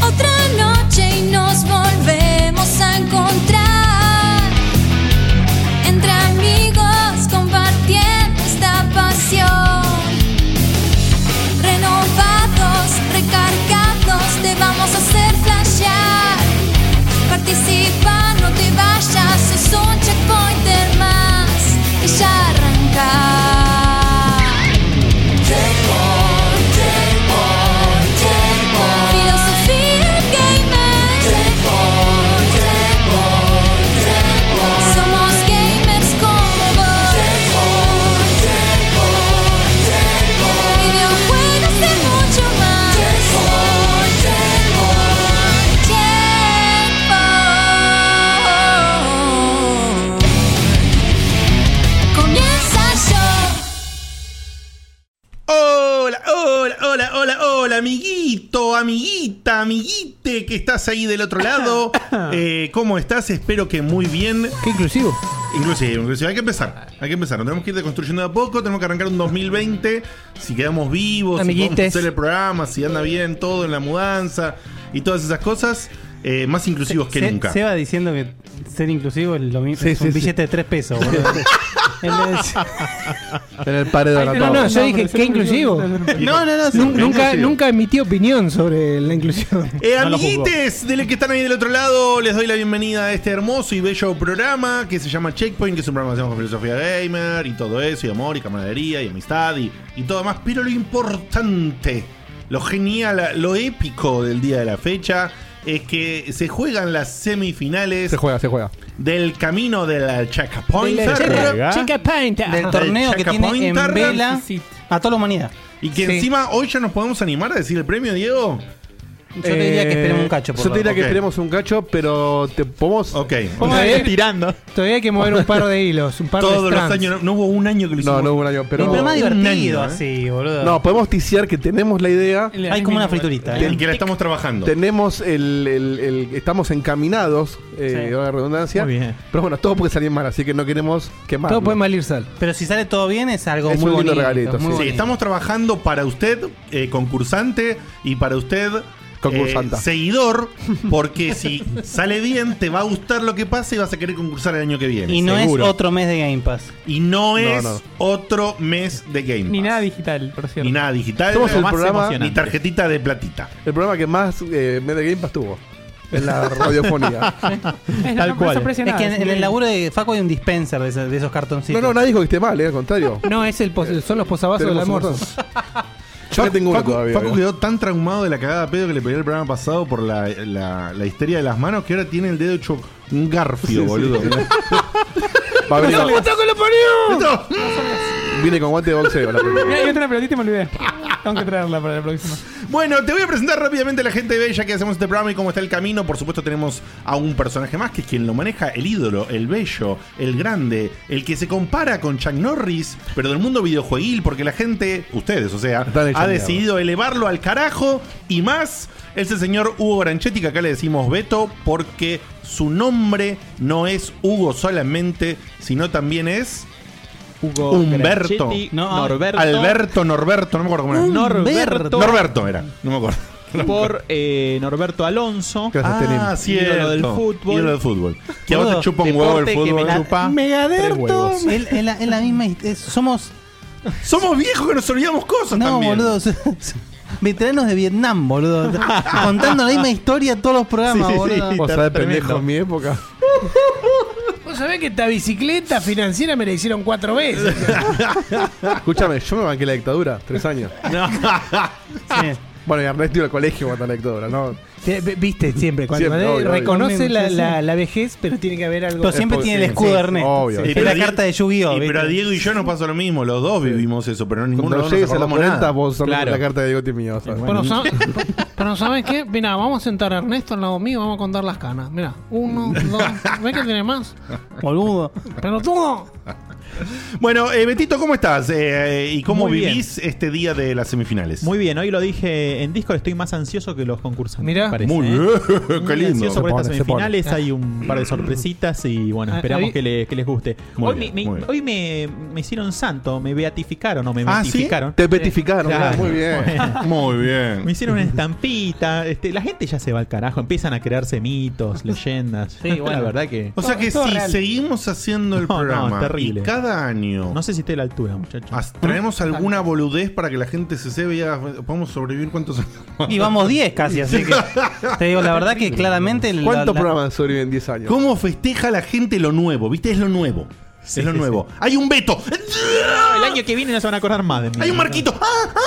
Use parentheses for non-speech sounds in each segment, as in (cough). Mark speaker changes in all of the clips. Speaker 1: Otra noche y nos volvemos a encontrar entre amigos compartiendo esta pasión. Renovados, recargados, te vamos a hacer flashear. Participa, no te vayas, es un checkpointer más y ya arrancar. Filosofía gamer. Somos gamers como vos. Videojuegos y mucho más. Checkpoint. Comienza
Speaker 2: (laughs)
Speaker 1: yo.
Speaker 3: Hola, hola, hola, hola, hola, amiguito, amiguita, amiguite que estás ahí del otro lado.
Speaker 4: (laughs)
Speaker 3: Eh, ¿Cómo estás? Espero que muy bien.
Speaker 4: Qué inclusivo.
Speaker 3: Inclusive, inclusive, hay que empezar, hay que empezar. Nos tenemos que ir deconstruyendo de a poco, tenemos que arrancar un 2020. Si quedamos vivos, si podemos
Speaker 4: Amiguites.
Speaker 3: hacer el programa, si anda bien todo en la mudanza y todas esas cosas, eh, más inclusivos que
Speaker 4: Se-
Speaker 3: nunca.
Speaker 4: Seba diciendo que ser inclusivo es, lo mismo, es un billete de 3 pesos, boludo. Él es-
Speaker 3: (laughs)
Speaker 5: En el paredón
Speaker 4: Ay,
Speaker 5: a
Speaker 4: no, no,
Speaker 5: todos.
Speaker 4: yo dije, qué inclusivo.
Speaker 3: No, no, no, sí,
Speaker 4: Nun-
Speaker 3: qué
Speaker 4: nunca,
Speaker 3: inclusivo.
Speaker 4: nunca emití opinión sobre la inclusión.
Speaker 3: (laughs) Eh,
Speaker 4: No lo juzgo.
Speaker 3: amiguites de los que están ahí del otro lado, les doy la bienvenida a este hermoso y bello programa que se llama Checkpoint, que es un programa que hacemos con filosofía gamer y todo eso, y amor, y camaradería, y amistad, y, y todo más. Pero lo importante, lo genial, lo épico del día de la fecha es que se juegan las semifinales
Speaker 5: Se juega, se juega.
Speaker 3: del camino de la Checkpoint.
Speaker 4: Del
Speaker 5: Cerro.
Speaker 4: Chica Painter.
Speaker 6: del torneo que tiene en
Speaker 3: Chacapointer. (laughs)
Speaker 6: vela a toda la humanidad.
Speaker 3: Y que
Speaker 6: Sí.
Speaker 3: encima hoy ya nos podemos animar a decir el premio, Diego.
Speaker 6: Yo te diría que esperemos un cacho, por
Speaker 5: Eh, Yo te diría
Speaker 6: favor.
Speaker 5: que
Speaker 3: Ok.
Speaker 5: esperemos un cacho, pero te podemos. eh,
Speaker 3: Ok.
Speaker 4: Ponga
Speaker 5: Te
Speaker 4: ahí.
Speaker 5: estoy tirando.
Speaker 4: Todavía hay que mover un par de hilos, un par de
Speaker 3: Todos los
Speaker 4: strands.
Speaker 3: años, no, no hubo un año que lo hicimos.
Speaker 5: No, no hubo un año, pero.
Speaker 6: Pero más
Speaker 3: un
Speaker 6: divertido,
Speaker 3: año, ¿eh?
Speaker 6: así, boludo.
Speaker 5: No, podemos ticiar que tenemos la idea.
Speaker 6: Hay como una friturita.
Speaker 3: Y
Speaker 6: ¿eh?
Speaker 3: que la estamos trabajando.
Speaker 5: Tenemos el, el- el- Estamos encaminados, eh,
Speaker 6: Sí.
Speaker 5: valga la redundancia.
Speaker 4: Muy bien.
Speaker 5: Pero bueno, todo puede salir mal, así que no queremos quemar.
Speaker 4: Todo puede malir sal.
Speaker 6: Pero si sale todo bien es algo
Speaker 5: Es
Speaker 6: muy
Speaker 5: un lindo
Speaker 6: bonito.
Speaker 5: regalito,
Speaker 6: muy
Speaker 5: sí.
Speaker 3: Sí,
Speaker 6: bonito.
Speaker 3: estamos trabajando para usted, eh, concursante, y para usted,
Speaker 5: Concursanta.
Speaker 3: eh, seguidor, porque
Speaker 5: (laughs)
Speaker 3: si sale bien, te va a gustar lo que pasa y vas a querer concursar el año que viene.
Speaker 6: Y no
Speaker 5: Seguro.
Speaker 6: es otro mes de Game Pass.
Speaker 3: Y no es
Speaker 5: no.
Speaker 3: otro mes de Game
Speaker 7: Ni
Speaker 3: Pass.
Speaker 7: nada digital, por cierto.
Speaker 3: Ni nada digital,
Speaker 5: Somos el
Speaker 7: más
Speaker 5: programa,
Speaker 7: emocionante.
Speaker 3: ni (laughs) tarjetita de platita.
Speaker 5: el programa que más eh, Media Game Pass tuvo en la (laughs) radiofonía.
Speaker 7: Es-
Speaker 4: Tal
Speaker 7: no, no
Speaker 4: cual.
Speaker 7: sorprende
Speaker 6: Es
Speaker 7: nada,
Speaker 6: que en, en el
Speaker 7: que-
Speaker 6: laburo de Facu hay un dispenser de, esa- de esos
Speaker 5: no,
Speaker 6: cartoncitos.
Speaker 5: no, nadie dijo que esté mal, eh, al contrario.
Speaker 4: No, es el pos- son los posavasos del
Speaker 5: Tenemos un
Speaker 4: almuerzo.
Speaker 5: Yo tengo uno
Speaker 3: Facu,
Speaker 5: todavía. eh.
Speaker 3: Facu
Speaker 5: ¿no?
Speaker 3: quedó tan traumado de la cagada de pedo que le pegué el programa pasado por la, la- la histeria de las manos que ahora tiene el dedo hecho un garfio,
Speaker 5: Sí, sí.
Speaker 3: boludo. (laughs)
Speaker 5: Va a venir con-
Speaker 3: No.
Speaker 5: viene con guante de boxeo la primera.
Speaker 7: Mira, yo tengo una pelotita y me olvidé. Tengo que traerla para la próxima.
Speaker 3: Bueno, te voy a presentar rápidamente a la gente bella que hacemos este programa y cómo está el camino. Por supuesto, tenemos a un personaje más que es quien lo maneja, el ídolo, el bello, el grande, el que se compara con Chuck Norris, pero del mundo videojueguil, porque la gente, ustedes, o sea,
Speaker 5: Están hecho
Speaker 3: ha
Speaker 5: mierda.
Speaker 3: decidido elevarlo al carajo y más. Es el señor Hugo Granchetti, que acá le decimos Beto, porque su nombre no es Hugo solamente, sino también es
Speaker 8: Hugo
Speaker 3: Humberto.
Speaker 8: Granchetti,
Speaker 6: No,
Speaker 8: Norberto,
Speaker 3: ah, Alberto Norberto, no me acuerdo cómo era.
Speaker 8: Norberto.
Speaker 3: Norberto era, no me acuerdo.
Speaker 8: por eh, Norberto Alonso.
Speaker 5: Gracias, Tenem.
Speaker 3: Ah, cierto.
Speaker 8: Ídolo del fútbol.
Speaker 3: Ídolo del fútbol. Que a vos
Speaker 6: Boludo,
Speaker 3: te chupa un huevo el
Speaker 8: deporte que
Speaker 3: fútbol.
Speaker 8: me la-
Speaker 3: chupa.
Speaker 5: Tres
Speaker 6: Megaderto.
Speaker 5: huevos.
Speaker 6: Es es la, es la misma. hist- es- somos.
Speaker 3: Somos viejos que nos olvidamos cosas
Speaker 6: No,
Speaker 3: también.
Speaker 6: boludo. so- (laughs) so- Veteranos de Vietnam, boludo. Contando la misma historia todos los programas,
Speaker 3: Sí, sí,
Speaker 6: boludo.
Speaker 3: sí.
Speaker 5: Vos
Speaker 3: Está
Speaker 5: sabés,
Speaker 3: tremendo.
Speaker 5: pendejo, en mi época.
Speaker 4: Vos sabés que esta bicicleta financiera me la hicieron cuatro veces.
Speaker 5: Escúchame, yo me banqué la dictadura, tres años.
Speaker 6: Sí.
Speaker 5: Bueno, y Ernesto iba al colegio cuando anécdota, ¿no?
Speaker 2: Sí, v- Viste siempre, cuando
Speaker 5: Siempre,
Speaker 2: eh,
Speaker 5: obvio, obvio.
Speaker 2: reconoce la,
Speaker 4: Sí,
Speaker 2: la- la vejez, pero tiene que haber algo.
Speaker 4: Pero siempre
Speaker 5: Es
Speaker 4: tiene el
Speaker 5: posible.
Speaker 4: escudo
Speaker 2: Sí,
Speaker 4: de Ernesto.
Speaker 5: obvio.
Speaker 4: Es
Speaker 3: pero
Speaker 4: la
Speaker 3: a Die-
Speaker 4: carta de Yu-Gi-Oh!
Speaker 3: Y,
Speaker 4: ¿viste?
Speaker 3: pero a Diego y yo nos pasó lo mismo, los dos vivimos eso, pero no ninguno de
Speaker 5: Cuando
Speaker 3: los dos nos
Speaker 5: llegues a los
Speaker 3: acordamos
Speaker 5: 40,
Speaker 3: nada.
Speaker 5: vos sonando
Speaker 8: Claro.
Speaker 5: la carta de Diego Timio. ¿sabes?
Speaker 2: Bueno,
Speaker 3: Bueno,
Speaker 2: son-
Speaker 9: Pero ¿sabes qué? Mira, vamos a sentar a Ernesto al lado mío, vamos a contar las canas. Mira, uno, dos, ¿ves que tiene más?
Speaker 4: Boludo.
Speaker 9: Pero tú,
Speaker 3: (laughs) Bueno, eh, Betito, ¿cómo estás? Eh, ¿Y cómo
Speaker 8: Muy bien.
Speaker 3: vivís este día de las semifinales?
Speaker 8: Muy bien, hoy lo dije en Discord, estoy más ansioso que los concursantes.
Speaker 2: Mirá.
Speaker 8: parece,
Speaker 3: Muy
Speaker 8: ¿eh?
Speaker 3: bien, qué
Speaker 8: Muy
Speaker 3: lindo.
Speaker 8: ansioso por
Speaker 5: Se
Speaker 8: estas
Speaker 5: pone, se pone.
Speaker 8: semifinales, hay un par de sorpresitas y bueno,
Speaker 2: Ah,
Speaker 8: esperamos
Speaker 2: ahí-
Speaker 8: que, le- que les guste.
Speaker 3: Muy
Speaker 8: hoy
Speaker 3: bien,
Speaker 8: me, me-
Speaker 3: muy bien.
Speaker 8: hoy me- me hicieron santo, me beatificaron o me
Speaker 3: Ah, ¿sí?
Speaker 8: beatificaron.
Speaker 5: Te petificaron,
Speaker 8: Claro.
Speaker 5: muy bien.
Speaker 3: Muy
Speaker 8: Me
Speaker 3: bien.
Speaker 8: hicieron una estampita, este, la gente ya se va al carajo, empiezan a crearse
Speaker 2: (laughs)
Speaker 8: mitos, leyendas.
Speaker 2: Sí, bueno.
Speaker 8: la verdad que...
Speaker 3: O sea que
Speaker 2: Todo
Speaker 3: si
Speaker 2: real.
Speaker 3: seguimos haciendo el
Speaker 8: No, no,
Speaker 3: programa
Speaker 8: terrible.
Speaker 3: y cada año
Speaker 8: No sé si esté a la altura, muchachos.
Speaker 3: as- traemos Ah, alguna boludez para que la gente se sepa y diga, podemos sobrevivir cuántos años. más?"
Speaker 4: Y vamos 10 casi,
Speaker 3: (laughs)
Speaker 4: así que. Te digo, la verdad que claramente. la-
Speaker 5: ¿Cuántos
Speaker 4: la-
Speaker 5: programas sobreviven 10 años?
Speaker 3: ¿Cómo festeja la gente lo nuevo? ¿Viste? Es lo nuevo. es lo
Speaker 8: sí,
Speaker 3: nuevo. Hay un Beto.
Speaker 8: No, el año que viene no se van a acordar más de mí.
Speaker 3: Hay un Marquito. ¡Ah! ¡Ah!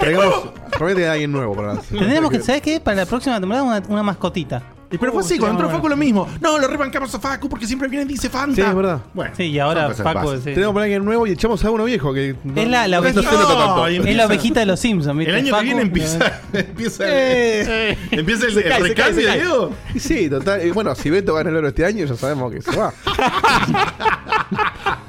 Speaker 5: Traigamos, promete a alguien nuevo para
Speaker 4: Tendremos que, ¿sabes qué? Para la próxima temporada, una, una mascotita.
Speaker 3: Y pero fue así,
Speaker 7: Uh,
Speaker 3: cuando entró
Speaker 7: sí,
Speaker 3: Facu lo mismo. No, lo rebancamos a Facu porque siempre viene y dice Fanta.
Speaker 5: Sí, es verdad.
Speaker 3: Bueno,
Speaker 4: Sí, y ahora
Speaker 3: son cosas
Speaker 4: Paco.
Speaker 3: básicas.
Speaker 4: sí.
Speaker 5: Tenemos que poner a alguien nuevo y echamos a uno viejo que no,
Speaker 4: Es la- la
Speaker 5: no se
Speaker 4: ovejita.
Speaker 5: nota tanto.
Speaker 3: No, y-
Speaker 4: Es la ovejita de los Simpsons, ¿viste?
Speaker 3: El año
Speaker 4: Facu,
Speaker 3: que viene empieza, empieza el, empieza el, el
Speaker 8: cae, se cae,
Speaker 3: recambio,
Speaker 8: se cae.
Speaker 3: Diego.
Speaker 5: Y Sí, total. y bueno, si Beto gana el oro este año, ya sabemos que se va.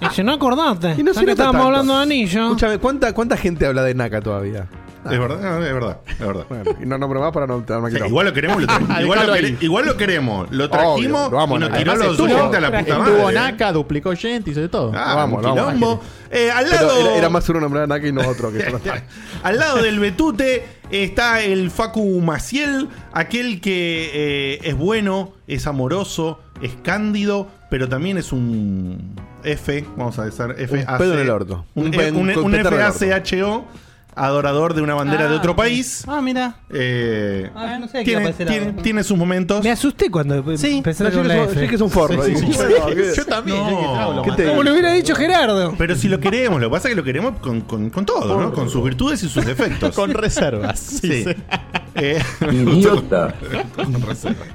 Speaker 9: y si no acordaste,
Speaker 5: Y no
Speaker 9: ya
Speaker 5: se
Speaker 9: que
Speaker 5: nota
Speaker 9: estábamos
Speaker 5: tanto.
Speaker 9: hablando de anillo.
Speaker 5: Escúchame, ¿cuánta, ¿cuánta gente habla de Naka todavía? Ah.
Speaker 3: Es verdad, no, es verdad, es verdad.
Speaker 5: (laughs) Bueno, y no nombro más para no darme
Speaker 3: Sí,
Speaker 5: quilombo.
Speaker 3: igual lo
Speaker 5: (laughs)
Speaker 3: queremos, lo (laughs) tra- igual, lo
Speaker 8: Dejalo
Speaker 3: quere- igual lo queremos. Lo
Speaker 5: Obvio,
Speaker 3: trajimos
Speaker 5: lo amo,
Speaker 3: y nos
Speaker 5: Naka.
Speaker 3: tiró
Speaker 5: Además
Speaker 3: los
Speaker 5: estuvo-
Speaker 3: oyentes a la puta madre.
Speaker 8: Tuvo
Speaker 3: eh.
Speaker 8: Naka, duplicó gente, hizo de todo.
Speaker 3: Ah,
Speaker 5: Lo amo,
Speaker 3: un
Speaker 5: lo amo,
Speaker 3: quilombo. Eh, al
Speaker 5: Pero
Speaker 3: lado.
Speaker 5: era, era más uno nombrar a Naka y no
Speaker 3: (laughs)
Speaker 5: otro. Que yo no-
Speaker 3: Al lado del Betute está el Facu Maciel, aquel que eh, es bueno, es amoroso, es cándido, pero también es un F, vamos a decir F
Speaker 5: Un pedo en el orto.
Speaker 3: Un,
Speaker 5: Un pe-
Speaker 3: un-
Speaker 5: con
Speaker 3: un
Speaker 5: petardo en el orto.
Speaker 3: FACHO, adorador de una bandera de otro país.
Speaker 4: Ah, mira.
Speaker 3: Eh,
Speaker 4: Ah, no sé qué
Speaker 3: tiene,
Speaker 4: aparecerá.
Speaker 3: tiene, tiene sus momentos.
Speaker 2: Me asusté cuando
Speaker 4: Sí.
Speaker 2: empezaron
Speaker 5: Pero yo que
Speaker 2: con la
Speaker 5: es un-
Speaker 2: F.
Speaker 5: yo que es un forro. digo. (laughs) Bueno, que-
Speaker 8: Yo también, yo que trago, lo
Speaker 5: ¿Qué
Speaker 8: maté.
Speaker 5: te-
Speaker 9: Como lo hubiera dicho Gerardo.
Speaker 3: Pero si lo queremos, lo que pasa es que lo queremos con, con- con todo, ¿no? Con sus virtudes y sus
Speaker 9: (laughs)
Speaker 3: defectos.
Speaker 8: Con
Speaker 3: (laughs)
Speaker 8: reservas.
Speaker 3: Sí. Eh,
Speaker 2: (laughs)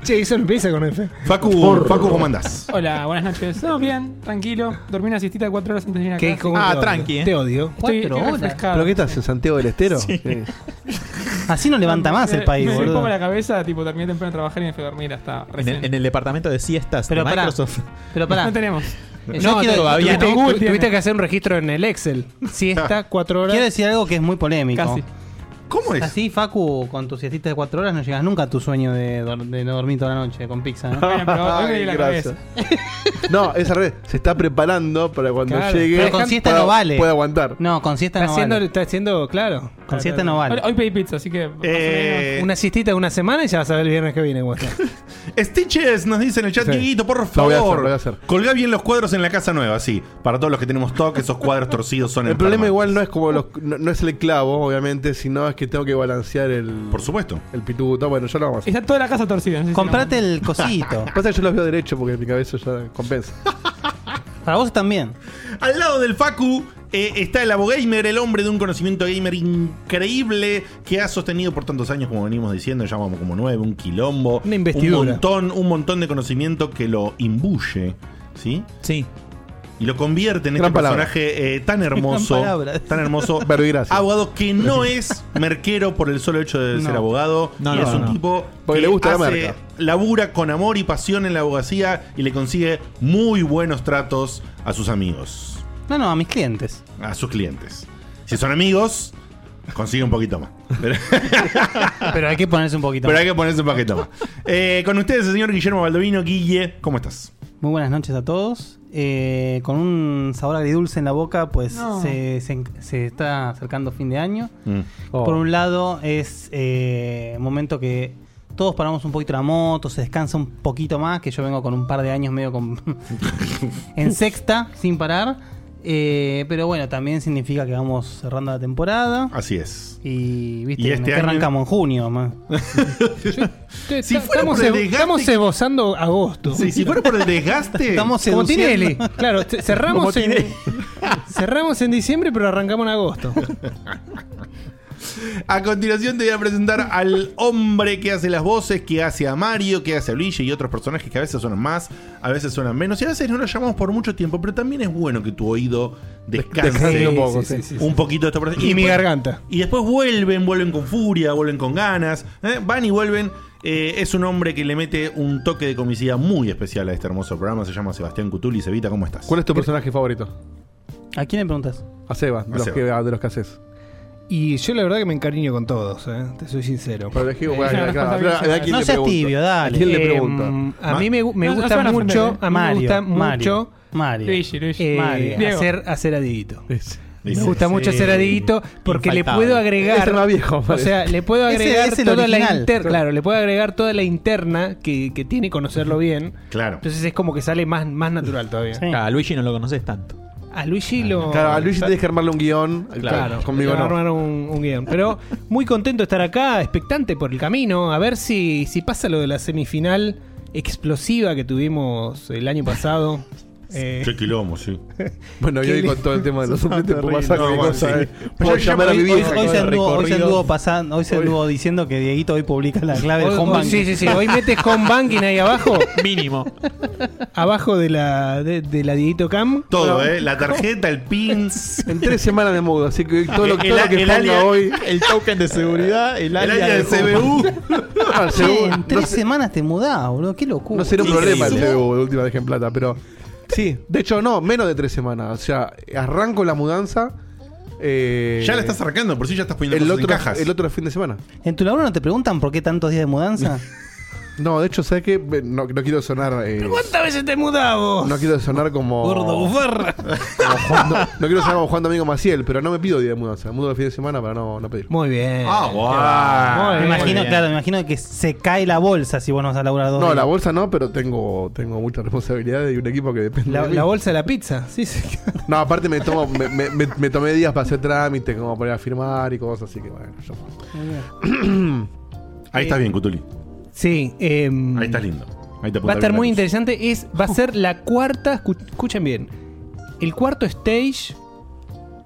Speaker 2: Che, eso no empieza con F.
Speaker 3: Facu, Facu, ¿cómo andás?
Speaker 7: Hola, buenas noches. Todo bien, tranquilo. Dormí una siestita de cuatro horas antes de venir acá.
Speaker 2: ¿Qué? ¿Cómo
Speaker 8: Ah,
Speaker 2: te odio?
Speaker 8: tranqui, eh.
Speaker 2: Te odio.
Speaker 7: Estoy, estoy refrescado.
Speaker 5: ¿Pero qué estás en Santiago del Estero? Sí.
Speaker 4: (laughs) Así no levanta más eh. el
Speaker 7: Me-
Speaker 4: país,
Speaker 7: me Me
Speaker 4: boludo.
Speaker 7: pongo la cabeza, tipo, terminé temprano de trabajar y me fui a dormir hasta
Speaker 8: En
Speaker 7: recién.
Speaker 8: el, en el departamento de siestas
Speaker 4: Pero
Speaker 8: de
Speaker 4: pará.
Speaker 8: Microsoft.
Speaker 4: Pero pará.
Speaker 7: No tenemos.
Speaker 4: Yo quiero-
Speaker 2: Tuviste,
Speaker 7: no.
Speaker 2: tu-
Speaker 7: Google
Speaker 2: tuviste
Speaker 7: tiene.
Speaker 2: que hacer un registro en el Excel.
Speaker 3: Ah.
Speaker 2: Siesta, cuatro horas.
Speaker 4: Quiero decir algo que es muy polémico.
Speaker 7: Casi.
Speaker 3: ¿Cómo es?
Speaker 4: Así, Facu, con tus siestitas de 4 horas no llegas nunca a tu sueño de, dor- de no dormir toda la noche con pizza, ¿no?
Speaker 7: Bueno, pero hoy me di
Speaker 5: Ay,
Speaker 7: la
Speaker 5: gracias.
Speaker 7: cabeza.
Speaker 5: No, es al revés. Se está preparando para cuando
Speaker 2: Claro.
Speaker 5: llegue.
Speaker 4: Pero con siesta
Speaker 5: pueda-
Speaker 4: no vale.
Speaker 5: Puede aguantar.
Speaker 4: No, con siesta
Speaker 2: Está
Speaker 4: no
Speaker 2: haciendo,
Speaker 4: vale.
Speaker 2: está haciendo, claro.
Speaker 4: Con siesta no vale.
Speaker 7: Hoy, hoy pedí pizza, así que. más o menos.
Speaker 3: Eh,
Speaker 2: Una siestita de una semana y ya vas a ver el viernes que viene. cómo está.
Speaker 3: Stitches nos dice en el chat,
Speaker 5: Sí.
Speaker 3: Dieguito, por
Speaker 5: Lo voy
Speaker 3: favor.
Speaker 5: a hacer, lo voy a hacer.
Speaker 3: Colgá bien los cuadros en la casa nueva, sí. Para todos los que tenemos TOC, esos cuadros torcidos son
Speaker 5: El problema
Speaker 3: enfermantes.
Speaker 5: igual no es como los, no, no es el clavo, obviamente, sino es que tengo que balancear el,
Speaker 3: Por supuesto.
Speaker 5: el pituto. Bueno, ya lo vamos a hacer.
Speaker 7: Está toda la casa torcida. no sé si
Speaker 4: Comprate el cosito.
Speaker 5: (laughs) Pasa que yo los veo derecho porque mi cabeza ya compensa.
Speaker 4: Para vos también.
Speaker 3: Al lado del Facu eh, está el abogamer, el hombre de un conocimiento gamer increíble que ha sostenido por tantos años, como venimos diciendo, ya vamos como nueve, un quilombo.
Speaker 2: Una investidura.
Speaker 3: Un montón, un montón de conocimiento que lo imbuye, ¿sí?
Speaker 8: Sí.
Speaker 3: Y lo convierte en
Speaker 5: Gran
Speaker 3: este
Speaker 5: palabra.
Speaker 3: personaje eh, tan hermoso.
Speaker 4: palabra.
Speaker 3: Tan
Speaker 5: (laughs)
Speaker 3: hermoso.
Speaker 5: Pero y gracias.
Speaker 3: Abogado que no es merquero por el solo hecho de
Speaker 4: No.
Speaker 3: ser abogado.
Speaker 8: No,
Speaker 3: y
Speaker 8: no,
Speaker 3: es un
Speaker 8: no.
Speaker 3: tipo
Speaker 5: Porque
Speaker 3: que
Speaker 5: le gusta la
Speaker 3: hace-
Speaker 5: marca.
Speaker 3: labura con amor y pasión en la abogacía y le consigue muy buenos tratos a sus amigos,
Speaker 4: No, no, a mis clientes.
Speaker 3: a sus clientes. Si son amigos, consigue un poquito más. Pero,
Speaker 4: (laughs) Pero hay que ponerse un poquito.
Speaker 3: pero
Speaker 4: más.
Speaker 3: hay que ponerse un poquito más. Eh, con ustedes, el señor Guillermo Baldovino. Guille, ¿cómo estás?
Speaker 4: Muy buenas noches a todos. Eh, con un sabor agridulce en la boca, pues
Speaker 7: No.
Speaker 4: se, se, se está acercando fin de año.
Speaker 3: Mm.
Speaker 4: Por un lado es eh, momento que todos paramos un poquito la moto, se descansa un poquito más, que yo vengo con un par de años medio con (laughs) en sexta, sin parar. Eh, pero bueno, también significa que vamos cerrando la temporada.
Speaker 3: Así es.
Speaker 4: Y viste,
Speaker 3: Y este
Speaker 4: que
Speaker 3: año-
Speaker 4: arrancamos en junio, más.
Speaker 2: Te-
Speaker 3: Si
Speaker 2: ta-
Speaker 3: fuera
Speaker 2: estamos,
Speaker 3: por el
Speaker 2: ebo-
Speaker 3: desgaste-
Speaker 2: estamos esbozando agosto.
Speaker 3: Sí, si fuera por el desgaste.
Speaker 4: Estamos
Speaker 2: Como
Speaker 4: seduciendo.
Speaker 2: Tinelli.
Speaker 4: (laughs)
Speaker 2: Claro,
Speaker 3: (laughs)
Speaker 2: te- cerramos en, cerramos en diciembre, pero arrancamos en agosto.
Speaker 3: A continuación te voy a presentar al hombre que hace las voces, que hace a Mario, que hace a Luigi y otros personajes que a veces suenan más, a veces suenan menos y a veces no los llamamos por mucho tiempo, pero también es bueno que tu oído descanse
Speaker 5: Descanse un poco, sí,
Speaker 3: un poquito de estos personajes.
Speaker 2: Y mi
Speaker 3: después-
Speaker 2: garganta.
Speaker 3: y después vuelven, vuelven con furia, vuelven con ganas, ¿eh? van y vuelven. Eh, es un hombre que le mete un toque de comicidad muy especial a este hermoso programa. Se llama Sebastián Cutuli. Sevita, ¿cómo estás?
Speaker 5: ¿Cuál es tu personaje favorito?
Speaker 4: ¿A quién le preguntas?
Speaker 5: A Seba,
Speaker 3: A
Speaker 5: de los
Speaker 3: Seba.
Speaker 5: que, ah, de los que haces.
Speaker 2: Y yo la verdad que me encariño con todos, ¿eh? te soy sincero.
Speaker 5: Pero elegí, bueno,
Speaker 7: no,
Speaker 2: (laughs)
Speaker 5: claro,
Speaker 7: no,
Speaker 5: pero ¿a quién
Speaker 4: No
Speaker 5: le
Speaker 4: seas
Speaker 5: pregunto?
Speaker 4: tibio, dale.
Speaker 5: ¿A quién le
Speaker 2: Eh,
Speaker 5: pregunto?
Speaker 2: a mí me, me
Speaker 7: No, no se
Speaker 2: gusta
Speaker 7: van a ofender,
Speaker 2: mucho,
Speaker 7: eh.
Speaker 2: a mí me gusta mucho
Speaker 4: Mario.
Speaker 7: Luigi, Luigi.
Speaker 2: eh,
Speaker 4: Mario.
Speaker 7: Diego.
Speaker 2: hacer, hacer a Dieguito. Me
Speaker 3: Dice,
Speaker 2: gusta mucho
Speaker 3: sí.
Speaker 2: hacer a Dieguito porque le
Speaker 8: Infaltable.
Speaker 2: puedo agregar.
Speaker 5: Es el más viejo,
Speaker 2: O sea, le puedo
Speaker 4: Ese-
Speaker 2: agregar
Speaker 4: es el
Speaker 2: toda la
Speaker 4: original.
Speaker 2: interna. Claro, le puedo agregar toda la interna que, que tiene conocerlo bien.
Speaker 3: Claro.
Speaker 2: Entonces es como que sale más, más natural todavía.
Speaker 4: Sí.
Speaker 8: Ah, A Luigi no lo conoces tanto. Ah,
Speaker 2: A Luigi lo.
Speaker 5: Claro, a Luigi tenés que armarle un guión. Claro, conmigo
Speaker 2: le
Speaker 5: no.
Speaker 2: armaron un, un guión. Pero muy contento de estar acá, expectante por el camino, a ver si, si pasa lo de la semifinal explosiva que tuvimos el
Speaker 8: (laughs)
Speaker 2: año pasado. Eh,
Speaker 3: Qué quilombo, sí.
Speaker 5: (laughs) Bueno, yo
Speaker 2: (laughs) ¿Qué
Speaker 5: hoy
Speaker 2: le-
Speaker 5: con todo el tema de los suplentes pues, por
Speaker 8: terrible.
Speaker 5: masacre
Speaker 3: No,
Speaker 5: de
Speaker 3: bueno, sí.
Speaker 5: cosas. eh.
Speaker 3: Pero
Speaker 5: Puedo
Speaker 3: yo
Speaker 5: llamar a mi
Speaker 3: llamo-
Speaker 4: Hoy,
Speaker 5: vieja.
Speaker 4: hoy se anduvo, hoy se
Speaker 8: recorrido.
Speaker 4: anduvo pasando, hoy se anduvo diciendo que Dieguito hoy publica la clave
Speaker 2: (laughs) hoy-
Speaker 4: del home
Speaker 2: hoy-
Speaker 4: banking.
Speaker 2: sí, sí, sí. Hoy metes home banking ahí abajo,
Speaker 8: (laughs) Mínimo.
Speaker 2: abajo de la, de, de la Dieguito Cam.
Speaker 3: Todo, ¿eh? La tarjeta, el
Speaker 4: (laughs)
Speaker 3: pin.
Speaker 5: En tres semanas de mudo, así que hoy todo lo,
Speaker 3: El-
Speaker 5: todo lo que
Speaker 3: el
Speaker 5: ponga
Speaker 3: alias-
Speaker 4: (laughs)
Speaker 5: hoy.
Speaker 8: El token de seguridad, el,
Speaker 3: El
Speaker 8: área
Speaker 3: área de CBU.
Speaker 5: Ah,
Speaker 4: Che,
Speaker 5: seguro,
Speaker 4: en tres
Speaker 5: no, se-
Speaker 4: semanas te mudás, boludo. Qué locura.
Speaker 5: no será un
Speaker 3: Sí,
Speaker 5: problema el
Speaker 3: sí.
Speaker 5: CBU, de última vez en plata, pero. Sí, de hecho, no, menos de tres semanas. O sea, arranco la mudanza. eh,
Speaker 3: Ya la estás arrancando, por si ya estás poniendo
Speaker 5: el
Speaker 3: cosas en
Speaker 5: otro,
Speaker 3: cajas.
Speaker 5: el otro fin de semana.
Speaker 4: ¿En tu laburo no te preguntan por qué tantos días de mudanza?
Speaker 5: (laughs) No, de hecho, ¿sabes qué? Ve- No, no quiero sonar. eh,
Speaker 2: ¿Cuántas veces te mudás vos?
Speaker 5: no quiero sonar como.
Speaker 2: Gordo bufarra.
Speaker 5: como Juan Do- no quiero sonar como Juan Domingo Maciel, pero no me pido día de mudanza. Me mudo el fin de semana para no, no pedir.
Speaker 2: Muy bien.
Speaker 3: Ah,
Speaker 2: Muy
Speaker 3: guau.
Speaker 2: bien.
Speaker 4: me imagino,
Speaker 8: bien.
Speaker 4: claro, me imagino que se cae la bolsa si vos no vas a laburar dos
Speaker 5: No,
Speaker 4: días.
Speaker 5: la bolsa no, pero tengo, tengo muchas responsabilidades y un equipo que depende.
Speaker 2: La,
Speaker 5: de mí.
Speaker 2: la bolsa de la pizza. Sí, sí.
Speaker 5: No, aparte me, tomo, me, me- me- me tomé días para hacer trámites, como para ir a firmar y cosas, así que bueno, yo.
Speaker 3: Ahí estás bien, Cutuli.
Speaker 2: Sí, em,
Speaker 3: Ahí estás lindo. Ahí te apunta
Speaker 2: Va a estar
Speaker 3: bien la
Speaker 2: muy
Speaker 3: luz.
Speaker 2: interesante. Es, va a ser la cuarta. escu- Escuchen bien. El cuarto stage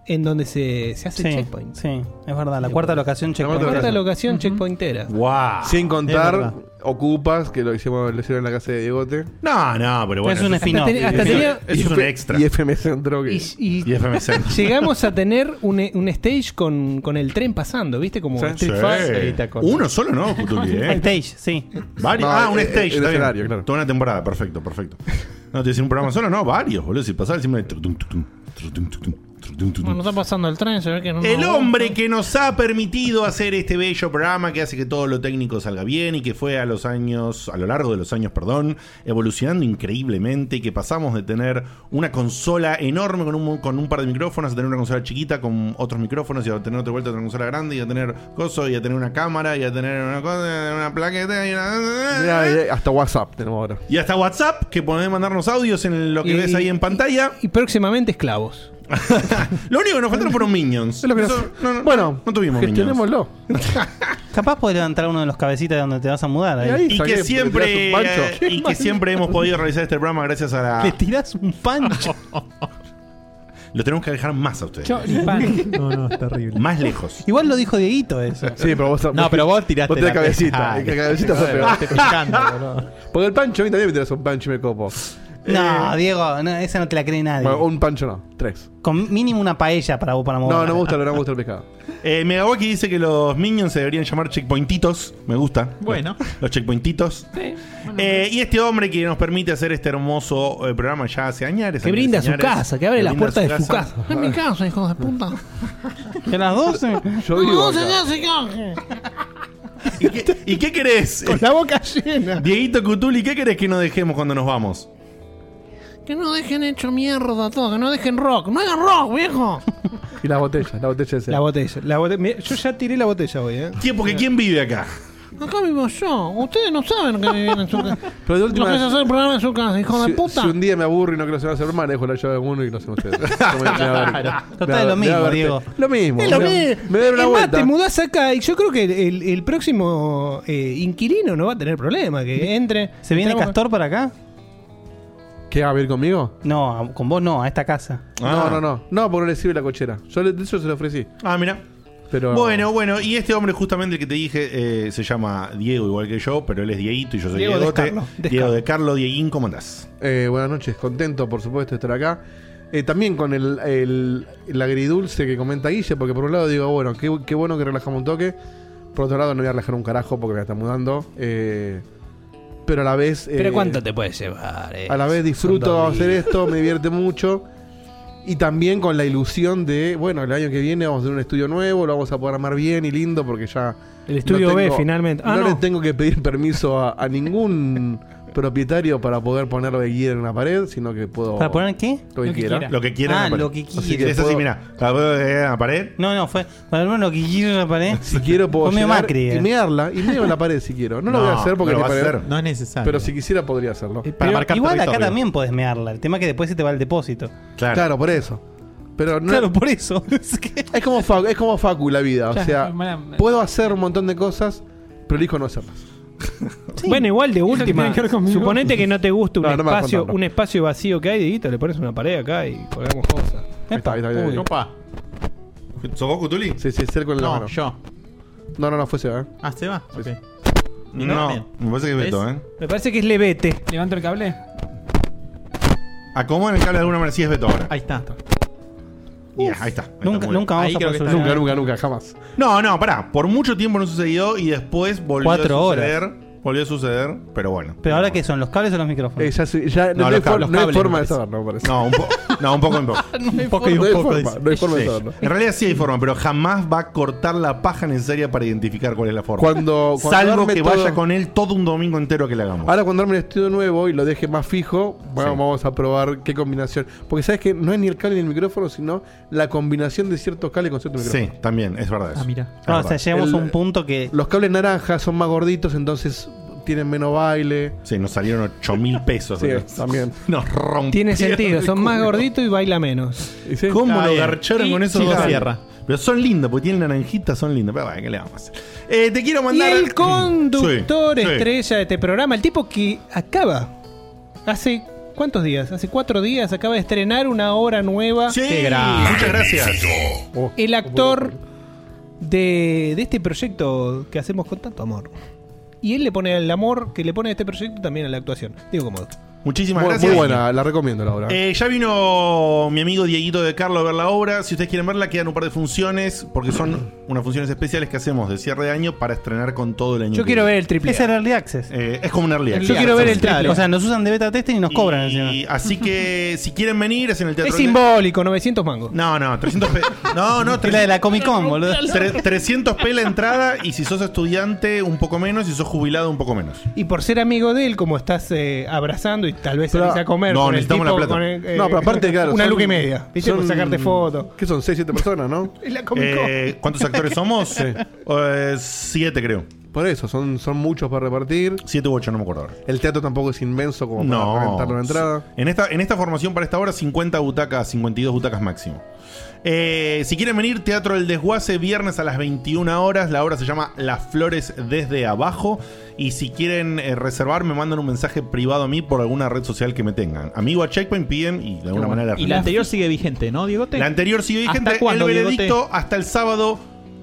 Speaker 2: en donde se, se hace
Speaker 4: Sí,
Speaker 2: checkpoint.
Speaker 4: sí, es verdad. La cuarta locación
Speaker 5: cuarta
Speaker 2: La
Speaker 4: checkpoint.
Speaker 2: cuarta
Speaker 5: locación.
Speaker 2: locación checkpointera.
Speaker 3: Guau.
Speaker 8: es
Speaker 5: Sin contar,
Speaker 8: verdad.
Speaker 5: ocupas, que lo hicimos, lo hicieron en la casa de Diegote.
Speaker 3: No, no, pero bueno.
Speaker 4: es un
Speaker 3: eso
Speaker 4: spin-off.
Speaker 2: Hasta
Speaker 3: eso-
Speaker 2: tenía-
Speaker 3: Eso es un extra.
Speaker 5: Y FM Centro que.
Speaker 2: Y, y
Speaker 3: Y FMC.
Speaker 2: (laughs) llegamos a tener un, eh, un stage con, con el tren pasando, ¿viste? Como
Speaker 5: Sí.
Speaker 2: Street
Speaker 3: Sí.
Speaker 2: Fighter.
Speaker 3: Uno solo no,
Speaker 4: (laughs)
Speaker 3: Cutuli, ¿eh?
Speaker 4: Stage, sí.
Speaker 3: Varios.
Speaker 5: No,
Speaker 3: ah, un
Speaker 5: eh,
Speaker 3: stage.
Speaker 5: eh, el
Speaker 3: está bien.
Speaker 5: escenario, claro.
Speaker 3: Toda una temporada, perfecto, perfectro. No, te decía un programa solo, no, varios, boludo. Si pasaba encima de. trutum, trutum, trutum, trutum, trutum, trutum.
Speaker 9: Bueno, está pasando el tren, se ve que no.
Speaker 3: El hombre que nos ha permitido hacer este bello programa que hace que todo lo técnico salga bien y que fue a los años, a lo largo de los años, perdón, evolucionando increíblemente y que pasamos de tener una consola enorme con un, con un par de micrófonos a tener una consola chiquita con otros micrófonos y a tener otra vuelta a tener una consola grande y a tener coso y a tener una cámara y a tener una cosa, una plaqueta y
Speaker 5: Mirá,
Speaker 3: una...
Speaker 5: eh, hasta WhatsApp tenemos ahora.
Speaker 3: Y hasta WhatsApp, que podés mandarnos audios en lo que
Speaker 2: Y-
Speaker 3: ves ahí en pantalla.
Speaker 2: Y, próximamente esclavos.
Speaker 3: lo único que nos faltaron fueron minions.
Speaker 5: Es lo que
Speaker 3: Eso-
Speaker 5: nos-
Speaker 3: no, no,
Speaker 5: bueno,
Speaker 3: no tuvimos minions.
Speaker 5: gestionémoslo.
Speaker 4: Capaz podés levantar uno de los cabecitas de donde te vas a mudar.
Speaker 5: Y
Speaker 4: Ahí.
Speaker 5: ahí
Speaker 3: y
Speaker 5: saqué-
Speaker 3: que siempre
Speaker 5: ¿le tirás un
Speaker 2: (laughs)
Speaker 5: pancho?
Speaker 3: y que siempre hemos podido realizar este programa gracias a
Speaker 4: Le
Speaker 3: la
Speaker 4: tirás un (laughs) pancho.
Speaker 3: lo tenemos que dejar más a ustedes
Speaker 5: (laughs)
Speaker 7: Choripán.
Speaker 8: No, no, es terrible.
Speaker 3: (laughs) más lejos
Speaker 4: Igual lo dijo Dieguito eso.
Speaker 5: Sí, pero vos.
Speaker 8: No, pero vos tiraste
Speaker 5: Vos tenés
Speaker 8: la
Speaker 5: cabecita.
Speaker 8: Ay,
Speaker 5: el que cabecita fue peor.
Speaker 8: Te
Speaker 5: (laughs)
Speaker 8: picando, boludo.
Speaker 5: Porque el pancho, a mí también me tiras un pancho y me copo.
Speaker 4: No, Diego, no, esa no te la cree nadie.
Speaker 5: Bueno, un pancho no, tres.
Speaker 4: Con mínimo una paella para vos para mover.
Speaker 5: No, no me gusta, no me gusta el
Speaker 4: (laughs)
Speaker 5: pescado.
Speaker 3: eh, Megawaki dice que los minions se deberían llamar checkpointitos me gusta
Speaker 8: Bueno.
Speaker 3: los checkpointitos
Speaker 7: Sí, bueno.
Speaker 3: Eh, y este hombre que nos permite hacer este hermoso eh, programa ya hace años
Speaker 2: Que brinda su casa, que abre las puertas de su casa.
Speaker 9: No es mi casa, hijo de puta.
Speaker 4: ¿A las 12?
Speaker 5: Yo digo.
Speaker 9: No,
Speaker 5: acá.
Speaker 9: señor, señor.
Speaker 3: ¿Y qué, y qué querés?
Speaker 2: Con la boca llena.
Speaker 3: Dieguito Cutuli, ¿qué querés que nos dejemos cuando nos vamos?
Speaker 9: Que no dejen hecho mierda todo, que no dejen rock. No hagan rock, viejo.
Speaker 5: Y la botella, la botella esa.
Speaker 2: La botella. La botella. Mirá, Yo ya tiré la botella hoy, ¿eh?
Speaker 3: ¿Quién- Porque ¿quién vive acá?
Speaker 9: Acá vivo yo. Ustedes no saben que viven en su
Speaker 2: (laughs)
Speaker 9: casa.
Speaker 5: Pero de
Speaker 9: No
Speaker 5: última.
Speaker 9: querés hacer el programa en su casa, hijo
Speaker 5: si,
Speaker 9: de puta.
Speaker 5: si un día me aburro y no quiero hacer hacer más, dejo la llave a alguno y lo hacen ustedes. Claro.
Speaker 4: Total, es lo mismo, Diego.
Speaker 5: Lo mismo.
Speaker 2: Es lo
Speaker 5: Me-
Speaker 2: mismo.
Speaker 5: Me doy una
Speaker 2: Es más,
Speaker 5: vuelta.
Speaker 2: te mudás acá y yo creo que el, el- el próximo eh, inquilino no va a tener problema. Que entre.
Speaker 4: ¿Se viene
Speaker 2: Entramos-
Speaker 4: Castor para acá?
Speaker 5: ¿Qué va a venir conmigo?
Speaker 4: No, a- con vos no, a esta casa.
Speaker 3: Ah.
Speaker 5: No, no, no. No, porque no le sirve la cochera. Yo le, de hecho se lo ofrecí.
Speaker 3: Ah, mira.
Speaker 5: Pero
Speaker 3: Bueno, bueno, y este hombre justamente el que te dije eh, se llama Diego igual que yo, pero él es Dieguito y yo soy
Speaker 2: Diego
Speaker 3: Diego.
Speaker 2: Descarlo,
Speaker 3: Diego de Carlos, Dieguín, ¿cómo andás?
Speaker 5: eh, buenas noches, contento por supuesto de estar acá. Eh, también con el, el- el agridulce que comenta Guille, porque por un lado digo, bueno, qué, qué bueno que relajamos un toque. Por otro lado, no voy a relajar un carajo porque me está mudando. eh, pero a la vez. eh,
Speaker 9: Pero ¿cuánto te puedes llevar? eh?
Speaker 5: A la vez
Speaker 9: Son
Speaker 5: disfruto
Speaker 9: dos
Speaker 5: hacer
Speaker 9: días.
Speaker 5: esto, me divierte mucho. Y también con la ilusión de, bueno, el año que viene vamos a hacer un estudio nuevo, lo vamos a programar bien y lindo porque ya...
Speaker 2: El estudio
Speaker 5: no
Speaker 2: B,
Speaker 5: tengo-
Speaker 2: finalmente. Ah,
Speaker 5: no,
Speaker 2: no.
Speaker 5: le tengo que pedir permiso a, a ningún propietario para poder ponerlo de guía en una pared, sino que puedo...
Speaker 4: ¿Para poner qué?
Speaker 5: lo que
Speaker 7: lo que
Speaker 5: quiera.
Speaker 7: quiera.
Speaker 3: Lo que quieran.
Speaker 4: Ah,
Speaker 3: la pared.
Speaker 4: lo que
Speaker 3: Así
Speaker 4: quieran.
Speaker 3: Es así,
Speaker 5: Puedo-
Speaker 3: mira. La puedo pegar en eh, la pared.
Speaker 4: No, no, fue. Para bueno, lo que quiero en la pared.
Speaker 5: Si (laughs) quiero puedo
Speaker 4: Fue medio
Speaker 5: llegar
Speaker 4: Macri,
Speaker 5: y
Speaker 4: eh.
Speaker 5: mearla y meo en la pared si quiero. No, lo voy a hacer porque
Speaker 3: no lo vas
Speaker 5: ni
Speaker 3: a
Speaker 5: para-
Speaker 3: hacer.
Speaker 8: No es necesario.
Speaker 5: Pero si quisiera podría hacerlo.
Speaker 3: Para
Speaker 4: Pero
Speaker 3: marcar
Speaker 4: igual acá
Speaker 3: territorio.
Speaker 4: también podés mearla. El tema es que después se te va el depósito.
Speaker 3: Claro.
Speaker 5: Claro, por eso. Pero no,
Speaker 2: (laughs)
Speaker 4: Claro, por eso. Es que-
Speaker 5: Es como, Facu, es como Facu la vida. O
Speaker 7: Ya,
Speaker 5: sea,
Speaker 7: mala-
Speaker 5: puedo hacer un montón de cosas, pero elijo no
Speaker 2: (laughs)
Speaker 5: hacerlas.
Speaker 2: Bueno, igual de última.
Speaker 7: tiene que ver conmigo.
Speaker 2: Suponete que no te gusta un
Speaker 5: No, no me vas a
Speaker 2: espacio,
Speaker 5: contar, no.
Speaker 2: un espacio vacío que hay, Dieguito, le pones una pared acá y colgamos cosas.
Speaker 5: Ahí está, ahí está, ahí está.
Speaker 8: Opa.
Speaker 3: ¿Sos Goku Tuli?
Speaker 5: Sí, sí, cerco en la
Speaker 8: No,
Speaker 5: mano.
Speaker 8: yo.
Speaker 5: No, no, no, fue Seba. ¿eh?
Speaker 8: Ah, se va.
Speaker 5: Sí, sí.
Speaker 8: Ok.
Speaker 3: No,
Speaker 8: Bien.
Speaker 3: me parece que es Beto, ¿eh?
Speaker 2: Me parece que es levete.
Speaker 7: Levanto el cable.
Speaker 3: Acomodan el cable de alguna manera, sí es Beto ahora.
Speaker 8: Ahí está.
Speaker 3: Yeah, ahí está. Ahí está,
Speaker 4: nunca,
Speaker 3: muy bien.
Speaker 4: nunca vamos
Speaker 8: Ahí
Speaker 4: a
Speaker 8: creo
Speaker 4: poder
Speaker 8: que está.
Speaker 4: solucionar.
Speaker 5: Nunca, nunca, nunca, jamás.
Speaker 3: No, no, pará. Por mucho tiempo no sucedió y después volvió
Speaker 4: Cuatro
Speaker 3: a
Speaker 4: horas.
Speaker 3: suceder. Volvió a suceder, pero bueno.
Speaker 4: Pero ahora, ¿qué son? ¿Los cables o los micrófonos?
Speaker 5: Eh, ya, se- ya no,
Speaker 3: No,
Speaker 5: hay,
Speaker 3: los
Speaker 5: for-
Speaker 3: cables,
Speaker 5: no hay
Speaker 3: cables,
Speaker 5: forma
Speaker 3: me
Speaker 5: de
Speaker 3: parece.
Speaker 5: saberlo, me parece.
Speaker 3: No, un, po- no, un poco en poco.
Speaker 5: un poco y un poco. No hay forma, no hay forma de
Speaker 3: Sí.
Speaker 5: saberlo.
Speaker 3: En realidad sí hay forma, pero jamás va a cortar la paja necesaria para identificar cuál es la forma.
Speaker 5: Cuando, cuando
Speaker 3: Salvo
Speaker 5: arme
Speaker 3: que
Speaker 5: todo- Ah,
Speaker 3: vaya con él todo un domingo entero que le hagamos.
Speaker 5: Ahora cuando arme el estudio nuevo y lo deje más fijo, bueno,
Speaker 3: Sí.
Speaker 5: vamos a probar qué combinación. Porque sabes que no es ni el cable ni el micrófono, sino la combinación de ciertos cables con ciertos
Speaker 3: sí,
Speaker 5: micrófonos.
Speaker 3: también, es verdad. eso.
Speaker 8: Ah, mira.
Speaker 3: Es
Speaker 4: No, o
Speaker 3: verdad.
Speaker 4: sea, llegamos
Speaker 5: El-
Speaker 4: a un punto que.
Speaker 5: Los cables naranjas son más gorditos, entonces tienen menos baile.
Speaker 3: Sí, nos salieron 8 mil pesos. (laughs)
Speaker 5: Sí,
Speaker 3: boludo.
Speaker 5: también.
Speaker 3: Nos rompieron.
Speaker 2: (laughs) Tiene sentido,
Speaker 3: el
Speaker 2: son más
Speaker 3: culo.
Speaker 2: gorditos y baila menos.
Speaker 5: ¿Y sí?
Speaker 3: ¿Cómo
Speaker 8: Está
Speaker 3: lo
Speaker 8: bien.
Speaker 3: garcharon
Speaker 8: Y
Speaker 3: con esos
Speaker 8: sí,
Speaker 3: dos
Speaker 8: lo
Speaker 3: años?
Speaker 8: cierra.
Speaker 3: Pero son lindos, porque tienen naranjitas, son lindos. Pero bueno, ¿qué le vamos a hacer? Eh, te quiero
Speaker 2: Y
Speaker 3: mandar.
Speaker 2: el conductor
Speaker 3: Sí, sí.
Speaker 2: estrella de este programa, el tipo que acaba. Hace. ¿Cuántos días? Hace cuatro días acaba de estrenar una obra nueva. Oh,
Speaker 3: Sí,
Speaker 8: Qué grande.
Speaker 3: muchas gracias.
Speaker 2: El actor de, de este proyecto que hacemos con tanto amor. Y él le pone el amor que le pone a este proyecto también a la actuación. Digo como.
Speaker 3: Muchísimas
Speaker 5: Muy-
Speaker 3: gracias.
Speaker 5: Muy buena, la recomiendo la obra.
Speaker 3: Eh, ya vino mi amigo Dieguito de Carlos a ver la obra. Si ustedes quieren verla, quedan un par de funciones, porque son unas funciones especiales que hacemos de cierre de año para estrenar con todo el año.
Speaker 2: Yo
Speaker 3: que
Speaker 2: quiero
Speaker 3: viene.
Speaker 2: ver el triple.
Speaker 4: Es el Early Access.
Speaker 3: Eh, es como un early access.
Speaker 2: Yo quiero ver el
Speaker 3: Claro.
Speaker 2: triple.
Speaker 4: O sea, nos usan de beta testing y nos cobran
Speaker 3: Y-
Speaker 4: encima.
Speaker 3: Así que si quieren venir, es en el
Speaker 2: es
Speaker 3: teatro.
Speaker 2: simbólico, 900 mangos.
Speaker 3: no, no, 300
Speaker 4: (laughs)
Speaker 3: pe- No, no,
Speaker 4: Es la de la Comic Con, boludo.
Speaker 3: Tre- 300 p la entrada y si sos estudiante un poco menos y si sos jubilado un poco menos.
Speaker 2: Y por ser amigo de él, como estás eh, abrazando y tal vez
Speaker 5: Pero-
Speaker 2: salís a comer.
Speaker 3: No,
Speaker 2: con el
Speaker 3: necesitamos
Speaker 2: tipo,
Speaker 3: la plata.
Speaker 2: con el, eh,
Speaker 5: No, pero aparte,
Speaker 2: (laughs)
Speaker 5: claro.
Speaker 2: Una
Speaker 5: son-
Speaker 2: luca y media. ¿Viste?
Speaker 5: son-
Speaker 2: Por
Speaker 5: (laughs)
Speaker 2: sacarte foto.
Speaker 5: ¿Qué son? ¿6, 7 personas,
Speaker 2: (laughs)
Speaker 5: no?
Speaker 2: Es la Comic Con.
Speaker 3: Eh, ¿Cuántos
Speaker 2: (laughs)
Speaker 3: actores somos? Eh, siete creo.
Speaker 5: Por eso, son, son muchos para repartir.
Speaker 3: Siete u ocho, no me acuerdo ahora.
Speaker 5: El teatro tampoco es inmenso como para
Speaker 3: No.
Speaker 5: rentarlo en la entrada.
Speaker 3: En esta, en esta formación para esta hora, 50 butacas, 52 butacas máximo. Eh, si quieren venir, Teatro El Desguace, viernes a las 21 horas. La obra se llama Las Flores desde abajo. Y si quieren eh, reservar, me mandan un mensaje privado a mí por alguna red social que me tengan. Amigo a Checkpoint, piden y de alguna manera...
Speaker 8: Y la anterior sigue vigente, ¿no, Diego?
Speaker 3: La anterior sigue
Speaker 8: ¿Hasta
Speaker 3: vigente. El
Speaker 8: cuándo,
Speaker 3: veredicto
Speaker 8: Diegote?
Speaker 3: hasta el sábado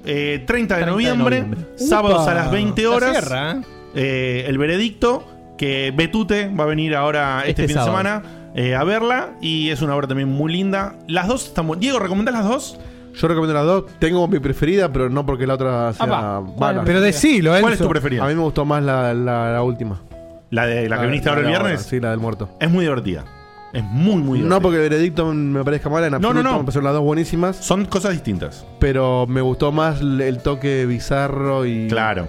Speaker 3: eh, 30 de
Speaker 8: 30 de
Speaker 3: noviembre.
Speaker 8: noviembre.
Speaker 3: Sábados
Speaker 2: Upa,
Speaker 3: a las 20
Speaker 2: la
Speaker 3: horas.
Speaker 2: sierra, ¿eh?
Speaker 3: eh, el veredicto. Que Betute va a venir ahora este,
Speaker 8: Este
Speaker 3: fin
Speaker 8: sábado.
Speaker 3: de semana eh, a verla. Y es una obra también muy linda. Las dos están buenas. Diego, ¿recomendás las dos?
Speaker 5: Yo recomiendo las dos. Tengo mi preferida, pero no porque la otra sea
Speaker 7: Apa,
Speaker 5: mala.
Speaker 2: Pero decilo, Enzo.
Speaker 3: ¿Cuál es tu
Speaker 5: a
Speaker 3: preferida?
Speaker 5: mí me gustó más la, la- la última.
Speaker 3: ¿La de la que viniste ahora el
Speaker 5: de
Speaker 3: viernes?
Speaker 5: Sí, la del muerto.
Speaker 3: Es muy divertida. Es muy, muy divertida.
Speaker 5: No porque el veredicto me parezca mala en
Speaker 3: no,
Speaker 5: absoluto.
Speaker 3: no.
Speaker 5: me parecieron las dos buenísimas.
Speaker 3: Son cosas distintas.
Speaker 5: Pero me gustó más l- el toque bizarro y.
Speaker 3: Claro.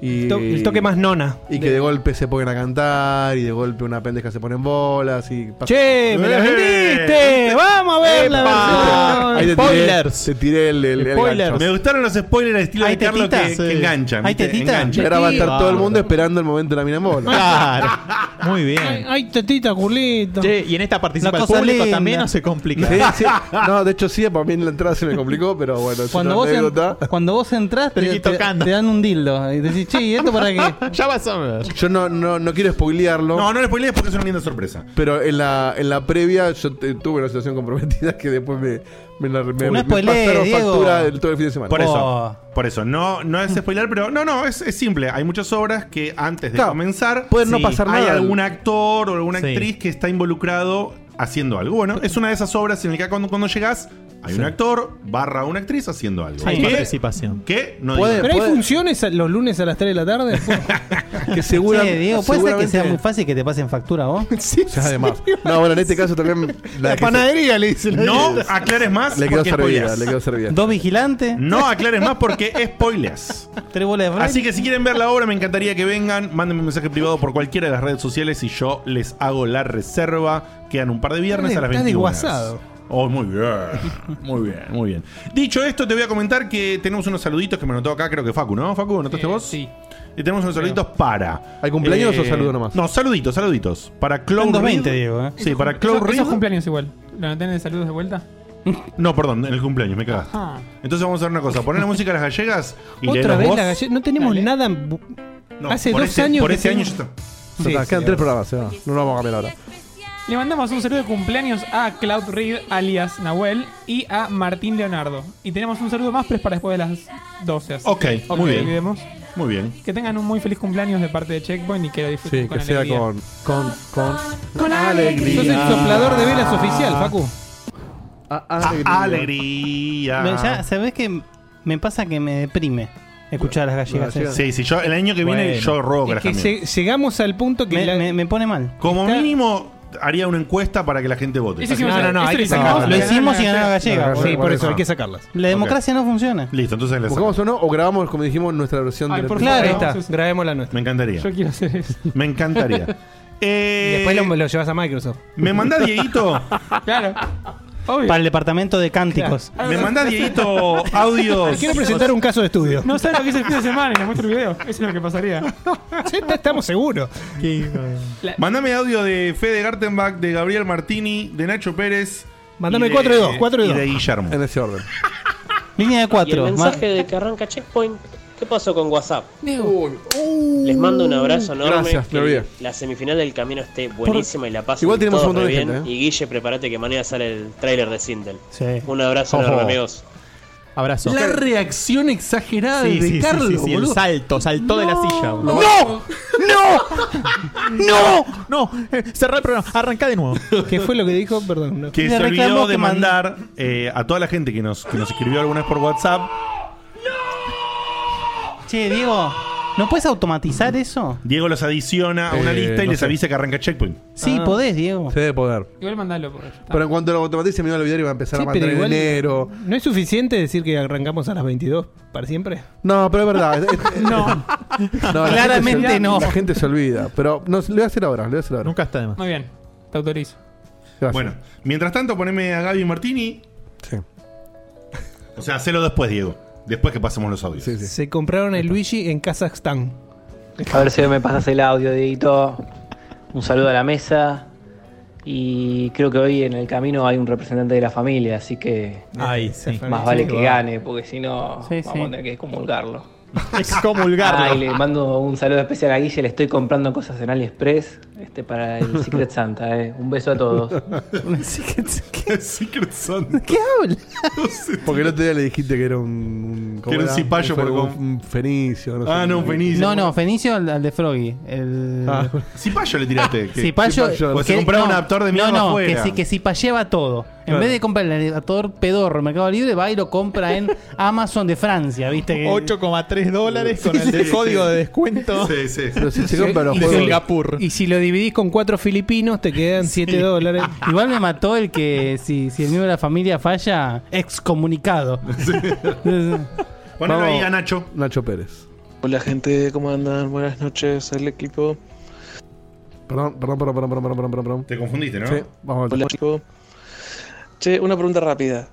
Speaker 5: y-
Speaker 2: El to- el toque más nona.
Speaker 5: Y que de golpe se pongan a cantar. Y de golpe una pendeja se pone en bolas. Y pasa-
Speaker 2: Che, me la
Speaker 3: ¡Eh!
Speaker 2: vendiste. Vamos a ver la
Speaker 8: ¡Epa!
Speaker 2: versión.
Speaker 5: Ahí te
Speaker 8: Spoilers.
Speaker 5: Tiré, te tiré el, el, el
Speaker 8: Spoilers.
Speaker 5: gancho.
Speaker 3: Me gustaron los spoilers estilo de
Speaker 4: ¿Hay
Speaker 3: Carlos que,
Speaker 4: tetitas?
Speaker 3: que
Speaker 5: eh.
Speaker 8: Sí.
Speaker 3: enganchan.
Speaker 4: ¿Hay
Speaker 3: ¿viste?
Speaker 4: tetitas?
Speaker 3: Enganchan.
Speaker 5: Y ahora va a estar todo el
Speaker 8: Bárbaro.
Speaker 5: mundo esperando el momento de la mina en bola.
Speaker 8: Claro. Muy bien.
Speaker 2: Ay, tetita, culito.
Speaker 8: Che, y en esta participa
Speaker 4: Una
Speaker 8: el
Speaker 4: cosa
Speaker 8: público
Speaker 4: linda.
Speaker 8: también no se complica.
Speaker 5: Sí, sí. No, de hecho sí, para mí en la entrada se me complicó, pero bueno, es
Speaker 4: Cuando
Speaker 5: una
Speaker 4: vos, en-
Speaker 5: anécdota.
Speaker 4: cuando vos entras,
Speaker 8: Tenés que
Speaker 4: te,
Speaker 8: ir
Speaker 4: te-
Speaker 8: tocando.
Speaker 4: te dan un dildo. Y decís, che, ¿y esto
Speaker 3: (laughs)
Speaker 4: para qué?
Speaker 8: Ya vas a ver.
Speaker 5: Yo no, no, no quiero spoilearlo,
Speaker 3: No, no les spoilees porque es una linda sorpresa.
Speaker 5: pero en la, en la previa yo te- tuve una situación comprometida que después me, Me, la, me,
Speaker 4: No
Speaker 5: me
Speaker 4: spoilees,
Speaker 5: pasaron
Speaker 4: Diego.
Speaker 5: factura el, todo el fin de semana.
Speaker 3: Por
Speaker 4: Oh.
Speaker 3: eso, por eso, no, no es spoiler, pero no, no, es, es simple. Hay muchas obras que antes de
Speaker 5: Claro,
Speaker 3: comenzar
Speaker 5: puede no
Speaker 3: sí,
Speaker 5: pasar
Speaker 3: hay
Speaker 5: nada.
Speaker 3: algún actor o alguna
Speaker 8: Sí.
Speaker 3: actriz que está involucrado haciendo algo. Bueno, es una de esas obras en la que cuando, cuando llegas hay un actor barra una actriz haciendo algo.
Speaker 8: Hay
Speaker 3: ¿Qué?
Speaker 8: participación.
Speaker 3: ¿Qué? No
Speaker 5: Puede-
Speaker 3: digo.
Speaker 2: Pero hay funciones a- los lunes a las 3
Speaker 4: (laughs)
Speaker 2: de la tarde.
Speaker 5: Que segura,
Speaker 4: Che, Diego, ¿puede ser que sea muy
Speaker 5: seguramente-
Speaker 4: fácil que te pasen factura
Speaker 2: (laughs)
Speaker 4: vos?
Speaker 5: O sea, además. No, bueno, en este caso también. La, que (laughs) se-
Speaker 2: le dice.
Speaker 3: No aclares más
Speaker 5: Le quedó
Speaker 3: porque
Speaker 5: servida,
Speaker 3: spoileas.
Speaker 5: le quedó servida.
Speaker 4: Dos vigilantes,
Speaker 3: No aclares más porque spoilers.
Speaker 4: tres bolas de fraile.
Speaker 3: Así que si quieren ver la obra, me encantaría que vengan. Mándenme un mensaje privado por cualquiera de las redes sociales y yo les hago la reserva. Quedan un par de viernes
Speaker 2: Está
Speaker 3: a
Speaker 2: de-
Speaker 3: las
Speaker 2: está
Speaker 3: 21.
Speaker 2: desguasado.
Speaker 3: Oh, muy bien. Muy bien, muy bien. Dicho esto, te voy a comentar que tenemos unos saluditos que me anotó acá, creo que Facu, ¿no? Facu, ¿notaste vos?
Speaker 7: Sí.
Speaker 3: Y tenemos unos saluditos para. eh,
Speaker 5: ¿Hay cumpleaños o saludo nomás?
Speaker 3: No, saluditos, saluditos. Para Cloud
Speaker 4: 220, Diego, ¿eh?
Speaker 3: Sí, para Cloud
Speaker 7: Eso-
Speaker 3: Reed.
Speaker 7: esos cumpleaños igual. ¿La notan de saludos de vuelta?
Speaker 3: No, perdón, en el cumpleaños, me cagaste.
Speaker 7: Ah.
Speaker 3: Entonces vamos a hacer una cosa, poner la música a las gallegas
Speaker 4: (laughs)
Speaker 3: y
Speaker 2: Otra
Speaker 3: léenos
Speaker 2: vez
Speaker 3: vos.
Speaker 2: la galleta. No tenemos
Speaker 7: Dale.
Speaker 2: nada. bu-
Speaker 3: No,
Speaker 2: Hace
Speaker 3: por
Speaker 2: dos
Speaker 3: ese-
Speaker 2: años
Speaker 3: Por
Speaker 2: que
Speaker 3: ese año
Speaker 2: tengo-
Speaker 3: ya está.
Speaker 2: Sí,
Speaker 5: Total,
Speaker 2: sí,
Speaker 5: quedan
Speaker 2: sí.
Speaker 5: tres programas, se va. No lo vamos a cambiar ahora.
Speaker 7: Le mandamos un saludo de cumpleaños a Cloud Reed alias Nahuel y a Martín Leonardo. Y tenemos un saludo más, pero es para después de las 12. así
Speaker 3: Ok,
Speaker 7: que,
Speaker 3: muy bien.
Speaker 7: olvidemos.
Speaker 3: Muy bien.
Speaker 7: Que tengan un muy feliz cumpleaños de parte de Checkpoint y que lo disfruten
Speaker 5: Sí,
Speaker 7: con
Speaker 5: que sea
Speaker 7: alegría.
Speaker 5: con. Con. Con.
Speaker 7: Con alegría.
Speaker 2: Sos el soplador de velas oficial, Facu.
Speaker 5: a-
Speaker 3: Ah, Alegría.
Speaker 4: Me- Ya, ¿sabés que me pasa que me deprime escuchar a las gallegas?
Speaker 5: Bueno,
Speaker 4: esas?
Speaker 3: Sí, sí, yo el año que viene
Speaker 8: Bueno.
Speaker 3: yo robo que
Speaker 2: Es
Speaker 3: las
Speaker 2: que
Speaker 3: cambien.
Speaker 2: lleg- llegamos al punto que.
Speaker 4: Me,
Speaker 2: la-
Speaker 4: me- me pone mal.
Speaker 3: Como
Speaker 2: está-
Speaker 3: mínimo haría una encuesta para que la gente vote.
Speaker 7: Ese sí
Speaker 2: No,
Speaker 7: me-
Speaker 2: no, no,
Speaker 7: ese
Speaker 2: hay
Speaker 7: lo
Speaker 2: que
Speaker 7: hicimos,
Speaker 2: sacarlo.
Speaker 7: pero
Speaker 4: Lo
Speaker 7: ganó
Speaker 4: hicimos
Speaker 7: la
Speaker 4: y ganó la
Speaker 7: gallega.
Speaker 4: gallega.
Speaker 5: Gallega.
Speaker 4: boludo.
Speaker 2: Sí, por eso
Speaker 5: Bueno,
Speaker 2: hay que sacarlas.
Speaker 4: La democracia no funciona.
Speaker 3: Listo, entonces le saco.
Speaker 5: Buscamos uno o grabamos, como dijimos, nuestra versión
Speaker 7: Ay,
Speaker 5: de la
Speaker 7: por
Speaker 5: película.
Speaker 2: Claro, ahí
Speaker 7: favor.
Speaker 2: está.
Speaker 7: Sí, sí.
Speaker 2: Grabemos la nuestra.
Speaker 3: Me encantaría.
Speaker 7: Yo quiero hacer eso.
Speaker 3: Me encantaría.
Speaker 2: Y
Speaker 3: Eh,
Speaker 2: después lo, lo llevas a Microsoft.
Speaker 3: ¿Me manda
Speaker 2: (laughs)
Speaker 3: Dieguito? (laughs)
Speaker 7: Claro. Obvio.
Speaker 4: Para el departamento de cánticos.
Speaker 3: ¿Me manda Dieguito audios?
Speaker 2: Quiero presentar un caso de estudio.
Speaker 7: No saben lo que es el fin de semana y les muestro el video. Eso es lo que pasaría.
Speaker 2: Sí, está- Estamos seguros.
Speaker 3: Mándame audio de Fede Gartenbach, de Gabriel Martini, de Nacho Pérez.
Speaker 2: Mándame
Speaker 3: y de-
Speaker 2: cuatro de dos, cuatro de
Speaker 3: y
Speaker 2: dos.
Speaker 3: de Guillermo.
Speaker 5: En ese orden.
Speaker 4: Línea de
Speaker 10: Y el
Speaker 4: cuatro. Ma-
Speaker 10: mensaje de que arranca Checkpoint, ¿qué pasó con WhatsApp? Les mando un abrazo enorme.
Speaker 5: Gracias, me
Speaker 10: que
Speaker 5: olvidé.
Speaker 10: la semifinal del camino esté buenísima y la pasen
Speaker 5: Igual tenemos
Speaker 10: todos
Speaker 5: un montón
Speaker 10: re
Speaker 5: de
Speaker 10: bien.
Speaker 5: gente, ¿eh?
Speaker 10: Y Guille, prepárate que mañana sale el tráiler de Sindel.
Speaker 4: Sí.
Speaker 10: Un abrazo enorme, amigos.
Speaker 8: Abrazo.
Speaker 6: reacción exagerada
Speaker 8: Sí, sí, sí, sí, sí, el salto, (laughs) saltó de la silla. boludo.
Speaker 6: ¡No!
Speaker 8: No, eh, cerrá el programa, arrancá de nuevo.
Speaker 2: (laughs) ¿Qué fue lo que dijo? Perdón. no.
Speaker 3: que
Speaker 4: Le
Speaker 3: se
Speaker 4: reclamó
Speaker 3: olvidó de
Speaker 4: que mand-
Speaker 3: mandar eh, a toda la gente que nos, que nos escribió alguna vez por WhatsApp.
Speaker 4: Che, Diego, ¿no puedes automatizar eso?
Speaker 3: Diego los adiciona a una
Speaker 5: Eh,
Speaker 3: lista y
Speaker 5: no
Speaker 3: les
Speaker 5: sé.
Speaker 3: avisa que arranca checkpoint.
Speaker 11: Ah.
Speaker 4: Sí, podés, Diego.
Speaker 5: Se debe poder.
Speaker 7: Igual mandalo. porque ya está.
Speaker 5: Pero en cuanto lo automatice, me iba a olvidar y va a empezar
Speaker 2: Sí,
Speaker 5: a mandar
Speaker 2: pero
Speaker 5: en
Speaker 2: igual-
Speaker 5: enero.
Speaker 2: ¿No es suficiente decir que arrancamos a las 22 para siempre?
Speaker 5: No, pero es verdad. no.
Speaker 4: Claramente
Speaker 5: la gente se-
Speaker 4: no.
Speaker 5: La gente se olvida. Pero no, lo voy a hacer ahora, lo voy a hacer ahora.
Speaker 8: Nunca está de más.
Speaker 7: Muy bien. Te autorizo.
Speaker 5: Gracias.
Speaker 3: Bueno, mientras tanto, poneme a Gaby Martini.
Speaker 5: Sí,
Speaker 3: O sea, hacelo después, Diego. Después que pasemos los audios.
Speaker 5: sí, sí.
Speaker 2: Se compraron el Luigi en Kazajstán.
Speaker 11: A ver si me pasas el audio, Dieguito. Un saludo a la mesa. Y creo que hoy en el camino hay un representante de la familia, así que
Speaker 8: Ay, sí.
Speaker 11: más vale que gane, porque si no
Speaker 4: Sí,
Speaker 11: vamos
Speaker 4: sí.
Speaker 11: a tener que excomulgarlo. Ah, y
Speaker 8: Excomulgarlo.
Speaker 11: le mando un saludo especial a Guille, le estoy comprando cosas en AliExpress este, para
Speaker 2: (laughs)
Speaker 11: el Secret Santa. eh. Un beso a todos.
Speaker 3: Secret Santa.
Speaker 2: ¿Qué habla?
Speaker 5: Porque el otro día le dijiste que era un. un
Speaker 3: Que era un cipayo
Speaker 5: por
Speaker 3: por
Speaker 5: un,
Speaker 3: con-
Speaker 5: un fenicio. No
Speaker 3: Ah,
Speaker 5: sé.
Speaker 3: no, Fenicio.
Speaker 4: No, no, Fenicio al, al de Froggy. El...
Speaker 5: Ah,
Speaker 3: Cipayo le tiraste. que-
Speaker 4: Cipayo.
Speaker 5: Cipayo.
Speaker 3: Pues se compraba un adaptador de mierda
Speaker 4: No, no,
Speaker 3: afuera.
Speaker 4: que sí, que Cipayo lleva todo. En
Speaker 5: Claro.
Speaker 4: vez de comprar el adaptador pedorro en Mercado Libre, va y lo compra en Amazon de Francia, ¿viste? Que-
Speaker 8: 8,3 dólares con el de código de descuento
Speaker 3: Sí, sí.
Speaker 5: pero si se compra los
Speaker 8: de
Speaker 5: juegos.
Speaker 8: Singapur.
Speaker 2: Y si lo dividís con cuatro filipinos, te quedan 7 dólares.
Speaker 4: (laughs) Igual me mató el que si, si el miembro de la familia falla, excomunicado. (laughs)
Speaker 3: Ponelo
Speaker 5: Vamos.
Speaker 3: ahí a Nacho.
Speaker 5: Nacho Pérez.
Speaker 10: Hola gente, ¿cómo andan? Buenas noches al equipo.
Speaker 5: Perdón, perdón, perdón, perdón, perdón, perdón, perdón.
Speaker 3: Te confundiste, ¿no?
Speaker 5: Sí, vamos a ver.
Speaker 10: equipo. Che, una pregunta rápida.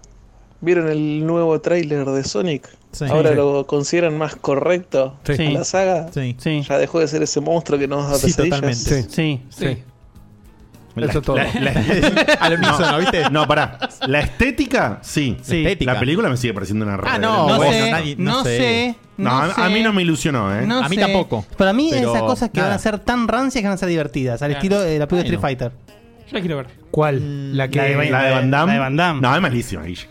Speaker 10: ¿Vieron el nuevo tráiler de Sonic?
Speaker 8: Sí.
Speaker 10: ¿Ahora
Speaker 8: Sí.
Speaker 10: lo consideran más correcto
Speaker 5: Sí.
Speaker 10: a
Speaker 4: Sí.
Speaker 10: la saga?
Speaker 8: Sí.
Speaker 4: Sí,
Speaker 10: Ya dejó de ser ese monstruo que
Speaker 5: Ah,
Speaker 10: nos da
Speaker 8: Sí,
Speaker 10: pesadillas.
Speaker 8: totalmente.
Speaker 5: Sí,
Speaker 4: sí.
Speaker 5: sí.
Speaker 3: La-
Speaker 5: Eso es
Speaker 3: (laughs)
Speaker 5: todo.
Speaker 3: la- la-
Speaker 8: Al unísono, ¿viste?
Speaker 3: no, pará. La estética, sí.
Speaker 4: Sí.
Speaker 3: La película me sigue pareciendo una rara.
Speaker 8: Ah, no,
Speaker 4: No,
Speaker 8: bueno,
Speaker 4: sé,
Speaker 8: nadie-
Speaker 4: no,
Speaker 8: no
Speaker 4: sé,
Speaker 8: sé.
Speaker 3: No, a- a, mí no me ilusionó, ¿eh?
Speaker 4: no
Speaker 8: A mí
Speaker 4: sé.
Speaker 8: tampoco.
Speaker 4: Para mí,
Speaker 8: Pero
Speaker 4: esas cosas que
Speaker 8: nada.
Speaker 4: van a ser tan rancias que van a ser divertidas. Al
Speaker 7: Claro.
Speaker 4: estilo de la película
Speaker 8: Ay,
Speaker 4: Street Fighter.
Speaker 7: Yo la quiero ver.
Speaker 2: ¿Cuál? La que.
Speaker 4: la de-
Speaker 3: La de Van Damme.
Speaker 4: La de Van Damme.
Speaker 3: No, es malísima, Guille.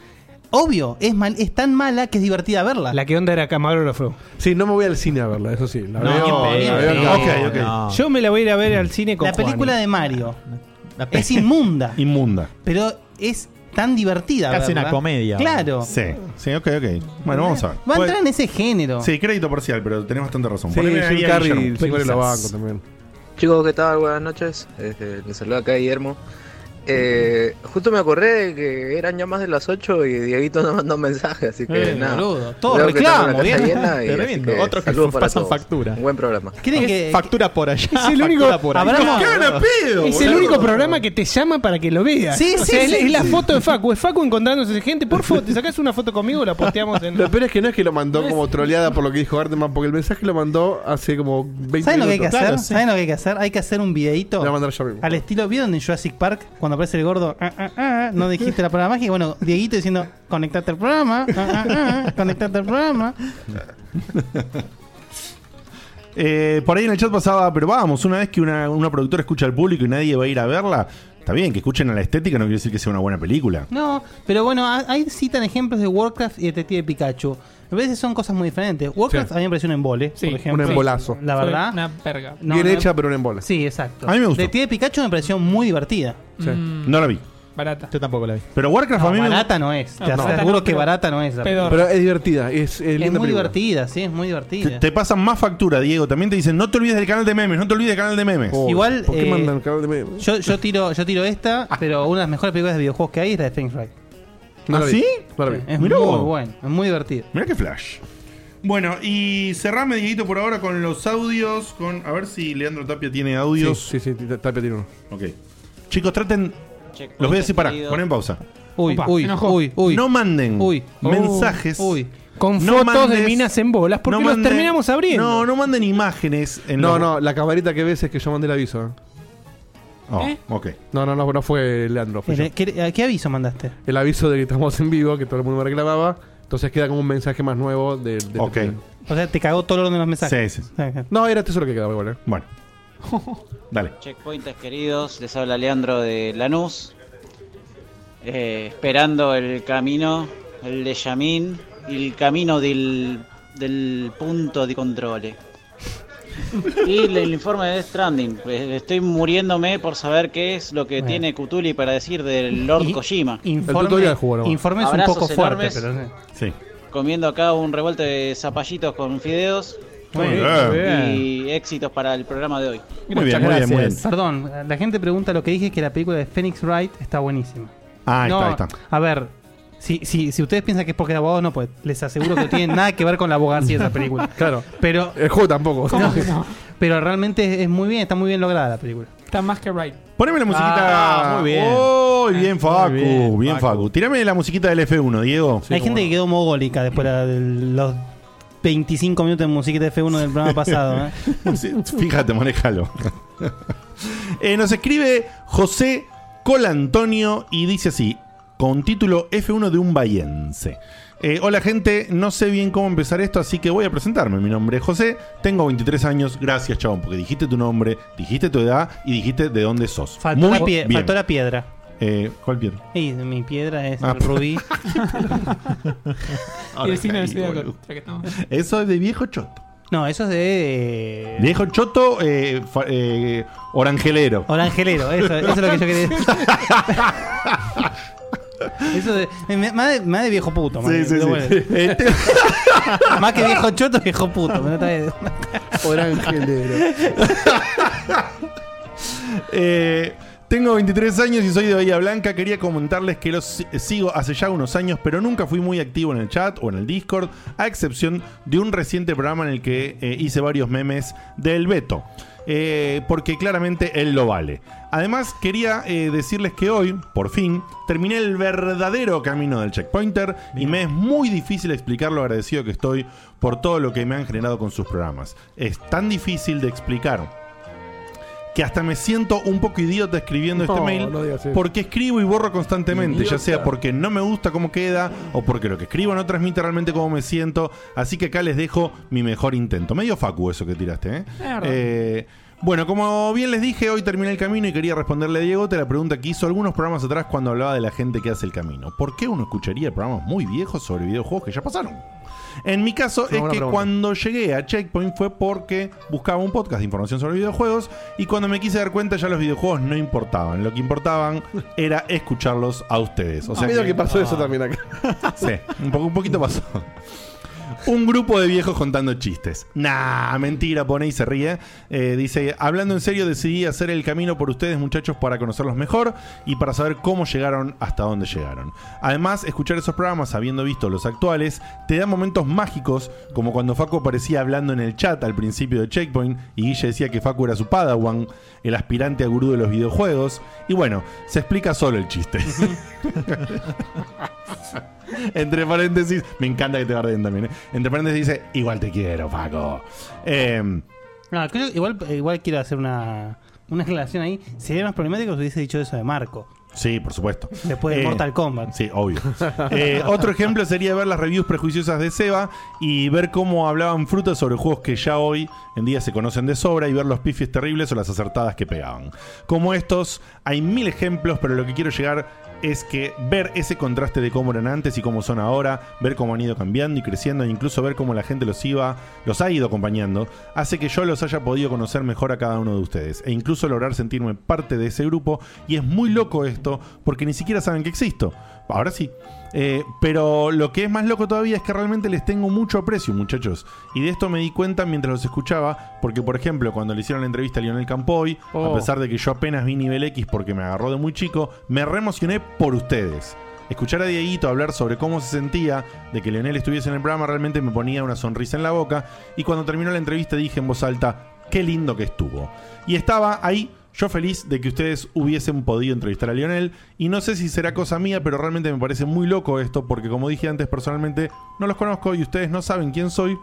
Speaker 4: obvio, es, mal, es tan mala que es divertida verla.
Speaker 2: La que onda era camarógrafo.
Speaker 5: Sí, no me voy al cine a verla, eso sí. La veo,
Speaker 4: No, ni en
Speaker 5: la
Speaker 4: pedo.
Speaker 5: veo acá.
Speaker 4: No,
Speaker 5: Ok, ok.
Speaker 4: no.
Speaker 2: Yo me la voy a ir a ver al cine con
Speaker 4: la película
Speaker 2: Juani. Ah,
Speaker 4: de Mario es inmunda,
Speaker 3: Inmunda.
Speaker 4: pero es tan divertida.
Speaker 3: Casi
Speaker 4: verla.
Speaker 3: una comedia.
Speaker 4: Claro.
Speaker 3: Sí, sí, ok, ok. Bueno, vamos a ver.
Speaker 4: Va a
Speaker 3: Puede-
Speaker 4: entrar en ese género.
Speaker 3: Sí, crédito parcial, pero tenés bastante razón.
Speaker 5: Sí,
Speaker 3: Poneme ahí
Speaker 5: Jim
Speaker 3: a Guillermo.
Speaker 5: Carrey, Jim Carrey lo banco también.
Speaker 12: Chicos, ¿qué tal? Buenas noches. Este, les saluda acá Guillermo. Eh, justo me acordé de que eran ya más de las 8 y Dieguito nos mandó un mensaje, así que
Speaker 4: Eh,
Speaker 12: nada.
Speaker 4: boludo, todo
Speaker 12: Veo que
Speaker 4: reclamo,
Speaker 12: tengo la casa
Speaker 3: (laughs)
Speaker 4: bien.
Speaker 13: (laughs)
Speaker 12: llena y así
Speaker 8: Tremendo. Otros que
Speaker 12: saludos para
Speaker 8: pasan
Speaker 12: todos.
Speaker 8: factura.
Speaker 12: Un buen programa.
Speaker 4: ¿Quieren (laughs) que-
Speaker 8: Factura por
Speaker 3: (laughs)
Speaker 8: allá.
Speaker 2: Es el único,
Speaker 8: factura por allá.
Speaker 2: Abramo,
Speaker 8: Cara, pedo,
Speaker 2: es
Speaker 8: boludo.
Speaker 2: el único programa que te llama para que lo veas.
Speaker 5: Sí,
Speaker 2: O
Speaker 5: sí,
Speaker 2: sea, es,
Speaker 5: sí,
Speaker 2: es la
Speaker 5: sí.
Speaker 2: foto de Facu. Es Facu encontrándose gente. Por favor, te sacas una foto conmigo, la posteamos en.
Speaker 5: Lo peor es que no es que lo mandó como troleada por lo que dijo Arteman, porque el mensaje lo mandó hace como 20
Speaker 4: ¿Saben lo que hay que
Speaker 5: minutos.
Speaker 4: hacer? ¿Saben lo que hay que hacer? Hay que hacer un videito.
Speaker 5: mismo.
Speaker 4: Al estilo, ¿vieron en Jurassic Park? Cuando aparece el gordo, "Ah, ah, ah", no dijiste la palabra mágica. Bueno, Dieguito diciendo, conectate al programa, ah, ah, ah, conectate al programa.
Speaker 3: (laughs) Eh, por ahí en el chat pasaba, pero vamos, una vez que una, una productora escucha al público y nadie va a ir a verla, está bien, que escuchen a la estética no quiere decir que sea una buena película.
Speaker 4: No, pero bueno, a- ahí citan ejemplos de Warcraft y Detective Pikachu. A veces son cosas muy diferentes. Warcraft
Speaker 5: Sí.
Speaker 4: a mí me pareció un embole, por ejemplo.
Speaker 5: un embolazo.
Speaker 4: Mm. La verdad.
Speaker 7: Una perga.
Speaker 4: No,
Speaker 5: Bien
Speaker 4: no-
Speaker 5: hecha, pero un embole.
Speaker 4: Sí, exacto.
Speaker 3: A mí me gustó.
Speaker 4: Detective Pikachu me pareció muy divertida.
Speaker 7: Mm.
Speaker 3: No la vi.
Speaker 7: Barata.
Speaker 8: Yo tampoco la vi.
Speaker 3: Pero Warcraft
Speaker 4: No,
Speaker 3: a mí
Speaker 4: barata
Speaker 3: me...
Speaker 4: no es. Te
Speaker 3: No, barata
Speaker 4: aseguro
Speaker 3: no,
Speaker 4: que
Speaker 3: pero-
Speaker 4: barata no es. la
Speaker 3: pedorra.
Speaker 4: película.
Speaker 5: Pero es divertida, es, es linda
Speaker 4: es muy
Speaker 5: película.
Speaker 4: divertida, sí, es muy divertida.
Speaker 3: Te, te pasan más factura, Diego. También te dicen, no te olvides del canal de memes, no te olvides del canal de memes.
Speaker 4: Oh, Igual, ¿por qué eh, mandan
Speaker 5: canal de memes?
Speaker 4: Yo, yo tiro, yo
Speaker 3: (laughs)
Speaker 4: tiro esta, pero una de las mejores películas de videojuegos que hay es la de Phoenix Wright.
Speaker 3: ¿Ah, sí?
Speaker 4: Es
Speaker 3: Mirá
Speaker 4: muy
Speaker 3: vos.
Speaker 4: bueno, es muy divertido.
Speaker 3: Mira qué flash. Bueno, y cerrame, Dieguito, por ahora con los audios. Con, a ver si Leandro Tapia tiene audios.
Speaker 5: Sí, sí, sí, Tapia tiene uno.
Speaker 3: Ok. Chicos, traten. Los voy a decir, pará, ponen pausa.
Speaker 4: Uy, Opa, uy, se enojó. uy, uy.
Speaker 3: No manden mensajes.
Speaker 4: Uy.
Speaker 2: Con
Speaker 3: No
Speaker 2: fotos de
Speaker 3: mandes-
Speaker 2: minas en bolas, porque
Speaker 3: no
Speaker 2: los
Speaker 3: manden-
Speaker 2: terminamos abriendo.
Speaker 3: No, no manden imágenes. En
Speaker 5: No,
Speaker 3: los-
Speaker 5: no, la camarita que ves es que yo mandé el aviso. ¿eh?
Speaker 3: Oh, ok.
Speaker 5: No, no, no, no fue Leandro. fui yo.
Speaker 4: Mira, ¿Eh? ¿Qué, a qué aviso mandaste?
Speaker 5: El aviso de que estamos en vivo, que todo el mundo me reclamaba. Entonces queda como un mensaje más nuevo de. ok.
Speaker 4: O sea, te cagó todo el orden de los mensajes.
Speaker 3: Sí, sí.
Speaker 5: No, era este solo que quedaba igual. ¿eh?
Speaker 3: Bueno. Dale.
Speaker 14: Checkpointers queridos, les habla Leandro de Lanús. Eh, esperando el camino, el de Yamin y el camino del, del punto de control. Y el, el informe de Death Stranding. Pues, Estoy muriéndome por saber qué es lo que
Speaker 4: Bueno.
Speaker 14: tiene Cutuli para decir del Lord Kojima.
Speaker 4: Informe, informe es un
Speaker 14: Abrazos
Speaker 4: poco fuerte,
Speaker 14: enormes,
Speaker 4: pero sí.
Speaker 3: Sí.
Speaker 14: Comiendo acá un revuelto de zapallitos con fideos.
Speaker 4: Muy Muy bien, bien.
Speaker 14: Y éxitos para el programa de hoy.
Speaker 3: Muy bien, muy bien, muy bien.
Speaker 4: Perdón, la gente pregunta lo que dije, que la película de Phoenix Wright está buenísima.
Speaker 3: Ah, ahí
Speaker 4: No,
Speaker 3: está, ahí está.
Speaker 4: A ver, si, si, si ustedes piensan que es porque es abogado, no, pues les aseguro que no tiene nada que ver con la abogacía esa
Speaker 3: (laughs)
Speaker 4: película.
Speaker 5: Claro.
Speaker 4: Pero,
Speaker 5: El juego tampoco.
Speaker 4: No, (laughs) Pero realmente es, es muy bien, está muy bien lograda la película.
Speaker 7: Está más que right.
Speaker 3: Poneme la musiquita.
Speaker 7: Ah, muy bien.
Speaker 3: Oh, bien, Facu. Bien,
Speaker 7: bien,
Speaker 3: Facu. Tírame la musiquita del F1, Diego.
Speaker 4: Hay gente que quedó mogólica después de la- de los 25 minutos de musiquita de F1 del programa pasado. ¿eh?
Speaker 3: (laughs) Sí, Fíjate, manejalo. (laughs) Eh, nos escribe José Colantonio y dice así, con título F1 de un bayense. Eh, hola gente, no sé bien cómo empezar esto, así que voy a presentarme. Mi nombre es José, tengo 23 años, gracias chabón, porque dijiste tu nombre, dijiste tu edad y dijiste de dónde sos.
Speaker 4: Faltó, la pie-
Speaker 3: bien.
Speaker 4: faltó la piedra.
Speaker 3: Eh, ¿Cuál piedra?
Speaker 4: Y mi piedra es
Speaker 3: Ah,
Speaker 4: el rubí.
Speaker 7: (laughs)
Speaker 3: Ahora
Speaker 7: y el signo de
Speaker 3: caí,
Speaker 7: ciudad.
Speaker 3: boludo.
Speaker 7: Ya que estamos.
Speaker 3: Eso es de viejo choto.
Speaker 4: No, eso es de.
Speaker 3: Viejo choto, eh, fa- eh, orangelero.
Speaker 4: Orangelero, eso, eso es lo que yo
Speaker 5: (laughs)
Speaker 4: quería decir. Eso de, eh, me- más, de, más de viejo puto. Más,
Speaker 3: Sí,
Speaker 4: de-
Speaker 3: sí,
Speaker 4: pero
Speaker 3: sí.
Speaker 5: (laughs)
Speaker 4: bueno.
Speaker 3: Este-
Speaker 4: (laughs) Más que viejo choto, viejo puto. pero
Speaker 5: (laughs)
Speaker 4: está bien.
Speaker 5: Orangelero.
Speaker 3: Eh, tengo 23 años y soy de Bahía Blanca. Quería comentarles que los si- sigo hace ya unos años, pero nunca fui muy activo en el chat o en el Discord, a excepción de un reciente programa en el que eh, hice varios memes del Beto. Eh, porque claramente él lo vale. Además, quería eh, decirles que hoy, por fin, terminé el verdadero camino del checkpointer y me es muy difícil explicar lo agradecido que estoy por todo lo que me han generado con sus programas. Es tan difícil de explicar que hasta me siento un poco idiota escribiendo este
Speaker 5: No,
Speaker 3: mail
Speaker 5: no digas eso.
Speaker 3: porque escribo y borro constantemente,
Speaker 5: Idiota.
Speaker 3: ya sea porque no me gusta cómo queda o porque lo que escribo no transmite realmente cómo me siento, así que acá les dejo mi mejor intento. Medio facu eso que tiraste, ¿eh?
Speaker 5: verdad.
Speaker 3: Eh, Bueno, como bien les dije, hoy terminé el camino y quería responderle a Diego la pregunta que hizo algunos programas atrás cuando hablaba de la gente que hace el camino. ¿Por qué uno escucharía programas muy viejos sobre videojuegos que ya pasaron? En mi caso es que
Speaker 5: buena pregunta.
Speaker 3: cuando llegué a Checkpoint fue porque buscaba un podcast de información sobre videojuegos y cuando me quise dar cuenta ya los videojuegos no importaban. Lo que
Speaker 5: (laughs)
Speaker 3: importaban era escucharlos a ustedes. O sea Ah.
Speaker 5: Medio que pasó eso también acá.
Speaker 3: Sí, un, poco, un poquito pasó. Un grupo de viejos contando chistes. Nah, mentira, pone y se ríe. Eh, dice, hablando en serio, decidí hacer el camino por ustedes, muchachos, para conocerlos mejor y para saber cómo llegaron hasta dónde llegaron. Además, escuchar esos programas, habiendo visto los actuales, te da momentos mágicos, como cuando Facu aparecía hablando en el chat al principio de Checkpoint y Guille decía que Facu era su padawan, el aspirante a gurú de los videojuegos. Y bueno, se explica solo el chiste. (laughs) Entre paréntesis, me encanta que te barden también. ¿eh? Entre paréntesis dice, igual te quiero, Paco. Eh,
Speaker 4: No, creo- igual, igual quiero hacer una, una aclaración ahí. Sería más problemático si hubiese dicho eso de Marco.
Speaker 3: sí, por supuesto.
Speaker 4: Después de
Speaker 3: Eh,
Speaker 4: Mortal Kombat.
Speaker 3: Sí, obvio. (laughs) Eh, otro ejemplo sería ver las reviews prejuiciosas de Seba y ver cómo hablaban frutas sobre juegos que ya hoy en día se conocen de sobra y ver los pifies terribles o las acertadas que pegaban. Como estos, hay mil ejemplos, pero lo que quiero llegar es que ver ese contraste de cómo eran antes y cómo son ahora, ver cómo han ido cambiando y creciendo, e incluso ver cómo la gente los iba, los ha ido acompañando, hace que yo los haya podido conocer mejor a cada uno de ustedes, e incluso lograr sentirme parte de ese grupo, y es muy loco esto, porque ni siquiera saben que existo. Ahora sí. Eh, pero lo que es más loco todavía es que realmente les tengo mucho aprecio, muchachos. Y de esto me di cuenta mientras los escuchaba, porque por ejemplo, cuando le hicieron la entrevista a Lionel Campoy, a
Speaker 5: Oh.
Speaker 3: pesar de que yo apenas vi nivel X porque me agarró de muy chico, me reemocioné por ustedes. Escuchar a Dieguito hablar sobre cómo se sentía de que Lionel estuviese en el programa realmente me ponía una sonrisa en la boca. Y cuando terminó la entrevista dije en voz alta, qué lindo que estuvo. Y estaba ahí yo feliz de que ustedes hubiesen podido entrevistar a Lionel y no sé si será cosa mía, pero realmente me parece muy loco esto porque como dije antes personalmente no los conozco y ustedes no saben quién soy,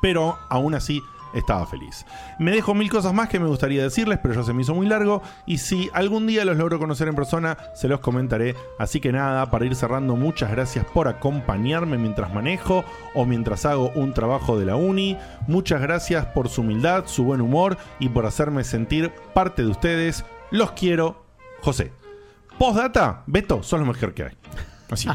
Speaker 3: pero aún así estaba feliz. Me dejo mil cosas más que me gustaría decirles, pero ya se me hizo muy largo y si algún día los logro conocer en persona, se los comentaré. Así que nada, para ir cerrando, muchas gracias por acompañarme mientras manejo o mientras hago un trabajo de la uni. Muchas gracias por su humildad, su buen humor y por hacerme sentir parte de ustedes. Los quiero, José. Postdata, Beto, sos lo mejor que hay.
Speaker 5: (laughs)
Speaker 3: Así.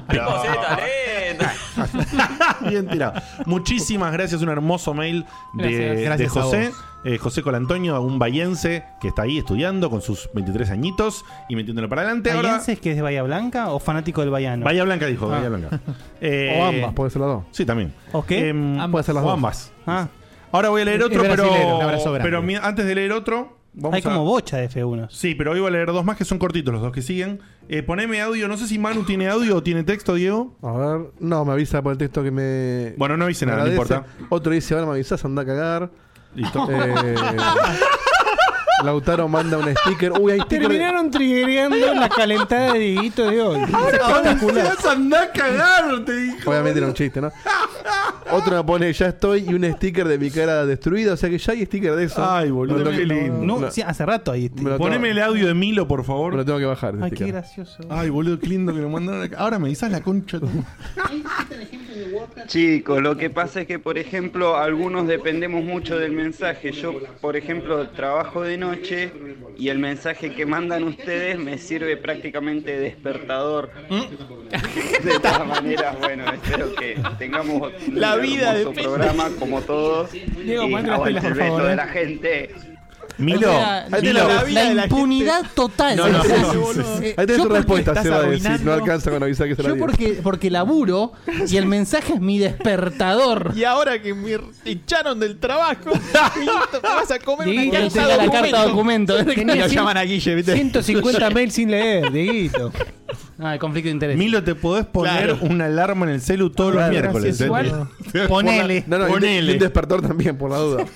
Speaker 3: (laughs) Bien tirado. Muchísimas gracias. Un hermoso mail de,
Speaker 5: Gracias.
Speaker 3: de
Speaker 5: Gracias a
Speaker 3: José.
Speaker 5: vos.
Speaker 3: Eh, José Colantonio, un bayense que está ahí estudiando con sus 23 añitos y metiéndolo para adelante. Ahora-
Speaker 4: ¿Bahiense es que es de Bahía Blanca o fanático del Ah. Bahiano?
Speaker 3: Bahía Blanca dijo,
Speaker 5: Ah.
Speaker 3: Bahía Blanca. Eh,
Speaker 5: O ambas, puede ser las dos.
Speaker 3: Sí, también.
Speaker 4: ¿O qué?
Speaker 3: Ambas. Puede ser las
Speaker 5: O
Speaker 3: dos.
Speaker 5: ambas.
Speaker 4: Ah.
Speaker 3: Ahora voy a leer
Speaker 5: Es
Speaker 3: otro,
Speaker 5: brasilero, un abrazo
Speaker 3: pero,
Speaker 5: grande.
Speaker 3: pero mi- antes de leer otro... Vamos
Speaker 4: Hay
Speaker 3: a-
Speaker 4: como bocha de F1.
Speaker 3: Sí, pero hoy voy a leer dos más que son cortitos los dos que siguen. Eh, poneme audio. No sé si Manu tiene audio o tiene texto, Diego.
Speaker 5: A ver, no, me avisa por el texto que me.
Speaker 3: Bueno, no avise
Speaker 5: me
Speaker 3: nada, no
Speaker 5: agradece.
Speaker 3: importa.
Speaker 5: Otro dice, ahora me avisas, anda a cagar.
Speaker 3: Listo.
Speaker 5: Eh, (laughs) Lautaro manda un sticker. Uy, hay sticker.
Speaker 2: Terminaron triggereando la calentada de Dieguito
Speaker 5: (laughs)
Speaker 2: de hoy. Espectacular.
Speaker 3: andá a cagar, te dije.
Speaker 5: Obviamente era un chiste, ¿no? Otro me pone, ya estoy, y un sticker de mi cara destruida. O sea que ya hay sticker de eso.
Speaker 3: Ay, boludo, qué lindo.
Speaker 4: No, sí, hace rato ahí.
Speaker 3: Poneme el audio de Milo, por favor.
Speaker 5: Me lo tengo que bajar.
Speaker 4: Ay, qué gracioso.
Speaker 3: Ay, boludo, qué lindo que lo mandaron acá. Ahora me disás la concha. de tu-
Speaker 5: (laughs)
Speaker 15: Chicos, lo que pasa es que, por ejemplo, algunos dependemos mucho del mensaje. Yo, por ejemplo, trabajo de noche y el mensaje que mandan ustedes me sirve prácticamente de despertador.
Speaker 14: ¿Mm?
Speaker 15: De todas maneras, bueno, espero que tengamos un
Speaker 14: La vida
Speaker 15: hermoso
Speaker 14: depende.
Speaker 15: programa como todos.
Speaker 14: Diego,
Speaker 15: y
Speaker 14: ponete las
Speaker 15: aguante
Speaker 14: pilas,
Speaker 15: el
Speaker 14: por
Speaker 15: beso
Speaker 14: favor,
Speaker 15: de
Speaker 14: eh.
Speaker 15: la gente.
Speaker 3: Milo,
Speaker 15: Ahí tenés
Speaker 3: Milo.
Speaker 15: la vida de la
Speaker 4: impunidad total.
Speaker 5: No, no,
Speaker 4: Ah, Sí,
Speaker 5: no,
Speaker 4: sí,
Speaker 5: no,
Speaker 4: sí,
Speaker 5: no.
Speaker 4: sí.
Speaker 5: Ahí tenés
Speaker 4: Yo
Speaker 5: tu
Speaker 4: porque
Speaker 5: respuesta,
Speaker 4: estás
Speaker 5: Seba, de decir,
Speaker 4: arruinando-
Speaker 5: no alcanza con avisar que se la
Speaker 6: Yo
Speaker 5: dieron.
Speaker 6: porque, porque laburo y el mensaje es mi despertador.
Speaker 8: Y ahora que me echaron (laughs) del trabajo, te vas a comer
Speaker 6: Dieguito,
Speaker 8: una
Speaker 6: te da la carta
Speaker 15: (laughs)
Speaker 6: documento.
Speaker 4: (laughs)
Speaker 8: Y lo llaman a Guille, ¿viste?
Speaker 5: (laughs)
Speaker 2: 150 mails sin leer, Dieguito.
Speaker 4: Ah, el conflicto de interés.
Speaker 3: Milo, te podés poner una alarma en el celu todos los
Speaker 5: Claro,
Speaker 3: miércoles.
Speaker 5: gracias, igual. Ponele. ¿eh? No, no, y un- y un despertador también, por la duda.
Speaker 3: (laughs)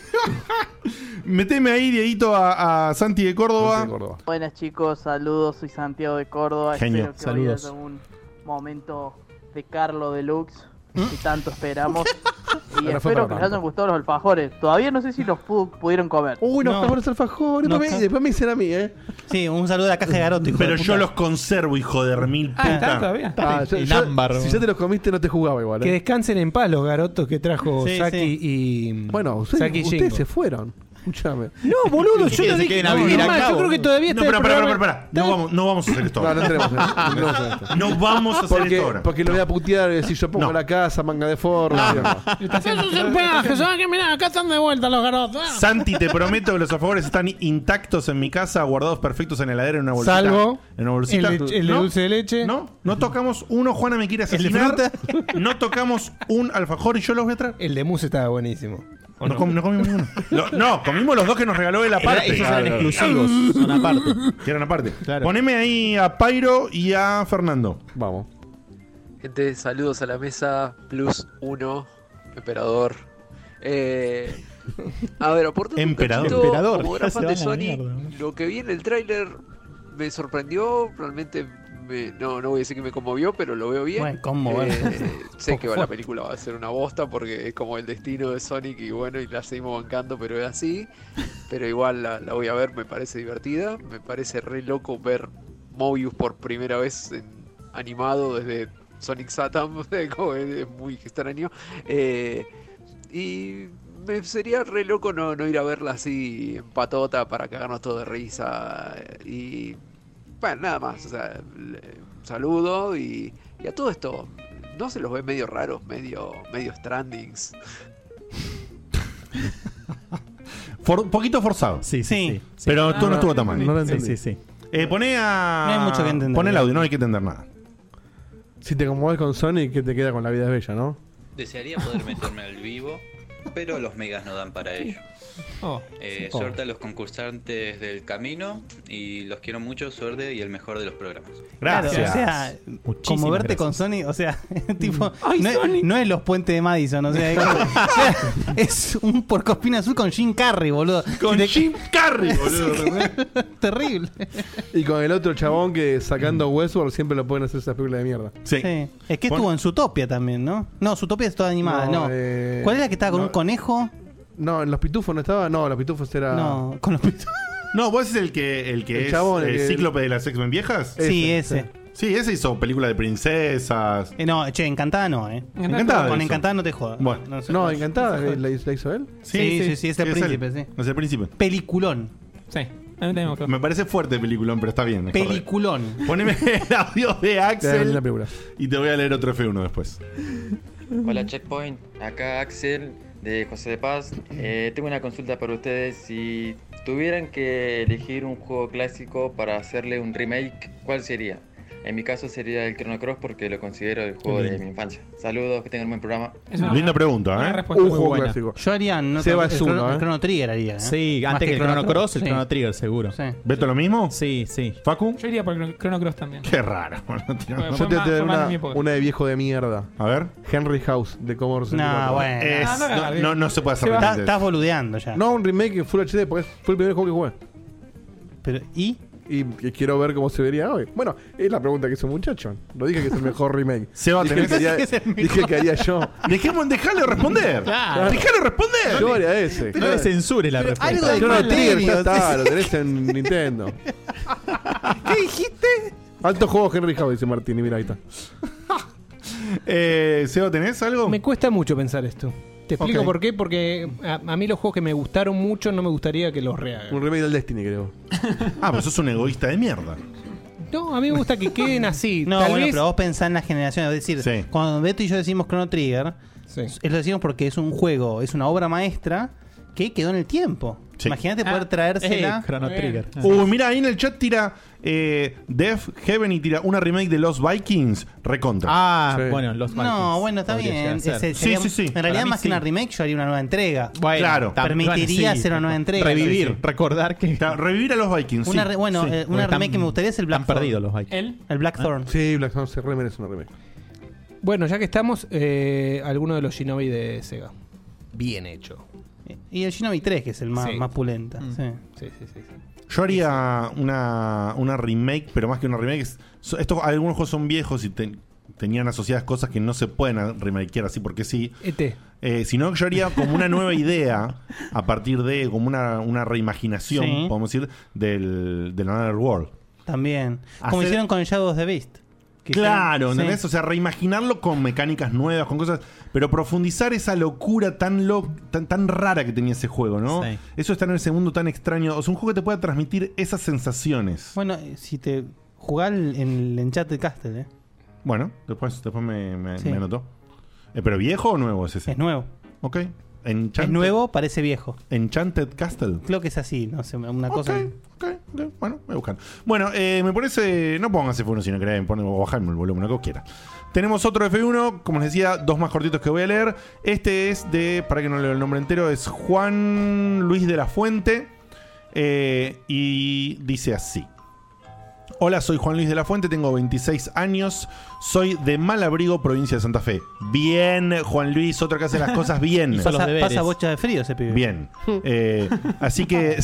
Speaker 3: Meteme ahí, Dieguito, a, a Santi de Córdoba.
Speaker 16: Buenas chicos, saludos, soy Santiago de Córdoba.
Speaker 3: Genio,
Speaker 16: Espero que hoy
Speaker 3: saludos.
Speaker 16: haya un momento de Carlo Deluxe
Speaker 17: ¿Mm?
Speaker 16: que tanto
Speaker 17: (laughs)
Speaker 16: esperamos. y
Speaker 5: Ahora fue
Speaker 16: espero
Speaker 5: para
Speaker 16: que les
Speaker 5: tanto.
Speaker 16: hayan gustado los alfajores. Todavía no sé si los pu- pudieron comer.
Speaker 5: Uy, no, está por el alfajor.
Speaker 16: No,
Speaker 5: después, me,
Speaker 16: está-
Speaker 5: después me dicen a mí, ¿eh?
Speaker 4: Sí, un saludo a la caja de Garoto. hijo
Speaker 3: Pero
Speaker 4: de
Speaker 3: yo
Speaker 4: puta.
Speaker 3: los conservo, hijo de remil puta.
Speaker 5: Ah, yo- yo- si ya te los comiste, no te jugaba igual.
Speaker 2: Que
Speaker 5: ¿eh?
Speaker 2: descansen en paz los garotos que trajo
Speaker 5: Sí,
Speaker 2: Saki
Speaker 5: sí.
Speaker 2: y.
Speaker 5: Bueno, ustedes,
Speaker 2: Saki y
Speaker 5: ustedes
Speaker 2: Jingo.
Speaker 5: se fueron. Escúchame.
Speaker 8: No, boludo, yo no dije- no, es más, yo creo que todavía
Speaker 3: No,
Speaker 8: está
Speaker 3: pará,
Speaker 8: el
Speaker 3: pará,
Speaker 8: programa-
Speaker 3: pará, pará. No vamos, no vamos a hacer esto.
Speaker 5: No,
Speaker 3: ahora.
Speaker 5: no tenemos. No, vamos a hacer esto.
Speaker 3: No vamos a hacer
Speaker 5: porque,
Speaker 3: esto ahora. Ah.
Speaker 5: Porque lo voy a putear y decir, yo pongo la casa, manga de forro.
Speaker 9: Esos enpeajes, ¿sabes qué? Mirá, acá están de vuelta los garotos. ah.
Speaker 3: Santi, te prometo que los alfajores están intactos en mi casa, guardados perfectos en la heladera en una bolsita.
Speaker 8: Salvo
Speaker 3: en una bolsita.
Speaker 8: el de- el de dulce de leche.
Speaker 3: No, no tocamos uno. Juana me quiere
Speaker 8: de
Speaker 3: asesinar. (laughs) No tocamos un alfajor y yo los voy a traer.
Speaker 8: El de mousse estaba buenísimo.
Speaker 3: No, com- no comimos ninguno. Lo- no, comimos los dos que nos regaló él aparte.
Speaker 8: Esos eran
Speaker 3: Claro.
Speaker 8: exclusivos, son aparte.
Speaker 3: Que eran aparte. Poneme ahí a Pairo y a Fernando.
Speaker 5: Vamos.
Speaker 13: Gente, saludos a la mesa, plus uno, emperador. Eh, a ver, aportando
Speaker 3: Emperador.
Speaker 13: un cachito,
Speaker 3: Emperador,
Speaker 13: como
Speaker 3: ya
Speaker 13: gran
Speaker 3: se
Speaker 13: fan
Speaker 3: va
Speaker 13: de
Speaker 3: a la mierda.
Speaker 13: Sony, lo que vi en el tráiler me sorprendió, realmente me- no, no voy a decir que me conmovió, pero lo veo bien. Eh,
Speaker 4: Bueno, conmoverse.
Speaker 13: (laughs) sé que va, la
Speaker 4: fuerte.
Speaker 13: película va a ser una bosta porque es como el destino de Sonic y bueno, y la seguimos bancando, pero es así. Pero igual la, la voy a ver, me parece divertida, me parece re loco ver Mobius por primera vez en- animado desde Sonic (laughs) Satam, como es, es muy extraño. Eh, y me sería re loco no, no ir a verla así en patota para cagarnos todo de risa. Y bueno, nada más. O sea, le- saludo y, y a todo esto. ¿No se los ve medio raros, medio, medio strandings?
Speaker 3: For- Un poquito forzado. Sí,
Speaker 4: sí.
Speaker 3: Pero
Speaker 4: Ah,
Speaker 3: tú no estuvo tan
Speaker 4: no
Speaker 3: mal.
Speaker 4: lo entendí.
Speaker 3: Sí, sí, sí. Eh, poné a.
Speaker 4: No hay mucho que entender.
Speaker 3: Pon el audio, no hay que entender nada.
Speaker 5: Si te conmueves con Sonic, ¿qué te queda con la vida es bella, no?
Speaker 14: Desearía poder meterme al vivo, pero los megas no dan para ello. Eh,
Speaker 5: Oh.
Speaker 14: Suerte a los concursantes del camino y los quiero mucho, suerte y el mejor de los programas.
Speaker 4: Claro, o sea, como verte con Sony, o sea, (laughs)
Speaker 5: Mm.
Speaker 4: tipo, no, es- no es los puentes de Madison, o sea, es, como- (laughs) o sea, es un porcospina azul con Jim Carrey, boludo.
Speaker 3: Con Jim
Speaker 4: (laughs)
Speaker 3: Carrey,
Speaker 5: boludo.
Speaker 4: Terrible.
Speaker 5: Y con el otro chabón que sacando
Speaker 3: Mm.
Speaker 5: Westworld siempre lo pueden hacer esas películas de mierda.
Speaker 4: Sí. Es que estuvo en Zootopia también, ¿no? No, Zootopia es toda animada, no.
Speaker 5: eh,
Speaker 4: ¿Cuál era que estaba con
Speaker 5: no.
Speaker 4: un conejo?
Speaker 5: No, en los pitufos no estaba. No, los pitufos era.
Speaker 4: No, con los pitufos.
Speaker 3: No, vos es el que, el que
Speaker 5: El
Speaker 3: es
Speaker 5: chabón,
Speaker 3: el,
Speaker 5: el-
Speaker 3: cíclope de las X-Men viejas.
Speaker 4: Sí, Ese, ese.
Speaker 3: Sí, ese hizo película de princesas.
Speaker 4: Eh, no, che, encantada no, ¿eh?
Speaker 3: Encantada
Speaker 4: Con
Speaker 3: hizo.
Speaker 4: encantada no te jodas.
Speaker 3: Bueno.
Speaker 4: sé.
Speaker 5: No, encantada, eh, la hizo la hizo él.
Speaker 4: Sí, sí, sí, es el príncipe, sí.
Speaker 3: Es el príncipe.
Speaker 4: Peliculón.
Speaker 18: Sí, a mí también me gustó.
Speaker 3: Me parece fuerte peliculón, pero está bien. es correcto.
Speaker 4: Peliculón.
Speaker 3: Poneme el audio de Axel
Speaker 5: la película.
Speaker 3: y te voy a leer otro F1 después.
Speaker 19: Hola Checkpoint, acá Axel de José de Paz. Eh, tengo una consulta para ustedes. Si tuvieran que elegir un juego clásico para hacerle un remake, ¿cuál sería? En mi caso sería el Chrono Cross porque lo considero el juego
Speaker 3: Qué
Speaker 19: de
Speaker 3: lindo.
Speaker 19: mi infancia. Saludos, que tengan un buen programa.
Speaker 3: Linda pregunta, ¿eh?
Speaker 19: respuesta muy buena.
Speaker 4: Yo haría. No
Speaker 19: Seba
Speaker 4: el
Speaker 19: es
Speaker 4: Chrono-
Speaker 19: uno, ¿eh?
Speaker 4: el Chrono Trigger haría. ¿eh?
Speaker 1: Sí,
Speaker 4: Más
Speaker 1: antes que el Chrono Cross, el
Speaker 4: sí.
Speaker 1: Chrono Trigger, seguro.
Speaker 3: ¿Beto lo mismo?
Speaker 1: Sí, sí.
Speaker 3: ¿Facu?
Speaker 18: Yo iría por el Chrono Cross también.
Speaker 3: Qué raro. (laughs) boludo, tío.
Speaker 18: Bueno,
Speaker 5: Yo te voy a
Speaker 18: más-
Speaker 5: tener
Speaker 18: fue más de
Speaker 5: una,
Speaker 18: mi época.
Speaker 5: una de viejo de mierda.
Speaker 3: A ver.
Speaker 5: Henry House de Commodore 64.
Speaker 3: Es-
Speaker 18: Ah, no la
Speaker 3: no,
Speaker 18: agarré.
Speaker 3: no, no se puede hacer
Speaker 5: Seba,
Speaker 3: remake de
Speaker 5: estás
Speaker 3: eso.
Speaker 4: boludeando ya.
Speaker 5: No, un remake en Full HD porque fue el primer juego que jugué.
Speaker 4: Pero, ¿y?
Speaker 5: Y que quiero ver cómo se vería hoy. Bueno, es la pregunta que hizo un muchacho. Lo dije que es el mejor remake.
Speaker 3: (laughs) Seba,
Speaker 5: dije,
Speaker 3: tenés-
Speaker 5: que haría,
Speaker 3: Es el mejor.
Speaker 5: dije que haría yo.
Speaker 3: (laughs) Dejemos, dejalo responder.
Speaker 5: Claro.
Speaker 3: Dejalo responder.
Speaker 5: Yo haría ese.
Speaker 1: No le censures la respuesta.
Speaker 5: Yo no Trigger ya está,
Speaker 18: (laughs)
Speaker 5: lo tenés en Nintendo.
Speaker 4: ¿Qué dijiste?
Speaker 5: Altos juegos Henry House, dice Martín, y mira (laughs) ahí está.
Speaker 3: Eh, Seba, ¿tenés algo?
Speaker 8: Me cuesta mucho pensar esto. Te explico
Speaker 5: Ok.
Speaker 8: por qué, porque a, a mí los juegos que me gustaron mucho no me gustaría que los rehagan.
Speaker 5: Un remake del Destiny, creo.
Speaker 3: Ah, pero sos un egoísta de mierda.
Speaker 8: No, a mí me gusta que
Speaker 4: (laughs)
Speaker 8: queden así.
Speaker 4: No,
Speaker 8: Tal
Speaker 4: bueno,
Speaker 8: vez-
Speaker 4: pero vos pensás en la generación. Es decir, cuando Beto y yo decimos Chrono Trigger, es- lo decimos porque es un juego, es una obra maestra que quedó en el tiempo. Imagínate poder
Speaker 3: Ah,
Speaker 4: traérsela.
Speaker 3: eh, Chrono Uy, mira, ahí en el chat tira eh, Def Heaven y tira una remake de Los Vikings recontra.
Speaker 1: Ah, Sí. bueno, Lost
Speaker 4: No, bueno, está bien. Ese sería-
Speaker 3: sí, sí, sí.
Speaker 4: En realidad, más que una remake, yo haría una nueva entrega.
Speaker 1: claro,
Speaker 4: Permitiría
Speaker 1: ser
Speaker 4: hacer una nueva entrega.
Speaker 1: Revivir,
Speaker 4: Sí, sí.
Speaker 1: recordar que.
Speaker 3: revivir a los Vikings.
Speaker 4: Una re- bueno, eh, una remake que me gustaría es el Blackthorn.
Speaker 1: perdido los Vikings.
Speaker 4: ¿El? ¿Ah? El Blackthorn.
Speaker 5: Sí, Blackthorn se re merece una remake.
Speaker 8: Bueno, ya que estamos, eh, alguno de los Shinobi de Sega. Bien hecho.
Speaker 4: Y el Shinobi 3, que es el más,
Speaker 8: Sí. Mm.
Speaker 4: más pulenta. Sí.
Speaker 8: Sí, sí, sí. sí.
Speaker 3: Yo haría una, una remake, pero más que una remake. es- so- Estos, algunos juegos son viejos y te- tenían asociadas cosas que no se pueden a- remakear así porque sí.
Speaker 1: E
Speaker 8: ET.
Speaker 3: Eh, sino que yo haría como una nueva idea a partir de como una, una reimaginación,
Speaker 4: Sí.
Speaker 3: podemos decir, del, del Another World.
Speaker 4: También. Como
Speaker 3: Hacer-
Speaker 4: hicieron con el Shadow of the Beast. que
Speaker 3: Claro,
Speaker 4: sean-
Speaker 3: ¿entendés?
Speaker 4: sí.
Speaker 3: O sea, reimaginarlo con mecánicas nuevas, con cosas. Pero profundizar esa locura tan, lo- tan, tan rara que tenía ese juego, ¿no?
Speaker 4: Sí.
Speaker 3: Eso está en ese mundo tan extraño. O sea, un juego que te pueda transmitir esas sensaciones.
Speaker 4: Bueno, eh, si te jugás el- en el Enchanted Castle, ¿eh?
Speaker 3: Bueno, después, después me, me,
Speaker 4: Sí.
Speaker 3: me anotó. Eh, ¿Pero viejo o nuevo es ese?
Speaker 4: Es nuevo.
Speaker 3: Ok. Enchanted,
Speaker 4: Es nuevo, parece viejo.
Speaker 3: Enchanted Castle.
Speaker 4: Creo que es así, no sé, una cosa.
Speaker 3: Bueno, voy a buscar. Bueno, eh, me pones. eh, no pongas F1 si no querés, pon- o bajame el volumen, lo que vos quieras. Tenemos otro F1, como les decía, dos más cortitos que voy a leer. Este es de, para que no leo el nombre entero, es Juan Luis de la Fuente. eh, y dice así. Hola, soy Juan Luis de la Fuente, tengo 26 años, soy de Malabrigo, provincia de Santa Fe. Bien, Juan Luis, otro que hace las cosas bien.
Speaker 4: Hizo los (laughs) Pasa- deberes. pasa bocha de frío ese pibe.
Speaker 3: Bien. (laughs) Eh, así que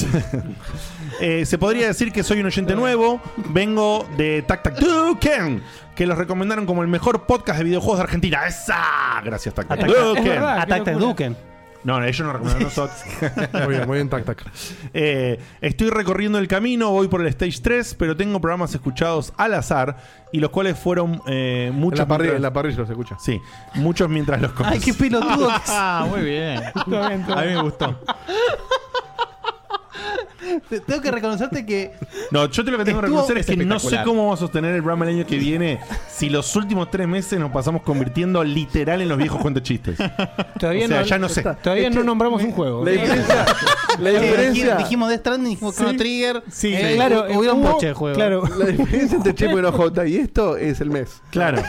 Speaker 3: (laughs) eh, se podría decir que soy un oyente nuevo, vengo de Tac Tac Tuken, que los recomendaron como el mejor podcast de videojuegos de Argentina.
Speaker 5: Ah,
Speaker 3: ¡Esa! Gracias, Tac Tac
Speaker 4: Ataca-
Speaker 3: Tuken.
Speaker 4: es verdad, Ataca qué locura. Duken.
Speaker 3: No, no, ellos nos recomendaron a nosotros.
Speaker 5: (laughs) Muy bien, muy bien, tac, tac.
Speaker 3: (laughs) Eh, estoy recorriendo el camino, voy por el Stage 3, pero tengo programas escuchados al azar y los cuales fueron eh, muchos.
Speaker 5: En la parrilla-
Speaker 3: mientras-
Speaker 5: en la parrilla los escucha.
Speaker 3: Sí, muchos mientras los conocí.
Speaker 4: Ay,
Speaker 3: (laughs)
Speaker 4: qué pelotudo. que es.
Speaker 8: Ah, muy bien.
Speaker 4: Está bien, está bien.
Speaker 8: A mí me gustó.
Speaker 4: Te- Tengo que reconocerte que
Speaker 3: No, yo te lo que tengo que
Speaker 4: Estuvo-
Speaker 3: reconocer es
Speaker 4: es
Speaker 3: que no sé
Speaker 4: espectacular.
Speaker 3: cómo vamos a sostener el programa el año que viene si los últimos tres meses nos pasamos convirtiendo literal en los viejos cuentos chistes.
Speaker 2: Todavía
Speaker 3: o sea,
Speaker 2: no,
Speaker 3: ya no sé.
Speaker 2: Todavía no nombramos un juego.
Speaker 3: la diferencia-
Speaker 5: (laughs) la
Speaker 4: Eh,
Speaker 5: diferencia-
Speaker 4: dijimos Death Stranding, dijimos Chrono Trigger.
Speaker 5: Sí,
Speaker 4: eh,
Speaker 5: claro,
Speaker 4: hu- Hubiera un
Speaker 5: hubo-
Speaker 4: poche de juego.
Speaker 5: Claro. La diferencia entre Chepo y la J y esto es el mes.
Speaker 3: Claro.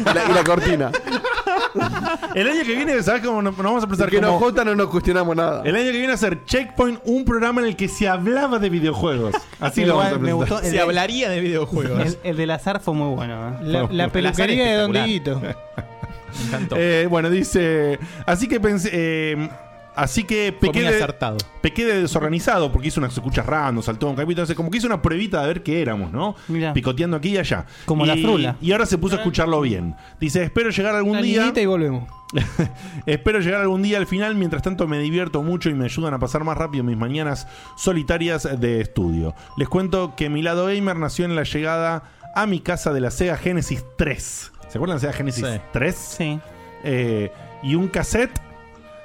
Speaker 5: y, la, y la cortina.
Speaker 3: El año que viene, ¿sabes cómo nos, nos vamos a pensar
Speaker 5: Porque
Speaker 3: como-
Speaker 5: nos J no nos cuestionamos nada.
Speaker 3: El año que viene a ser Checkpoint, un programa en el que se hablaba de videojuegos. Así
Speaker 4: Igual
Speaker 3: lo vamos a
Speaker 4: me
Speaker 3: presentar.
Speaker 4: gustó el-
Speaker 8: de videojuegos.
Speaker 4: El, el del azar fue muy bueno. ¿eh?
Speaker 8: (laughs)
Speaker 3: La- la peluquería de Don
Speaker 4: Diguito.
Speaker 3: Eh, bueno, dice. Así que pensé. eh, así que pequé
Speaker 8: muy
Speaker 3: de,
Speaker 8: acertado.
Speaker 3: pequé de desorganizado porque hice unas escuchas random, saltó un capítulo. Entonces, como que hice una pruebita de ver qué éramos, ¿no? Picoteando aquí y allá.
Speaker 4: Como
Speaker 3: Y-
Speaker 4: la frula.
Speaker 3: Y ahora se puso a escucharlo bien. Dice: Espero llegar algún
Speaker 2: Una
Speaker 3: día.
Speaker 2: niñita y volvemos.
Speaker 3: (laughs) Espero llegar algún día al final, mientras tanto me divierto mucho y me ayudan a pasar más rápido mis mañanas solitarias de estudio. Les cuento que mi lado gamer nació en la llegada a mi casa de la Sega Genesis 3. ¿Se acuerdan de Sega Genesis
Speaker 4: Sí.
Speaker 3: 3?
Speaker 4: Sí.
Speaker 3: y un cassette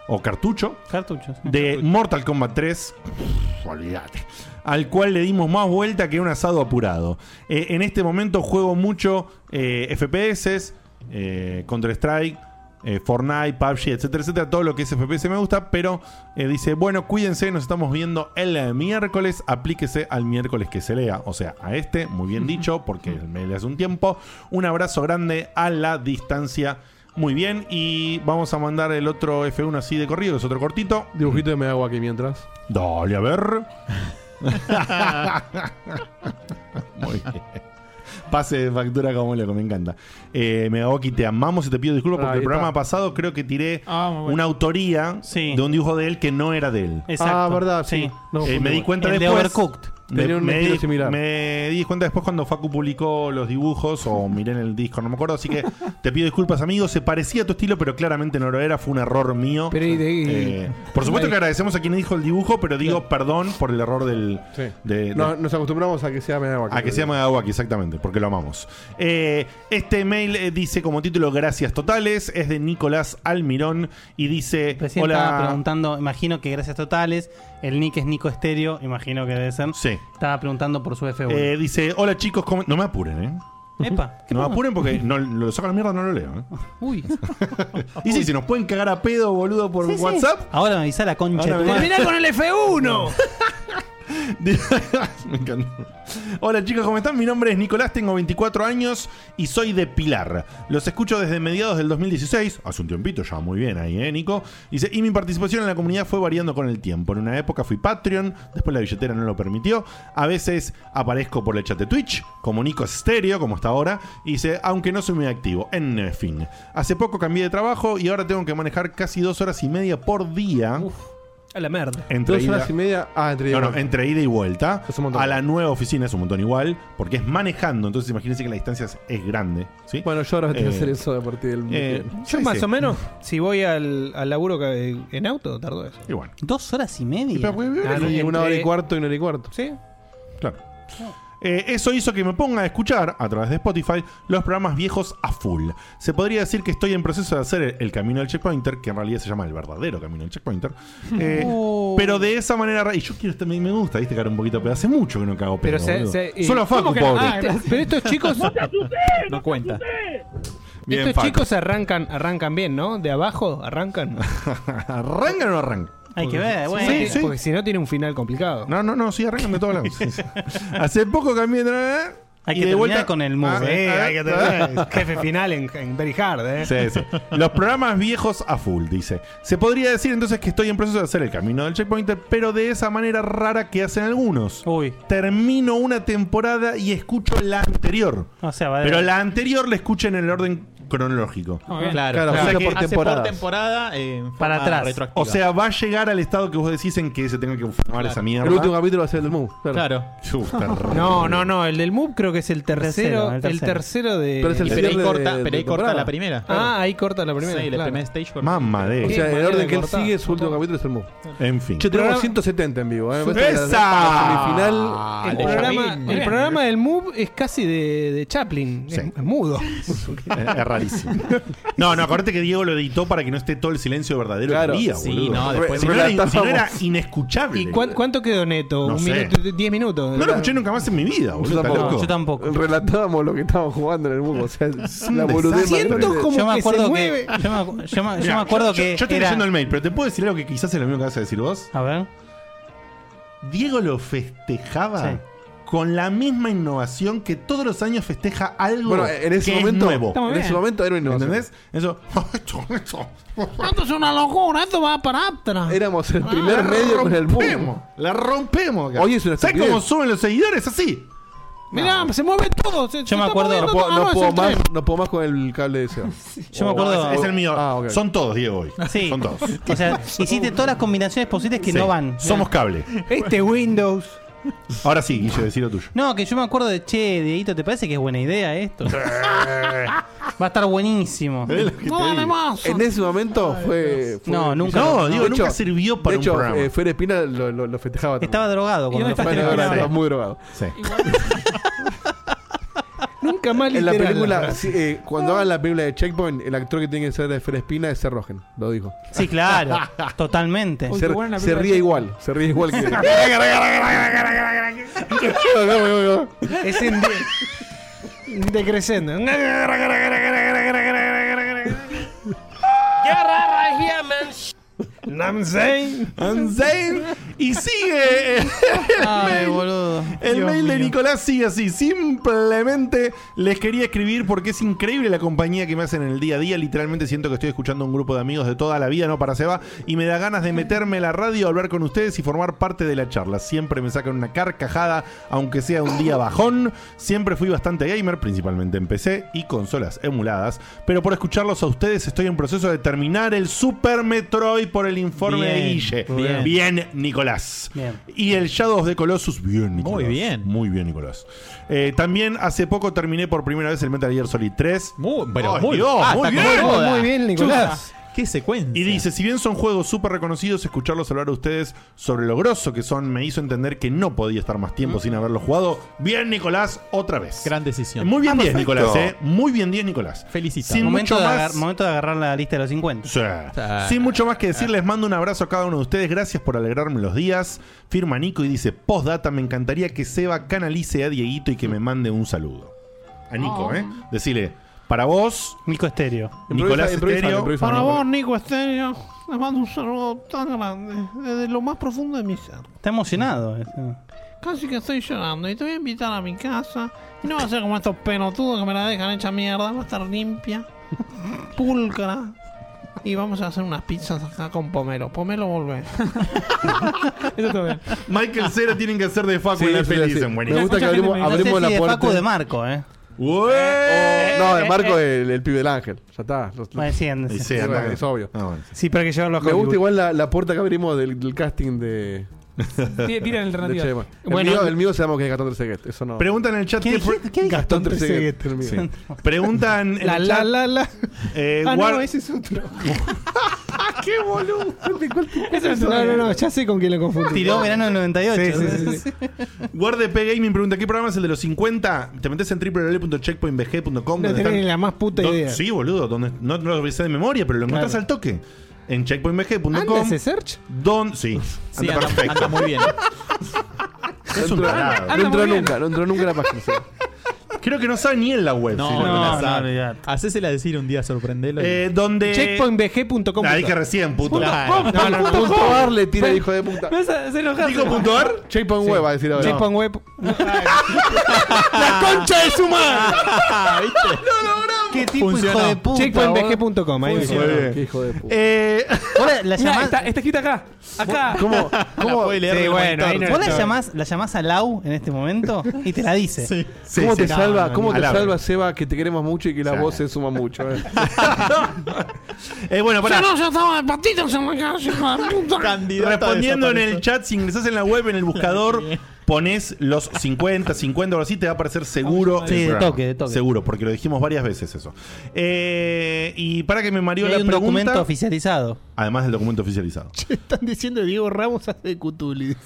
Speaker 3: o cartucho
Speaker 4: Cartuchos.
Speaker 3: de Mortal Kombat 3. Pff, Olvídate. Al cual le dimos más vuelta que un asado apurado. Eh, en este momento juego mucho eh, FPS, eh, Counter-Strike, eh, Fortnite, PUBG, etcétera, etcétera. Todo lo que es FPS me gusta, pero eh, dice: Bueno, cuídense, nos estamos viendo el eh, miércoles. Aplíquese al miércoles que se lea. O sea, a este, muy bien dicho, porque me le hace un tiempo. Un abrazo grande a la distancia. Muy bien, y vamos a mandar el otro F1 así de corrido, es otro cortito.
Speaker 5: Dibujito de me hago aquí mientras.
Speaker 3: Dale, a
Speaker 5: (laughs)
Speaker 3: ver. Muy bien. Pase de factura como loco, me encanta. Eh, Megawaki, te amamos y te pido disculpas porque
Speaker 5: Ahí
Speaker 3: el programa
Speaker 5: está.
Speaker 3: pasado creo que tiré
Speaker 5: Ah, muy bueno.
Speaker 3: una autoría de un dibujo de él que no era de él.
Speaker 5: Exacto. Ah, verdad, sí. No,
Speaker 3: Eh,
Speaker 5: fue
Speaker 3: me di
Speaker 5: bueno.
Speaker 3: cuenta
Speaker 5: El de
Speaker 3: después.
Speaker 5: Overcooked.
Speaker 3: Me,
Speaker 5: Tenía un
Speaker 3: me
Speaker 5: estilo
Speaker 3: di,
Speaker 5: similar.
Speaker 3: me di cuenta después cuando Facu publicó los dibujos o miré en el disco, no me acuerdo. Así
Speaker 5: (laughs)
Speaker 3: que te pido disculpas, amigo. Se parecía a tu estilo, pero claramente no lo era. Fue un error mío. Eh, por supuesto que agradecemos a quien dijo el dibujo, pero digo perdón por el error del. de- de-
Speaker 5: No, Eh, nos acostumbramos a que sea me hago aquí.
Speaker 3: a que se llama Agua, exactamente, porque lo amamos. Eh, este mail eh, dice como título Gracias Totales, es de Nicolás Almirón y dice:
Speaker 4: Recién estaba
Speaker 3: Hola.
Speaker 4: preguntando, imagino que gracias totales. El nick es Nico Estéreo, imagino que debe ser.
Speaker 3: Sí.
Speaker 4: Estaba preguntando por su F1.
Speaker 3: Eh, dice: Hola chicos, ¿cómo-" no me apuren, ¿eh?
Speaker 4: Epa,
Speaker 3: no me apuren porque no, lo saco a la mierda, no lo leo. ¿eh?
Speaker 4: Uy.
Speaker 3: (laughs) Y sí, si nos pueden cagar a pedo, boludo, por
Speaker 4: Sí, sí.
Speaker 3: WhatsApp.
Speaker 4: Ahora me avisa la concha.
Speaker 3: Ahora
Speaker 4: de tu
Speaker 3: me-
Speaker 4: madre.
Speaker 3: Terminá
Speaker 2: con
Speaker 3: (laughs)
Speaker 2: el F1!
Speaker 3: Me encantó. Hola chicos, ¿cómo están? Mi nombre es Nicolás, tengo 24 años y soy de Pilar. Los escucho desde mediados del 2016, hace un tiempito ya, muy bien ahí, ¿eh, Nico? Dice, y mi participación en la comunidad fue variando con el tiempo. En una época fui Patreon, después la billetera no lo permitió. A veces aparezco por el chat de Twitch, como Nico Stereo, como hasta ahora, y dice, aunque no soy muy activo. En fin, hace poco cambié de trabajo y ahora tengo que manejar casi dos horas y media por día.
Speaker 2: A la merda.
Speaker 3: Entre
Speaker 5: Dos horas
Speaker 3: ida-
Speaker 5: y media. Ah, entre
Speaker 3: no,
Speaker 5: ida y
Speaker 3: no,
Speaker 5: vuelta.
Speaker 3: entre ida y vuelta. A la nueva oficina es un montón igual, porque es manejando, entonces imagínense que la distancia es, es grande. ¿sí?
Speaker 5: Bueno, yo ahora voy a
Speaker 3: Eh,
Speaker 5: hacer eso a partir del.
Speaker 3: eh,
Speaker 2: Yo
Speaker 3: sí,
Speaker 2: más
Speaker 3: sí.
Speaker 2: o menos, si voy al, al laburo que- en auto, tardo eso.
Speaker 3: Igual.
Speaker 4: Dos horas y media.
Speaker 3: Eh,
Speaker 5: Ah, y una hora y cuarto y una hora y cuarto.
Speaker 2: Sí.
Speaker 3: Claro. Eh, eso hizo que me ponga a escuchar, a través de Spotify, los programas viejos a full. Se podría decir que estoy en proceso de hacer el, el camino del checkpointer, que en realidad se llama el verdadero camino del
Speaker 2: (laughs)
Speaker 3: checkpointer. Eh,
Speaker 7: Oh.
Speaker 3: Pero de esa manera. ra- Y yo quiero este- me me gusta, viste, cagar un poquito, pero hace mucho que no cago pedo.
Speaker 2: Pero se-
Speaker 3: boludo.
Speaker 2: se- y-
Speaker 3: Solo a Facu,
Speaker 2: ¿Cómo que no? Ah,
Speaker 3: pobre.
Speaker 2: gracias. Pero estos chicos- ¡No te
Speaker 3: no cuenta. Bien,
Speaker 2: Estos
Speaker 3: Facu.
Speaker 2: chicos arrancan, arrancan bien, ¿no? De abajo arrancan.
Speaker 3: (laughs) ¿Arrancan o no arrancan?
Speaker 2: Hay
Speaker 3: que ver, bueno. Sí, sí.
Speaker 2: Porque si no tiene un final complicado.
Speaker 3: No, no, no, sí, arrancan de
Speaker 2: (laughs)
Speaker 3: todos lados. Sí, sí. Hace poco cambié de.
Speaker 2: Hay
Speaker 3: y
Speaker 2: que
Speaker 3: de
Speaker 2: terminar
Speaker 3: vuelta-
Speaker 2: con el move,
Speaker 3: Ah,
Speaker 2: eh,
Speaker 3: ah,
Speaker 2: hay que terminar.
Speaker 3: ah.
Speaker 2: (laughs) Jefe final en, en Very Hard,
Speaker 3: (laughs)
Speaker 2: eh.
Speaker 3: Sí, sí. Los programas viejos a full, dice. Se podría decir entonces que estoy en proceso de hacer el camino del checkpointer, pero de esa manera rara que hacen algunos. Termino una temporada y escucho la anterior.
Speaker 4: O sea, va de-
Speaker 3: Pero la anterior la escucho en el orden cronológico.
Speaker 8: Ah, bien.
Speaker 3: Claro,
Speaker 8: Claro,
Speaker 3: o sea
Speaker 8: claro.
Speaker 3: que-
Speaker 8: Hace por temporada. temporada, eh, en
Speaker 3: para
Speaker 8: forma
Speaker 3: atrás.
Speaker 8: retroactiva.
Speaker 3: O sea, va a llegar al estado que vos decís en que se tenga que fumar esa mierda.
Speaker 5: El último capítulo va a ser el del Mu.
Speaker 8: Claro.
Speaker 2: No, no, no. El del MUB creo que es el tercero.
Speaker 8: Tercero, el
Speaker 2: el,
Speaker 8: tercero.
Speaker 2: tercero. de.
Speaker 8: Pero es el Y pero ahí cierre corta- de- pero ahí de corta temporada. la primera.
Speaker 2: Ah, ahí corta la primera.
Speaker 8: Sí, la
Speaker 2: claro.
Speaker 8: primera stage corta.
Speaker 3: Mamma de.
Speaker 5: O sea, el orden que él
Speaker 2: cortar.
Speaker 5: sigue, su último capítulo es el Mu.
Speaker 3: En fin.
Speaker 5: Che, tenemos
Speaker 2: Programa-
Speaker 5: 170 en vivo, ¿eh?
Speaker 3: ¡Esa!
Speaker 4: Ah,
Speaker 5: Semifinal.
Speaker 2: El programa, el programa del MUB es casi de, de Chaplin.
Speaker 3: Sí. Eh,
Speaker 2: Es, es mudo. (laughs)
Speaker 3: Es, es rarísimo. No, no, acordate que Diego lo editó para que no esté todo el silencio verdadero
Speaker 2: Claro.
Speaker 3: que había,
Speaker 2: Sí,
Speaker 3: boludo.
Speaker 2: no, después-
Speaker 3: si, no era,
Speaker 2: Relatábamos.
Speaker 3: si no
Speaker 4: (laughs)
Speaker 3: era inescuchable.
Speaker 2: ¿Y cuán- cuánto quedó neto?
Speaker 3: No
Speaker 2: ¿Un
Speaker 3: sé.
Speaker 2: minuto? ¿Diez minutos?
Speaker 3: No lo escuché nunca más en mi vida, boludo. ¿estás loco?
Speaker 2: tampoco.
Speaker 5: Relatábamos lo que estábamos jugando en el Mu.
Speaker 3: (laughs)
Speaker 5: O sea,
Speaker 3: un
Speaker 5: la boludez
Speaker 3: desastre.
Speaker 5: más grande.
Speaker 4: yo me acuerdo que, yo me, acu- yo me- yo me
Speaker 3: Mirá,
Speaker 4: acuerdo
Speaker 3: yo-
Speaker 4: que
Speaker 3: Yo estoy
Speaker 4: era-
Speaker 3: leyendo el mail, pero te puedo decir algo que quizás es lo mismo que vas a decir vos.
Speaker 4: A ver.
Speaker 3: Diego lo festejaba
Speaker 4: Sí.
Speaker 3: con la misma innovación que todos los años festeja algo
Speaker 5: Bueno, en ese
Speaker 3: que es
Speaker 5: momento-
Speaker 3: nuevo.
Speaker 5: en ese momento era una innovación.
Speaker 3: ¿Entendés? Eso, (laughs) esto, esto.
Speaker 9: Esto es una locura, esto va para Aptra.
Speaker 5: Éramos el primer medio con el
Speaker 3: Ah, rompemos,
Speaker 5: Mu.
Speaker 3: La rompemos acá.
Speaker 5: Oye, es una
Speaker 3: ¿Sabes
Speaker 5: estupidez.
Speaker 3: cómo suben los seguidores? Así.
Speaker 9: Mirá, se mueve todo. se- se está
Speaker 5: No
Speaker 9: moviendo
Speaker 5: puedo,
Speaker 9: todo,
Speaker 3: Ah,
Speaker 9: ah,
Speaker 5: no puedo
Speaker 9: es el
Speaker 5: más,
Speaker 9: tren.
Speaker 5: no puedo más con el cable de Seba.
Speaker 4: Yo me acuerdo.
Speaker 3: Oh, Es el mío.
Speaker 4: Ah, ok.
Speaker 3: Son todos, Diego, hoy.
Speaker 4: (laughs) Sí.
Speaker 3: Son todos.
Speaker 4: O sea, hiciste todas las combinaciones posibles que
Speaker 3: Sí.
Speaker 4: no van.
Speaker 3: Somos cable.
Speaker 2: Este Windows.
Speaker 3: Ahora sí, Guille, decí lo tuyo.
Speaker 4: No, que yo me acuerdo de, che, Dieguito, ¿te parece que es buena idea
Speaker 3: (laughs)
Speaker 4: esto? Va a estar buenísimo.
Speaker 5: En ese momento fue, fue-
Speaker 4: No, nunca-
Speaker 5: De
Speaker 4: no, digo, nunca
Speaker 3: sirvió para
Speaker 5: de
Speaker 3: un
Speaker 5: hecho,
Speaker 3: programa.
Speaker 5: eh, Fer Espina lo, lo- lo festejaba. también.
Speaker 4: Estaba drogado cuando lo
Speaker 5: Bueno,
Speaker 4: festejaba.
Speaker 5: ahora
Speaker 4: Sí.
Speaker 5: está muy drogado.
Speaker 3: Sí.
Speaker 2: (laughs) Nunca más
Speaker 5: En la
Speaker 2: literal,
Speaker 5: película,
Speaker 2: verdad.
Speaker 5: sí, eh, cuando hagan la película de Checkpoint, el actor que tiene que ser de Fer Espina es Ser Rogen, lo dijo. (laughs)
Speaker 4: Sí, claro. Totalmente.
Speaker 5: se, se ríe igual, se ríe
Speaker 1: (laughs)
Speaker 5: igual que.
Speaker 2: Es en de- decreciendo.
Speaker 3: Ansane. Y sigue el
Speaker 4: (laughs)
Speaker 3: mail, el
Speaker 4: Dios
Speaker 3: mail de
Speaker 4: mío.
Speaker 3: Nicolás sigue así. Simplemente les quería escribir porque es increíble la compañía que me hacen en el día a día. Literalmente siento que estoy escuchando un grupo de amigos de toda la vida, no para Seba. Y me da ganas de meterme en la radio, hablar con ustedes y formar parte de la charla. Siempre me sacan una carcajada, aunque sea un día bajón. Siempre fui bastante gamer, principalmente en PC y consolas emuladas. Pero por escucharlos a ustedes estoy en proceso de terminar el Super Metroid por el informe de
Speaker 8: Bien,
Speaker 3: Guille.
Speaker 8: muy bien.
Speaker 3: Bien, Nicolás. Y el Shadow of the Colossus, bien, Nicolás.
Speaker 8: Muy bien.
Speaker 3: Muy bien, Nicolás. Eh, también hace poco terminé por primera vez el Metal Gear Solid 3. Muy,
Speaker 8: pero muy- ah,
Speaker 3: muy,
Speaker 8: está
Speaker 3: bien.
Speaker 8: como moda. Muy bien, Nicolás.
Speaker 3: Qué secuencia. Y dice, si bien son juegos súper reconocidos, escucharlos hablar a ustedes sobre lo grosso que son me hizo entender que no podía estar más
Speaker 8: Mm.
Speaker 3: tiempo sin haberlo jugado. Bien, Nicolás, otra vez. Gran decisión. Muy bien,
Speaker 4: Ah,
Speaker 3: 10,
Speaker 4: perfecto.
Speaker 3: Nicolás. eh. Muy bien, 10, Nicolás. Felicita. Sin
Speaker 4: momento,
Speaker 3: mucho
Speaker 4: de
Speaker 3: más,
Speaker 4: agar- momento de agarrar la lista de los 50.
Speaker 3: sin mucho
Speaker 4: ah,
Speaker 3: más que decir, les mando un abrazo a cada uno de ustedes. Gracias por alegrarme los días. Firma Nico y dice: Postdata, me encantaría que Seba canalice a Dieguito y que me mande un saludo. A Nico,
Speaker 9: Oh.
Speaker 3: ¿eh? Decirle: Para vos.
Speaker 4: Nico Estéreo.
Speaker 3: Nicolás
Speaker 5: Improvisa, improvisa,
Speaker 3: Estéreo.
Speaker 5: improvisa.
Speaker 9: Para vos, Nico Estéreo, les mando un saludo tan grande, desde lo más profundo de mi ser.
Speaker 4: Está emocionado. eh.
Speaker 9: Casi que estoy llorando y te voy a invitar a mi casa. Y no va a ser como estos pelotudos que me la dejan hecha mierda, va a estar limpia, pulcra. Y vamos a hacer unas pizzas acá con Pomelo. Pomelo volvé.
Speaker 3: (laughs) Michael Cera tienen que hacer de Facu
Speaker 5: Sí,
Speaker 3: en la
Speaker 5: sí,
Speaker 3: peli.
Speaker 5: sí.
Speaker 3: Dicen,
Speaker 5: Me
Speaker 3: buenísimo.
Speaker 5: gusta que abrimos-
Speaker 4: No sé
Speaker 5: abrimos
Speaker 4: si
Speaker 5: la
Speaker 4: de
Speaker 5: puerta.
Speaker 4: Facu o de Marco, ¿eh?
Speaker 5: Eh, no, de Marco el, el pibe del ángel. Ya está. Los-
Speaker 4: Bueno, sí, anda, sí.
Speaker 5: Sí,
Speaker 4: Sí,
Speaker 5: anda,
Speaker 4: anda.
Speaker 5: es obvio.
Speaker 3: Ah,
Speaker 2: Sí, pero hay que llevarlo a
Speaker 5: Me gusta
Speaker 2: Hollywood.
Speaker 5: igual la, la puerta que abrimos del, del
Speaker 3: (laughs)
Speaker 5: casting de.
Speaker 2: tira el
Speaker 5: de
Speaker 2: alternativa.
Speaker 5: Chema. El,
Speaker 2: Bueno.
Speaker 5: mío, el mío se llama que es Gastón Treseguet. Eso no.
Speaker 3: Pregunta en el chat qué, fue-
Speaker 5: Gastón Treseguet. el mío.
Speaker 3: Sí.
Speaker 5: (laughs)
Speaker 3: Preguntan en
Speaker 5: La,
Speaker 3: el
Speaker 5: la,
Speaker 3: chat.
Speaker 5: la, la.
Speaker 3: eh,
Speaker 2: Ah,
Speaker 3: (laughs) guard-
Speaker 2: no, ese es otro.
Speaker 5: ¡Qué (laughs) boludo!
Speaker 4: No, no, no, ya sé con quién lo confundí.
Speaker 20: Tiró verano del 98.
Speaker 3: Sí, sí, sí, sí. Guarde P Gaming pregunta: ¿Qué programa es el de los 50? Te metes en www.checkpointbg.com.
Speaker 4: No
Speaker 3: donde
Speaker 4: tenés
Speaker 3: están-
Speaker 4: la más puta
Speaker 3: Do-
Speaker 4: idea.
Speaker 3: Sí, boludo. Donde, no, no lo sé de memoria, pero lo encontrás
Speaker 4: Claro.
Speaker 3: al toque. En checkpointbg.com.
Speaker 4: ¿Anda ese search?
Speaker 3: Don, sí.
Speaker 4: Sí,
Speaker 3: Anda
Speaker 4: anda-
Speaker 3: perfecto.
Speaker 4: anda muy bien.
Speaker 3: (laughs) Es un tarado.
Speaker 5: No entró nunca, no entró nunca la página.
Speaker 3: Creo que no sabe ni en la web.
Speaker 8: No,
Speaker 3: si lo
Speaker 8: no,
Speaker 3: conoce.
Speaker 8: no, olvidate. Hacésela decir un día, sorprendelo.
Speaker 3: Eh, donde-
Speaker 4: Checkpointbg.com.
Speaker 3: La dije recién, puto.
Speaker 8: Claro.
Speaker 3: No, no, no.
Speaker 5: punto ar le tira hijo de puta.
Speaker 7: Me vas a hacer enojar.
Speaker 5: ¿Dijo
Speaker 3: punto ar?
Speaker 5: Checkpoint web va a decir ahora.
Speaker 4: Checkpoint web.
Speaker 5: ¡La concha de su madre!
Speaker 4: ¿Qué
Speaker 5: tipo hijo de puta,
Speaker 4: Checkpointbg.com. Ahí
Speaker 5: Funcionó.
Speaker 4: viene.
Speaker 5: Qué hijo de puta.
Speaker 3: Eh,
Speaker 20: la
Speaker 7: Mirá,
Speaker 20: llamás-
Speaker 7: está, está escrita acá. Acá.
Speaker 4: (laughs)
Speaker 20: ¿Cómo?
Speaker 7: ¿Cómo? La puede leer del monitor.
Speaker 20: ¿Vos la
Speaker 7: Está.
Speaker 20: llamás, la llamás a Lau en este momento y te la dice?
Speaker 5: ¿Cómo te
Speaker 20: No,
Speaker 5: salva,
Speaker 20: no,
Speaker 5: cómo
Speaker 20: no.
Speaker 5: te salva Seba, que te queremos mucho y que la voz se suma mucho?
Speaker 4: (laughs)
Speaker 5: eh?
Speaker 3: Eh, bueno, pará.
Speaker 9: Yo no, yo estaba de patitas en la calle, hijo de puta.
Speaker 3: Respondiendo en el chat, si ingresás en la web, en
Speaker 20: (laughs)
Speaker 3: el buscador, pones los 50, 50 o así, te va a aparecer seguro.
Speaker 20: Sí,
Speaker 3: el
Speaker 20: de
Speaker 3: programa.
Speaker 20: toque, de toque.
Speaker 3: Seguro, porque lo dijimos varias veces eso. Eh, y para que me
Speaker 20: Y
Speaker 3: mareó
Speaker 20: hay
Speaker 3: la
Speaker 20: un
Speaker 3: pregunta.
Speaker 20: documento oficializado.
Speaker 3: Además del documento
Speaker 20: (laughs)
Speaker 3: oficializado.
Speaker 4: Están diciendo Diego Ramos hace de Cutuli.
Speaker 5: bien,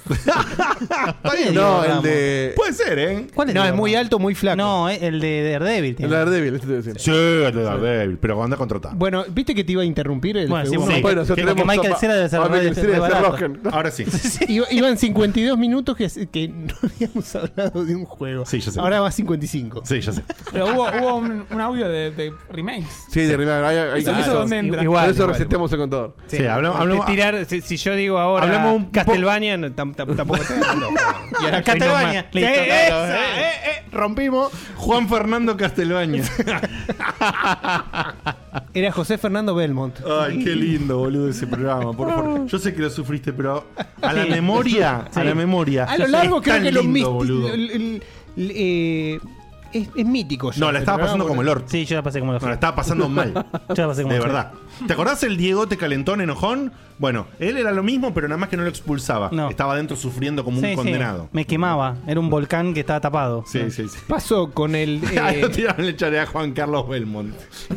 Speaker 5: No, Diego el Ramos. de-
Speaker 3: Puede ser, ¿eh?
Speaker 20: ¿Cuál es
Speaker 4: No,
Speaker 20: el
Speaker 4: es muy alto, muy flaco.
Speaker 20: No, eh, el de Daredevil.
Speaker 5: El Daredevil, este te voy a decir.
Speaker 3: Sí, el de Daredevil, pero anda contratado.
Speaker 4: Bueno, viste que te iba a interrumpir el
Speaker 3: Bueno, sí,
Speaker 4: segundo?
Speaker 3: bueno, Bueno, sí, porque tenemos Michael sopa. Cera debe ser Ah, Michael Cera debe ser barato. Rogen. Ahora
Speaker 4: (laughs)
Speaker 3: sí.
Speaker 4: Iba- Iban 52 minutos que, que
Speaker 9: (laughs)
Speaker 4: no habíamos hablado de un juego.
Speaker 3: Sí, ya sé.
Speaker 4: Ahora va 55.
Speaker 3: Sí, ya sé.
Speaker 7: Pero hubo, hubo un, un audio de, de remakes.
Speaker 5: Sí, de remake. Hay, hay-
Speaker 7: Eso-
Speaker 5: hay-
Speaker 7: eso dónde entra. Igual,
Speaker 5: Eh, Por eso
Speaker 7: igual.
Speaker 5: reseteamos el contador. Este
Speaker 3: Sí, hablamos- hablamos-
Speaker 4: De tirar, si, si yo digo ahora
Speaker 3: Hablamos un po-
Speaker 4: Castlevania, no, tam- tam- tampoco
Speaker 3: (laughs)
Speaker 4: te Y ahora
Speaker 3: Castelvania.
Speaker 4: Kingdom Hearts. Listo,
Speaker 3: Sí,
Speaker 4: claro,
Speaker 3: esa,
Speaker 4: eh, eh, rompimos.
Speaker 3: Juan Fernando Castelbaño.
Speaker 4: (laughs) Era José Fernando Belmont.
Speaker 3: Ay, qué lindo, boludo, ese programa. Por favor. Yo sé que lo sufriste, pero a la memoria,
Speaker 4: Sí.
Speaker 3: a la memoria.
Speaker 4: A lo
Speaker 3: es
Speaker 4: largo creo
Speaker 3: tan
Speaker 4: que lo
Speaker 3: lindo,
Speaker 4: místico.
Speaker 3: boludo.
Speaker 4: es, es mítico. ya.
Speaker 3: No, la estaba
Speaker 4: Pero,
Speaker 3: pasando
Speaker 4: ah,
Speaker 3: como el
Speaker 4: bueno.
Speaker 3: orto.
Speaker 20: Sí, yo la pasé como el orto.
Speaker 3: No, la estaba (laughs) pasando
Speaker 4: (laughs)
Speaker 3: mal.
Speaker 20: Yo la pasé como
Speaker 3: De
Speaker 20: el orto.
Speaker 3: verdad. ¿Te acordás el Diegote calentón enojón? Bueno, él era lo mismo, pero nada más que no lo expulsaba. Estaba adentro sufriendo como
Speaker 20: Sí,
Speaker 3: un
Speaker 20: sí.
Speaker 3: condenado.
Speaker 20: Me quemaba. Era un volcán que estaba tapado.
Speaker 3: Sí, sí, sí.
Speaker 4: Pasó
Speaker 3: (laughs)
Speaker 4: con el.
Speaker 3: Ah,
Speaker 4: eh,
Speaker 3: lo tiraron el charea a Juan Carlos Belmont.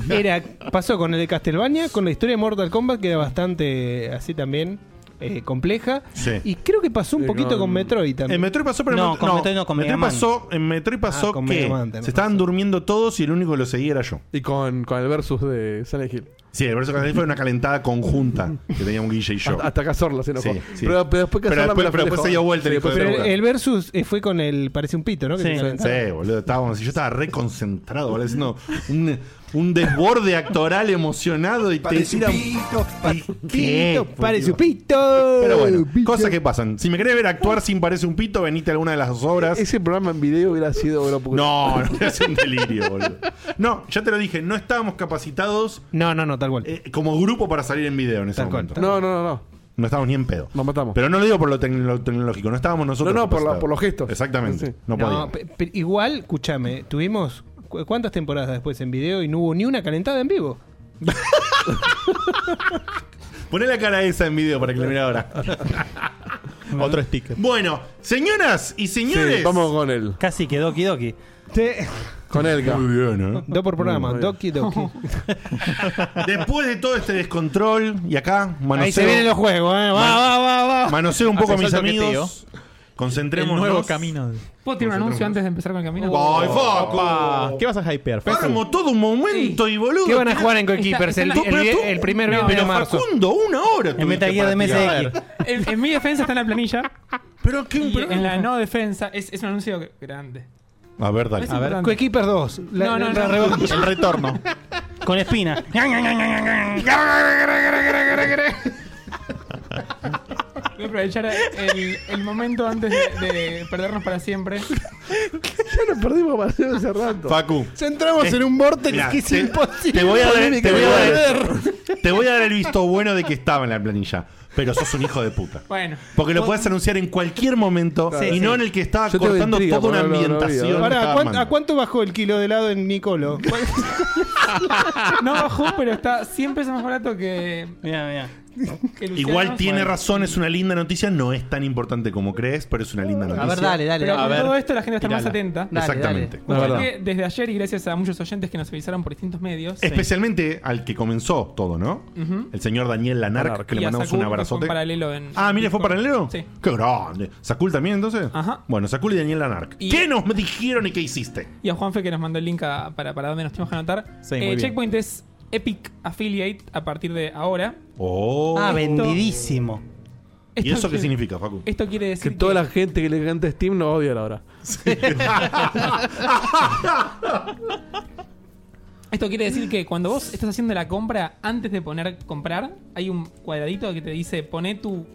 Speaker 4: Era, pasó con el de Castlevania, con la historia de Mortal Kombat, que era bastante eh, así también, eh, compleja.
Speaker 3: Sí.
Speaker 4: Y creo que pasó un
Speaker 3: Sí,
Speaker 4: poquito
Speaker 3: con-
Speaker 4: con, Metroid también.
Speaker 3: En Metroid pasó, pero en
Speaker 4: no,
Speaker 3: Met-
Speaker 4: con Metroid no, con
Speaker 3: Metroid
Speaker 4: Mega Man.
Speaker 3: pasó, eh, En Metroid pasó
Speaker 4: Ah, con
Speaker 3: que
Speaker 4: Mega Man
Speaker 3: se
Speaker 4: tenés
Speaker 3: estaban durmiendo todos y el único que lo seguía era yo.
Speaker 5: Y con, con el versus de Silent Hill.
Speaker 3: Sí, el verso canadiense fue una calentada conjunta que tenía un Guille y yo.
Speaker 5: Hasta, hasta Cazorla se enojó.
Speaker 3: Sí, sí.
Speaker 5: Pero, pero después
Speaker 3: Pero
Speaker 5: Cazorla
Speaker 3: después-
Speaker 5: me
Speaker 3: pero después
Speaker 5: dejó.
Speaker 3: se dio vuelta el hijo de
Speaker 5: después se
Speaker 4: Pero
Speaker 5: dio
Speaker 4: el, el versus eh, fue con el parece un pito, ¿no? Que
Speaker 3: Sí,
Speaker 4: se calentaba.
Speaker 3: sí, boludo. Estábamos, yo estaba reconcentrado, boludo, haciendo un, un desborde actoral emocionado y te
Speaker 4: Parece un
Speaker 3: tiran.
Speaker 4: pito,
Speaker 3: ¿Y
Speaker 4: pito,
Speaker 3: qué? Pues
Speaker 4: parece un pito.
Speaker 3: Pero bueno, cosas que pasan. Si me querés ver actuar sin parece un pito, venite a alguna de las obras.
Speaker 5: Ese programa en video hubiera sido oro puro. (laughs)
Speaker 3: No, no es un delirio, boludo. No, ya te lo dije, no estábamos capacitados
Speaker 4: No, no, no, tal cual.
Speaker 3: eh, como grupo para salir en video en ese momento.
Speaker 5: No, no, no, no.
Speaker 3: No estábamos ni en pedo.
Speaker 5: Nos matamos.
Speaker 3: Pero no lo digo por lo, tec- lo tecnológico, no estábamos nosotros.
Speaker 5: No, no, por la-
Speaker 3: capacitados.
Speaker 5: por los gestos.
Speaker 3: Exactamente.
Speaker 5: Sí.
Speaker 3: No, podíamos.
Speaker 4: No, pe- pe- igual, escúchame, tuvimos cu- cuántas temporadas después en video y no hubo ni una calentada en vivo.
Speaker 3: Poné la cara esa en video para que la mire
Speaker 5: (laughs)
Speaker 3: ahora.
Speaker 8: Otro sticker.
Speaker 3: Bueno, señoras y señores.
Speaker 5: Sí, vamos con él.
Speaker 20: Casi que Doki Doki.
Speaker 5: Con él, K.
Speaker 3: Muy bien, ¿eh?
Speaker 4: Dos por programa,
Speaker 3: (laughs)
Speaker 4: Doki Doki.
Speaker 3: Después de todo este descontrol, y acá, manoseo.
Speaker 4: Ahí se vienen los juegos, eh. Va,
Speaker 3: Man-
Speaker 4: va, va, va.
Speaker 3: Manoseo un poco a
Speaker 8: Haces
Speaker 3: mis
Speaker 8: el toqueteo.
Speaker 3: amigos. Concentremos.
Speaker 8: El nuevo camino.
Speaker 7: ¿Puedo tirar un anuncio antes de empezar con el camino?
Speaker 3: Ay, Facu.
Speaker 8: Opa, ¿Qué vas a hypear? Facu?
Speaker 3: Armo todo un momento y boludo.
Speaker 4: ¿Qué van a jugar en
Speaker 7: Coequippers?
Speaker 4: Coequippers
Speaker 7: El-
Speaker 4: el,
Speaker 7: el- el-
Speaker 3: el
Speaker 4: primer
Speaker 7: viernes
Speaker 4: de
Speaker 7: de
Speaker 4: marzo?
Speaker 3: Facundo, una hora.
Speaker 20: En Metal Gear de MSX.
Speaker 7: (laughs) En, en mi defensa está en la planilla.
Speaker 3: Pero qué
Speaker 7: y En la no defensa es, es un anuncio grande.
Speaker 3: A ver, dale.
Speaker 7: A ver.
Speaker 4: Coequippers 2. La,
Speaker 7: No, no,
Speaker 4: la
Speaker 7: no.
Speaker 4: revancha.
Speaker 8: El retorno.
Speaker 20: Con espina.
Speaker 7: Voy a aprovechar el, el momento antes de, de perdernos para siempre.
Speaker 5: Ya nos perdimos para hacer hace rato.
Speaker 3: Facu.
Speaker 5: Entramos
Speaker 3: Eh,
Speaker 5: en un vortex
Speaker 3: mirá,
Speaker 5: que es
Speaker 3: te-
Speaker 5: imposible.
Speaker 3: Te voy a dar,
Speaker 5: Polémica
Speaker 3: te voy a
Speaker 5: de
Speaker 3: dar- te voy a dar el visto bueno de que estaba en la planilla. pero sos un hijo de puta.
Speaker 7: Bueno.
Speaker 3: Porque lo puedes anunciar en cualquier momento
Speaker 7: Sí,
Speaker 3: y
Speaker 7: sí.
Speaker 3: no en el que estaba
Speaker 7: Yo tengo
Speaker 3: cortando
Speaker 7: intriga
Speaker 3: toda una
Speaker 7: por verlo, no lo vi,
Speaker 3: ambientación. que
Speaker 2: Ahora,
Speaker 3: estaba
Speaker 2: ¿cuán-
Speaker 3: armando.
Speaker 2: ¿a cuánto bajó el kilo de helado en Nicolo?
Speaker 7: (laughs) No bajó, pero está 100 pesos más barato que.
Speaker 4: Mira,
Speaker 7: mira.
Speaker 3: Igual tiene razón, es una linda noticia, no es tan importante como crees, pero es una linda noticia.
Speaker 7: Pero con todo esto la gente está más atenta.
Speaker 3: Exactamente.
Speaker 7: Porque desde ayer, y gracias a muchos oyentes que nos avisaron por distintos medios.
Speaker 3: Especialmente al que comenzó todo, ¿no?
Speaker 7: Ujú.
Speaker 3: El señor Daniel Lanark, que
Speaker 7: Y
Speaker 3: le
Speaker 7: a
Speaker 3: mandamos
Speaker 7: Sakul,
Speaker 3: un
Speaker 7: que fue
Speaker 3: abrazote.
Speaker 7: paralelo en-
Speaker 3: Ah, mire, fue paralelo.
Speaker 7: Sí.
Speaker 3: Qué grande. ¿Sacul también entonces? Ajá. Bueno, Sacul y Daniel Lanark.
Speaker 7: Y-
Speaker 3: ¿Qué nos dijeron y qué hiciste?
Speaker 7: Y a Juanfe que nos mandó el link a- para, para donde nos tenemos que anotar.
Speaker 3: Sí,
Speaker 7: Eh,
Speaker 3: muy bien.
Speaker 7: Checkpoint es Epic Affiliate a partir de ahora.
Speaker 3: Oh.
Speaker 7: Ah,
Speaker 4: vendidísimo.
Speaker 3: ¿Y eso qué significa, Facu?
Speaker 7: Esto quiere decir.
Speaker 5: Que toda la gente que le encanta Steam nos odia ahora.
Speaker 7: (laughs) Esto quiere decir que cuando vos estás haciendo la compra, antes de poner comprar, hay un cuadradito que te dice poné tu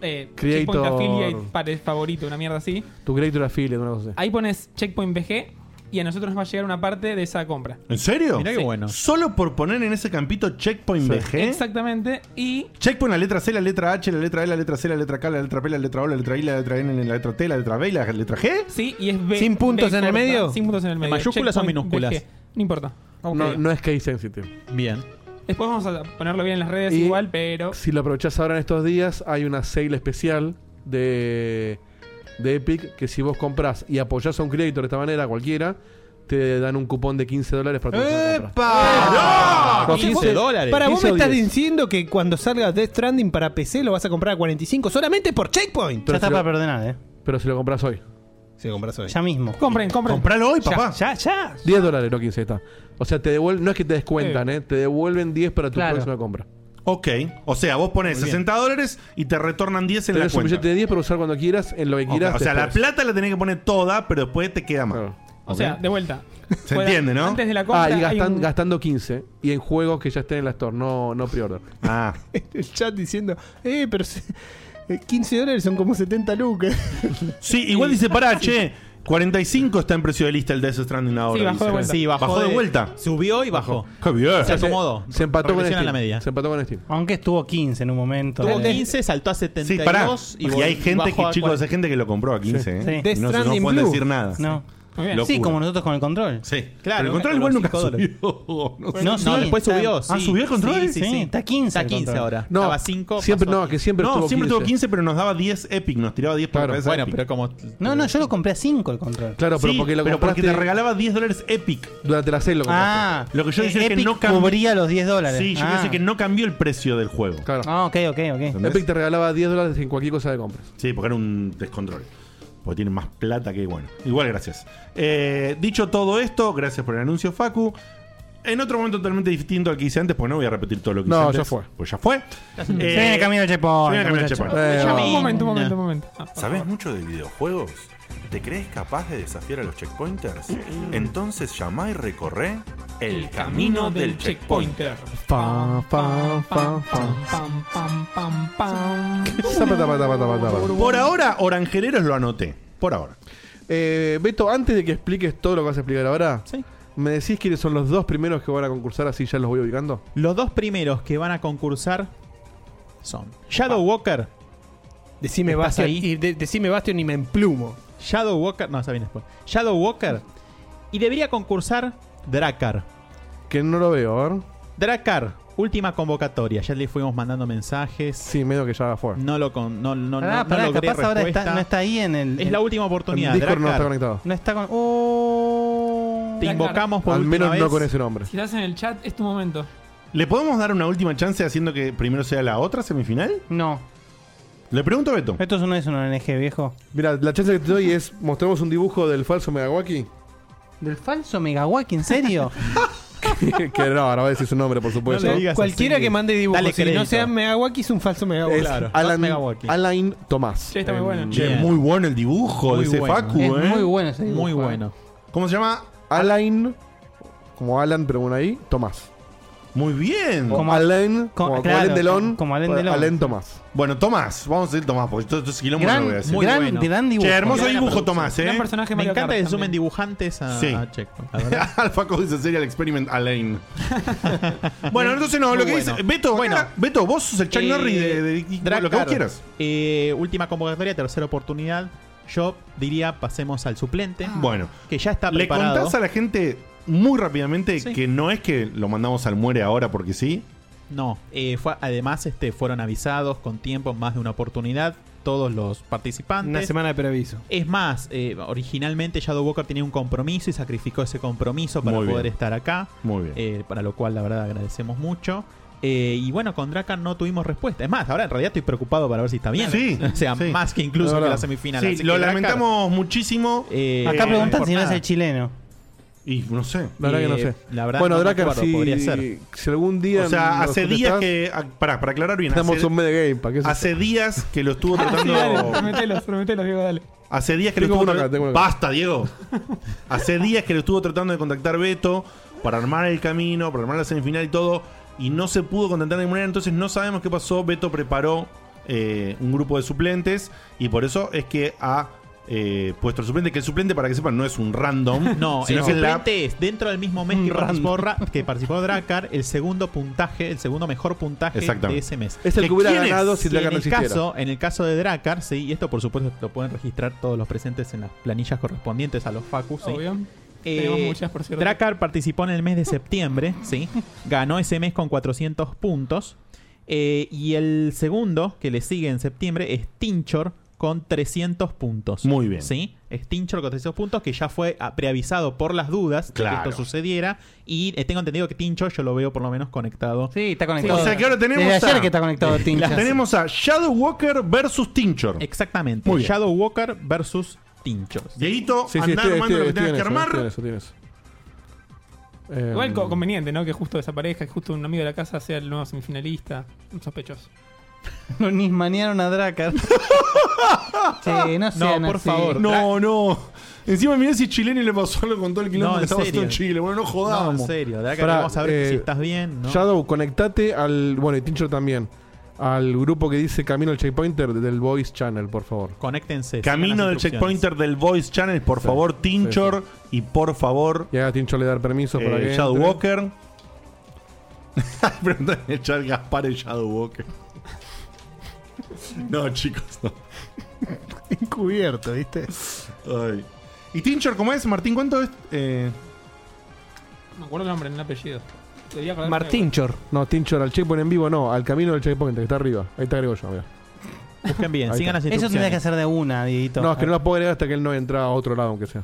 Speaker 7: eh,
Speaker 5: Creator.
Speaker 7: Checkpoint Affiliate para el favorito, una mierda así.
Speaker 5: Tu creator affiliate, una cosa así.
Speaker 7: Ahí pones Checkpoint BG y a nosotros nos va a llegar una parte de esa compra.
Speaker 3: ¿En serio?
Speaker 7: Mirá qué Sí.
Speaker 3: bueno. Solo por poner en ese campito Checkpoint BG.
Speaker 7: Exactamente. Y
Speaker 3: Checkpoint, la letra C, la letra H, la letra E, la letra C, la letra K, la letra P, la letra O, la letra I, la letra N, la letra T, la letra B y la letra G.
Speaker 7: Sí, y es B.
Speaker 3: ¿Sin puntos
Speaker 7: B
Speaker 3: en el
Speaker 7: corta,
Speaker 3: medio?
Speaker 7: Sin puntos en el
Speaker 3: ¿En
Speaker 7: medio.
Speaker 3: mayúsculas o
Speaker 7: Checkpoint
Speaker 3: minúsculas?
Speaker 7: BG. No importa. Ah, Ok.
Speaker 5: No, no es case sensitive.
Speaker 8: Bien.
Speaker 7: Después vamos a ponerlo bien en las redes igual, pero.
Speaker 5: Si lo aprovechás ahora en estos días, hay una sale especial de, de Epic que si vos compras y apoyás a un creator de esta manera, cualquiera, te dan un cupón de 15 dólares para tu próxima compra.
Speaker 2: ¡Epa!
Speaker 5: ¡No! 15 dólares.
Speaker 2: Para vos me
Speaker 5: Hizo
Speaker 2: estás
Speaker 5: 10.
Speaker 2: diciendo que cuando salga Death Stranding para PC lo vas a comprar a 45 solamente por Checkpoint.
Speaker 5: Pero si lo-
Speaker 4: perdonar, eh.
Speaker 5: Pero si lo compras hoy.
Speaker 2: Si lo compras hoy.
Speaker 4: Ya mismo.
Speaker 7: Compren, compren.
Speaker 3: Compralo hoy, papá.
Speaker 2: Ya, ya.
Speaker 5: 10 dólares, no 15, ahí está. O sea, te devuelven, no es que te descuentan, eh, te devuelven 10 para tu
Speaker 3: Claro.
Speaker 5: próxima compra.
Speaker 3: Ok. O sea, vos pones
Speaker 5: Muy bien.
Speaker 3: 60 dólares y te retornan 10 en la
Speaker 5: Tenés un
Speaker 3: cuenta.
Speaker 5: billete de 10 para usar cuando quieras, en lo que
Speaker 3: Ok,
Speaker 5: quieras.
Speaker 3: O sea, la
Speaker 5: después.
Speaker 3: plata la tenés que poner toda, pero después te queda más.
Speaker 7: O sea, de vuelta.
Speaker 3: Se entiende, ¿no?
Speaker 7: Antes de la compra
Speaker 5: Ah, y
Speaker 7: hay
Speaker 5: gastan-
Speaker 7: un-
Speaker 5: gastando 15. Y en juegos que ya estén en la store, no, no pre-order.
Speaker 3: Ah.
Speaker 2: El chat diciendo, eh, pero se- eh, 15 dólares son como 70
Speaker 3: (laughs)
Speaker 2: lucas.
Speaker 3: Sí, igual dice,
Speaker 9: (laughs)
Speaker 3: pará, che. 45 está en precio de lista el Death Stranding ahora. dice. Sí,
Speaker 2: Sí, bajó de vuelta.
Speaker 3: bajó, de, vuelta.
Speaker 8: Subió y bajó.
Speaker 3: Qué bien.
Speaker 8: Se acomodó.
Speaker 5: Se empató con
Speaker 8: Regresión a
Speaker 5: Steam.
Speaker 8: la media.
Speaker 5: Se empató con Steam.
Speaker 4: Aunque estuvo 15 en un momento.
Speaker 8: Tuvo
Speaker 4: Eh,
Speaker 8: 15, saltó a 72
Speaker 3: Sí, pará.
Speaker 8: y,
Speaker 3: Y, hay
Speaker 8: vol-
Speaker 3: gente
Speaker 8: bajó
Speaker 3: que,
Speaker 8: a
Speaker 3: chicos,
Speaker 8: 40.
Speaker 3: hay gente que lo compró a 15.
Speaker 4: Sí.
Speaker 3: ¿eh?
Speaker 4: Death
Speaker 3: Y No, no
Speaker 4: Stranding
Speaker 3: pueden
Speaker 4: Blue.
Speaker 3: decir nada.
Speaker 4: No.
Speaker 3: Muy bien.
Speaker 4: Sí,
Speaker 3: Locura.
Speaker 4: como nosotros con el control.
Speaker 3: Sí. Pero
Speaker 4: Claro,
Speaker 3: el control igual nunca subió. (laughs) no, sé.
Speaker 4: No, sí, está-
Speaker 3: Ah, subió el control.
Speaker 4: Sí, sí, sí. Está 15. el control.
Speaker 3: No,
Speaker 5: siempre- no, que siempre
Speaker 3: no,
Speaker 5: estuvo
Speaker 3: siempre tuvo
Speaker 5: 15.
Speaker 3: 15, pero nos daba 10 Epic. Nos tiraba 10 por cabeza
Speaker 8: Bueno,
Speaker 3: Epic.
Speaker 8: pero como.
Speaker 4: No, no, yo lo compré a 5 el control.
Speaker 5: Claro, pero
Speaker 3: Sí,
Speaker 5: porque lo
Speaker 3: pero porque
Speaker 5: compraste.
Speaker 3: te regalaba 10 dólares Epic.
Speaker 5: Durante la sale lo
Speaker 4: Ah,
Speaker 3: Lo que yo decía es que
Speaker 4: Epic
Speaker 3: no cambió-
Speaker 4: cubría los 10 dólares.
Speaker 3: Sí, yo
Speaker 4: Ah.
Speaker 3: decía que no cambió el precio del juego.
Speaker 5: Claro.
Speaker 4: Ah, ok, ok, ok.
Speaker 5: Epic te regalaba 10 dólares en cualquier cosa de compras.
Speaker 3: Sí, porque era un descontrol. Porque tienen más plata que bueno. Igual, gracias. Eh, dicho todo esto, gracias por el anuncio, Facu. En otro momento totalmente distinto al que hice antes, porque no voy a repetir todo lo que hice
Speaker 5: No,
Speaker 3: antes.
Speaker 5: ya fue.
Speaker 3: Pues ya fue.
Speaker 4: Se viene camino
Speaker 3: Eh,
Speaker 4: de Checkpoint,
Speaker 3: se viene camino de
Speaker 4: muchachos.
Speaker 3: Checkpoint.
Speaker 4: Eh,
Speaker 7: Un momento, un momento, un momento.
Speaker 3: ¿Sabes mucho de videojuegos? ¿Te crees capaz de desafiar a los checkpointers? Entonces llamá y recorre el camino del checkpointer.
Speaker 5: Pam, pam, pam,
Speaker 7: pam. Pam, pam, pam.
Speaker 3: Por ahora, Orangereros lo anoté. Por ahora.
Speaker 5: Eh, Beto, antes de que expliques todo lo que vas a explicar ahora, ¿me decís quiénes son los dos primeros que van a concursar? Así ya los voy ubicando.
Speaker 8: Los dos primeros que van a concursar son Shadow Walker.
Speaker 2: Decime Bastion, y de- decime Bastion y me emplumo.
Speaker 8: Shadow Walker. No, está bien después. Shadow Walker. Y debería concursar Dracar.
Speaker 5: Que no lo veo, a ver.
Speaker 8: Dracar, última convocatoria. Ya le fuimos mandando mensajes.
Speaker 5: Sí, medio que ya fue.
Speaker 8: No lo con, no, no,
Speaker 4: Pará,
Speaker 8: no,
Speaker 4: pará,
Speaker 8: no logré
Speaker 4: capaz ahora
Speaker 8: respuesta.
Speaker 4: está- no está ahí en el.
Speaker 8: Es la última oportunidad.
Speaker 5: Discord no
Speaker 8: Drakkar.
Speaker 5: está conectado.
Speaker 4: No está con. Oh.
Speaker 8: Te invocamos por
Speaker 5: Al
Speaker 8: última
Speaker 5: menos no
Speaker 8: vez.
Speaker 5: con ese nombre.
Speaker 7: Quizás en el chat es tu momento.
Speaker 3: ¿Le podemos dar una última chance haciendo que primero sea la otra semifinal?
Speaker 4: No.
Speaker 3: Le pregunto a Beto.
Speaker 4: Esto no es una ONG, viejo.
Speaker 5: Mira, la chance que te doy es mostramos un dibujo del falso Megawaki. (laughs)
Speaker 4: ¿Del falso Megawaki, en serio?
Speaker 5: que no, no voy a decir su nombre, por supuesto.
Speaker 2: Cualquiera que mande dibujos,
Speaker 5: Dale
Speaker 2: si no
Speaker 5: crédito.
Speaker 2: sea Megawaki, es un falso Megawaki.
Speaker 5: Es Alan, (laughs)
Speaker 2: Megawaki.
Speaker 5: Alain Tomás.
Speaker 2: Sí, está muy bueno.
Speaker 3: Che,
Speaker 2: Bien.
Speaker 3: Em, muy bueno el dibujo
Speaker 2: Muy
Speaker 3: de ese
Speaker 2: bueno.
Speaker 3: Facu,
Speaker 2: Es
Speaker 3: ¿eh?
Speaker 2: muy bueno ese dibujo,
Speaker 8: Muy bueno.
Speaker 3: ¿Cómo se llama?
Speaker 5: Alain, como Alan, pero bueno ahí, Tomás.
Speaker 3: Muy bien.
Speaker 5: Como Alain,
Speaker 3: como,
Speaker 5: como Alain Delon,
Speaker 3: como
Speaker 5: Alain Delon. Alain Tomás.
Speaker 3: Bueno, Tomás, vamos a decir Tomás, porque todo esto es quilombo
Speaker 5: Gran-
Speaker 3: no lo voy a decir.
Speaker 5: muy Gran- bueno. gran dibujo.
Speaker 3: Che, hermoso
Speaker 5: Gran
Speaker 3: dibujo
Speaker 5: producción.
Speaker 3: Tomás, eh.
Speaker 8: Gran personaje Me Mario encanta Kart que sumen también. dibujantes a- a Checkpoint, la
Speaker 3: (laughs)
Speaker 8: verdad.
Speaker 3: Alfaco dice sería el experiment
Speaker 8: (laughs)
Speaker 3: Alain. bueno, entonces no, lo que dice. Beto, bueno. Beto, vos sos el Chuck
Speaker 8: Eh,
Speaker 3: Norris de, de- de-
Speaker 8: Drakkar,
Speaker 3: lo que vos quieras.
Speaker 8: eh, última convocatoria, tercera oportunidad. Yo diría pasemos al suplente.
Speaker 3: Ah. Bueno.
Speaker 8: Que ya está
Speaker 3: ¿Le
Speaker 8: preparado.
Speaker 3: contás a la gente muy rápidamente que no es que lo mandamos al muere ahora porque sí?
Speaker 8: No, eh, fue, además este, fueron avisados con tiempo, más de una oportunidad, todos los participantes.
Speaker 2: Una semana de preaviso.
Speaker 8: Es más, eh, originalmente Shadow Walker tenía un compromiso y sacrificó ese compromiso para
Speaker 3: Muy bien.
Speaker 8: poder estar acá.
Speaker 3: Muy bien.
Speaker 8: Eh, para lo cual, la verdad, agradecemos mucho. Eh, y bueno, con Drakkar no tuvimos respuesta. Es más, ahora en realidad estoy preocupado para ver si está bien.
Speaker 3: Sí,
Speaker 8: o sea,
Speaker 3: sí.
Speaker 8: más que incluso
Speaker 3: De
Speaker 8: que
Speaker 3: verdad.
Speaker 8: la semifinal.
Speaker 3: Sí,
Speaker 8: Así que
Speaker 3: lo
Speaker 8: Drakkar,
Speaker 3: lamentamos muchísimo.
Speaker 8: eh,
Speaker 4: Acá
Speaker 8: eh,
Speaker 4: preguntan
Speaker 8: por
Speaker 4: si no es
Speaker 8: nada.
Speaker 4: el chileno.
Speaker 3: Y no sé.
Speaker 5: La verdad que no
Speaker 8: Eh,
Speaker 5: sé.
Speaker 8: la verdad
Speaker 5: bueno,
Speaker 8: no me
Speaker 5: Drakkar,
Speaker 8: acuerdo,
Speaker 5: si,
Speaker 8: podría ser.
Speaker 5: si algún día.
Speaker 3: O sea,
Speaker 5: nos
Speaker 3: hace días
Speaker 5: contestás,
Speaker 3: que. a- Para, para aclarar bien.
Speaker 5: Estamos
Speaker 3: hace,
Speaker 5: un metagame, ¿para qué es Ah,
Speaker 3: Hace días que lo
Speaker 5: (laughs)
Speaker 3: estuvo
Speaker 7: Ah, Dale,
Speaker 3: tratando.
Speaker 7: prometelos, prometelos, Diego, dale.
Speaker 3: Hace días que
Speaker 5: Tengo
Speaker 3: lo estuvo
Speaker 5: uno acá,
Speaker 3: tra-
Speaker 5: tengo uno acá.
Speaker 3: Basta, Diego. Hace días que lo estuvo tratando de contactar Beto para armar el camino, para armar la semifinal y todo. Y no se pudo contactar de ninguna manera, entonces no sabemos qué pasó. Beto preparó eh, un grupo de suplentes y por eso es que ha eh, puesto el suplente, que el suplente, para que sepan, no es un random.
Speaker 8: (laughs) No,
Speaker 3: sino
Speaker 8: el
Speaker 3: que es la-
Speaker 8: suplente es dentro del mismo
Speaker 3: (laughs)
Speaker 8: mes que participó, Ra- que participó Drakkar, el segundo puntaje, el segundo mejor puntaje
Speaker 3: Exactamente.
Speaker 8: de ese mes.
Speaker 3: Es el que hubiera ganado si
Speaker 8: Y
Speaker 3: Drakkar
Speaker 8: en
Speaker 3: no
Speaker 8: el
Speaker 3: existiera.
Speaker 8: caso, En el caso de Drakkar, sí, y esto por supuesto lo pueden registrar todos los presentes en las planillas correspondientes a los Facus. sí.
Speaker 7: Obvio.
Speaker 8: Eh,
Speaker 7: Tenemos muchas, por cierto.
Speaker 8: Drakkar participó en el mes de septiembre, ¿sí? Ganó ese mes con 400 puntos. Eh, y el segundo que le sigue en septiembre es Tinchor con 300 puntos.
Speaker 3: Muy bien.
Speaker 8: ¿Sí? Es Tinchor con 300 puntos que ya fue ah, preavisado por las dudas de
Speaker 3: Claro.
Speaker 8: que esto sucediera. Y eh, tengo entendido que Tinchor yo lo veo por lo menos conectado.
Speaker 4: Sí, está
Speaker 3: O sea que ahora tenemos. a- Las (laughs)
Speaker 8: Tinchor.
Speaker 3: tenemos a Shadow Walker versus Tinchor.
Speaker 8: Exactamente.
Speaker 3: Muy bien.
Speaker 8: Shadow Walker versus Tinchor.
Speaker 3: Dieguito,
Speaker 7: Sí, sí,
Speaker 3: andá
Speaker 7: estoy-
Speaker 3: armando
Speaker 7: estoy-
Speaker 3: lo que tengas que
Speaker 7: estoy en
Speaker 3: armar.
Speaker 7: eso, estoy
Speaker 5: Eh,
Speaker 7: Igual co- conveniente, ¿no? Que justo desaparezca, que justo un amigo de la casa sea el nuevo semifinalista. Un sospechoso.
Speaker 4: Lo nismanearon a Dracar. che, no sean así.
Speaker 3: No, no. Encima mirá si chileno y le pasó algo con todo el quilombo
Speaker 8: No, en
Speaker 3: que estaba haciendo en
Speaker 8: serio.
Speaker 3: Chile. Bueno, no
Speaker 8: No,
Speaker 3: jodamos.
Speaker 8: en serio. De acá
Speaker 5: Pará,
Speaker 8: vamos a ver
Speaker 5: eh,
Speaker 8: si estás bien. ¿no?
Speaker 5: Shadow, conectate al. Bueno, y Tincho también. Al grupo que dice Camino al Checkpointer del Voice Channel, por favor.
Speaker 8: Conéctense. sigan
Speaker 3: Camino
Speaker 8: las
Speaker 3: del
Speaker 8: instrucciones.
Speaker 3: checkpointer del Voice Channel, por favor, Tinchor. Y por favor.
Speaker 5: Y haga Tincho le dar permiso para
Speaker 3: eh,
Speaker 5: que.
Speaker 3: Shadow
Speaker 5: entre.
Speaker 3: Walker. (laughs) Preguntan en el chat Gaspar y Shadow Walker. no, chicos, no.
Speaker 6: Encubierto, ¿viste?
Speaker 3: Ay. ¿Y Tinchor cómo es? Martín, ¿cuánto es? Eh,
Speaker 7: No me acuerdo el nombre, el apellido. Debería acordarme.
Speaker 5: Chor. No, Tinchor, al Checkpoint en vivo, no. Al Camino del Checkpoint, que está arriba. Ahí te agrego yo, mira.
Speaker 8: Busquen bien,
Speaker 5: Ahí
Speaker 8: sigan
Speaker 5: está.
Speaker 8: las
Speaker 5: Eso
Speaker 8: instrucciones.
Speaker 5: tendría que
Speaker 4: hacer de una, Dieguito.
Speaker 5: No, es que no la puedo agregar hasta que él no entra a otro lado, aunque sea.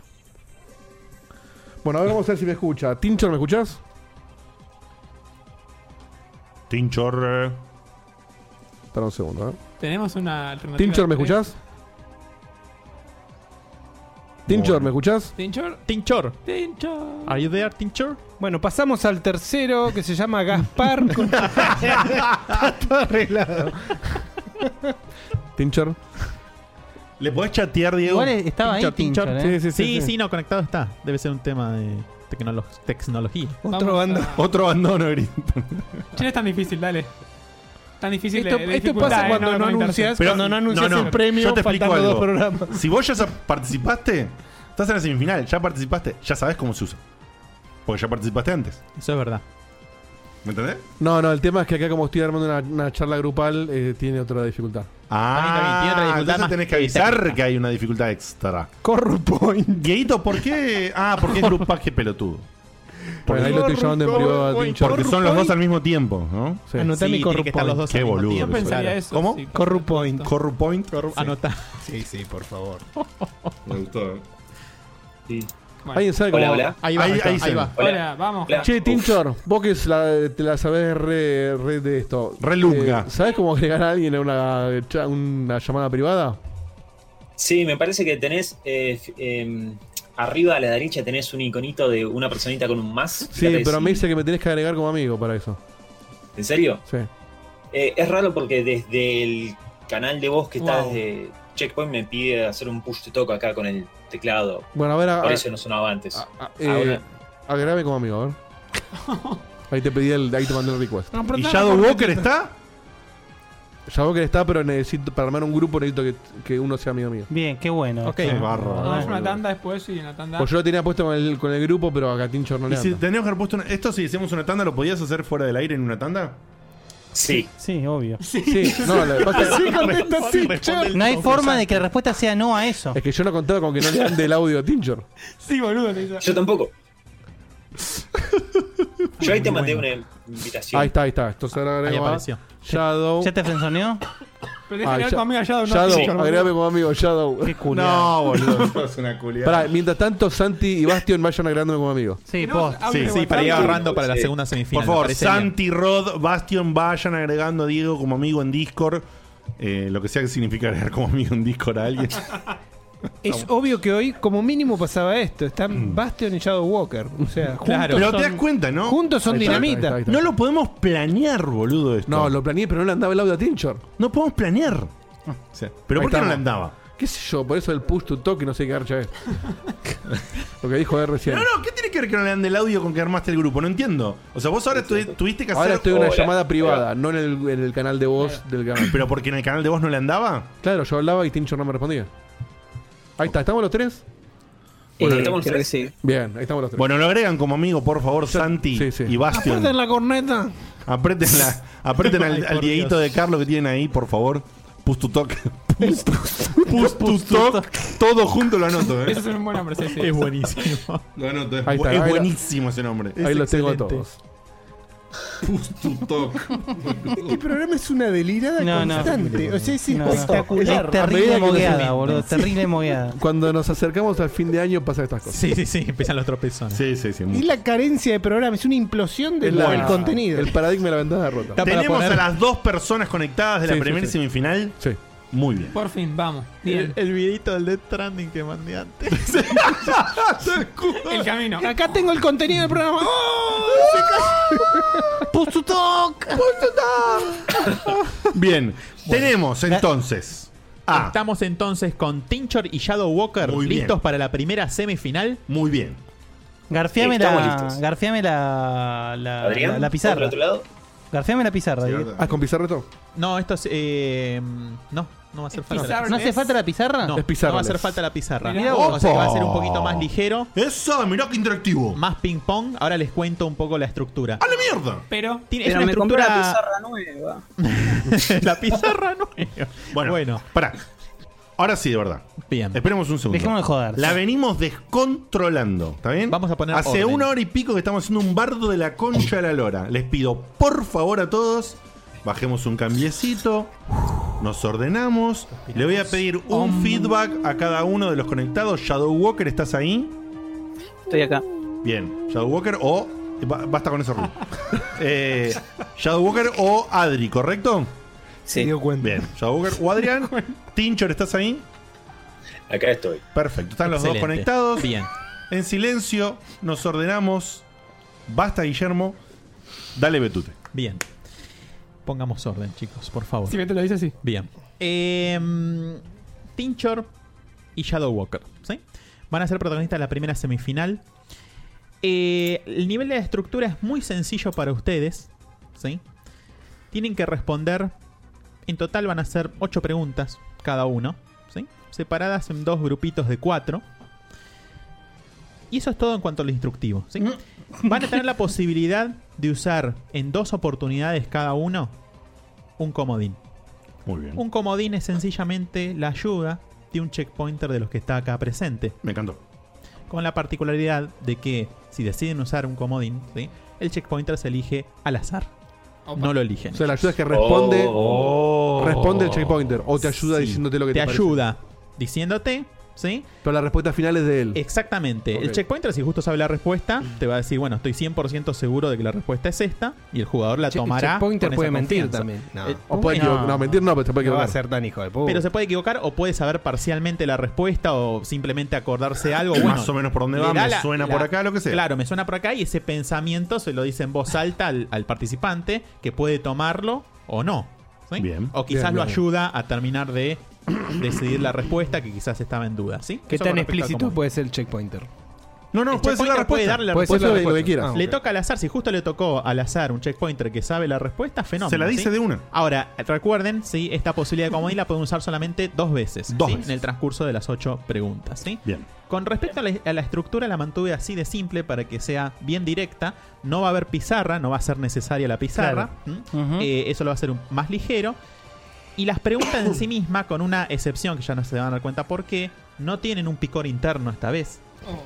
Speaker 5: Bueno, ahora vamos a ver si me escucha. Tinchor, ¿me escuchás?
Speaker 3: Tinchor.
Speaker 5: Espera un segundo, ¿eh?
Speaker 7: Tenemos una alternativa.
Speaker 5: Tinchor, ¿me
Speaker 7: ¿Tenés?
Speaker 5: escuchás? Tinchor, ¿me escuchás?
Speaker 7: Tinchor.
Speaker 8: Tinchor.
Speaker 7: Tinchor.
Speaker 8: Are you there, Tinchor?
Speaker 2: Bueno, pasamos al tercero que se
Speaker 8: (laughs)
Speaker 2: llama Gaspar. Con- Está todo arreglado.
Speaker 5: Tinchor.
Speaker 3: ¿Le podés chatear, Diego?
Speaker 8: Igual estaba ahí Tinchor,
Speaker 3: ¿eh?
Speaker 5: Sí, sí,
Speaker 2: ¿eh?
Speaker 5: sí.
Speaker 8: ¿eh? sí,
Speaker 5: sí.
Speaker 8: sí, no, conectado está. Debe ser un tema de tecnolo- tecnología.
Speaker 7: Otro Vamos a- ando-
Speaker 3: Otro abandono,
Speaker 7: Che, no es tan difícil, dale. Tan difícil
Speaker 2: Esto-
Speaker 7: de, eh,
Speaker 2: esto pasa cuando no anuncias- Pero- cuando no anuncias el premio,
Speaker 3: yo te explico
Speaker 2: faltando
Speaker 3: algo.
Speaker 2: dos programas.
Speaker 3: Si vos ya sa- participaste, estás en la semifinal, ya participaste, ya sabes cómo se usa. Porque ya participaste antes.
Speaker 8: Eso es verdad.
Speaker 3: ¿Me entendés?
Speaker 5: No, no, el tema es que acá como estoy armando una, una charla grupal, eh, tiene otra dificultad.
Speaker 3: Ah,
Speaker 5: tiene otra dificultad
Speaker 3: entonces
Speaker 5: más
Speaker 3: tenés que
Speaker 5: que
Speaker 3: avisar
Speaker 5: técnica.
Speaker 3: que hay una dificultad extra.
Speaker 5: Corrupoint.
Speaker 3: Dieguito, ¿por qué? Ah, porque es grupaje pelotudo.
Speaker 5: Bueno, ahí lo estoy llamando en privado a Tinchor.
Speaker 3: Porque son los dos al mismo tiempo, ¿no?
Speaker 5: Sí. Anotá mi Corrupoint.
Speaker 3: Qué boludo.
Speaker 5: Yo
Speaker 3: que
Speaker 5: pensaría
Speaker 3: soy.
Speaker 5: eso,
Speaker 3: ¿Cómo?
Speaker 5: sí, por
Speaker 3: Corrupoint. Corrupoint.
Speaker 8: Anotá.
Speaker 6: Sí, sí, por favor.
Speaker 8: (laughs)
Speaker 3: Me gustó. eh.
Speaker 5: ¿Alguien sabe cómo?
Speaker 8: Ahí va, ahí,
Speaker 5: se
Speaker 8: va.
Speaker 7: Hola, vamos.
Speaker 5: Che, Tinchor, vos que es la- te la sabés re, re de esto. Eh,
Speaker 3: Re lunga.
Speaker 5: ¿Sabés cómo agregar a alguien a una, cha- una llamada privada?
Speaker 21: Sí, me parece que tenés eh, f- em, arriba a la derecha tenés un iconito de una personita con un más.
Speaker 5: Sí,
Speaker 21: Fíjate
Speaker 5: pero
Speaker 21: si-
Speaker 5: me dice que me tenés que agregar como amigo para eso.
Speaker 21: ¿En serio?
Speaker 5: Sí.
Speaker 21: Eh, es raro porque desde el canal de voz que está
Speaker 5: Wow.
Speaker 21: desde Checkpoint me pide hacer un push to talk acá con el teclado.
Speaker 5: Bueno, a ver, a-
Speaker 21: Por
Speaker 5: a-
Speaker 21: Ah, eso no sonaba antes.
Speaker 5: Eh,
Speaker 21: Ahora-
Speaker 5: agregame como amigo, a ver. Ahí te pedí el, ahí te mandé el request.
Speaker 3: No, pero ¿Y está- Shadow Walker
Speaker 5: está? Shadow Walker está, pero necesito, para armar un grupo necesito que, que uno sea amigo mío.
Speaker 4: Bien, qué bueno.
Speaker 5: Ok. Qué bárbaro.
Speaker 7: Vamos una tanda después y una tanda.
Speaker 5: Pues yo lo tenía puesto con el, con el grupo, pero acá Tincho no
Speaker 3: Y
Speaker 5: le
Speaker 3: si
Speaker 5: anda.
Speaker 3: teníamos que haber puesto una- esto si hicimos una tanda, ¿lo podías hacer fuera del aire en una tanda?
Speaker 21: Sí.
Speaker 4: Sí, obvio.
Speaker 5: Sí, no, lo que pasa es- Sí, (laughs) contesta, sí, chao.
Speaker 4: No hay forma de que la respuesta sea no a eso.
Speaker 5: Es que yo no contaba con que no le ande el audio a Tinchor.
Speaker 7: Sí, boludo. te dice.
Speaker 5: (laughs)
Speaker 21: Yo tampoco. Yo ahí te mandé una invitación.
Speaker 5: Ahí está, ahí está. Entonces ahora
Speaker 21: Ahí
Speaker 5: agrego a
Speaker 21: apareció.
Speaker 5: Shadow.
Speaker 4: ¿Ya te frenzoneó?
Speaker 7: Pero
Speaker 5: Ah,
Speaker 7: déjame ver
Speaker 5: ya-
Speaker 7: conmigo a Shadow. no a
Speaker 5: Shadow,
Speaker 7: Tinchor, boludo.
Speaker 5: agregame como amigo, Shadow. Qué
Speaker 3: No, Ah, boludo, sos una culiada.
Speaker 5: Pará, mientras tanto, Santi y Bastion vayan agregándome como amigo.
Speaker 4: Sí,
Speaker 8: Sí, sí, para ir ahorrando para la segunda semifinal.
Speaker 3: Por
Speaker 8: me
Speaker 3: favor,
Speaker 8: parece bien.
Speaker 3: Santi, Rod, Bastion, vayan agregando a Diego como amigo en Discord. Eh, lo que sea que significa agregar como amigo en Discord a alguien.
Speaker 2: Es obvio que hoy, como mínimo, pasaba esto.
Speaker 5: Mm.
Speaker 2: Están Bastion y Shadow Walker. O sea, juntos
Speaker 3: Pero te
Speaker 2: son-
Speaker 3: das cuenta, ¿no?
Speaker 2: Juntos son
Speaker 3: Ahí está, ahí
Speaker 2: dinamita.
Speaker 3: está, ahí está. No lo podemos planear, boludo, esto.
Speaker 5: No, lo planeé, pero no le andaba el audio a Tinchor.
Speaker 3: No podemos planear. ¿Pero por qué no le andaba?
Speaker 5: ¿Qué sé yo? Por eso el push to talk y no sé qué
Speaker 3: (laughs)
Speaker 5: garcha es. lo que dijo él recién.
Speaker 3: No, no, ¿qué tiene que ver que no le ande el audio con que armaste el grupo? No entiendo. O sea, vos ahora tu- tuviste que hacer.
Speaker 5: Ahora estoy en una llamada privada, no en el, en el canal de voz del canal.
Speaker 3: ¿Pero porque en el canal de voz no le andaba?
Speaker 5: Claro, yo hablaba y Tincho no me respondía. Ahí está, ¿estamos los tres?
Speaker 3: Eh, estamos los tres.
Speaker 5: Bien, ahí estamos los tres.
Speaker 3: Bueno, lo agregan como amigo, por favor, Santi y Bastion.
Speaker 9: Aprieten la corneta.
Speaker 3: Aprieten,
Speaker 5: (laughs)
Speaker 3: la- aprieten al,
Speaker 9: Ay,
Speaker 3: al
Speaker 9: por
Speaker 3: Dieguito
Speaker 9: Dios.
Speaker 3: de Carlos que tienen ahí, por favor. Push to talk. Push push to talk. Todo junto lo anoto, ¿eh?
Speaker 7: Ese es un buen nombre, sí, sí.
Speaker 3: Es buenísimo. Lo anoto, es,
Speaker 5: Ahí
Speaker 3: bu-
Speaker 5: está,
Speaker 3: es
Speaker 5: ahí lo-
Speaker 3: buenísimo ese nombre.
Speaker 5: ahí los tengo a todos.
Speaker 3: Push to talk.
Speaker 2: Este programa es una delirada
Speaker 4: No, no.
Speaker 2: constante. O sea, es
Speaker 4: No, no.
Speaker 2: espectacular.
Speaker 4: Es terrible mogueada,
Speaker 5: nos-
Speaker 4: boludo. Terrible mogueada.
Speaker 5: Cuando nos acercamos al fin de año pasan estas cosas.
Speaker 8: Sí, sí, sí, empiezan los tropezones.
Speaker 3: Sí, sí, sí.
Speaker 2: Es la carencia de programa, es una implosión
Speaker 5: Es
Speaker 2: del
Speaker 5: la-
Speaker 2: contenido.
Speaker 5: El paradigma de la ventana rota.
Speaker 3: Tenemos a las dos personas conectadas de
Speaker 5: Sí,
Speaker 3: la
Speaker 5: sí,
Speaker 3: primera
Speaker 5: sí.
Speaker 3: semifinal.
Speaker 5: Sí.
Speaker 3: Muy
Speaker 5: (laughs)
Speaker 3: bien.
Speaker 7: Por fin,
Speaker 2: (laughs)
Speaker 7: vamos.
Speaker 8: El, el videito del Death Stranding que mandé antes.
Speaker 7: El camino.
Speaker 2: Acá tengo el contenido del programa.
Speaker 3: ¡Oh!
Speaker 9: (laughs)
Speaker 4: Push to talk.
Speaker 3: Bien, tenemos
Speaker 5: (laughs)
Speaker 3: entonces. Ah.
Speaker 8: Estamos entonces con Tinchor y Shadow Walker
Speaker 3: Muy bien.
Speaker 8: listos para la primera semifinal.
Speaker 3: Muy bien.
Speaker 4: Garfiame
Speaker 8: Estamos
Speaker 4: la,
Speaker 8: listos.
Speaker 4: garfiame la, la,
Speaker 8: Adrián,
Speaker 4: la, la pizarra.
Speaker 8: ¿por el otro lado?
Speaker 4: Garfiame la pizarra. Diego.
Speaker 5: ¿Ah, con pizarra todo?
Speaker 8: No, esto es. eh, no, no va a hacer falta.
Speaker 4: ¿No hace falta la pizarra?
Speaker 8: No, no va a hacer falta la pizarra.
Speaker 4: Mirá
Speaker 8: o
Speaker 4: vos.
Speaker 8: sea que va a ser un poquito más ligero.
Speaker 3: Eso, mirá que interactivo.
Speaker 8: Más ping pong. Ahora les cuento un poco la estructura.
Speaker 3: ¡A la mierda!
Speaker 7: Pero,
Speaker 8: Tiene,
Speaker 21: Pero
Speaker 8: es una
Speaker 21: me compré
Speaker 8: estructura.
Speaker 21: la pizarra nueva.
Speaker 8: la pizarra nueva.
Speaker 3: Bueno, pará. Ahora sí, de verdad.
Speaker 8: Bien.
Speaker 3: Esperemos un segundo.
Speaker 8: Dejémonos de joder.
Speaker 3: La venimos descontrolando, ¿está bien? Vamos a
Speaker 8: poner
Speaker 3: Hace
Speaker 8: orden.
Speaker 3: una hora y pico que estamos haciendo un bardo de la concha de la lora. Les pido, por favor, a todos, bajemos un cambiecito, nos ordenamos. Le voy a pedir un feedback a cada uno de los conectados. Shadow Walker, ¿estás ahí?
Speaker 21: Estoy acá.
Speaker 3: Bien, Shadow Walker o... ba- Basta con eso, ruido. (laughs) Eh, Shadow Walker o Adri, ¿correcto?
Speaker 21: Sí.
Speaker 3: Bien, Shadow Walker
Speaker 8: (laughs)
Speaker 3: o Adrián. Tinchor, ¿estás ahí?
Speaker 21: Acá estoy.
Speaker 3: Perfecto, están los
Speaker 21: Excelente.
Speaker 3: dos conectados.
Speaker 21: Bien.
Speaker 3: En silencio, nos ordenamos. Basta, Guillermo. Dale, Betute.
Speaker 8: Bien. Pongamos orden, chicos, por favor.
Speaker 7: Si bien te lo dice así.
Speaker 8: Bien. Eh, Tinchor y Shadow Walker, ¿sí? Van a ser protagonistas de la primera semifinal. Eh, el nivel de la estructura es muy sencillo para ustedes, ¿sí? Tienen que responder. En total van a ser 8 preguntas cada uno, ¿sí? Separadas en dos grupitos de 4. Y eso es todo en cuanto al instructivo, ¿sí?
Speaker 5: Mm.
Speaker 8: Van a tener la posibilidad de usar en dos oportunidades cada uno un comodín.
Speaker 3: Muy bien.
Speaker 8: Un comodín es sencillamente la ayuda de un checkpointer de los que está acá presente.
Speaker 3: Me encantó.
Speaker 8: Con la particularidad de que si deciden usar un comodín, ¿sí? el checkpointer se elige al azar. No lo eligen.
Speaker 5: O sea, la ayuda es que responde-
Speaker 8: Oh.
Speaker 5: responde el checkpointer, o te ayuda diciéndote lo que te parece.
Speaker 8: ayuda diciéndote, ¿sí?
Speaker 5: Pero la respuesta final es de él.
Speaker 8: Exactamente.
Speaker 5: Ok. Mm.
Speaker 8: El checkpointer, si justo sabe la respuesta, te va a decir, bueno, estoy 100% seguro de que la respuesta es esta, y el jugador la
Speaker 2: Che- el
Speaker 8: tomará.
Speaker 2: checkpointer
Speaker 8: con esa
Speaker 2: puede mentir
Speaker 8: confianza.
Speaker 2: también. No.
Speaker 8: Eh,
Speaker 5: O puede equivocar. No, mentir no, pero te puede
Speaker 2: No va
Speaker 5: equivocar.
Speaker 2: a ser tan hijo de puta.
Speaker 8: Pero se puede equivocar o puede saber parcialmente la respuesta o simplemente acordarse algo.
Speaker 3: Ah, Más
Speaker 8: Bueno,
Speaker 3: o menos por dónde
Speaker 8: le
Speaker 3: va,
Speaker 8: da
Speaker 3: me suena por acá, lo que sea.
Speaker 8: Claro, me suena por acá y ese pensamiento se lo dice en voz alta al, al participante que puede tomarlo o no. ¿sí?
Speaker 3: Bien.
Speaker 8: O quizás
Speaker 3: Bien,
Speaker 8: lo
Speaker 3: bien.
Speaker 8: ayuda a terminar de decidir la respuesta que quizás estaba en duda. ¿sí?
Speaker 2: ¿Qué
Speaker 8: Eso
Speaker 2: tan
Speaker 8: con respecto a
Speaker 2: explícito
Speaker 8: cómo-
Speaker 2: puede ser el checkpointer?
Speaker 3: No, no,
Speaker 8: El
Speaker 3: puede ser
Speaker 8: checkpointer
Speaker 3: la
Speaker 8: puede
Speaker 3: respuesta.
Speaker 8: darle la
Speaker 3: Puede ser
Speaker 8: respuesta.
Speaker 3: lo que- lo que quiera. Ah,
Speaker 8: Le
Speaker 3: ok.
Speaker 8: toca al azar. Si justo le tocó al azar un checkpointer que sabe la respuesta, fenómeno.
Speaker 3: Se la dice
Speaker 8: ¿sí?
Speaker 3: de una.
Speaker 8: Ahora, recuerden, sí, esta posibilidad de comodín la pueden usar solamente dos veces.
Speaker 3: Dos
Speaker 8: ¿sí?
Speaker 3: veces.
Speaker 8: En el transcurso de las ocho preguntas, ¿sí?
Speaker 3: Bien.
Speaker 8: Con respecto a la, a la estructura, la mantuve así de simple para que sea bien directa. No va a haber pizarra, no va a ser necesaria la pizarra. ¿Mm? Eh, eso lo va a hacer un- más ligero. Y las preguntas en sí mismas, con una excepción que ya no se van a dar cuenta por qué, no tienen un picor interno esta vez.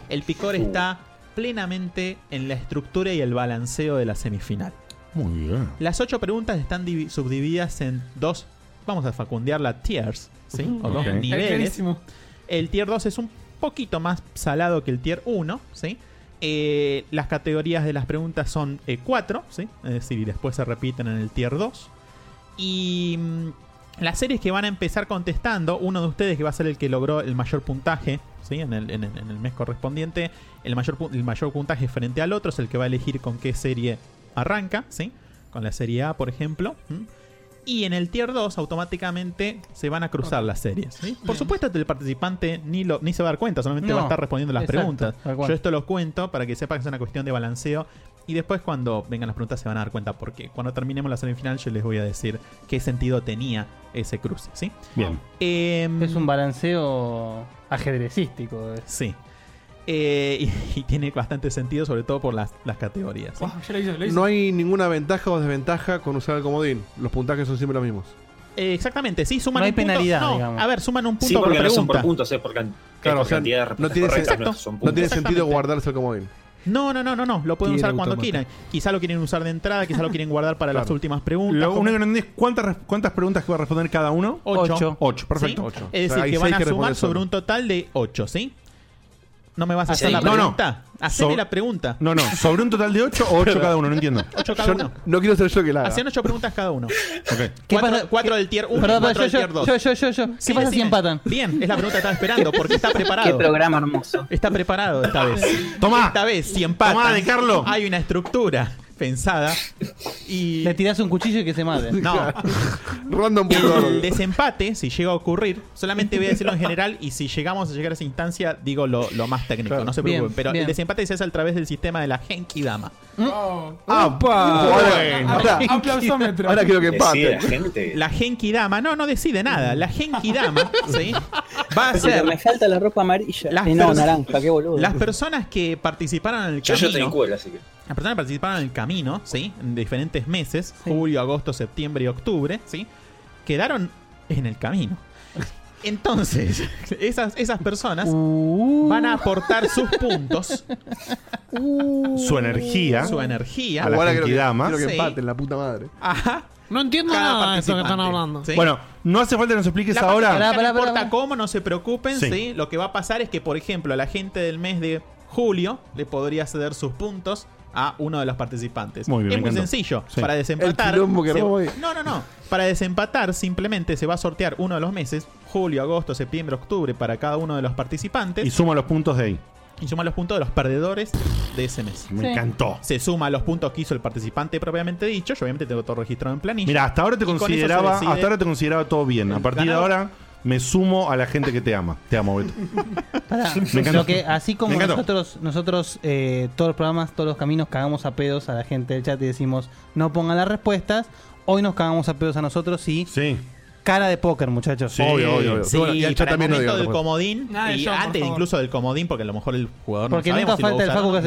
Speaker 8: El picor está plenamente en la estructura y el balanceo de la semifinal.
Speaker 3: Muy bien.
Speaker 8: Las ocho preguntas están divi- subdivididas en dos, vamos a facundearla, tiers, ¿sí?
Speaker 7: Ujú.
Speaker 8: O dos
Speaker 7: Ok. Es
Speaker 8: niveles.
Speaker 7: clarísimo.
Speaker 8: El tier 2 es un poquito más salado que el tier 1, ¿sí? Eh, las categorías de las preguntas son 4, ¿sí? Es decir, y después se repiten en el tier 2. Y mm, las series que van a empezar contestando, uno de ustedes que va a ser el que logró el mayor puntaje, ¿sí? En el, en el- en el mes correspondiente, el mayor, pu- el mayor puntaje frente al otro es el que va a elegir con qué serie arranca, ¿sí? Con la serie A, por ejemplo. ¿m? Y en el tier 2 automáticamente se van a cruzar las series. ¿sí? Por supuesto, el participante ni, lo, ni se va a dar cuenta, solamente
Speaker 3: No.
Speaker 8: va a estar respondiendo las
Speaker 3: Exacto,
Speaker 8: preguntas.
Speaker 3: tal cual.
Speaker 8: Yo esto lo cuento para que sepa que es una cuestión de balanceo. Y después cuando vengan las preguntas se van a dar cuenta porque cuando terminemos la semifinal yo les voy a decir qué sentido tenía ese cruce, ¿sí? Em,
Speaker 3: Bien.
Speaker 4: es un balanceo ajedrecístico.
Speaker 8: Sí. Eh, y, y tiene bastante sentido, sobre todo por las, las categorías. ¿sí?
Speaker 5: No hay ninguna ventaja o desventaja con usar el comodín. Los puntajes son siempre los mismos.
Speaker 8: Eh, exactamente, sí, suman
Speaker 5: No hay
Speaker 8: un punto-
Speaker 5: penalidad,
Speaker 8: no,
Speaker 5: digamos.
Speaker 8: A ver, suman un punto
Speaker 5: Sí,
Speaker 8: por
Speaker 5: porque
Speaker 8: pregunta.
Speaker 5: no son por
Speaker 21: puntos, es por, can- es
Speaker 5: Claro,
Speaker 21: por
Speaker 5: o sea,
Speaker 21: cantidad de
Speaker 5: no
Speaker 21: respuestas
Speaker 5: tiene,
Speaker 21: correctas,
Speaker 5: sen-
Speaker 21: no son
Speaker 5: no tiene
Speaker 21: puntos.
Speaker 5: sentido guardarse el comodín.
Speaker 8: No, no, no, no, no. Lo pueden
Speaker 5: Tiene
Speaker 8: usar cuando
Speaker 5: automático.
Speaker 8: quieran. Quizá lo quieren usar de entrada, quizá lo quieren guardar para las
Speaker 3: Claro.
Speaker 8: últimas preguntas.
Speaker 3: Lo
Speaker 8: como-
Speaker 3: único que no entendí es cuántas, res- cuántas preguntas que va a responder cada uno.
Speaker 8: Ocho.
Speaker 3: Ocho, perfecto.
Speaker 8: ¿Sí?
Speaker 3: Ocho.
Speaker 8: Es
Speaker 3: O
Speaker 8: decir,
Speaker 3: sea, hay
Speaker 8: que van
Speaker 3: seis
Speaker 8: a sumar
Speaker 3: responden
Speaker 8: sobre
Speaker 3: solo.
Speaker 8: un total de 8, ¿sí? ¿No me vas a
Speaker 3: Ah,
Speaker 8: hacer
Speaker 3: sí.
Speaker 8: la
Speaker 3: No, no.
Speaker 8: pregunta? Haceme
Speaker 3: Sobre-
Speaker 8: la pregunta.
Speaker 3: No, no, sobre un total de 8 o 8 cada uno, no entiendo.
Speaker 8: Ocho cada
Speaker 3: Yo
Speaker 8: uno.
Speaker 5: No quiero ser yo que la haga.
Speaker 8: Hacen 8 preguntas cada uno.
Speaker 3: Ok.
Speaker 8: Cuatro, cuatro del tier 1
Speaker 4: Perdón,
Speaker 8: cuatro
Speaker 4: perdón,
Speaker 8: del
Speaker 4: yo,
Speaker 8: tier
Speaker 4: yo,
Speaker 8: 2.
Speaker 4: yo, yo, yo, yo. ¿Qué
Speaker 8: Sí,
Speaker 4: pasa si
Speaker 8: decime.
Speaker 4: empatan?
Speaker 8: Bien, es la pregunta que estaba esperando, porque está preparado.
Speaker 4: (laughs) Qué programa
Speaker 8: hermoso. Está preparado esta vez.
Speaker 3: Tomá.
Speaker 8: Esta vez, si empatan.
Speaker 3: Tomá, de Carlo.
Speaker 8: Hay una estructura pensada. Y...
Speaker 4: Le tirás un cuchillo y que se mate.
Speaker 8: No.
Speaker 5: (laughs) Random
Speaker 8: El desempate, si llega a ocurrir, solamente voy a decirlo en general y si llegamos a llegar a esa instancia, digo lo, lo más técnico, no se preocupen.
Speaker 5: Bien,
Speaker 8: pero
Speaker 5: bien.
Speaker 8: el desempate se hace a través del sistema de la Genki Dama.
Speaker 5: Bueno. Ahora-
Speaker 4: (laughs)
Speaker 8: Aplausómetro.
Speaker 5: ahora quiero que empate. Decide
Speaker 8: La
Speaker 5: la
Speaker 8: Genki Dama, no, no decide nada. La Genki Dama,
Speaker 5: (laughs)
Speaker 8: ¿sí? Va a
Speaker 17: Pero
Speaker 8: ser.
Speaker 17: Me falta la ropa amarilla.
Speaker 8: Las
Speaker 17: Eh, no,
Speaker 8: pers-
Speaker 17: naranja, qué boludo.
Speaker 8: Las personas que participaron en el
Speaker 21: Yo
Speaker 8: camino.
Speaker 21: ya te cuero, así que.
Speaker 8: Las personas que participaron en el camino, ¿sí? En diferentes meses, julio, agosto, septiembre y octubre, ¿sí? Quedaron en el camino. Entonces, esas, esas personas van a aportar sus puntos,
Speaker 3: Su energía.
Speaker 8: su energía.
Speaker 3: A la
Speaker 5: Ahora quiero que-
Speaker 3: Genkidama.
Speaker 5: quiero que
Speaker 8: Sí.
Speaker 5: empaten, la puta madre.
Speaker 8: No entiendo
Speaker 5: nada de eso que están hablando.
Speaker 8: ¿sí?
Speaker 3: Bueno, no hace falta que nos expliques
Speaker 8: La
Speaker 3: ahora.
Speaker 8: participación no importa cómo, no se preocupen,
Speaker 3: Sí.
Speaker 8: sí. Lo que va a pasar es que, por ejemplo, la gente del mes de julio le podría ceder sus puntos a uno de los participantes.
Speaker 3: Muy bien,
Speaker 8: es
Speaker 3: me
Speaker 8: muy
Speaker 3: encantó.
Speaker 8: sencillo.
Speaker 3: Sí.
Speaker 8: Para
Speaker 3: El
Speaker 8: desempatar.
Speaker 3: quilombo que
Speaker 8: se-
Speaker 3: armó hoy.
Speaker 8: no, no, no. Para desempatar, simplemente se va a sortear uno de los meses, julio, agosto, septiembre, octubre, para cada uno de los participantes.
Speaker 3: Y suma los puntos de ahí.
Speaker 8: Y suma los puntos de los perdedores de ese mes.
Speaker 3: Me Sí. encantó.
Speaker 8: Se suma los puntos que hizo el participante propiamente dicho. Yo obviamente tengo todo registrado en planilla.
Speaker 3: Mira, hasta ahora te
Speaker 8: Y con eso se
Speaker 3: consideraba,
Speaker 8: decide-
Speaker 3: hasta ahora te consideraba todo bien. A partir de
Speaker 8: ganador.
Speaker 3: ahora me sumo a la gente que te ama. Te
Speaker 8: (laughs)
Speaker 3: amo, Beto.
Speaker 4: Pará,
Speaker 3: Me encantó.
Speaker 4: lo que así como
Speaker 3: Me encantó.
Speaker 4: nosotros, nosotros eh, todos los programas, todos los caminos cagamos a pedos a la gente del chat y decimos no pongan las respuestas, hoy nos cagamos a pedos a nosotros y cara de póker, muchachos.
Speaker 8: Sí, Sí,
Speaker 4: y
Speaker 8: para el momento del
Speaker 4: respuesta.
Speaker 8: comodín
Speaker 4: Nada de
Speaker 8: y
Speaker 4: yo, por
Speaker 8: antes
Speaker 4: favor.
Speaker 8: incluso del comodín, porque a lo mejor el jugador
Speaker 4: Porque
Speaker 8: no
Speaker 4: nunca
Speaker 8: sabemos
Speaker 4: falta el
Speaker 8: si lo
Speaker 4: Facu
Speaker 8: va a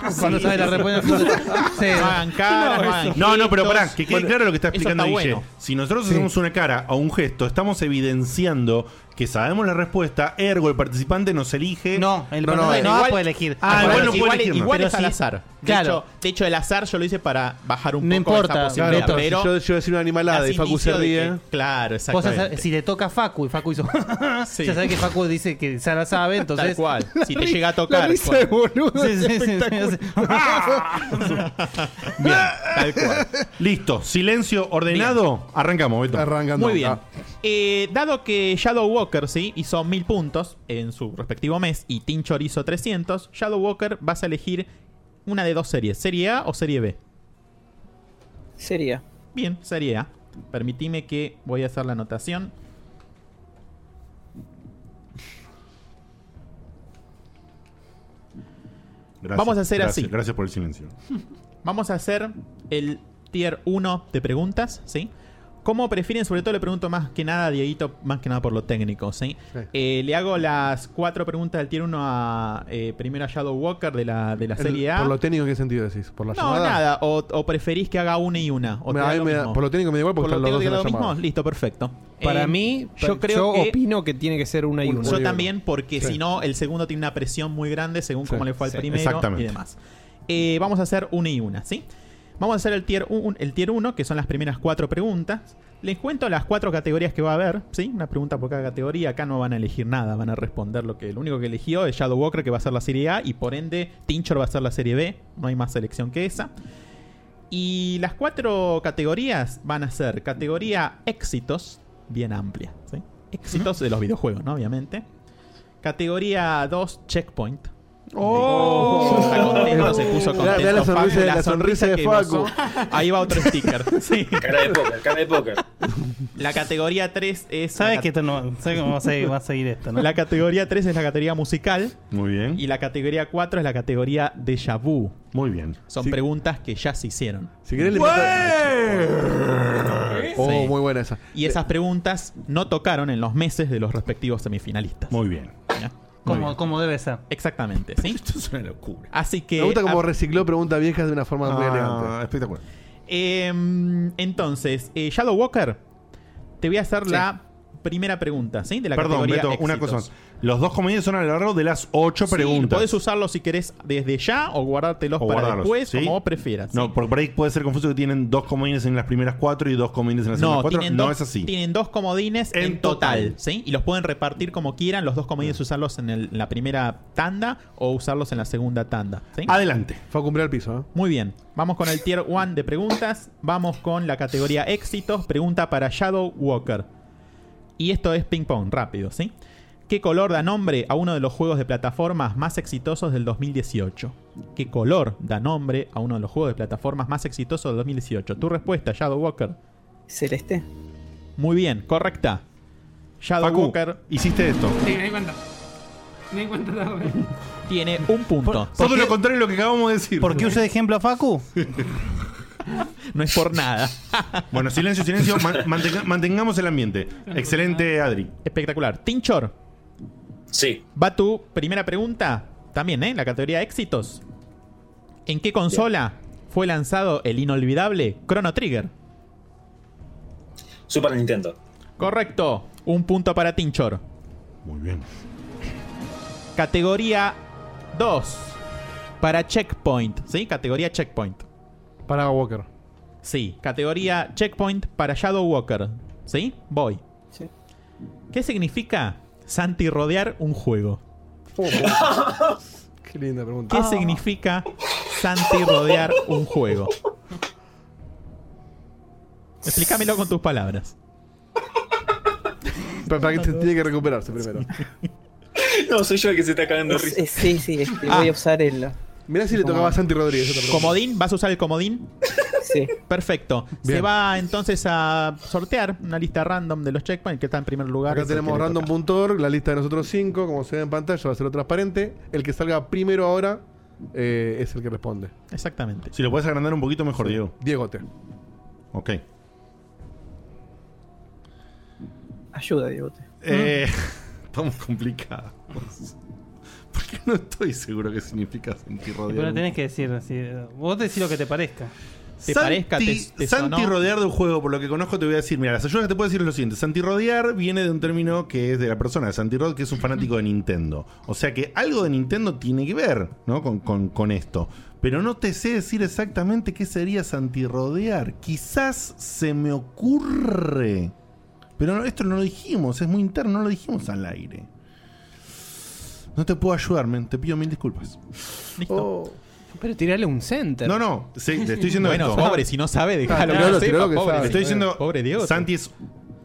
Speaker 4: que hace. Cuando sabe
Speaker 8: (laughs)
Speaker 4: la respuesta. sí.
Speaker 8: No hagan caras, no hagan
Speaker 3: No, no, pero
Speaker 8: gestos.
Speaker 3: pará, que quede
Speaker 8: Bueno,
Speaker 3: claro lo que está
Speaker 8: eso
Speaker 3: explicando
Speaker 8: está
Speaker 3: Guille.
Speaker 8: bueno.
Speaker 3: Si nosotros
Speaker 8: Sí.
Speaker 3: hacemos una cara o un gesto, estamos evidenciando que sabemos la respuesta, ergo el participante nos elige. No, eh.
Speaker 4: el participante no puede elegir.
Speaker 3: Ah,
Speaker 8: Bueno,
Speaker 3: igual no puede
Speaker 8: igual,
Speaker 3: elegir.
Speaker 8: igual
Speaker 3: Pero
Speaker 8: es al
Speaker 3: sí-
Speaker 8: azar. De,
Speaker 3: Claro.
Speaker 8: hecho, de hecho, el azar yo lo hice para bajar un
Speaker 4: No
Speaker 8: poco
Speaker 4: importa,
Speaker 8: esa posibilidad.
Speaker 4: Beto.
Speaker 8: pero
Speaker 4: Yo-
Speaker 5: yo decía una
Speaker 4: animalada
Speaker 8: das
Speaker 4: y Facu
Speaker 8: indicio
Speaker 4: se
Speaker 8: de
Speaker 4: ríe.
Speaker 8: que- claro,
Speaker 4: Vos ya
Speaker 8: exactamente.
Speaker 4: sabés- si le toca a Facu y Facu hizo. (laughs) Ya sabés que Facu dice que ya la sabe, entonces.
Speaker 8: Tal cual. Si te
Speaker 4: (laughs) La
Speaker 8: llega a
Speaker 4: ri- la
Speaker 8: tocar,
Speaker 4: risa
Speaker 8: cual.
Speaker 4: de boludo
Speaker 8: Sí,
Speaker 4: es
Speaker 8: sí, sí, sí.
Speaker 4: espectacular.
Speaker 8: (laughs)
Speaker 3: Bien, Listo, silencio ordenado, arrancamos, Beto.
Speaker 5: Arrancando.
Speaker 8: Muy bien. Eh, dado que Shadow Walker ¿sí? hizo 1000 puntos en su respectivo mes y Tinchor hizo 300, Shadow Walker vas a elegir una de dos series, serie A o serie B.
Speaker 17: Sería.
Speaker 8: Bien, serie A. Permitime que voy a hacer la anotación.
Speaker 3: Gracias,
Speaker 8: Vamos a hacer
Speaker 3: gracias,
Speaker 8: así.
Speaker 3: Gracias por el silencio.
Speaker 8: Vamos a hacer el tier 1 de preguntas, ¿sí? ¿Cómo prefieren? Sobre todo le pregunto más que nada a Dieguito, más que nada por lo técnico, ¿sí?
Speaker 5: Sí.
Speaker 8: Eh, le hago las cuatro preguntas del tier 1 a, eh, primero a Shadow Walker de la, de la
Speaker 5: El-
Speaker 8: serie A.
Speaker 5: ¿Por lo técnico en qué sentido decís? ¿Por la
Speaker 8: no,
Speaker 5: llamada?
Speaker 8: nada. O, o preferís que haga una y una. O
Speaker 5: Me-
Speaker 8: te da
Speaker 5: a mí
Speaker 8: lo
Speaker 5: me da-
Speaker 8: mismo.
Speaker 5: por lo técnico me da igual porque
Speaker 8: Por lo
Speaker 5: están los dos
Speaker 8: técnico te
Speaker 5: en
Speaker 8: da
Speaker 5: la
Speaker 8: lo
Speaker 5: llamada.
Speaker 8: mismo. Listo, perfecto.
Speaker 2: Para
Speaker 8: Eh,
Speaker 2: mí,
Speaker 8: yo
Speaker 2: yo,
Speaker 8: creo
Speaker 2: yo
Speaker 8: que-
Speaker 2: opino que tiene que ser una y una.
Speaker 8: Yo también, porque
Speaker 2: Sí.
Speaker 8: si no, el segundo tiene una presión muy grande según cómo le fue al
Speaker 2: sí.
Speaker 8: primero
Speaker 2: Exactamente.
Speaker 8: y demás. Eh, vamos a hacer una y una, ¿sí? Vamos a hacer el tier 1, el tier uno, que son las primeras cuatro preguntas. Les cuento las cuatro categorías que va a haber, ¿sí? Una pregunta por cada categoría. Acá no van a elegir nada, van a responder lo que... Lo único que eligió es Shadow Walker, que va a ser la serie A, y por ende, Tinchor va a ser la serie B. No hay más selección que esa. Y las cuatro categorías van a ser categoría éxitos, bien amplia. ¿sí? Éxitos de los videojuegos, ¿no? Obviamente. Categoría 2, checkpoint.
Speaker 5: ¡Oh!
Speaker 8: Está contento, se puso
Speaker 5: Mira,
Speaker 8: contento.
Speaker 5: mira la sonrisa-
Speaker 8: Facu,
Speaker 5: la sonrisa de
Speaker 8: que
Speaker 5: Facu.
Speaker 8: gozó. Ahí va otro
Speaker 4: (laughs)
Speaker 8: sticker. Sí. Cara de póker, cara de póker. La categoría 3 es.
Speaker 4: Sabes que esto no. Sabes cómo va a seguir,
Speaker 8: (laughs)
Speaker 4: va a seguir esto, ¿no?
Speaker 8: La categoría 3 es la categoría musical.
Speaker 3: Muy bien.
Speaker 8: Y la categoría 4 es la categoría déjà vu.
Speaker 3: Muy bien.
Speaker 8: Son preguntas que ya se hicieron.
Speaker 5: Si querés le meto-
Speaker 8: ¡Wey!
Speaker 5: Oh,
Speaker 8: Sí.
Speaker 5: muy buena esa.
Speaker 8: Y esas preguntas no tocaron en los meses de los respectivos semifinalistas.
Speaker 3: Muy bien.
Speaker 4: Como, como debe ser.
Speaker 8: Exactamente,
Speaker 3: (laughs)
Speaker 8: ¿sí?
Speaker 3: Esto es una locura.
Speaker 8: Así que.
Speaker 5: Me gusta como
Speaker 8: a-
Speaker 5: recicló preguntas viejas de una forma muy
Speaker 8: Ah,
Speaker 5: elegante.
Speaker 3: Espectacular.
Speaker 8: Em, entonces, eh, Shadow Walker, te voy a hacer la primera pregunta, ¿sí? De la
Speaker 3: Perdón,
Speaker 8: categoría
Speaker 3: Beto, una
Speaker 8: éxitos.
Speaker 3: cosa. más. Los dos comedios son a lo largo de las ocho
Speaker 8: Sí,
Speaker 3: preguntas.
Speaker 8: Podés usarlos si querés desde ya o guardártelos
Speaker 3: O
Speaker 8: para
Speaker 3: guardarlos,
Speaker 8: después,
Speaker 3: ¿sí?
Speaker 8: como vos prefieras.
Speaker 3: No, porque por ahí puede ser confuso que tienen dos comedios en las primeras cuatro y dos comedios en las
Speaker 8: No,
Speaker 3: segundas cuatro.
Speaker 8: tienen
Speaker 3: No
Speaker 8: dos,
Speaker 3: es así.
Speaker 8: tienen dos comodines en, total, ¿sí? Y los pueden repartir como quieran, los dos
Speaker 3: Ah.
Speaker 8: comodines usarlos en, el- en la primera tanda o usarlos en la segunda tanda, ¿sí?
Speaker 3: Adelante.
Speaker 5: Fue a cumplir el piso, ¿eh?
Speaker 8: Muy bien, vamos con el tier 1 de preguntas, vamos con la categoría éxitos, pregunta para Shadow Walker. Y esto es ping pong, rápido, ¿sí? ¿Qué color da nombre a uno de los juegos de plataformas más exitosos del 2018? ¿Qué color da nombre a uno de los juegos de plataformas más exitosos del 2018? Tu respuesta, Shadow Walker.
Speaker 17: Celeste.
Speaker 8: Muy bien, correcta. Shadow
Speaker 3: Facu,
Speaker 8: Walker.
Speaker 3: Hiciste esto.
Speaker 7: Sí, me di cuenta. Me di cuenta tarde.
Speaker 8: Tiene un punto.
Speaker 3: Todo lo contrario de lo que acabamos de decir.
Speaker 4: ¿Por qué usa de ejemplo a Facu?
Speaker 8: (laughs) No es por nada.
Speaker 3: (laughs) bueno, silencio, silencio. Man- mantenga- mantengamos el ambiente. Excelente, Adri.
Speaker 8: Espectacular. Tinchor.
Speaker 21: Sí.
Speaker 8: Va tu primera pregunta. También, ¿eh? La categoría éxitos. ¿En qué consola fue lanzado el inolvidable Chrono Trigger?
Speaker 21: Super Nintendo.
Speaker 8: Correcto. Un punto para Tinchor.
Speaker 3: Muy bien.
Speaker 8: Categoría 2. Para Checkpoint. ¿Sí? Categoría Checkpoint.
Speaker 5: Para Walker.
Speaker 8: Sí. Categoría Checkpoint para Shadow Walker. ¿Sí? Voy. ¿Qué significa santirrodear un juego?
Speaker 5: Qué linda pregunta.
Speaker 8: ¿Qué significa santirrodear un juego? Explícamelo con tus palabras.
Speaker 5: Pero para que te- tiene que recuperarse primero.
Speaker 21: No, soy yo el que se está cagando de
Speaker 17: Es-
Speaker 21: risa.
Speaker 17: es- sí, sí, este, voy a usar el.
Speaker 5: Ah. Mirá si le
Speaker 17: Como-
Speaker 5: tocaba a Santi Rodríguez. otra pregunta.
Speaker 8: ¿Comodín? ¿Vas a usar el comodín?
Speaker 17: Sí.
Speaker 8: Perfecto. Se
Speaker 5: Bien.
Speaker 8: va entonces a sortear una lista random de los checkpoints que está en primer lugar.
Speaker 5: Acá
Speaker 8: es el
Speaker 5: tenemos
Speaker 8: que le toca.
Speaker 5: random.org, la lista de nosotros cinco, como se ve en pantalla, va a ser transparente. El que salga primero ahora eh, es el que responde.
Speaker 8: Exactamente.
Speaker 3: Si lo puedes agrandar un poquito mejor, Diego.
Speaker 5: Diegote.
Speaker 3: Ok.
Speaker 8: Mm.
Speaker 17: Ayuda, Diegote.
Speaker 3: Eh, (laughs)
Speaker 4: ¿Mm?
Speaker 3: estamos complicados. Porque no estoy seguro qué significa sentir rodeado.
Speaker 4: Pero tenés que decir. así, vos decís lo que te parezca.
Speaker 3: Santi rodear de un juego, por lo que conozco, te voy a decir, mira, las ayudas que te puedo decir es lo siguiente. Santi rodear viene de un término que es de la persona de Santi Rod, que es un fanático de Nintendo. O sea que algo de Nintendo tiene que ver, ¿no? Con, con- con esto. Pero no te sé decir exactamente qué sería Santi rodear. Quizás se me ocurre. Pero no- esto no lo dijimos, es muy interno, no lo dijimos al aire. No te puedo ayudar, men, te pido mil disculpas.
Speaker 2: Pero tirarle un center.
Speaker 3: No, no, sí, te estoy diciendo
Speaker 2: Bueno,
Speaker 3: esto.
Speaker 2: pobre, si no sabe, dejalo que
Speaker 3: Claro,
Speaker 2: lo sepa,
Speaker 3: Ah, tiralo que
Speaker 2: pobre.
Speaker 3: sabe. Te estoy
Speaker 2: Sí.
Speaker 3: diciendo,
Speaker 2: Pobre Diego.
Speaker 3: Santi es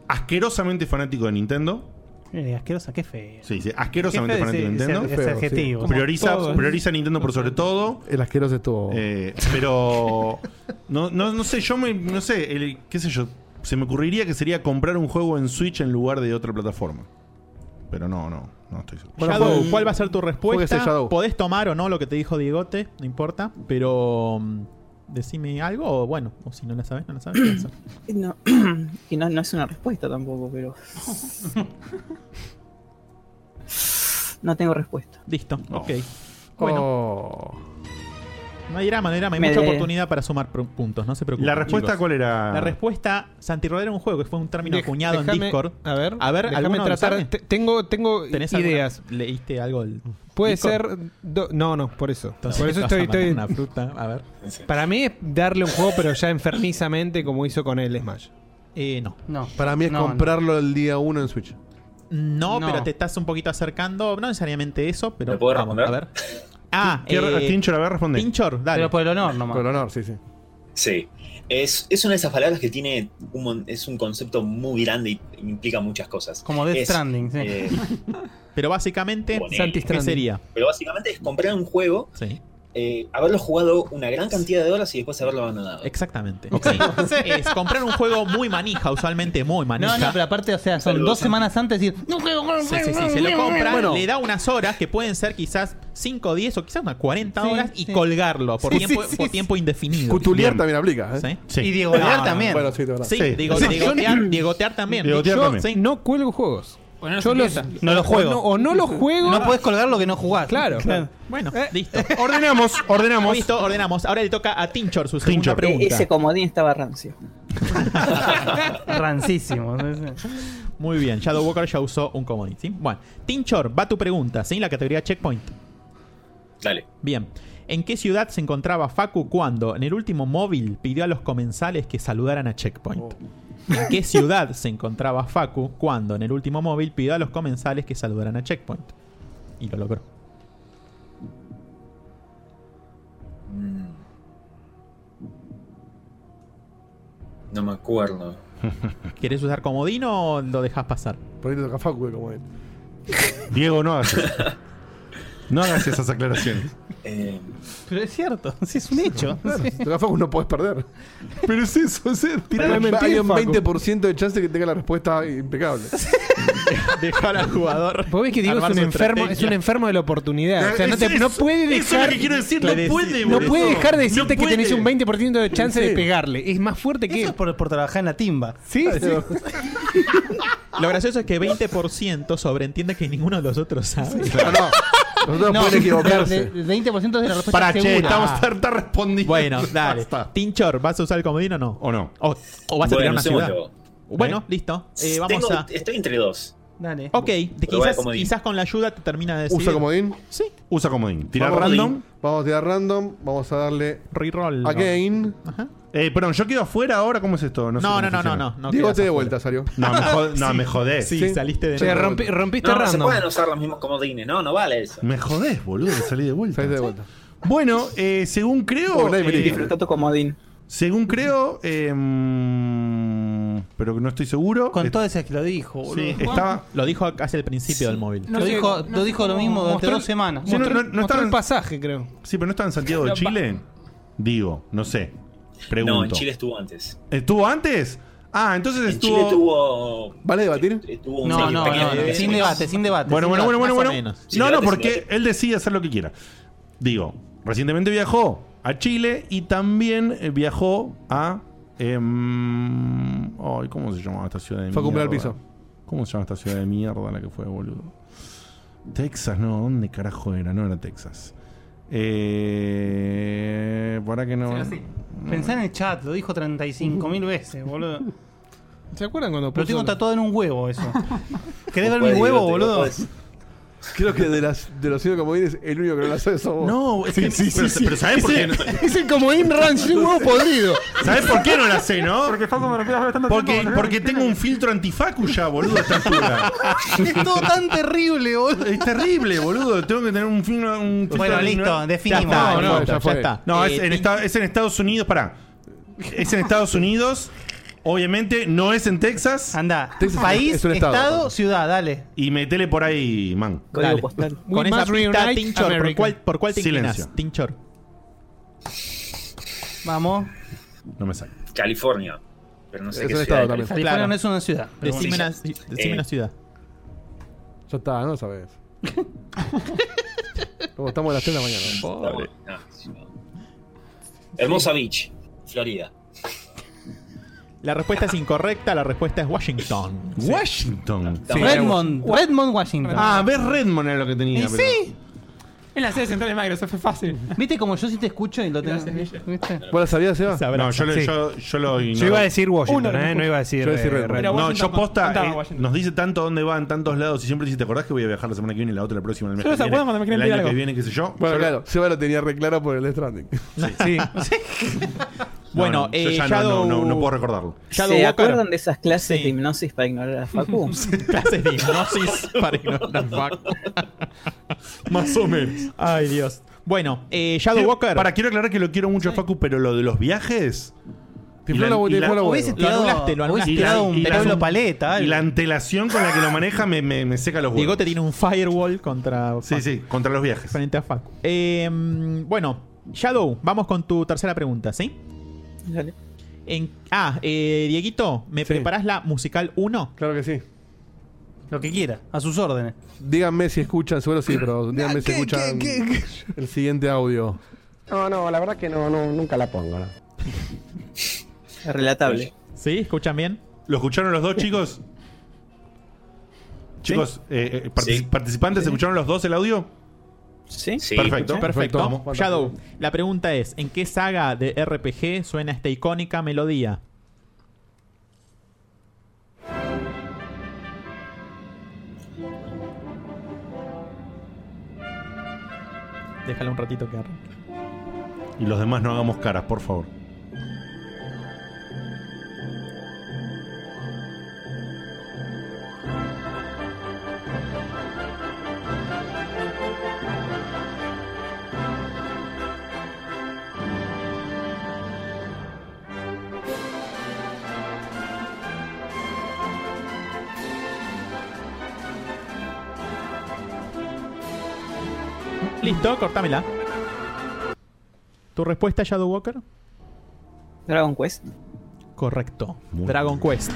Speaker 3: asquerosamente fanático de Nintendo.
Speaker 4: Eh, asquerosa, qué feo.
Speaker 3: Sí, sí, asquerosamente
Speaker 4: Qué feo
Speaker 3: fanático de
Speaker 4: ese-
Speaker 3: Nintendo.
Speaker 4: ese- ese Feo, sí. adjetivo. Como
Speaker 3: Prioriza,
Speaker 4: todos.
Speaker 3: prioriza a Nintendo por sobre todo.
Speaker 5: El asqueroso estuvo.
Speaker 3: Eh, pero no, no, no sé, yo me, no sé, el- qué sé yo, se me ocurriría que sería comprar un juego en Switch en lugar de otra plataforma. pero no, no, no estoy seguro.
Speaker 8: Shadow, ¿cuál va a ser tu
Speaker 3: Jueguese,
Speaker 8: respuesta?
Speaker 3: Shadow.
Speaker 8: Podés tomar o no lo que te dijo Diegote, no importa, pero mm, decime algo o bueno, o si no la sabes, no la sabes. (coughs) piensa.
Speaker 17: No, (clears throat) y no, no es una respuesta tampoco,
Speaker 3: (laughs)
Speaker 17: pero. No tengo respuesta.
Speaker 8: Listo, ok. Bueno. Oh. No hay drama, no hay drama, hay
Speaker 17: Me
Speaker 8: mucha
Speaker 17: de-
Speaker 8: oportunidad para sumar pr- puntos, no se preocupen.
Speaker 3: ¿La respuesta
Speaker 8: chicos.
Speaker 3: cuál era?
Speaker 8: La respuesta, Santirrodera era un juego que fue un término
Speaker 2: Dej-
Speaker 8: acuñado en
Speaker 2: déjame-
Speaker 8: Discord.
Speaker 2: a ver,
Speaker 8: a ver,
Speaker 2: déjame
Speaker 8: ¿alguno lo
Speaker 2: tratar-
Speaker 8: sabe?
Speaker 2: te- tengo- tengo
Speaker 8: ¿Tenés
Speaker 2: ideas.
Speaker 8: alguna- ¿Leíste algo? del
Speaker 2: Puede
Speaker 8: Discord?
Speaker 2: ser. do- no, no, por eso.
Speaker 8: Entonces
Speaker 2: por eso
Speaker 8: te vas a
Speaker 2: estoy.
Speaker 8: matar
Speaker 2: estoy-
Speaker 8: una fruta, a ver.
Speaker 2: Para mí es darle un juego, pero ya enfermizamente, como hizo con el Smash.
Speaker 8: Eh, no.
Speaker 5: Para mí es
Speaker 2: No,
Speaker 5: comprarlo el día 1 en Switch.
Speaker 8: No,
Speaker 5: No.
Speaker 8: pero te estás un poquito acercando. No necesariamente eso, pero.
Speaker 5: ¿Me puedo
Speaker 8: vamos,
Speaker 5: responder?
Speaker 8: A ver. Ah,
Speaker 5: ¿Qué-
Speaker 8: eh,
Speaker 5: Tinchor, a ver, responde.
Speaker 8: Tinchor, dale.
Speaker 5: Pero por
Speaker 8: el honor
Speaker 5: nomás. Por el honor, sí, sí.
Speaker 21: Sí. Es, es una de esas palabras que tiene un, mon- es un concepto muy grande y implica muchas cosas.
Speaker 8: Como
Speaker 21: de
Speaker 8: Death Stranding, sí. Pero básicamente, ¿qué sería?
Speaker 21: Pero básicamente es comprar un juego,
Speaker 8: Sí.
Speaker 21: eh, haberlo jugado una gran cantidad de horas y después haberlo abandonado.
Speaker 8: Exactamente. (laughs) es comprar un juego muy manija, usualmente muy manija.
Speaker 4: No, no, pero aparte, o sea, son
Speaker 8: Saludos,
Speaker 4: dos
Speaker 8: Santi.
Speaker 4: semanas antes y decir, no juego, no
Speaker 8: Sí, sí,
Speaker 4: juego,
Speaker 8: sí, se lo
Speaker 4: no
Speaker 8: compra,
Speaker 4: juego".
Speaker 8: le da unas horas que pueden ser quizás 5, 10 o quizás unas 40
Speaker 4: Sí,
Speaker 8: horas y
Speaker 4: sí.
Speaker 8: colgarlo por
Speaker 4: Sí,
Speaker 8: tiempo,
Speaker 4: sí, sí,
Speaker 8: por tiempo indefinido.
Speaker 5: Cutuliar
Speaker 8: Bien.
Speaker 5: también aplica, ¿eh?
Speaker 8: Sí.
Speaker 4: Y diegotear
Speaker 8: No,
Speaker 4: también.
Speaker 8: no, no. Sí,
Speaker 5: Sí.
Speaker 8: diego-
Speaker 5: Sí.
Speaker 8: diegotear, diegotear también.
Speaker 2: Yo
Speaker 8: Yo-
Speaker 2: no cuelgo juegos.
Speaker 8: Bueno, no
Speaker 2: Yo
Speaker 8: se
Speaker 2: los-
Speaker 8: piensa.
Speaker 2: no los juego. O no, o no los juego.
Speaker 8: No podés
Speaker 2: colgar lo que no jugás. Claro. (laughs)
Speaker 8: Claro. Bueno,
Speaker 4: Eh.
Speaker 8: listo.
Speaker 3: Ordenamos, ordenamos.
Speaker 8: Listo, ordenamos. Ahora le toca a Tinchor su segunda
Speaker 17: Pincho.
Speaker 8: pregunta.
Speaker 17: E-, Ese comodín estaba rancio.
Speaker 8: Rancísimo. Muy bien, Shadow Walker ya usó un comodín, ¿sí? Bueno, Tinchor, va tu pregunta, ¿sí? La categoría Checkpoint.
Speaker 21: Dale.
Speaker 8: Bien. ¿En qué ciudad se encontraba Facu cuando, en el último móvil, pidió a los comensales que saludaran a Checkpoint? ¿En qué ciudad se encontraba Facu cuando, en el último móvil, pidió a los comensales que saludaran a Checkpoint? Y lo logró.
Speaker 21: No me acuerdo.
Speaker 8: ¿Quieres usar comodín o lo dejas pasar?
Speaker 5: Por ahí te toca Facu de comodín.
Speaker 3: Diego, no hagas eso. No hagas esas aclaraciones.
Speaker 5: Eh,
Speaker 4: Pero es cierto, sí, es un hecho.
Speaker 5: Claro, si te toca Facu no puedes perder. Pero es eso, es eso.
Speaker 4: Tirale
Speaker 5: Hay un-
Speaker 4: mentir,
Speaker 5: hay un
Speaker 4: Facu.
Speaker 5: 20% de chance que tenga la respuesta impecable.
Speaker 8: (laughs) Dejar al jugador.
Speaker 2: Vos ves que Diego es
Speaker 5: Armar
Speaker 2: un
Speaker 5: su
Speaker 2: enfermo, es
Speaker 5: estrategia.
Speaker 2: un enfermo de la oportunidad. O sea, no,
Speaker 5: Es
Speaker 2: te- no
Speaker 5: eso,
Speaker 2: puede
Speaker 5: eso
Speaker 2: dejar.
Speaker 5: es lo que quiero decir, no
Speaker 2: Claro,
Speaker 5: puede,
Speaker 2: No
Speaker 5: boludo.
Speaker 2: puede dejar de
Speaker 5: No
Speaker 2: decirte que
Speaker 5: puede.
Speaker 2: tenés un 20% de chance
Speaker 5: Sí.
Speaker 2: de pegarle. Es más fuerte que. Eso es
Speaker 4: por, trabajar en la timba. Ah,
Speaker 2: Sí, sí.
Speaker 8: (laughs) Lo gracioso es que 20% sobreentiende que ninguno de los otros sabe.
Speaker 5: Nosotros pueden equivocarse.
Speaker 4: de- de 20% de la respuesta
Speaker 8: Para, che,
Speaker 4: segura.
Speaker 8: estamos
Speaker 4: Ah.
Speaker 8: tan respondidos. Bueno, dale. Tinchor, ¿vas a usar el comodín o no? O no. (laughs) O, vas a
Speaker 21: Bueno,
Speaker 8: tirar una ciudad.
Speaker 21: usémoslo.
Speaker 8: Bueno,
Speaker 21: ¿Eh?
Speaker 8: listo. Eh, vamos
Speaker 21: Tengo-
Speaker 8: a.
Speaker 21: Estoy entre dos.
Speaker 4: Dale.
Speaker 8: Ok,
Speaker 21: vale,
Speaker 8: quizás,
Speaker 21: comodín.
Speaker 8: quizás con la ayuda te termina de decir.
Speaker 5: ¿Usa comodín?
Speaker 8: Sí.
Speaker 3: Usa comodín. Tira
Speaker 5: Vamos-
Speaker 3: random.
Speaker 5: Vamos a tirar random. Vamos a darle.
Speaker 8: Reroll.
Speaker 5: Again.
Speaker 3: Eh, perdón, ¿yo quedo afuera ahora? ¿Cómo es esto? sé
Speaker 5: No,
Speaker 3: cómo
Speaker 5: no, no,
Speaker 3: funciona.
Speaker 5: no, no, no Diego, quedas te de afuera. vuelta salió.
Speaker 3: No, me, jod- Ah, no,
Speaker 5: Sí.
Speaker 3: me jodés.
Speaker 5: Sí, Sí. saliste de Che, nuevo. rompi- rompiste
Speaker 21: no, No,
Speaker 5: random.
Speaker 21: se pueden usar los mismos comodines, no, no vale eso.
Speaker 3: Me jodés, boludo, salí de vuelta. de vuelta. Bueno, eh, según creo.
Speaker 17: Hola, Emily. Disfruta
Speaker 3: tu comodín. Según creo. eh, mm, pero que no estoy seguro.
Speaker 4: Con
Speaker 3: Est-
Speaker 4: todo eso que lo dijo, boludo.
Speaker 3: Sí, estaba.
Speaker 8: Lo dijo casi al principio del móvil.
Speaker 4: Lo dijo- lo dijo lo mismo durante dos semanas.
Speaker 3: Sí, no, no- no
Speaker 4: Mostró-
Speaker 3: estaba
Speaker 4: mostró
Speaker 3: en-
Speaker 4: el pasaje, creo.
Speaker 3: Sí, pero no estaba en Santiago de
Speaker 4: No,
Speaker 3: Chile. Digo, no sé. Pregunto.
Speaker 21: No, en Chile estuvo antes.
Speaker 3: ¿Estuvo antes? Ah, entonces
Speaker 21: En
Speaker 3: estuvo.
Speaker 21: Chile tuvo.
Speaker 5: ¿Vale debatir?
Speaker 21: tuvo un
Speaker 4: No,
Speaker 21: sí,
Speaker 4: no,
Speaker 21: pequeño-
Speaker 4: no, no, sin debate, sin debate.
Speaker 3: Bueno,
Speaker 4: sin
Speaker 3: bueno, bueno, bueno,
Speaker 4: debate, más o
Speaker 3: bueno.
Speaker 4: menos.
Speaker 3: No, no, porque él decide hacer lo que quiera. Digo, recientemente viajó a Chile y también eh, viajó a. em, ay, ¿cómo se llamaba esta ciudad de
Speaker 5: Fue a cumplir
Speaker 3: mierda?
Speaker 5: al piso.
Speaker 3: ¿Cómo se llama esta ciudad de mierda a la que fue, boludo? Texas, no, ¿dónde carajo era? No era Texas. Eh, para que no.
Speaker 4: Pensá en el chat, lo dijo 35.000 veces, boludo.
Speaker 2: ¿Se acuerdan cuando
Speaker 4: Lo tengo
Speaker 2: puso-
Speaker 4: tatuado en un huevo eso. ¿Querés ver
Speaker 5: Puedes,
Speaker 4: mi huevo,
Speaker 5: Diego, te
Speaker 4: boludo?
Speaker 5: puedes. Creo que de, las, de los cinco comodines, el único que no la sabe es vos. (laughs)
Speaker 3: No, es que- pero- pero ¿sabés por qué no-
Speaker 2: Es el comodín rancio, un huevo podrido.
Speaker 3: ¿Sabes por qué no la sé, no? Porque
Speaker 2: me
Speaker 3: Porque, porque tengo un filtro antifacu ya, boludo, a esta altura.
Speaker 4: (laughs) Es todo tan terrible, boludo.
Speaker 3: Es terrible, boludo. Tengo que tener un fin. Un filtro
Speaker 4: Bueno,
Speaker 3: de-
Speaker 4: listo, definimos.
Speaker 3: Ya está,
Speaker 4: No,
Speaker 3: no,
Speaker 4: no,
Speaker 3: ya
Speaker 4: ya
Speaker 3: fue.
Speaker 4: está.
Speaker 3: No,
Speaker 4: Eh,
Speaker 3: es, en
Speaker 4: Tin-
Speaker 3: esta- es en Estados Unidos, pará. Es en Estados Unidos. Obviamente, no es en Texas.
Speaker 4: Anda, país, estado, ciudad, dale.
Speaker 3: Y metele por ahí, man.
Speaker 4: Código postal. We
Speaker 8: Con esa
Speaker 4: must
Speaker 8: pista,
Speaker 4: reunite
Speaker 8: Tinchor, ¿por
Speaker 4: America.
Speaker 8: cuál, ¿por cuál te
Speaker 3: Silencio.
Speaker 8: inclinas? Tinchor.
Speaker 4: Vamos.
Speaker 3: No me saca.
Speaker 21: California. Pero no sé
Speaker 3: Es
Speaker 21: qué
Speaker 3: un
Speaker 21: ciudad.
Speaker 3: estado
Speaker 21: de
Speaker 3: también.
Speaker 21: California.
Speaker 4: California no es una ciudad.
Speaker 8: Decime, una,
Speaker 21: Eh,
Speaker 8: decime una ciudad.
Speaker 5: Ya está, no lo sabes. Como estamos a las 3 de la mañana.
Speaker 8: Oh.
Speaker 21: Pobre. Hermosa Beach, Florida.
Speaker 8: La respuesta es incorrecta, la respuesta es Washington.
Speaker 3: Washington.
Speaker 8: Sí.
Speaker 4: Redmond,
Speaker 8: Wa-
Speaker 4: Redmond, Washington.
Speaker 3: Ah, ves Redmond era lo que tenía.
Speaker 4: Y
Speaker 3: pero-
Speaker 4: sí.
Speaker 7: En la sede central de Microsoft es fácil.
Speaker 4: (laughs) ¿Viste como yo sí te escucho y lo tengo? ¿Viste?
Speaker 5: ¿Vos la sabías, Seba?
Speaker 3: No, yo, lo-
Speaker 5: Sí.
Speaker 3: yo, yo lo ignoro.
Speaker 5: Yo iba a decir Washington,
Speaker 3: Uno,
Speaker 5: eh, no iba a decir,
Speaker 3: Yo iba a decir
Speaker 5: eh,
Speaker 3: Red Bull.
Speaker 5: Red Bull.
Speaker 3: No,
Speaker 5: Washington
Speaker 3: yo
Speaker 5: no- no
Speaker 3: posta.
Speaker 5: estaba
Speaker 3: eh,
Speaker 5: Washington.
Speaker 3: nos dice tanto dónde va, en tantos lados. Y siempre dice: ¿Te acordás que voy a viajar la semana que viene y la otra la próxima? El mes
Speaker 5: Yo no
Speaker 3: que
Speaker 5: se
Speaker 3: viene,
Speaker 5: acuerdan cuando me quieren
Speaker 3: El
Speaker 5: pedir
Speaker 3: año que
Speaker 5: algo.
Speaker 3: viene, qué sé yo.
Speaker 5: Bueno,
Speaker 3: Yo-
Speaker 5: claro, Seba lo tenía re claro por el Death Stranding.
Speaker 8: Sí.
Speaker 3: No,
Speaker 8: Bueno,
Speaker 3: no, yo
Speaker 8: eh,
Speaker 3: ya no-
Speaker 8: Shadow-
Speaker 3: no- no- no puedo recordarlo.
Speaker 8: Shadow
Speaker 17: ¿Se
Speaker 8: Walker.
Speaker 17: acuerdan de esas clases de hipnosis para ignorar a Facu?
Speaker 8: (laughs) clases de
Speaker 3: (laughs)
Speaker 8: hipnosis para ignorar Facu.
Speaker 3: Más o menos.
Speaker 8: Ay, Dios. Bueno, eh, Shadow
Speaker 3: Quiero-
Speaker 8: Walker.
Speaker 3: Para, quiero aclarar que lo quiero mucho a Facu, pero lo de los viajes.
Speaker 5: Te infló la bo- te infló la Hubiese
Speaker 8: huevo. tirado- hubiese tirado un Pablo Paleta,
Speaker 3: Y
Speaker 8: algo.
Speaker 3: la antelación con la que lo maneja me, me, me seca los huevos.
Speaker 8: Digote tiene un firewall contra.
Speaker 3: Sí, sí, contra los viajes.
Speaker 8: Frente a Facu. Eh, bueno, Shadow, vamos con tu tercera pregunta, ¿sí? En- ah, eh, Dieguito, ¿me preparás la musical 1?
Speaker 5: Claro que sí.
Speaker 4: Lo que quiera, a sus órdenes.
Speaker 5: Díganme si escuchan, seguro sí,
Speaker 8: (laughs)
Speaker 5: pero díganme si escuchan el siguiente audio.
Speaker 22: No, no, la verdad que no, no nunca la pongo. no.
Speaker 17: Relatable.
Speaker 8: ¿Sí? ¿Escuchan bien?
Speaker 3: ¿Lo escucharon los dos,
Speaker 8: (laughs)
Speaker 3: chicos? Chicos, eh, eh, partic- participantes, ¿escucharon los dos el audio?
Speaker 17: Sí,
Speaker 3: Perfecto,
Speaker 8: perfecto.
Speaker 3: Vamos.
Speaker 8: Shadow, la pregunta es: ¿en qué saga de RPG suena esta icónica melodía? Déjala un ratito que arranque.
Speaker 3: Y los demás no hagamos caras, por favor.
Speaker 8: Listo, cortámela. ¿Tu respuesta, Shadow Walker?
Speaker 17: Dragon Quest.
Speaker 8: Correcto. Dragon Quest.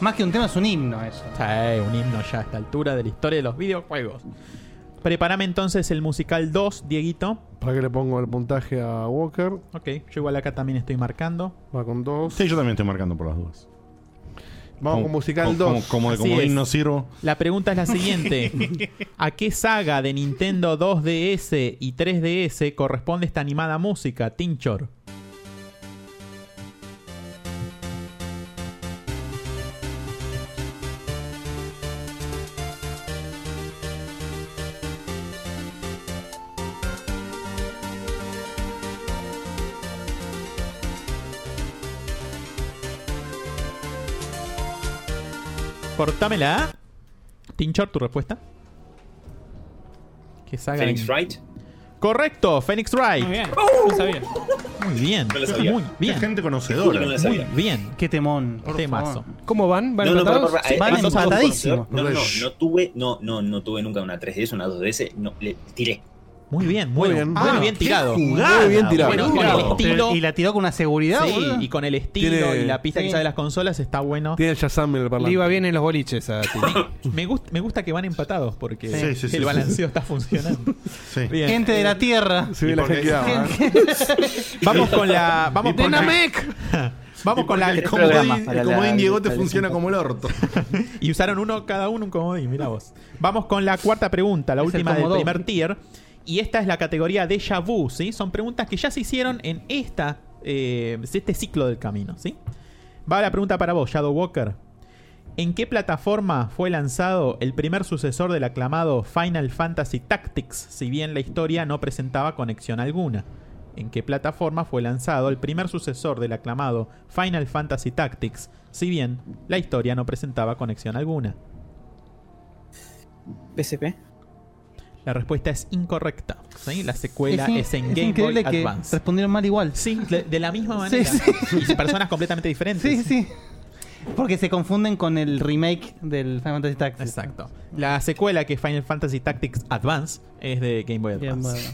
Speaker 4: Más que un tema, es un himno eso.
Speaker 8: Sí, un himno ya a esta altura de la historia de los videojuegos. Prepárame entonces el musical 2, Dieguito.
Speaker 5: ¿Para qué le pongo el puntaje a Walker?
Speaker 8: Ok, yo igual acá también estoy marcando.
Speaker 5: Va con 2.
Speaker 3: Sí, yo también estoy marcando por las dudas.
Speaker 5: Vamos con musical
Speaker 3: como-
Speaker 5: 2.
Speaker 3: Como de
Speaker 8: Así
Speaker 3: comodín
Speaker 8: es.
Speaker 3: no sirvo.
Speaker 8: La pregunta es la siguiente. ¿A qué saga de Nintendo 2DS y 3DS corresponde esta animada música, Tinchor? Cortámela. Tinchor, tu respuesta. ¿Qué saga? de
Speaker 21: Phoenix
Speaker 8: Nin-
Speaker 21: Wright.
Speaker 8: Correcto, Phoenix Wright.
Speaker 7: Muy bien.
Speaker 8: No sabía. Muy bien.
Speaker 21: No lo sabía.
Speaker 8: Muy bien.
Speaker 21: Qué gente
Speaker 4: conocedora. No lo
Speaker 8: Muy
Speaker 4: sabía.
Speaker 8: bien.
Speaker 4: Qué temón.
Speaker 8: Temazo.
Speaker 2: ¿Cómo van? ¿Van
Speaker 21: No, no,
Speaker 2: empatados?
Speaker 21: pará, pará, eh,
Speaker 2: van
Speaker 21: esos dos
Speaker 2: empatadísimos.
Speaker 21: por- No, no, no tuve, no, no, no tuve nunca una 3DS, una 2DS, no, le tiré.
Speaker 8: Muy bien, muy,
Speaker 21: Muy
Speaker 8: bien.
Speaker 21: bien.
Speaker 8: Muy
Speaker 21: Ah,
Speaker 8: bien
Speaker 21: qué
Speaker 8: tirado.
Speaker 21: jugada, Muy bien tirado.
Speaker 8: Bueno, con el
Speaker 21: Bravo.
Speaker 8: estilo.
Speaker 4: Y la tiró con una seguridad,
Speaker 8: Sí,
Speaker 4: boludo.
Speaker 8: y con el estilo
Speaker 4: Tiene-
Speaker 8: y la pista
Speaker 4: Sí.
Speaker 8: que sale de las consolas está bueno.
Speaker 5: Tiene el Shazam en el
Speaker 2: Le
Speaker 5: parlante.
Speaker 2: iba bien en los
Speaker 8: (laughs)
Speaker 2: boliches a ti.
Speaker 8: Me, gust- me gusta que van empatados porque
Speaker 2: Sí,
Speaker 8: el
Speaker 2: sí, sí, sí.
Speaker 8: balanceo está funcionando. Bien.
Speaker 4: Gente de la tierra.
Speaker 5: Sí, la gente
Speaker 8: (laughs)
Speaker 5: que ama, ¿eh?
Speaker 8: Vamos con la. Vamos con la. Vamos con la.
Speaker 3: El comodín, el comodín Diego te funciona como el orto.
Speaker 8: (laughs) Y usaron uno cada uno un comodín, mira vos. Vamos con la cuarta pregunta, la
Speaker 3: Es el
Speaker 8: última del
Speaker 3: comodón.
Speaker 8: primer tier. Y esta es la categoría Deja Vu, ¿sí? Son preguntas que ya se hicieron en esta, eh, este ciclo del camino, ¿sí? Va la pregunta para vos, Shadow Walker. ¿En qué plataforma fue lanzado el primer sucesor del aclamado Final Fantasy Tactics, si bien la historia no presentaba conexión alguna? ¿En qué plataforma fue lanzado el primer sucesor del aclamado Final Fantasy Tactics, si bien la historia no presentaba conexión alguna?
Speaker 17: PSP.
Speaker 8: La respuesta es incorrecta. ¿sí? La secuela
Speaker 4: Es in-
Speaker 8: es, en
Speaker 4: es
Speaker 8: Game
Speaker 4: increíble
Speaker 8: Boy
Speaker 4: que
Speaker 8: Advance.
Speaker 4: respondieron mal igual.
Speaker 8: Sí, de, la misma manera. Y personas completamente diferentes.
Speaker 4: Sí, sí. Porque se confunden con el remake del Final Fantasy Tactics.
Speaker 8: Exacto. La secuela que es Final Fantasy
Speaker 4: (laughs)
Speaker 8: Tactics Advance es de Game Boy Advance.
Speaker 4: Bien, bueno.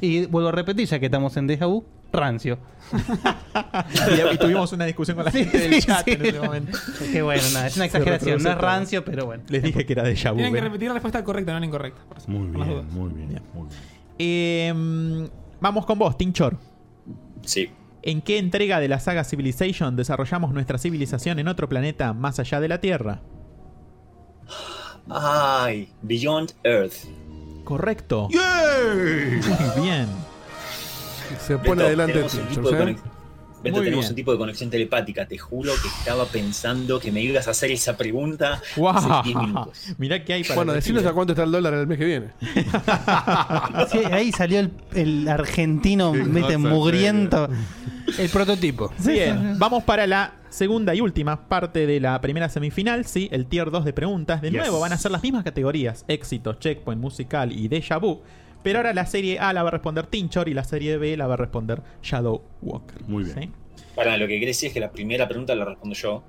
Speaker 4: Y vuelvo a repetir, ya que estamos en Deja Vu, rancio.
Speaker 8: (laughs) y, y tuvimos una discusión con la gente del chat en ese momento.
Speaker 4: Qué bueno,
Speaker 8: (laughs)
Speaker 4: nada, es una
Speaker 8: Se
Speaker 4: exageración,
Speaker 8: reproduce
Speaker 4: no es
Speaker 8: todo.
Speaker 4: rancio, pero bueno.
Speaker 8: Les dije que era de ¿eh? Yabu.
Speaker 7: Tienen que repetir la respuesta correcta, no la incorrecta. por eso,
Speaker 3: Muy
Speaker 7: por las
Speaker 3: bien,
Speaker 7: dudas.
Speaker 3: muy bien, muy bien.
Speaker 8: Em, vamos con vos, Tinchor.
Speaker 21: Sí.
Speaker 8: ¿En qué entrega de la saga Civilization desarrollamos nuestra civilización en otro planeta más allá de la Tierra?
Speaker 21: Ay, Beyond Earth.
Speaker 8: Correcto. bien.
Speaker 5: Se
Speaker 21: Beto, tenemos un tipo de conex- Beto,
Speaker 8: Muy
Speaker 21: tenemos
Speaker 8: bien.
Speaker 21: un tipo de conexión telepática. Te juro que estaba pensando que me ibas a hacer esa pregunta hace 10
Speaker 5: ¡Wow!
Speaker 21: minutos.
Speaker 8: (laughs) Mirá que hay
Speaker 21: para
Speaker 5: Bueno,
Speaker 21: el
Speaker 5: decinos
Speaker 21: retiro.
Speaker 5: a cuánto está el dólar el mes que viene.
Speaker 4: Sí, ahí salió el, el argentino
Speaker 5: Qué
Speaker 4: mete
Speaker 5: cosa
Speaker 4: mugriento.
Speaker 2: El prototipo.
Speaker 8: Bien, vamos para la segunda y última parte de la primera semifinal, sí, el tier 2 de preguntas. De
Speaker 3: Yes.
Speaker 8: nuevo van a ser las mismas categorías, éxitos, checkpoint, musical y déjà vu. Pero ahora la serie A la va a responder Tinchor y la serie B la va a responder Shadow Walker. Muy bien.
Speaker 21: Para, lo que querés decir es que la primera pregunta la respondo yo.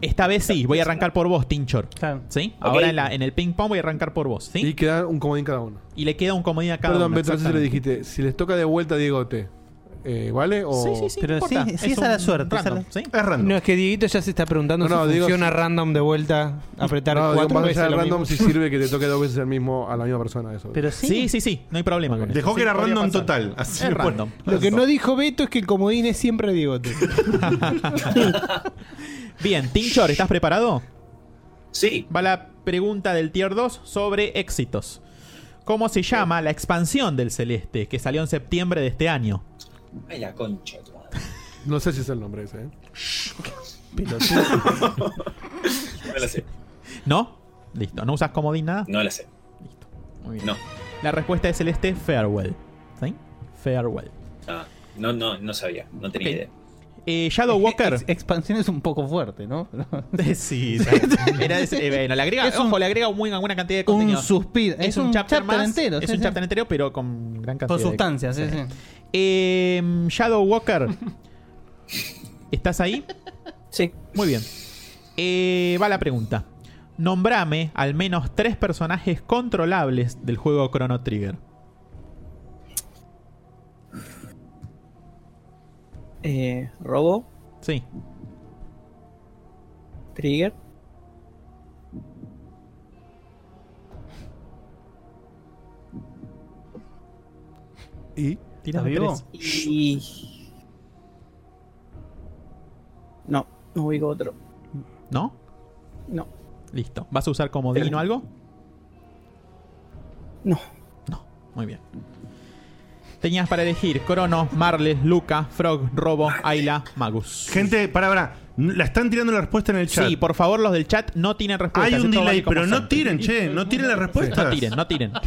Speaker 8: Esta vez sí, voy a arrancar por vos, Tinchor. ¿Sí?
Speaker 21: Ok.
Speaker 8: Ahora en, la- en el ping pong voy a arrancar por vos, ¿sí?
Speaker 5: Y queda un comodín cada uno.
Speaker 8: Y le queda un comodín a cada
Speaker 5: Perdón,
Speaker 8: uno.
Speaker 5: Beto, no sé si le
Speaker 8: exactamente.
Speaker 5: dijiste, si les toca de vuelta a Diegote, eh, ¿vale? O...
Speaker 8: Sí, sí, sí, Pero importa. sí, sí, Es esa un la suerte, esa random, la- ¿sí?
Speaker 5: Es random.
Speaker 2: No, es que Dieguito ya se está preguntando
Speaker 5: No, no,
Speaker 2: si
Speaker 5: digo-
Speaker 2: funciona random de vuelta, apretar
Speaker 5: No, digo,
Speaker 2: cuatro
Speaker 5: más
Speaker 2: veces
Speaker 5: allá del
Speaker 2: lo
Speaker 5: random
Speaker 2: mismo.
Speaker 5: si
Speaker 2: (laughs)
Speaker 5: sirve que te toque dos veces el mismo, a la misma persona eso.
Speaker 8: Sí, sí, sí, no hay problema con eso.
Speaker 3: Dejó que
Speaker 8: Sí,
Speaker 3: era
Speaker 8: podría
Speaker 3: random
Speaker 8: pasar.
Speaker 3: total, así
Speaker 8: Es
Speaker 3: lo pone.
Speaker 8: random.
Speaker 2: Lo que no dijo Beto es que el comodín es siempre Diegote.
Speaker 8: Bien, Tinchor, ¿estás preparado?
Speaker 21: Sí.
Speaker 8: Va la pregunta del tier 2 sobre éxitos. ¿Cómo se llama la expansión del Celeste que salió en septiembre de este año?
Speaker 21: Ay, la concha. de tu madre.
Speaker 5: No sé si es el nombre ese, ¿eh?
Speaker 21: No la sé.
Speaker 8: ¿No? Listo, ¿no usas comodín nada?
Speaker 21: No la sé.
Speaker 8: Muy bien.
Speaker 21: No.
Speaker 8: La respuesta de Celeste, Farewell. ¿Sí? Farewell.
Speaker 21: Ah, no, no, no sabía. No tenía
Speaker 8: Ok.
Speaker 21: idea.
Speaker 8: Eh, Shadow Walker.
Speaker 4: expansión es un poco fuerte, ¿no?
Speaker 8: (laughs)
Speaker 4: (laughs)
Speaker 8: sí, (laughs) Era ese- eh, bueno, le agrega,
Speaker 4: Es un-
Speaker 8: ojo, le agrega muy, buena cantidad de
Speaker 4: un
Speaker 8: contenido.
Speaker 4: suspiro, es un chapter
Speaker 8: más,
Speaker 4: entero,
Speaker 8: Es
Speaker 4: sí,
Speaker 8: un
Speaker 4: sí.
Speaker 8: chapter entero, pero con gran cantidad.
Speaker 4: Con sustancias,
Speaker 8: de-
Speaker 4: sí, sí.
Speaker 8: Eh, Shadow
Speaker 4: (laughs)
Speaker 8: Walker. ¿Estás ahí?
Speaker 17: Sí.
Speaker 8: Muy bien. Eh, va la pregunta. Nombrame al menos tres personajes controlables del juego Chrono Trigger.
Speaker 17: Eh, Robo.
Speaker 8: Sí.
Speaker 17: Trigger.
Speaker 5: ¿Y?
Speaker 8: ¿Estás
Speaker 17: vivo? Y... No, no ubico otro.
Speaker 8: ¿No?
Speaker 17: No.
Speaker 8: Listo. ¿Vas a usar comodín o algo?
Speaker 17: No.
Speaker 8: No. Muy bien. Tenías para elegir Crono, Marles, Luca, Frog, Robo, Ayla, Magus.
Speaker 3: Gente, para, para. La están tirando la respuesta en el chat.
Speaker 8: Sí, por favor, los del chat no tienen respuesta.
Speaker 3: Hay un
Speaker 8: Esto
Speaker 3: delay,
Speaker 8: vale como
Speaker 3: pero no
Speaker 8: siempre.
Speaker 3: tiren, che. No tiren las respuestas.
Speaker 8: No tiren, no tiren.
Speaker 3: (laughs)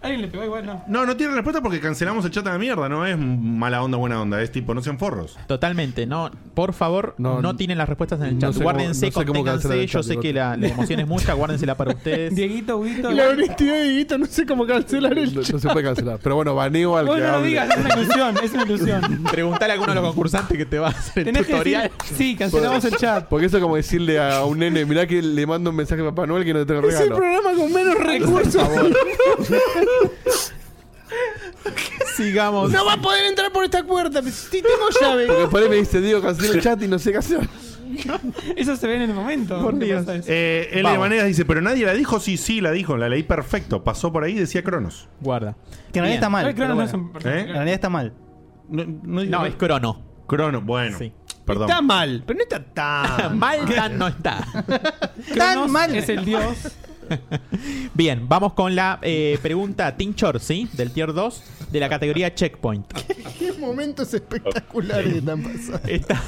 Speaker 7: Alguien le pegó igual, no.
Speaker 3: No, no tienen respuesta porque cancelamos el chat a la mierda. No es mala onda, buena onda. Es tipo, no sean forros.
Speaker 8: Totalmente, no. Por favor, no, tienen las respuestas en el
Speaker 3: no
Speaker 8: chat.
Speaker 3: sé cómo-
Speaker 8: guárdense,
Speaker 3: no sé cómo cancelar
Speaker 8: conténganse.
Speaker 3: el
Speaker 8: Yo
Speaker 3: chat,
Speaker 8: sé que
Speaker 3: digo.
Speaker 8: la, la emoción es mucha, guárdensela para
Speaker 7: (laughs)
Speaker 8: ustedes.
Speaker 7: Dieguito, Guito.
Speaker 2: La honestidad de Dieguito no sé cómo cancelar el
Speaker 5: No, no se puede cancelar. Pero bueno, baneo al
Speaker 7: Vos
Speaker 5: que
Speaker 7: no lo
Speaker 5: hable.
Speaker 7: digas, es una
Speaker 5: (laughs)
Speaker 7: ilusión, es una ilusión.
Speaker 8: (laughs) Preguntale a alguno de los concursantes que te va a hacer el
Speaker 7: Tenés que
Speaker 8: tutorial.
Speaker 7: decir, sí, cancelamos el chat.
Speaker 5: Porque eso es como decirle a un nene, mirá que le mando un mensaje a Papá Noel que no te trae el
Speaker 2: Es el
Speaker 5: regalo.
Speaker 2: programa con menos recursos.
Speaker 8: Sigamos.
Speaker 2: No va a poder entrar por esta puerta. pero si Tengo llave.
Speaker 5: Porque por ahí me dice, Diego, cancela el chat y no sé qué hacer.
Speaker 7: (laughs) Eso se ve en el momento.
Speaker 5: Por
Speaker 7: ¿Qué
Speaker 5: Dios.
Speaker 7: pasa eso?
Speaker 3: Eh, L de
Speaker 7: Vamos.
Speaker 3: Maneras dice, pero nadie la dijo. Sí, sí, la dijo. La leí perfecto. Pasó por ahí, decía Cronos.
Speaker 8: Guarda.
Speaker 4: Que en realidad está mal.
Speaker 7: Ay, Cronos
Speaker 4: pero
Speaker 7: no
Speaker 4: bueno.
Speaker 7: es un-
Speaker 3: ¿Eh?
Speaker 4: En realidad está mal.
Speaker 3: No,
Speaker 8: No, es Crono.
Speaker 3: Crono, bueno. Perdón.
Speaker 2: Está mal, pero no está
Speaker 8: (laughs) (laughs)
Speaker 2: tan
Speaker 8: mal.
Speaker 4: Ah.
Speaker 8: Tan no está.
Speaker 7: Cronos Es el dios.
Speaker 8: Bien, vamos con la eh, pregunta Tinchor, ¿sí? Del tier 2 de la categoría Checkpoint.
Speaker 6: Qué momentos espectaculares están pasando.
Speaker 8: Está-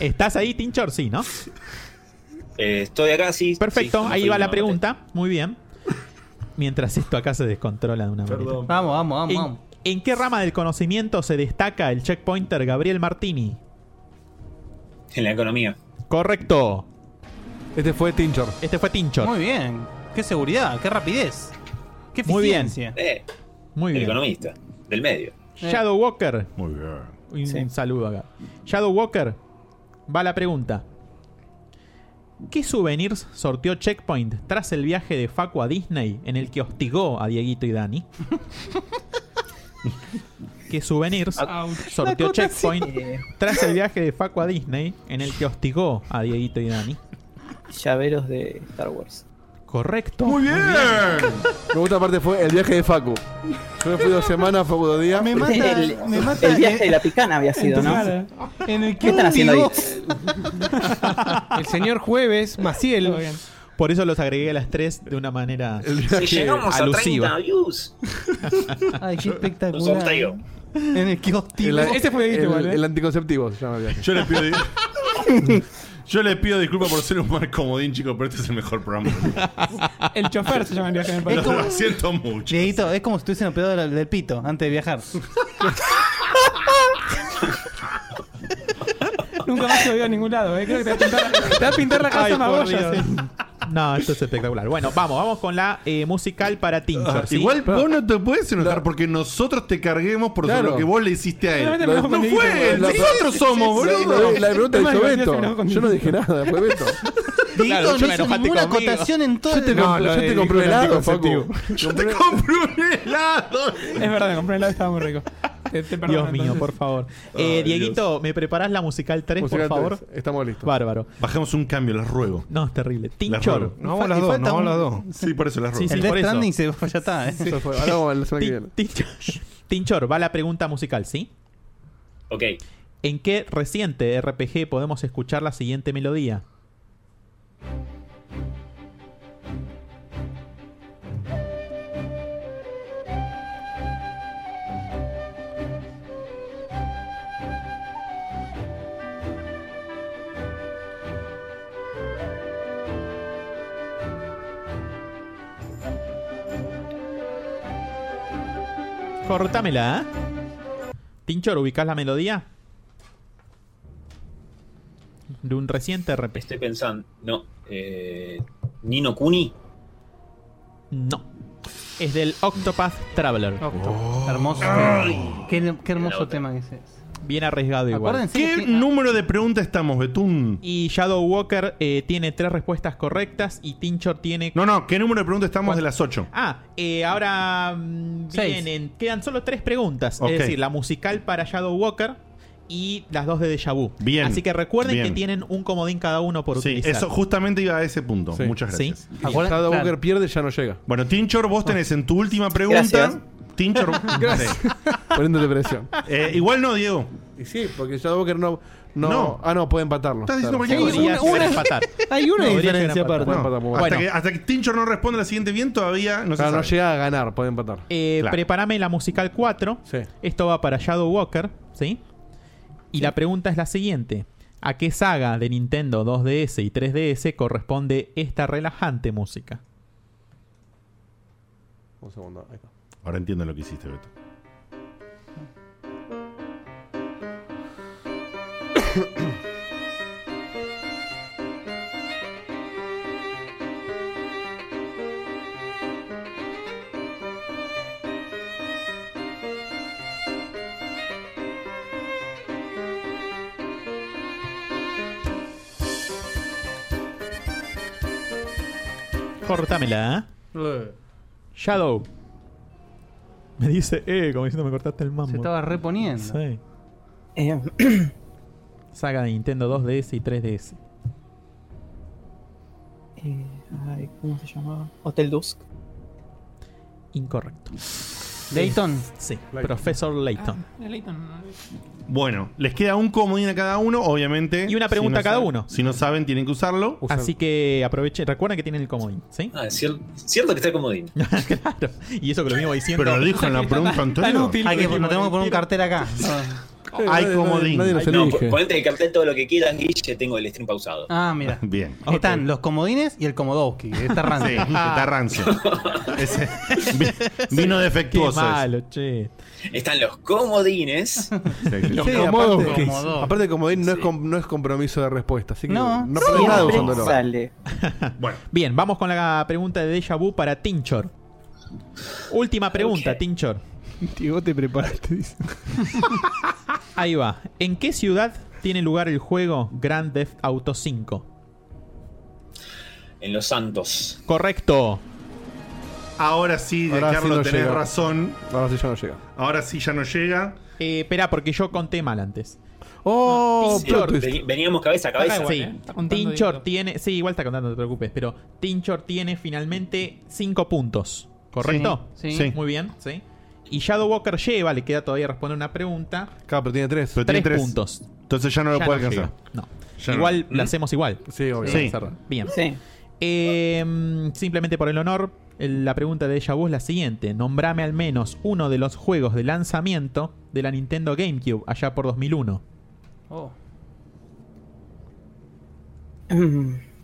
Speaker 8: ¿Estás ahí, Tinchor? Sí, ¿no?
Speaker 21: Eh, estoy acá, sí.
Speaker 8: Perfecto,
Speaker 21: sí,
Speaker 8: ahí
Speaker 21: estoy
Speaker 8: va la
Speaker 21: ignorante.
Speaker 8: pregunta. Muy bien. Mientras esto acá se descontrola de una manera.
Speaker 4: Vamos, vamos, vamos,
Speaker 8: ¿En,
Speaker 4: vamos.
Speaker 8: en qué rama del conocimiento se destaca el checkpointer Gabriel Martini?
Speaker 21: En la economía.
Speaker 8: Correcto.
Speaker 5: Este fue Tinchor.
Speaker 8: Este fue Tinchor.
Speaker 4: Muy bien. Qué seguridad, qué rapidez. Qué
Speaker 8: Muy bien.
Speaker 4: eficiencia.
Speaker 21: Eh,
Speaker 8: Muy
Speaker 21: el
Speaker 8: bien.
Speaker 21: economista. Del medio.
Speaker 17: Eh.
Speaker 8: Shadow Walker.
Speaker 3: Muy bien.
Speaker 8: Un,
Speaker 21: Sí.
Speaker 8: un saludo acá. Shadow Walker. Va la pregunta. ¿Qué souvenirs sorteó Checkpoint tras el viaje de
Speaker 17: (laughs)
Speaker 8: Facu a Disney en el que hostigó a Dieguito y Dani? que Souvenirs
Speaker 7: Ouch.
Speaker 8: sorteó
Speaker 7: La cosa
Speaker 8: Checkpoint tras el viaje de Facu a Disney, en el que hostigó a Dieguito y Dani.
Speaker 17: Llaveros de Star Wars.
Speaker 8: Correcto.
Speaker 3: Muy bien.
Speaker 5: Me gusta aparte fue el viaje de Facu. Yo me fui dos semanas, Facu dos días.
Speaker 17: Me mata- (laughs) El- me mata el viaje que- de la picana había sido, ¿no? Claro.
Speaker 7: En el
Speaker 17: ¿Qué están haciendo ahí?
Speaker 8: El señor Jueves, Maciel. Por eso los agregué a las tres de una manera
Speaker 3: (laughs)
Speaker 21: Si llegamos a 30
Speaker 8: alusiva.
Speaker 21: views.
Speaker 4: (laughs)
Speaker 3: (laughs)
Speaker 4: Ay, qué espectacular.
Speaker 21: Un sorteo.
Speaker 4: En el kiosco.
Speaker 5: El-
Speaker 4: Ese fue
Speaker 5: el,
Speaker 4: Dieguito igual, ¿eh?
Speaker 5: el anticonceptivo se llama el
Speaker 3: (laughs)
Speaker 5: viaje.
Speaker 3: Yo les pido, (laughs) yo les pido disculpas por ser un mal comodín, chicos, pero este es el mejor programa.
Speaker 7: El chofer se llama el viaje en el
Speaker 3: Lo,
Speaker 7: paraíso.
Speaker 3: lo siento mucho.
Speaker 4: Dieguito, es como si estuviesen operado del, del pito antes de viajar.
Speaker 7: Nunca más se lo veo a ningún lado, eh. Creo que te va a pintar, te va a pintar la casa
Speaker 8: Ay,
Speaker 7: en
Speaker 8: por
Speaker 7: Magoya.
Speaker 8: Dios. No, esto es espectacular. Bueno, vamos, vamos con la eh, musical para Tinchor.
Speaker 3: Ah,
Speaker 8: ¿sí?
Speaker 3: Igual vos no te puedes enojar porque nosotros te carguemos por
Speaker 8: Claro.
Speaker 3: lo que vos le hiciste a él.
Speaker 8: Claramente me enojo
Speaker 3: no
Speaker 8: con
Speaker 3: fue él,
Speaker 8: Dieguito, boludo.
Speaker 3: nosotros
Speaker 8: Sí,
Speaker 3: somos,
Speaker 8: sí, sí,
Speaker 3: boludo.
Speaker 8: sí, sí. La
Speaker 3: (laughs)
Speaker 8: pregunta
Speaker 5: hizo
Speaker 8: Mario,
Speaker 5: Beto.
Speaker 8: se enojó con
Speaker 5: Yo no
Speaker 8: Dieguito.
Speaker 5: dije nada, fue (laughs) Beto.
Speaker 4: Dieguito
Speaker 5: yo me
Speaker 4: no hizo
Speaker 5: enojaste
Speaker 4: ninguna
Speaker 5: conmigo.
Speaker 4: acotación en todo
Speaker 5: Yo te
Speaker 4: el- eh,
Speaker 5: compré- yo te compré un helado, Facu.
Speaker 3: Yo te compré
Speaker 7: Ah,
Speaker 3: un helado.
Speaker 7: Es verdad, compré el helado, estaba muy rico. Te, te perdono,
Speaker 8: Dios mío,
Speaker 7: entonces.
Speaker 8: por favor. Eh,
Speaker 3: Ay,
Speaker 8: Dieguito, ¿me preparás la musical 3,
Speaker 3: Musical
Speaker 8: por favor?
Speaker 3: 3,
Speaker 5: Estamos listos.
Speaker 8: Bárbaro.
Speaker 3: Bajemos un cambio, les ruego.
Speaker 8: No, es terrible.
Speaker 3: Les
Speaker 8: Tinchor.
Speaker 3: ruego. Sí, por eso las ruego.
Speaker 4: el Death Stranding se ya está, ¿eh?
Speaker 5: Eso fue. Ahora vamos a la semana que viene.
Speaker 8: Tinchor. Tinchor, va la pregunta musical, ¿sí?
Speaker 21: Ok.
Speaker 8: ¿En qué reciente RPG podemos escuchar la siguiente melodía? Cortámela, ¿eh? Tinchor, ¿ubicás la melodía? De un reciente RPG.
Speaker 21: Estoy pensando. No. eh, Nino Kuni.
Speaker 8: No. Es del Octopath Traveler.
Speaker 4: Oh. Hermoso. Qué, qué hermoso tema que es ese.
Speaker 8: Bien arriesgado igual.
Speaker 4: Acuérdense
Speaker 3: ¿Qué número de preguntas estamos, Betún?
Speaker 8: Y Shadow Walker eh, tiene tres respuestas correctas y Tinchor tiene...
Speaker 3: No, no, ¿qué número de preguntas estamos de las ocho?
Speaker 8: Ah, eh, ahora mm,
Speaker 3: Seis.
Speaker 8: vienen... Quedan solo tres preguntas.
Speaker 3: Ok.
Speaker 8: Es decir, la musical para Shadow Walker y las dos de Deja Vu.
Speaker 3: Bien.
Speaker 8: Así que recuerden
Speaker 3: Bien.
Speaker 8: que tienen un comodín cada uno por
Speaker 3: Sí,
Speaker 8: utilizar.
Speaker 3: eso justamente iba a ese punto.
Speaker 8: Sí.
Speaker 3: Muchas gracias.
Speaker 8: Sí. Y Acuérdate-
Speaker 5: Cada
Speaker 8: claro.
Speaker 5: Walker pierde, ya no llega.
Speaker 3: Bueno, Tinchor, vos tenés en tu última pregunta.
Speaker 5: Gracias.
Speaker 3: Tinchor.
Speaker 5: (laughs) Gracias. Poniéndote presión.
Speaker 3: Eh, igual no, Diego.
Speaker 5: Y sí, porque Shadow Walker no, no.
Speaker 3: No.
Speaker 5: Ah, no, puede empatarlo.
Speaker 3: Estás
Speaker 5: Claro.
Speaker 3: diciendo cualquier cosa.
Speaker 8: (laughs)
Speaker 5: Hay una
Speaker 3: Podría
Speaker 5: diferencia
Speaker 3: llegar a empatar.
Speaker 5: aparte.
Speaker 3: No,
Speaker 5: Empatamos,
Speaker 3: hasta,
Speaker 5: bueno.
Speaker 3: que, hasta que Tinchor no responda la siguiente bien, todavía no se
Speaker 5: Claro, no
Speaker 3: sabe.
Speaker 5: llega a ganar, puede empatar.
Speaker 8: Eh,
Speaker 3: Claro.
Speaker 8: Prepárame la musical 4. Esto va para Shadow Walker, ¿sí? Y la pregunta es la siguiente. ¿A qué saga de Nintendo 2DS y 3DS corresponde esta relajante música?
Speaker 5: Un segundo. ahí está.
Speaker 3: Ahora entiendo lo que hiciste, Beto.
Speaker 8: Cortámela, ¿eh? Shadow. Me dice, eh, como diciendo me cortaste el mambo.
Speaker 4: Se estaba reponiendo.
Speaker 8: Sí. Saga de Nintendo 2DS y 3DS.
Speaker 17: Eh, ay, ¿Cómo se llamaba? Hotel Dusk.
Speaker 8: Incorrecto.
Speaker 4: Layton.
Speaker 8: Sí, Profesor Layton.
Speaker 5: Ah.
Speaker 3: Bueno, les queda un comodín a cada uno, obviamente. Y
Speaker 8: una pregunta a cada
Speaker 3: saben-
Speaker 8: uno.
Speaker 3: Si no saben, tienen que usarlo.
Speaker 8: Así que aprovechen. Recuerden que tienen el comodín, ¿sí?
Speaker 21: Ah, es cier- cierto que está comodín.
Speaker 8: Y eso que lo mismo diciendo.
Speaker 3: Pero lo dijo en la pregunta anterior.
Speaker 4: Hay que, nos tenemos que poner un
Speaker 7: (laughs)
Speaker 4: cartel acá.
Speaker 3: Hay comodín.
Speaker 5: nadie
Speaker 21: Ay, no, po- ponete el cartel todo lo que quieran, Guille, tengo el stream pausado.
Speaker 4: Ah,
Speaker 3: (laughs)
Speaker 4: mira.
Speaker 3: Bien.
Speaker 4: Están los comodines y el Komodowski. Está rancio.
Speaker 3: Sí, está
Speaker 21: (laughs)
Speaker 3: rancio. Ese- vi- vino defectuoso.
Speaker 8: Qué
Speaker 3: ese.
Speaker 8: malo, che.
Speaker 21: Están los comodines.
Speaker 5: Los
Speaker 3: Sí,
Speaker 5: comodos
Speaker 3: aparte-
Speaker 5: que-
Speaker 3: comodos.
Speaker 5: Aparte, comodín no, es com- no es compromiso de respuesta, así que
Speaker 8: No.
Speaker 5: no perdés nada
Speaker 8: Siempre
Speaker 5: usándolo.
Speaker 8: sale.
Speaker 3: (laughs)
Speaker 8: Bien, vamos con la pregunta de Deja Vu para Tinchor. Última pregunta, Tinchor.
Speaker 2: Diego, te preparaste, dice.
Speaker 8: (laughs) Ahí va. ¿En qué ciudad tiene lugar el juego Grand Theft Auto 5?
Speaker 21: En Los Santos.
Speaker 8: Correcto.
Speaker 3: Ahora sí, de
Speaker 5: Ahora sí
Speaker 3: Carlos,
Speaker 5: no
Speaker 3: tenés
Speaker 5: llega.
Speaker 3: razón.
Speaker 5: Ahora sí ya no llega.
Speaker 3: Ahora sí ya no llega.
Speaker 8: Eh, espera, porque yo conté mal antes.
Speaker 5: Oh,
Speaker 8: Tinchor.
Speaker 21: Veníamos cabeza a cabeza.
Speaker 8: Sí. Tinchor tiene. Sí, igual está contando, no te preocupes. Pero Tinchor tiene finalmente 5 puntos. ¿Correcto?
Speaker 21: Sí, sí. Sí.
Speaker 8: Muy bien, sí. Y Shadow Walker lleva, le queda todavía responder una pregunta.
Speaker 5: Claro, pero tiene tres.
Speaker 8: Pero tiene Tres tres. puntos.
Speaker 3: Entonces ya no lo
Speaker 8: Ya
Speaker 3: puede
Speaker 8: no
Speaker 3: alcanzar.
Speaker 8: llega. No. igual
Speaker 3: no. ¿Mm?
Speaker 8: la hacemos igual.
Speaker 5: Sí,
Speaker 3: obvio.
Speaker 8: Para
Speaker 3: Sí.
Speaker 8: cerrar. Bien.
Speaker 17: Sí.
Speaker 8: Eh, mm, simplemente por el honor, el- la pregunta de ella vos es la siguiente. Nombrame al menos uno de los juegos de lanzamiento de la Nintendo GameCube allá por 2001.
Speaker 7: Oh.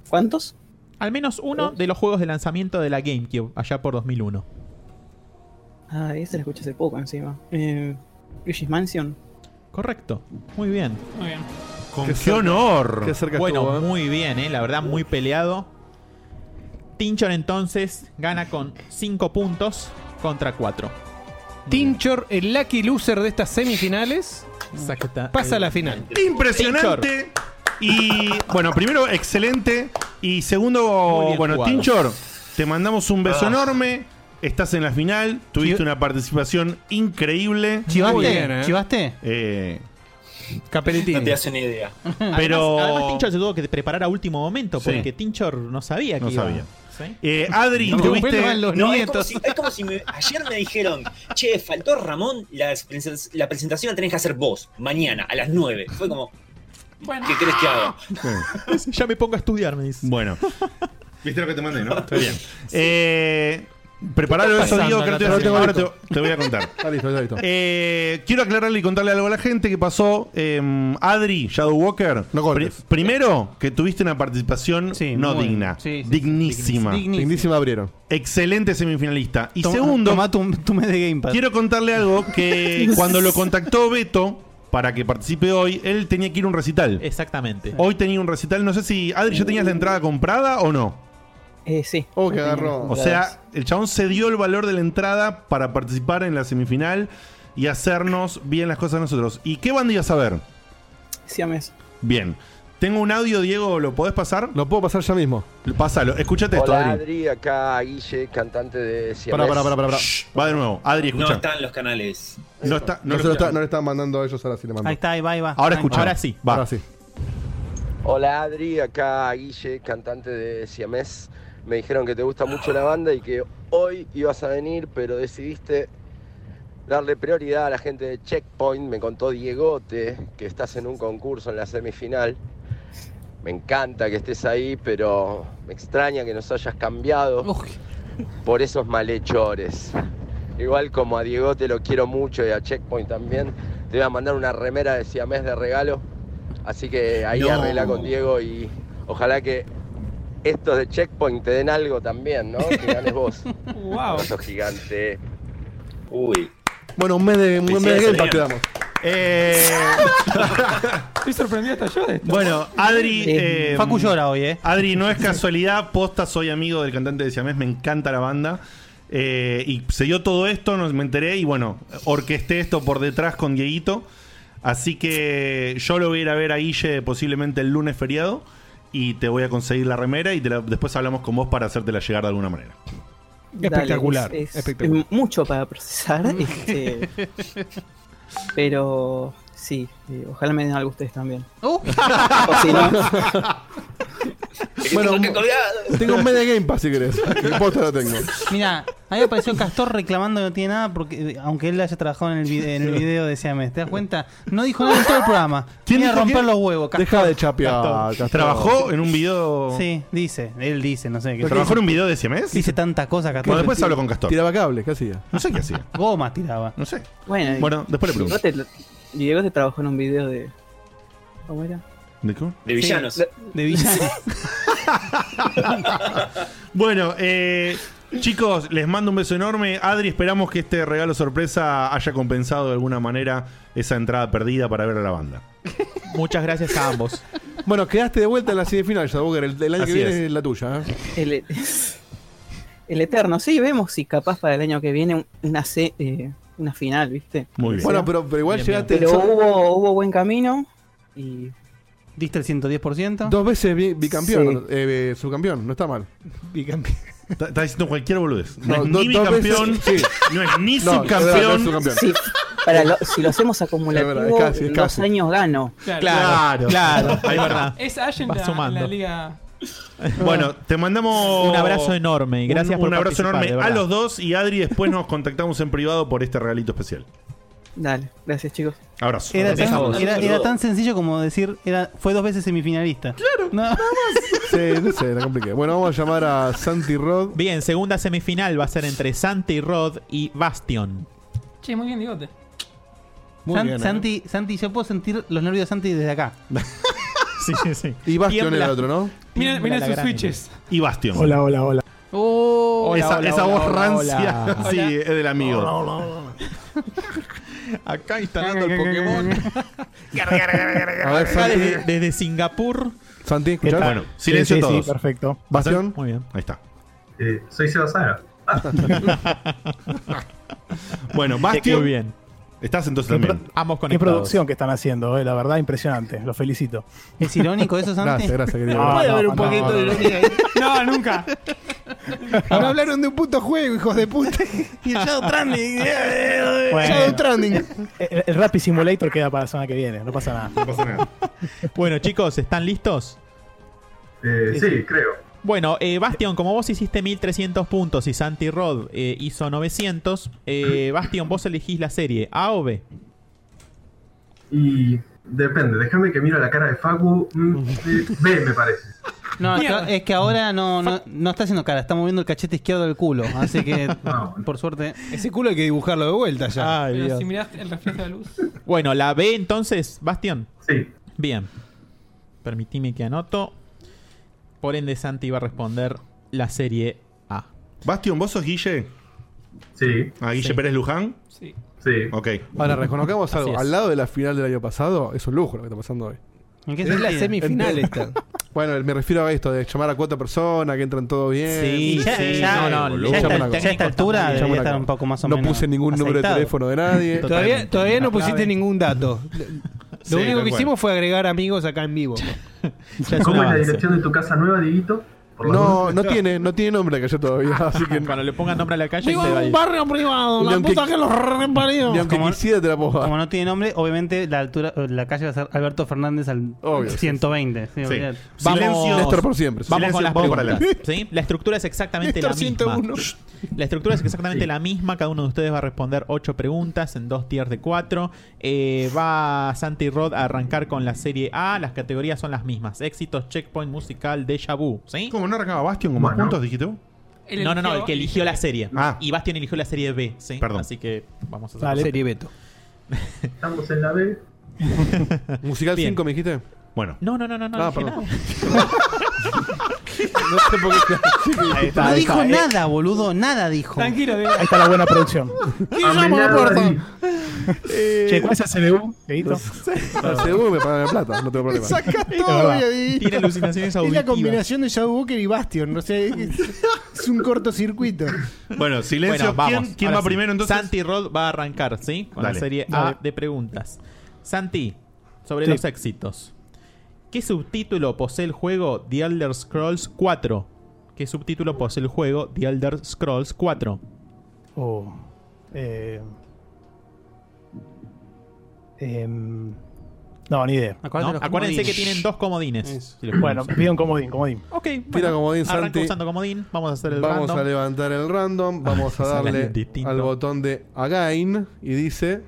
Speaker 17: ¿Cuántos?
Speaker 8: Al menos uno de los juegos de lanzamiento de la GameCube allá por 2001.
Speaker 17: Ah, ese lo escuché hace poco encima. Eh, Luigi's Mansion.
Speaker 8: Correcto. Muy bien.
Speaker 7: Muy bien.
Speaker 3: Con
Speaker 8: qué,
Speaker 3: honor.
Speaker 5: qué cerca
Speaker 8: bueno,
Speaker 5: estuvo, ¿eh?
Speaker 8: muy bien, ¿eh? la verdad, muy peleado. Tinchor entonces gana con 5 puntos contra 4.
Speaker 2: Tinchor, el lucky loser de estas semifinales, pasa a la final.
Speaker 3: Impresionante. Y bueno, primero, excelente. Y segundo, bueno,
Speaker 2: jugado.
Speaker 3: Tinchor, te mandamos un beso
Speaker 2: Ah.
Speaker 3: enorme. Estás en la final, tuviste una participación increíble.
Speaker 4: ¿Chivaste? Muy bien, ¿eh? ¿Chivaste?
Speaker 3: Eh,
Speaker 2: Capelitín.
Speaker 21: No te hace ni idea.
Speaker 3: Pero-
Speaker 8: Pero... Además, además Tinchor se tuvo que preparar a último momento
Speaker 3: Sí.
Speaker 8: porque Tinchor no sabía que
Speaker 3: No
Speaker 8: iba.
Speaker 3: sabía.
Speaker 8: ¿Sí?
Speaker 3: eh, Adri,
Speaker 21: No,
Speaker 3: tuviste.
Speaker 21: no, es como si, es como si me- ayer me dijeron, che, faltó Ramón, la, presen- la presentación la tenés que hacer vos, mañana, a las 9. Fue como, ¿qué crees que haga?
Speaker 8: (laughs) ya me pongo a estudiar, me dice.
Speaker 3: Bueno. Viste lo que te mandé, ¿no? Está bien. Eh, preparalo
Speaker 5: ¿Qué está
Speaker 3: eso,
Speaker 5: pasando
Speaker 3: Diego, que
Speaker 5: acá
Speaker 3: ahora te, voy a
Speaker 5: atrás?
Speaker 3: decir- ahora te- te voy a contar.
Speaker 5: (laughs) Está listo, está listo.
Speaker 3: Eh, quiero aclararle y contarle algo a la gente que pasó. eh, Adri, Shadow Walker. pri- primero, que tuviste una participación no
Speaker 5: muy-
Speaker 3: digna.
Speaker 5: sí, sí,
Speaker 3: dignísima.
Speaker 5: dignísima. Dignísima abrieron.
Speaker 3: Excelente semifinalista. Y
Speaker 5: Toma-
Speaker 3: segundo,
Speaker 5: toma
Speaker 4: tu, mes de Gamepad.
Speaker 3: Quiero contarle algo
Speaker 4: (laughs)
Speaker 5: (laughs)
Speaker 3: que cuando lo contactó Beto para que participe hoy, él tenía que ir a un recital.
Speaker 8: Exactamente.
Speaker 3: Hoy tenía un recital. No sé si, Adri, ¿ya tenías la entrada comprada o no?
Speaker 17: Eh, sí.
Speaker 5: Oh, que agarró.
Speaker 3: O sea, el chabón se dio el valor de la entrada para participar en la semifinal y hacernos bien las cosas nosotros. ¿Y qué banda ibas a ver?
Speaker 17: Siames.
Speaker 3: Bien. Tengo un audio, Diego, ¿lo podés pasar?
Speaker 5: Lo puedo pasar ya mismo.
Speaker 3: Pásalo. Escuchate esto,
Speaker 23: Hola
Speaker 3: Adri.
Speaker 23: Adri, acá Guille, cantante de
Speaker 3: Pará,
Speaker 23: Siamés.
Speaker 3: pará, pará, pará, pará. Shh, Va de nuevo. Adri,
Speaker 23: No
Speaker 3: escucha.
Speaker 23: está
Speaker 21: en los canales.
Speaker 3: No está,
Speaker 5: No,
Speaker 3: no
Speaker 5: se
Speaker 3: lo
Speaker 5: lo está-
Speaker 3: escucha.
Speaker 5: no le están mandando a ellos, ahora sí le mando.
Speaker 4: Ahí está, ahí va, ahí va.
Speaker 3: Ahora escucha.
Speaker 5: Ahora sí.
Speaker 3: Va.
Speaker 5: Ahora sí.
Speaker 23: Hola Adri, acá Guille, cantante de Siamés. Me dijeron que te gusta mucho la banda y que hoy ibas a venir, pero decidiste darle prioridad a la gente de Checkpoint. Me contó Diegote que estás en un concurso en la semifinal. Me encanta que estés ahí, pero me extraña que nos hayas cambiado por esos malhechores. Igual como a Diegote lo quiero mucho y a Checkpoint también, te voy a mandar una remera de Siamés de regalo. Así que ahí
Speaker 3: No.
Speaker 23: arregla con Diego y ojalá que estos de Checkpoint te den algo también, ¿no? Que ganes vos.
Speaker 7: Wow.
Speaker 23: Sos gigante.
Speaker 21: Uy.
Speaker 5: Bueno, un mes de, un mes de
Speaker 23: Felicidades,
Speaker 5: Gamepad
Speaker 23: Adrián.
Speaker 5: quedamos.
Speaker 23: Eh.
Speaker 7: Estoy sorprendido hasta yo de esto.
Speaker 3: Bueno, Adri.
Speaker 7: Eh,
Speaker 3: eh,
Speaker 7: Facu llora
Speaker 4: hoy, ¿eh?
Speaker 3: Adri, no es casualidad. Posta, soy amigo del cantante de Siamés. Me encanta la banda. Eh, y se dio todo esto, nos, me enteré. Y bueno, orquesté esto por detrás con Dieguito. Así que yo lo voy a ir a ver a Guille posiblemente el lunes feriado. Y te voy a conseguir la remera. Y te la- después hablamos con vos para hacértela llegar de alguna manera.
Speaker 2: Espectacular,
Speaker 17: Dale, es- es-
Speaker 2: espectacular.
Speaker 17: es mucho para procesar.
Speaker 21: Mm. (laughs)
Speaker 17: este, pero sí, eh, ojalá me den algo ustedes
Speaker 21: (laughs)
Speaker 17: también.
Speaker 21: Uh.
Speaker 17: O si no. (laughs)
Speaker 5: Bueno,
Speaker 17: Tengo que colgar.
Speaker 5: tengo un mes de Gamepad si
Speaker 17: (laughs)
Speaker 5: querés. Posta lo tengo.
Speaker 4: Mira, a mí me apareció Castor reclamando que no tiene nada, porque eh, aunque él haya trabajado en el, vide- en el video de Siamés, ¿te das cuenta? No dijo nada en todo el programa. Tiene a
Speaker 5: dijo
Speaker 4: romper
Speaker 5: qué?
Speaker 4: los huevos, Castor.
Speaker 5: Deja de chapear, Castor.
Speaker 3: ¿Trabajó en un video?
Speaker 4: Sí, dice. Él dice, no sé.
Speaker 3: ¿Trabajó en un video de Siamés?
Speaker 4: Dice tanta cosa, Castor.
Speaker 3: Bueno, después hablo con Castor.
Speaker 5: Tiraba cable, ¿qué hacía?
Speaker 3: No sé qué hacía.
Speaker 4: Goma tiraba.
Speaker 3: No sé.
Speaker 17: Bueno,
Speaker 3: Bueno, después le pregunto.
Speaker 17: Diego te, Diego te trabajó en un video de. ¿Cómo era?
Speaker 3: ¿De qué?
Speaker 21: De villanos.
Speaker 17: de,
Speaker 4: villanos.
Speaker 3: (laughs) Bueno, eh, chicos, les mando un beso enorme. Adri, esperamos que este regalo sorpresa haya compensado de alguna manera esa entrada perdida para ver a la banda.
Speaker 8: Muchas gracias a ambos.
Speaker 5: Bueno, quedaste de vuelta en la semifinal, Shadowbooker. El, el año
Speaker 3: Así
Speaker 5: que viene
Speaker 3: es.
Speaker 5: es la tuya.
Speaker 3: Ah.
Speaker 5: ¿eh?
Speaker 17: El, el Eterno, sí, vemos si capaz para el año que viene un- una, se- eh, una final, ¿viste?
Speaker 3: Muy bien.
Speaker 5: Bueno, pero, pero igual llegaste.
Speaker 17: Pero hubo, hubo buen camino y
Speaker 4: Diste el 110%.
Speaker 5: Dos veces bi- bicampeón,
Speaker 4: Sí.
Speaker 5: eh, eh, subcampeón, no está mal
Speaker 2: Bicampeón.
Speaker 3: Estás diciendo cualquier boludez. No,
Speaker 5: No,
Speaker 3: es
Speaker 5: do-
Speaker 3: ni
Speaker 5: dos (laughs)
Speaker 3: bicampeón,
Speaker 5: veces, sí.
Speaker 3: no es ni
Speaker 5: No, es verdad,
Speaker 3: subcampeón.
Speaker 5: no es subcampeón.
Speaker 17: Sí, para lo- si lo hacemos acumulativo,
Speaker 5: Es verdad, es casi, es
Speaker 17: los
Speaker 5: casi.
Speaker 17: años gano.
Speaker 3: Claro, claro, ahí verdad.
Speaker 7: Es Ashen
Speaker 8: Va
Speaker 7: la-
Speaker 8: sumando.
Speaker 7: la liga.
Speaker 3: Bueno, te mandamos
Speaker 8: Un abrazo enorme y gracias
Speaker 3: un,
Speaker 8: por
Speaker 3: un abrazo
Speaker 8: participar,
Speaker 3: enorme
Speaker 8: de
Speaker 3: a
Speaker 8: verdad.
Speaker 3: los dos y Adri después nos contactamos en privado por este regalito especial.
Speaker 17: Dale, gracias chicos.
Speaker 3: Abrazo.
Speaker 4: Era
Speaker 3: Abrazo.
Speaker 4: tan, era- era tan sencillo como decir, era, fue dos veces semifinalista. Claro,
Speaker 5: Sí, no sé, era complicado. Bueno, vamos a llamar a Santi Rod.
Speaker 8: Bien, segunda semifinal va a ser entre Santi Rod y Bastion.
Speaker 7: Che, muy bien, bigote.
Speaker 8: Muy
Speaker 4: San-
Speaker 8: bien, ¿eh?
Speaker 4: Santi, Santi, yo puedo sentir los nervios de Santi desde acá.
Speaker 8: sí, sí, sí.
Speaker 5: Y Bastion
Speaker 4: Tiembla.
Speaker 5: era otro, ¿no?
Speaker 4: Miren- miren
Speaker 5: la
Speaker 4: sus
Speaker 5: grande.
Speaker 4: switches.
Speaker 3: Y Bastion.
Speaker 2: Hola, hola, hola.
Speaker 1: Oh.
Speaker 3: esa esa voz rancia,
Speaker 2: hola.
Speaker 3: sí,
Speaker 2: Hola.
Speaker 3: es del amigo.
Speaker 2: Hola, hola,
Speaker 8: Acá instalando el
Speaker 5: (laughs)
Speaker 8: Pokémon.
Speaker 5: A ver,
Speaker 8: Acá
Speaker 5: Santi.
Speaker 8: desde, desde Singapur.
Speaker 5: Santi,
Speaker 8: ¿escuchás?
Speaker 3: Bueno, silencio
Speaker 8: Sí, sí, sí,
Speaker 3: todos.
Speaker 8: perfecto.
Speaker 5: Bastión.
Speaker 8: Muy bien.
Speaker 3: Ahí está.
Speaker 1: Eh, soy Seba Saga.
Speaker 3: (laughs) Bueno, Bastion.
Speaker 1: Muy
Speaker 8: bien.
Speaker 3: Estás entonces
Speaker 1: Qué
Speaker 3: también.
Speaker 1: pro-
Speaker 8: Ambos
Speaker 1: Qué producción que están haciendo, eh, la verdad, impresionante. Los felicito.
Speaker 4: ¿Es irónico eso, Santi? Gracias, gracias, querido. ¿Puede haber un poquito de ironía
Speaker 1: ahí?
Speaker 7: No, nunca.
Speaker 2: Ahora hablaron de un puto juego, hijos de puta. y el Shadow Stranding. Shadow Stranding.
Speaker 1: El, el Rapid Simulator queda para la semana que viene, no pasa nada. No
Speaker 3: pasa nada.
Speaker 8: Bueno, chicos, ¿están listos?
Speaker 1: Eh, sí, creo.
Speaker 8: Bueno, eh, Bastion, como vos hiciste 1300 puntos y Santi Rod eh, hizo 900, eh, Bastion, vos elegís la serie A o B.
Speaker 1: Y depende, déjame que miro la cara de Facu. Mm, eh, B, me parece.
Speaker 4: No, es que, es que ahora no, no, no está haciendo cara, está moviendo el cachete izquierdo del culo. Así que, por suerte. Ah,
Speaker 2: Ese culo hay que dibujarlo de vuelta ya.
Speaker 8: Ay,
Speaker 7: Pero
Speaker 8: Dios.
Speaker 7: si mirás el reflejo de la luz.
Speaker 8: Bueno, la B entonces, Bastión.
Speaker 1: Sí.
Speaker 8: Bien. Permitime que anoto. Por ende, Santi va a responder la serie A.
Speaker 3: Bastión, ¿vos sos Guille?
Speaker 1: Sí.
Speaker 3: ¿A Ah, Guille
Speaker 8: Sí.
Speaker 3: Pérez Luján?
Speaker 7: Sí.
Speaker 1: Sí.
Speaker 3: Ok.
Speaker 5: Ahora, reconozcamos
Speaker 3: Así
Speaker 5: algo.
Speaker 3: es.
Speaker 5: Al lado de la final del año pasado, es un lujo lo que está pasando hoy.
Speaker 4: ¿En qué Es la sentido? semifinal
Speaker 5: Ent- (laughs) Bueno, me refiero a esto de llamar a cuatro personas, que entran todo bien.
Speaker 4: Sí, Y ya- sí, ya- no, no,
Speaker 5: Boludo.
Speaker 4: ya a esta-
Speaker 5: Llaman a-
Speaker 4: ya a esta
Speaker 5: llaman a-
Speaker 4: altura
Speaker 5: llaman a-
Speaker 4: debería estar un poco más o
Speaker 5: No
Speaker 4: menos
Speaker 5: puse ningún número de
Speaker 4: aceitado.
Speaker 5: teléfono de
Speaker 4: (laughs)
Speaker 5: nadie.
Speaker 2: Todavía, todavía no pusiste ningún dato. Lo
Speaker 5: Sí,
Speaker 2: único
Speaker 5: tal
Speaker 2: que
Speaker 5: cual.
Speaker 2: hicimos fue agregar amigos acá en vivo.
Speaker 1: ¿Cómo es la dirección de tu casa nueva, Dieguito? Por las
Speaker 5: No,
Speaker 1: dudas.
Speaker 5: no tiene, no tiene nombre que yo
Speaker 1: (laughs)
Speaker 5: todavía, así que
Speaker 8: cuando le pongan nombre a la calle
Speaker 1: Vivo
Speaker 8: se
Speaker 1: en
Speaker 8: va a
Speaker 1: un
Speaker 8: (laughs) ir.
Speaker 1: barrio privado,
Speaker 2: la puta que los reparió.
Speaker 4: Como-
Speaker 5: te la puedo
Speaker 4: Como no tiene nombre, obviamente la altura, la calle va a ser Alberto Fernández al
Speaker 8: Obvio, sí,
Speaker 4: 120. sí,
Speaker 8: Sí.
Speaker 4: olvidate.
Speaker 8: Vamos, Vamos
Speaker 4: Silencio,
Speaker 8: con las
Speaker 4: vamos para
Speaker 8: preguntas.
Speaker 4: adelante.
Speaker 8: ¿sí? La estructura es exactamente
Speaker 2: Néstor
Speaker 8: la misma.
Speaker 2: 101.
Speaker 8: La estructura es exactamente la misma. Cada uno de ustedes va a responder ocho preguntas en dos tiers de cuatro. Eh, va Santi Rod a arrancar con la serie A. Las categorías son las mismas: éxitos, checkpoint, musical, déjà vu. ¿sí?
Speaker 3: ¿Cómo no arrancaba Bastion con más
Speaker 8: Bueno.
Speaker 3: puntos, dijiste vos?
Speaker 7: Él
Speaker 8: No, no, no,
Speaker 7: eligió-
Speaker 8: el que eligió la serie.
Speaker 3: Ah.
Speaker 8: Y Bastian eligió la serie B. ¿sí? Así que vamos a hacer
Speaker 2: Dale. Serie Beto.
Speaker 1: Estamos en la B.
Speaker 5: Musical
Speaker 8: Bien.
Speaker 5: 5 me dijiste.
Speaker 3: Bueno.
Speaker 8: No, no, no, no, no.
Speaker 5: Ah,
Speaker 8: dije
Speaker 5: perdón.
Speaker 8: nada.
Speaker 5: (laughs)
Speaker 3: (laughs)
Speaker 5: No sé por qué.
Speaker 1: Ahí está,
Speaker 4: no
Speaker 1: ahí
Speaker 4: dijo
Speaker 1: está, eh.
Speaker 4: nada, boludo. Nada dijo.
Speaker 7: Tranquilo, Diego.
Speaker 1: Ahí está la buena
Speaker 2: (laughs)
Speaker 1: producción.
Speaker 2: ¿Quién
Speaker 1: A
Speaker 2: llama a la
Speaker 1: Melardo
Speaker 2: puerta?
Speaker 1: Che, ¿cuál es el CBU, Dieguito?
Speaker 5: Para CBU me pagan la plata, no tengo problema.
Speaker 2: Saca
Speaker 1: Es
Speaker 2: todo,
Speaker 1: verdad.
Speaker 2: Dieguito.
Speaker 1: Tiene alucinaciones
Speaker 2: Es la
Speaker 3: auditivas.
Speaker 2: combinación de Shadow Walker y Bastion. No sé, es un cortocircuito.
Speaker 3: Bueno, silencio.
Speaker 8: Bueno,
Speaker 3: ¿Quién-
Speaker 8: vamos.
Speaker 3: ¿Quién,
Speaker 8: Ahora
Speaker 3: va
Speaker 8: sí.
Speaker 3: primero entonces?
Speaker 8: Santi Rod va a arrancar, ¿sí? Con
Speaker 3: Dale.
Speaker 8: la serie
Speaker 3: Dale.
Speaker 1: Ah.
Speaker 8: A de preguntas. Santi, sobre
Speaker 3: Sí.
Speaker 8: los éxitos. ¿Qué subtítulo posee el juego The Elder Scrolls 4? ¿Qué subtítulo posee el juego The Elder Scrolls 4?
Speaker 1: Oh. Eh, em, no, ni idea.
Speaker 8: ¿No? Acuérdense que tienen dos comodines. Si los
Speaker 1: Bueno,
Speaker 8: quieren
Speaker 1: pido un comodín, comodín.
Speaker 8: usar. Ok,
Speaker 5: Tira
Speaker 8: bueno,
Speaker 5: comodín,
Speaker 8: arranca
Speaker 5: Santi.
Speaker 8: usando comodín. Vamos a hacer el
Speaker 5: Vamos
Speaker 8: random.
Speaker 5: a levantar el random, vamos a
Speaker 8: Sale
Speaker 5: darle
Speaker 8: distinto.
Speaker 5: al botón de Again y dice.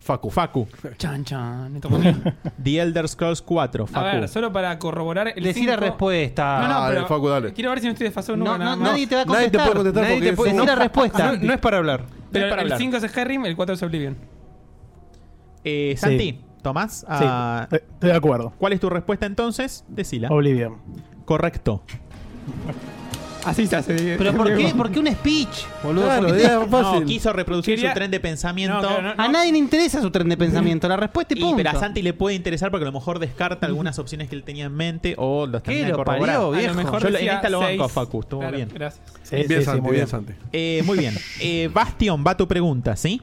Speaker 5: Facu.
Speaker 8: Facu.
Speaker 4: Chan, chan.
Speaker 8: The Elder Scrolls 4,
Speaker 7: A
Speaker 8: Facu.
Speaker 7: ver, solo para corroborar el
Speaker 4: Decí la
Speaker 7: cinco-
Speaker 4: respuesta.
Speaker 7: No, no,
Speaker 8: Dale,
Speaker 7: pero
Speaker 8: Facu, dale.
Speaker 7: Quiero ver si no estoy desfasado
Speaker 4: No,
Speaker 7: nunca.
Speaker 4: no, nadie te va a Nadie te puede contestar. contestar Nadie porque te puede- es- decí la respuesta.
Speaker 2: No, no es para hablar.
Speaker 7: Pero
Speaker 2: No es para
Speaker 7: el
Speaker 2: hablar.
Speaker 7: 5 es Skyrim, el 4 es Oblivion.
Speaker 8: Eh,
Speaker 7: Sí.
Speaker 8: Santi, Tomás, ah,
Speaker 1: Sí, estoy de acuerdo.
Speaker 8: ¿cuál es tu respuesta entonces? Decila.
Speaker 1: Oblivion.
Speaker 8: Correcto.
Speaker 7: Así se hace.
Speaker 4: Pero ¿por qué, ¿por qué un speech, boludo?
Speaker 8: Claro,
Speaker 4: ¿Por qué-
Speaker 8: era fácil. No, quiso reproducir
Speaker 4: Quería-
Speaker 8: su tren de pensamiento.
Speaker 4: A nadie le interesa su tren de pensamiento. La respuesta y
Speaker 8: Y,
Speaker 4: punto.
Speaker 8: pero a Santi le puede interesar porque a lo mejor (laughs) descarta algunas opciones que él tenía en mente o los termina
Speaker 4: ¿Qué
Speaker 8: de
Speaker 4: lo
Speaker 8: corroborar.
Speaker 4: parió,
Speaker 8: a
Speaker 4: viejo?
Speaker 8: lo mejor
Speaker 4: Yo
Speaker 8: lo- en
Speaker 4: decía
Speaker 8: esta lo banco,
Speaker 4: seis.
Speaker 8: Facu. Estuvo
Speaker 4: Claro,
Speaker 8: bien.
Speaker 7: Gracias.
Speaker 1: Sí, Bien, sí, sí, Santi, muy bien, bien. Santi.
Speaker 8: Eh, muy bien. Eh, Bastión, va tu pregunta, ¿sí?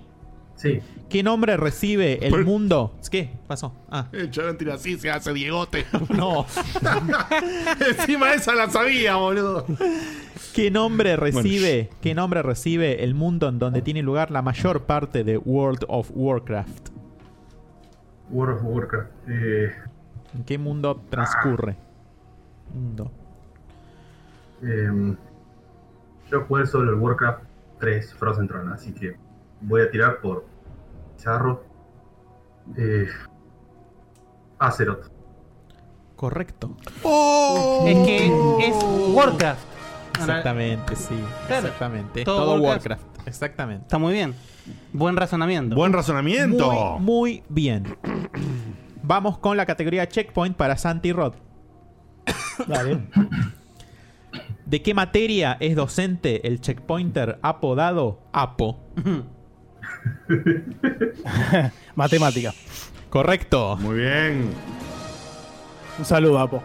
Speaker 2: Sí.
Speaker 8: ¿Qué nombre recibe el mundo? ¿Qué? Pasó. Ah.
Speaker 3: Eh, El chabón tira así, se hace Diegote.
Speaker 8: (laughs) No.
Speaker 3: (laughs) Encima esa la sabía, boludo.
Speaker 8: ¿Qué nombre recibe? ¿Qué nombre recibe el mundo en donde tiene lugar la mayor parte de World of Warcraft?
Speaker 2: World of Warcraft. Eh,
Speaker 8: ¿En qué mundo transcurre? Mundo.
Speaker 2: em, yo jugué solo el Warcraft 3 Frozen Throne, así que voy a tirar por Pizarro. Eh, Azeroth.
Speaker 8: Correcto.
Speaker 4: Es que es Warcraft.
Speaker 8: Uh. Exactamente, sí. Exactamente. Es
Speaker 4: Todo
Speaker 8: Todo,
Speaker 4: Warcraft.
Speaker 8: Warcraft. Exactamente.
Speaker 4: Está muy bien. Buen razonamiento.
Speaker 3: Buen razonamiento.
Speaker 8: Muy, muy bien. Vamos con la categoría checkpoint para Santi y Rod. ¿De qué materia es docente el checkpointer apodado APO?
Speaker 9: Matemática.
Speaker 8: Correcto.
Speaker 3: Muy bien.
Speaker 9: Un saludo, Apo.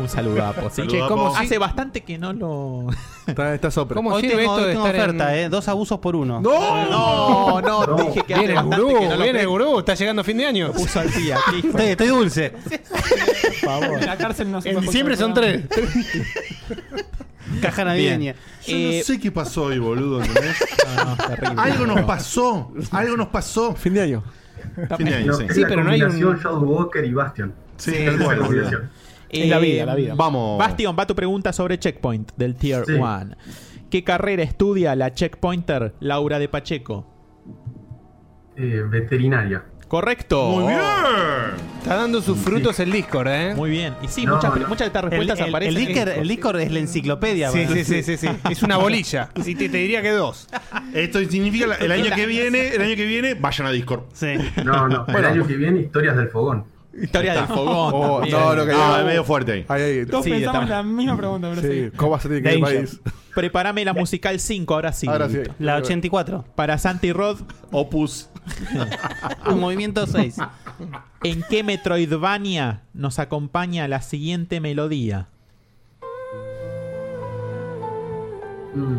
Speaker 8: Un saludo, (laughs) Apo. Sí.
Speaker 9: Che, ¿cómo si-
Speaker 8: Hace bastante que no lo.
Speaker 5: Está, está sopre.
Speaker 9: ¿Cómo
Speaker 4: Hoy
Speaker 9: sirve
Speaker 4: tengo,
Speaker 9: esto de
Speaker 4: tengo
Speaker 9: estar en-
Speaker 4: oferta, eh. Dos abusos por uno.
Speaker 8: No, no, te dije que
Speaker 9: Viene
Speaker 8: hace
Speaker 9: el
Speaker 8: bastante
Speaker 9: gurú,
Speaker 8: que no lo
Speaker 9: viene el
Speaker 8: prendo.
Speaker 9: gurú, está llegando fin de año.
Speaker 8: Puso al día.
Speaker 4: Estoy, estoy dulce.
Speaker 8: favor.
Speaker 7: La cárcel no se
Speaker 9: En
Speaker 7: puede
Speaker 9: diciembre son
Speaker 7: controlar.
Speaker 9: tres.
Speaker 4: Caja navideña.
Speaker 3: Yo
Speaker 8: Eh,
Speaker 3: no sé qué pasó hoy, boludo.
Speaker 8: (laughs) terrible.
Speaker 3: Algo nos
Speaker 8: (laughs)
Speaker 3: pasó. Algo nos pasó.
Speaker 5: Fin de año.
Speaker 3: Fin de año, sí.
Speaker 2: es la combinación Shadow Walker y Bastion.
Speaker 3: Sí,
Speaker 8: (laughs)
Speaker 2: Esa es la
Speaker 3: bueno, boludo.
Speaker 2: combinación.
Speaker 8: Eh,
Speaker 3: Vamos.
Speaker 8: Bastión, va tu pregunta sobre Checkpoint del Tier
Speaker 2: Sí.
Speaker 8: 1. ¿Qué carrera estudia la Checkpointer Laura de Pacheco?
Speaker 2: Eh, veterinaria.
Speaker 8: Correcto.
Speaker 2: Muy bien.
Speaker 9: Está dando sus frutos el Discord, ¿eh?
Speaker 8: Muy bien. Y sí,
Speaker 2: No,
Speaker 8: muchas,
Speaker 2: no.
Speaker 8: muchas de estas respuestas
Speaker 9: El- el-
Speaker 8: aparecen.
Speaker 9: el Discord- el
Speaker 4: Discord es la enciclopedia.
Speaker 9: Sí, sí, sí,
Speaker 4: (laughs)
Speaker 9: sí, sí. Es una bolilla. Y te, te diría que dos.
Speaker 3: Esto significa la- el año que viene, el año que viene, vayan a Discord.
Speaker 4: Sí.
Speaker 2: No, no. El año que viene, historias del fogón.
Speaker 8: Historia del fogón.
Speaker 3: Oh,
Speaker 8: también. Ah,
Speaker 3: no, no, que- no, es medio fuerte ahí.
Speaker 5: Ahí, ahí.
Speaker 7: Ah, Todos
Speaker 8: Sí,
Speaker 7: pensamos
Speaker 8: está-
Speaker 7: la misma pregunta, pero sí.
Speaker 5: ¿Cómo vas a tener que ir al
Speaker 8: Danger.
Speaker 5: país?
Speaker 8: Prepárame la musical 5, ahora sí.
Speaker 5: Ahora sí.
Speaker 8: Dieguito.
Speaker 4: La 84.
Speaker 8: Para Santi Rod,
Speaker 7: (laughs)
Speaker 8: Opus.
Speaker 4: Un movimiento 6.
Speaker 8: ¿En qué Metroidvania nos acompaña la siguiente melodía?
Speaker 2: Mm.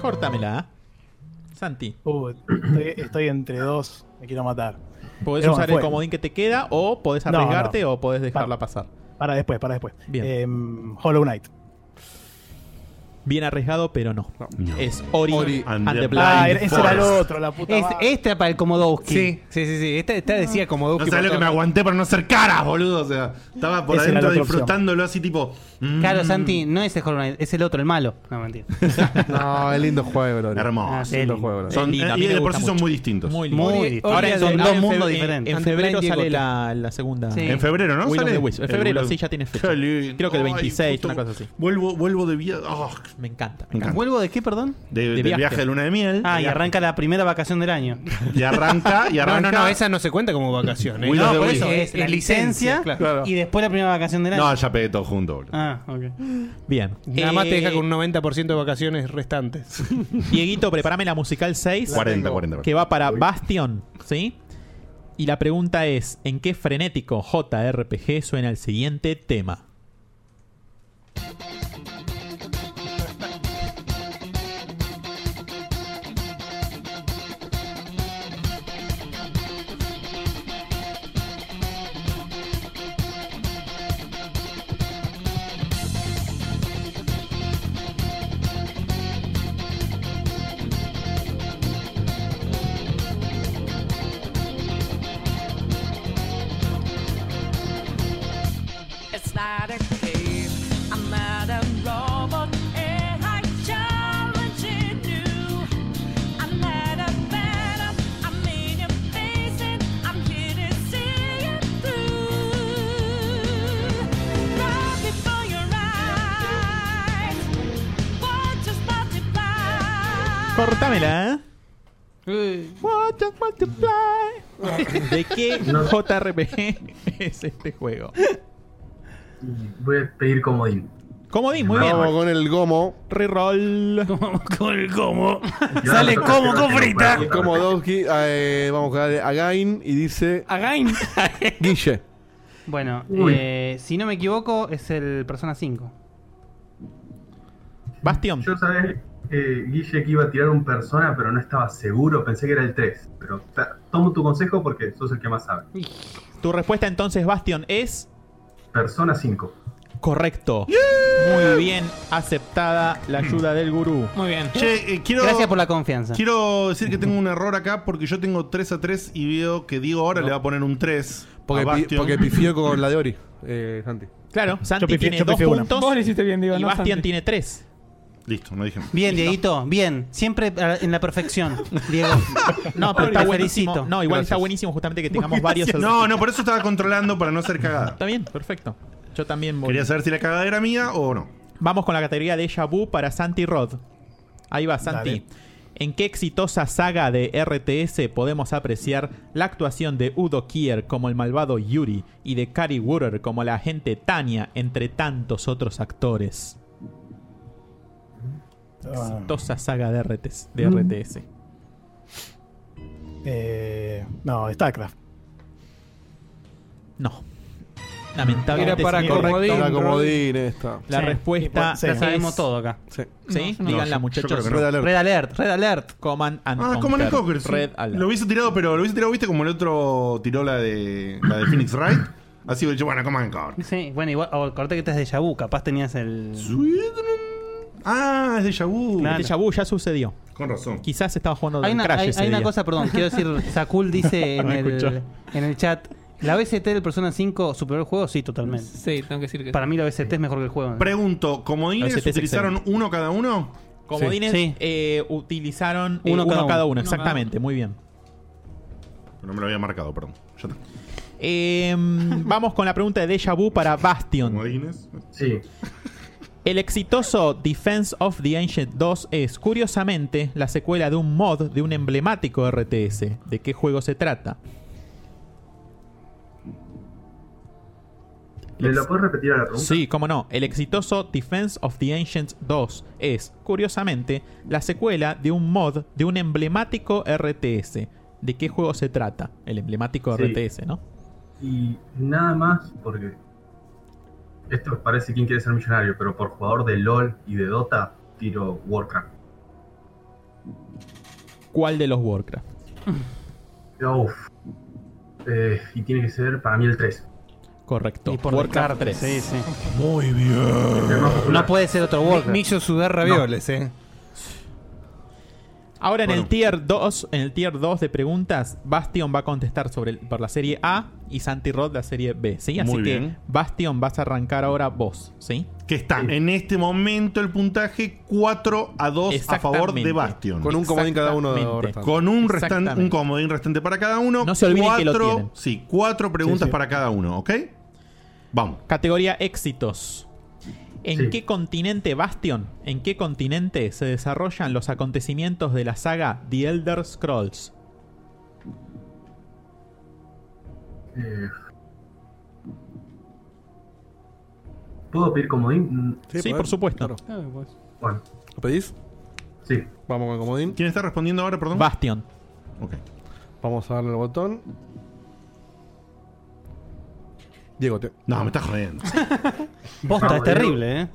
Speaker 8: Córtamela. ¿eh? Santi.
Speaker 24: Uh, estoy, estoy entre dos. Me quiero matar.
Speaker 8: Podés
Speaker 24: Pero bueno,
Speaker 8: usar el
Speaker 24: fue.
Speaker 8: comodín que te queda o podés
Speaker 24: No, no.
Speaker 8: arriesgarte o podés dejarla pasar.
Speaker 24: Para después, para después. Em, Hollow Knight.
Speaker 8: Bien arriesgado, pero no. Es Ori, and, the Blind
Speaker 24: Ah, era- ese era el
Speaker 8: Forest.
Speaker 24: otro, la puta.
Speaker 4: Es,
Speaker 24: madre.
Speaker 4: esta Este, para el Komodowski. Este,
Speaker 9: Sí, sí, sí, sí. Esta, esta decía como
Speaker 3: No sabes lo que me aguanté para no hacer caras, boludo. O sea, estaba por
Speaker 4: Esa era
Speaker 3: adentro
Speaker 4: la otra opción.
Speaker 3: disfrutándolo así, tipo. mm.
Speaker 4: Claro, Santi, no es el Hollow Knight, es el otro, el malo. No, mentira.
Speaker 5: No, es lindo juego, bro.
Speaker 3: Hermoso.
Speaker 5: Es lindo juego, bro.
Speaker 3: Son-
Speaker 8: Lindo, a mí
Speaker 3: y
Speaker 8: me
Speaker 3: de por
Speaker 8: gusta
Speaker 3: sí son
Speaker 8: mucho.
Speaker 3: muy distintos.
Speaker 8: Muy
Speaker 4: lindo. Ah, Muy
Speaker 8: lindo.
Speaker 4: distintos.
Speaker 8: Ahora
Speaker 4: Ahora
Speaker 8: en,
Speaker 4: son
Speaker 8: ahora
Speaker 4: dos
Speaker 8: en
Speaker 4: mundos
Speaker 8: febr-
Speaker 4: diferentes.
Speaker 8: En febrero
Speaker 4: Anteplay,
Speaker 8: sale
Speaker 4: Diego,
Speaker 8: la, la segunda.
Speaker 4: Sí.
Speaker 3: En febrero, ¿no?
Speaker 8: Will of
Speaker 3: Sale.
Speaker 8: the Wisps. En
Speaker 3: El
Speaker 8: febrero,
Speaker 3: Will of-
Speaker 8: sí, ya tiene fecha.
Speaker 3: Qué lindo.
Speaker 8: Creo que el
Speaker 3: Ay,
Speaker 8: 26,
Speaker 3: justo
Speaker 8: una cosa así.
Speaker 3: Vuelvo, vuelvo de viaje.
Speaker 8: Me encanta.
Speaker 3: Me encanta.
Speaker 4: ¿Vuelvo de qué, perdón?
Speaker 3: De,
Speaker 8: de
Speaker 3: del
Speaker 8: viaje.
Speaker 3: viaje. de luna de miel.
Speaker 4: Ah, y arranca la primera vacación del año.
Speaker 3: Y (laughs) arranca, y arranca.
Speaker 9: No, no, no, esa no se cuenta como vacación. ¿eh?
Speaker 3: Will
Speaker 9: No,
Speaker 3: of the
Speaker 9: por
Speaker 3: Wisps.
Speaker 9: eso
Speaker 4: Es, la licencia
Speaker 9: claro.
Speaker 4: y después la primera vacación del año.
Speaker 3: No, ya pegué todo junto, boludo.
Speaker 4: Ah,
Speaker 2: (laughs)
Speaker 3: (laughs)
Speaker 4: ok.
Speaker 8: Bien.
Speaker 9: Nada más te
Speaker 8: Eh,
Speaker 9: deja con un 90% de vacaciones restantes.
Speaker 8: Dieguito, prepárame la musical 6.
Speaker 3: 40, 40.
Speaker 8: Que va para Bastion, ¿sí? Y la pregunta es, ¿en qué frenético JRPG suena el siguiente tema?
Speaker 1: It's not a game. I'm not a robot, and I challenge you. I'm not a phantom. I'm in your face, and I'm here to see you through. Right before your eyes, what just multiply?
Speaker 8: Cortámela, ¿eh?
Speaker 1: Hey.
Speaker 8: What just multiply? ¿De qué
Speaker 2: No.
Speaker 8: JRPG es este juego?
Speaker 2: Voy a pedir comodín.
Speaker 8: Comodín, muy bien.
Speaker 5: Vamos con el gomo.
Speaker 8: Reroll.
Speaker 5: con el gomo.
Speaker 8: Sale como con frita.
Speaker 5: El como Dowski, eh, vamos a a Gain y dice.
Speaker 7: Again.
Speaker 5: (laughs) Guille.
Speaker 4: (laughs) Bueno,
Speaker 5: Uy.
Speaker 4: eh, si no me equivoco, es el Persona 5.
Speaker 8: Bastión.
Speaker 1: Yo sabés, eh, Guille, que iba a tirar un persona, pero no estaba seguro. Pensé que era el 3. Pero ta- tomo tu consejo porque sos el que más sabe.
Speaker 8: Tu respuesta entonces, Bastión, es.
Speaker 1: Persona 5.
Speaker 8: Correcto. Muy bien aceptada la ayuda del gurú.
Speaker 7: Muy bien.
Speaker 3: Che, eh, quiero-
Speaker 4: Gracias por la confianza.
Speaker 3: Quiero decir que tengo un error acá porque yo tengo 3 a 3 y veo que Diego ahora le va a poner un 3.
Speaker 5: Porque, pi- porque pifió
Speaker 3: (laughs)
Speaker 5: con la de Ori, eh, Santi.
Speaker 8: Claro, Santi
Speaker 5: Yo pifié-
Speaker 8: tiene
Speaker 5: yo
Speaker 8: dos
Speaker 5: pifié una.
Speaker 8: puntos.
Speaker 7: Vos le hiciste bien, Diego,
Speaker 8: Y
Speaker 7: no,
Speaker 8: Bastión
Speaker 7: Santi.
Speaker 8: tiene tres.
Speaker 3: Listo, me dije.
Speaker 4: Bien, Dieguito, bien. Siempre a- en la perfección, Diego.
Speaker 8: No, pero
Speaker 4: Te
Speaker 8: está
Speaker 4: felicito.
Speaker 8: buenísimo. No, igual está buenísimo justamente que tengamos varios.
Speaker 3: (laughs) No, no, por eso estaba controlando para no ser cagada.
Speaker 8: Está bien, perfecto. Yo también voy.
Speaker 3: Quería saber si la cagada era mía o no.
Speaker 8: Vamos con la categoría de Yabu para Santi Rod. Ahí va, Santi.
Speaker 3: Dale.
Speaker 8: ¿En qué exitosa saga de RTS podemos apreciar la actuación de Udo Kier como el malvado Yuri y de Cary Wooder como la agente Tania entre tantos otros actores?
Speaker 9: Ah.
Speaker 2: Ah.
Speaker 8: Exitosa saga de RTS. De
Speaker 11: Mm.
Speaker 8: RTS.
Speaker 11: Eh, no, StarCraft.
Speaker 8: No. Lamentablemente es incorrecto.
Speaker 5: Para comodín esta.
Speaker 8: La respuesta
Speaker 5: Sí.
Speaker 8: es-
Speaker 5: Sí.
Speaker 8: Sí,
Speaker 5: No,
Speaker 8: díganla
Speaker 5: yo- yo
Speaker 8: muchachos.
Speaker 5: creo que no. Red Alert.
Speaker 4: Red Alert.
Speaker 8: Command and
Speaker 3: Ah, como en el
Speaker 8: Conquer.
Speaker 3: Cocker. sí.
Speaker 8: Red Alert.
Speaker 3: Lo hubiese tirado, pero lo hubiese tirado, viste, como el otro tiró la de, la de Phoenix Wright. Así hubiese dicho, bueno, como en Cocker.
Speaker 4: Sí, bueno, igual, o acordate que estás de Yabu, capaz tenías el.
Speaker 3: Ah, es de Yabu.
Speaker 4: Claro.
Speaker 8: El déjà vu este ya sucedió.
Speaker 3: Con razón.
Speaker 8: Quizás estaba jugando
Speaker 4: Hay
Speaker 8: Don't
Speaker 4: una,
Speaker 8: Crash
Speaker 4: hay-
Speaker 8: ese
Speaker 4: hay una
Speaker 8: día.
Speaker 4: cosa, perdón, quiero decir,
Speaker 8: (laughs)
Speaker 4: Sakul dice en,
Speaker 8: No escuchó.
Speaker 4: el, en el chat, ¿la BST del Persona 5 superó el juego? Sí, totalmente.
Speaker 7: Sí, tengo que decir que
Speaker 4: Para mí la BST es mejor que el juego.
Speaker 3: Pregunto,
Speaker 8: Eh,
Speaker 3: ¿comodines
Speaker 4: La BST es
Speaker 3: utilizaron
Speaker 4: excelente.
Speaker 3: uno cada uno?
Speaker 8: Comodines
Speaker 3: Sí.
Speaker 8: eh, utilizaron eh,
Speaker 3: Uno
Speaker 8: uno,
Speaker 3: cada
Speaker 8: cada
Speaker 3: uno.
Speaker 8: uno,
Speaker 3: Uno
Speaker 8: exactamente, muy bien.
Speaker 3: No me lo había marcado, perdón. Ya está.
Speaker 8: Eh, (laughs) vamos con la pregunta de Deja Vu para Bastion.
Speaker 1: Sí.
Speaker 8: El exitoso Defense of the Ancient 2 es, curiosamente, la secuela de un mod de un emblemático RTS. ¿De qué juego se trata?
Speaker 1: ¿Me la puedes repetir a la pregunta?
Speaker 8: Sí, cómo no. El exitoso Defense of the Ancients 2 es, curiosamente, la secuela de un mod de un emblemático RTS. ¿De qué juego se trata? El emblemático
Speaker 1: Sí.
Speaker 8: RTS, ¿no?
Speaker 1: Y nada más porque esto parece quien quiere ser millonario, pero por jugador de LOL y de Dota tiro Warcraft.
Speaker 8: ¿Cuál de los Warcraft?
Speaker 1: Uf. Eh, y tiene que ser para mí el 3.
Speaker 8: Correcto.
Speaker 1: Y por
Speaker 8: Warcraft
Speaker 1: descarte,
Speaker 8: 3.
Speaker 1: sí, sí.
Speaker 8: Muy bien.
Speaker 4: No puede ser otro Warcraft.
Speaker 2: Millo sudar ravioles, eh.
Speaker 8: Ahora en el tier 2, en el tier 2 de preguntas, Bastion va a contestar sobre el- por la serie A y Santi Rod la serie B, ¿sí? Así
Speaker 3: Muy
Speaker 8: que
Speaker 3: bien.
Speaker 8: Bastion vas a arrancar ahora vos, ¿sí?
Speaker 3: Que está en este momento el puntaje 4 a 2 a favor de
Speaker 8: Exactamente.
Speaker 3: Bastion.
Speaker 8: Con un comodín cada uno de los
Speaker 3: Exactamente.
Speaker 8: restantes.
Speaker 3: Con un, restan-
Speaker 8: Exactamente.
Speaker 3: un comodín restante para cada uno.
Speaker 8: No se olviden
Speaker 3: cuatro,
Speaker 8: que lo tienen.
Speaker 3: Sí, cuatro preguntas para cada uno, ¿ok? Vamos.
Speaker 8: Categoría éxitos. ¿En
Speaker 3: Sí.
Speaker 8: qué continente, Bastion, en qué continente se desarrollan los acontecimientos de la saga The Elder Scrolls?
Speaker 1: Eh, ¿Puedo pedir comodín? Mm,
Speaker 7: pues.
Speaker 1: Bueno.
Speaker 5: ¿Lo pedís?
Speaker 1: Sí.
Speaker 5: Vamos con el comodín.
Speaker 3: ¿Quién está respondiendo ahora, perdón?
Speaker 8: Bastion.
Speaker 3: Ok.
Speaker 5: Vamos a darle al botón. Diego, te.
Speaker 3: No, me
Speaker 8: (laughs)
Speaker 3: estás jodiendo.
Speaker 5: Posta, es terrible,
Speaker 4: eh.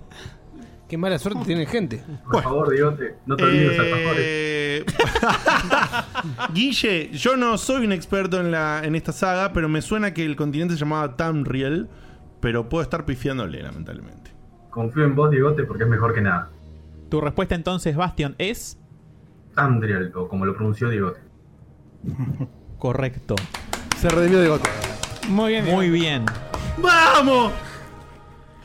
Speaker 2: Qué mala suerte tiene gente.
Speaker 1: Por favor, Diego, te- no te olvides los alfajores.
Speaker 3: Eh, Guille, yo no soy un experto en, la, en esta saga, pero me suena que el continente se llamaba Tamriel, pero puedo estar pifiándole, lamentablemente.
Speaker 1: Confío en vos, Diegote, porque es mejor que nada.
Speaker 8: Tu respuesta entonces, Bastion, es
Speaker 1: Tamdriel, o como lo pronunció Diegote.
Speaker 8: (laughs) correcto.
Speaker 5: Se redimió Diegote.
Speaker 8: Muy bien. Muy bien.
Speaker 3: ¡Vamos!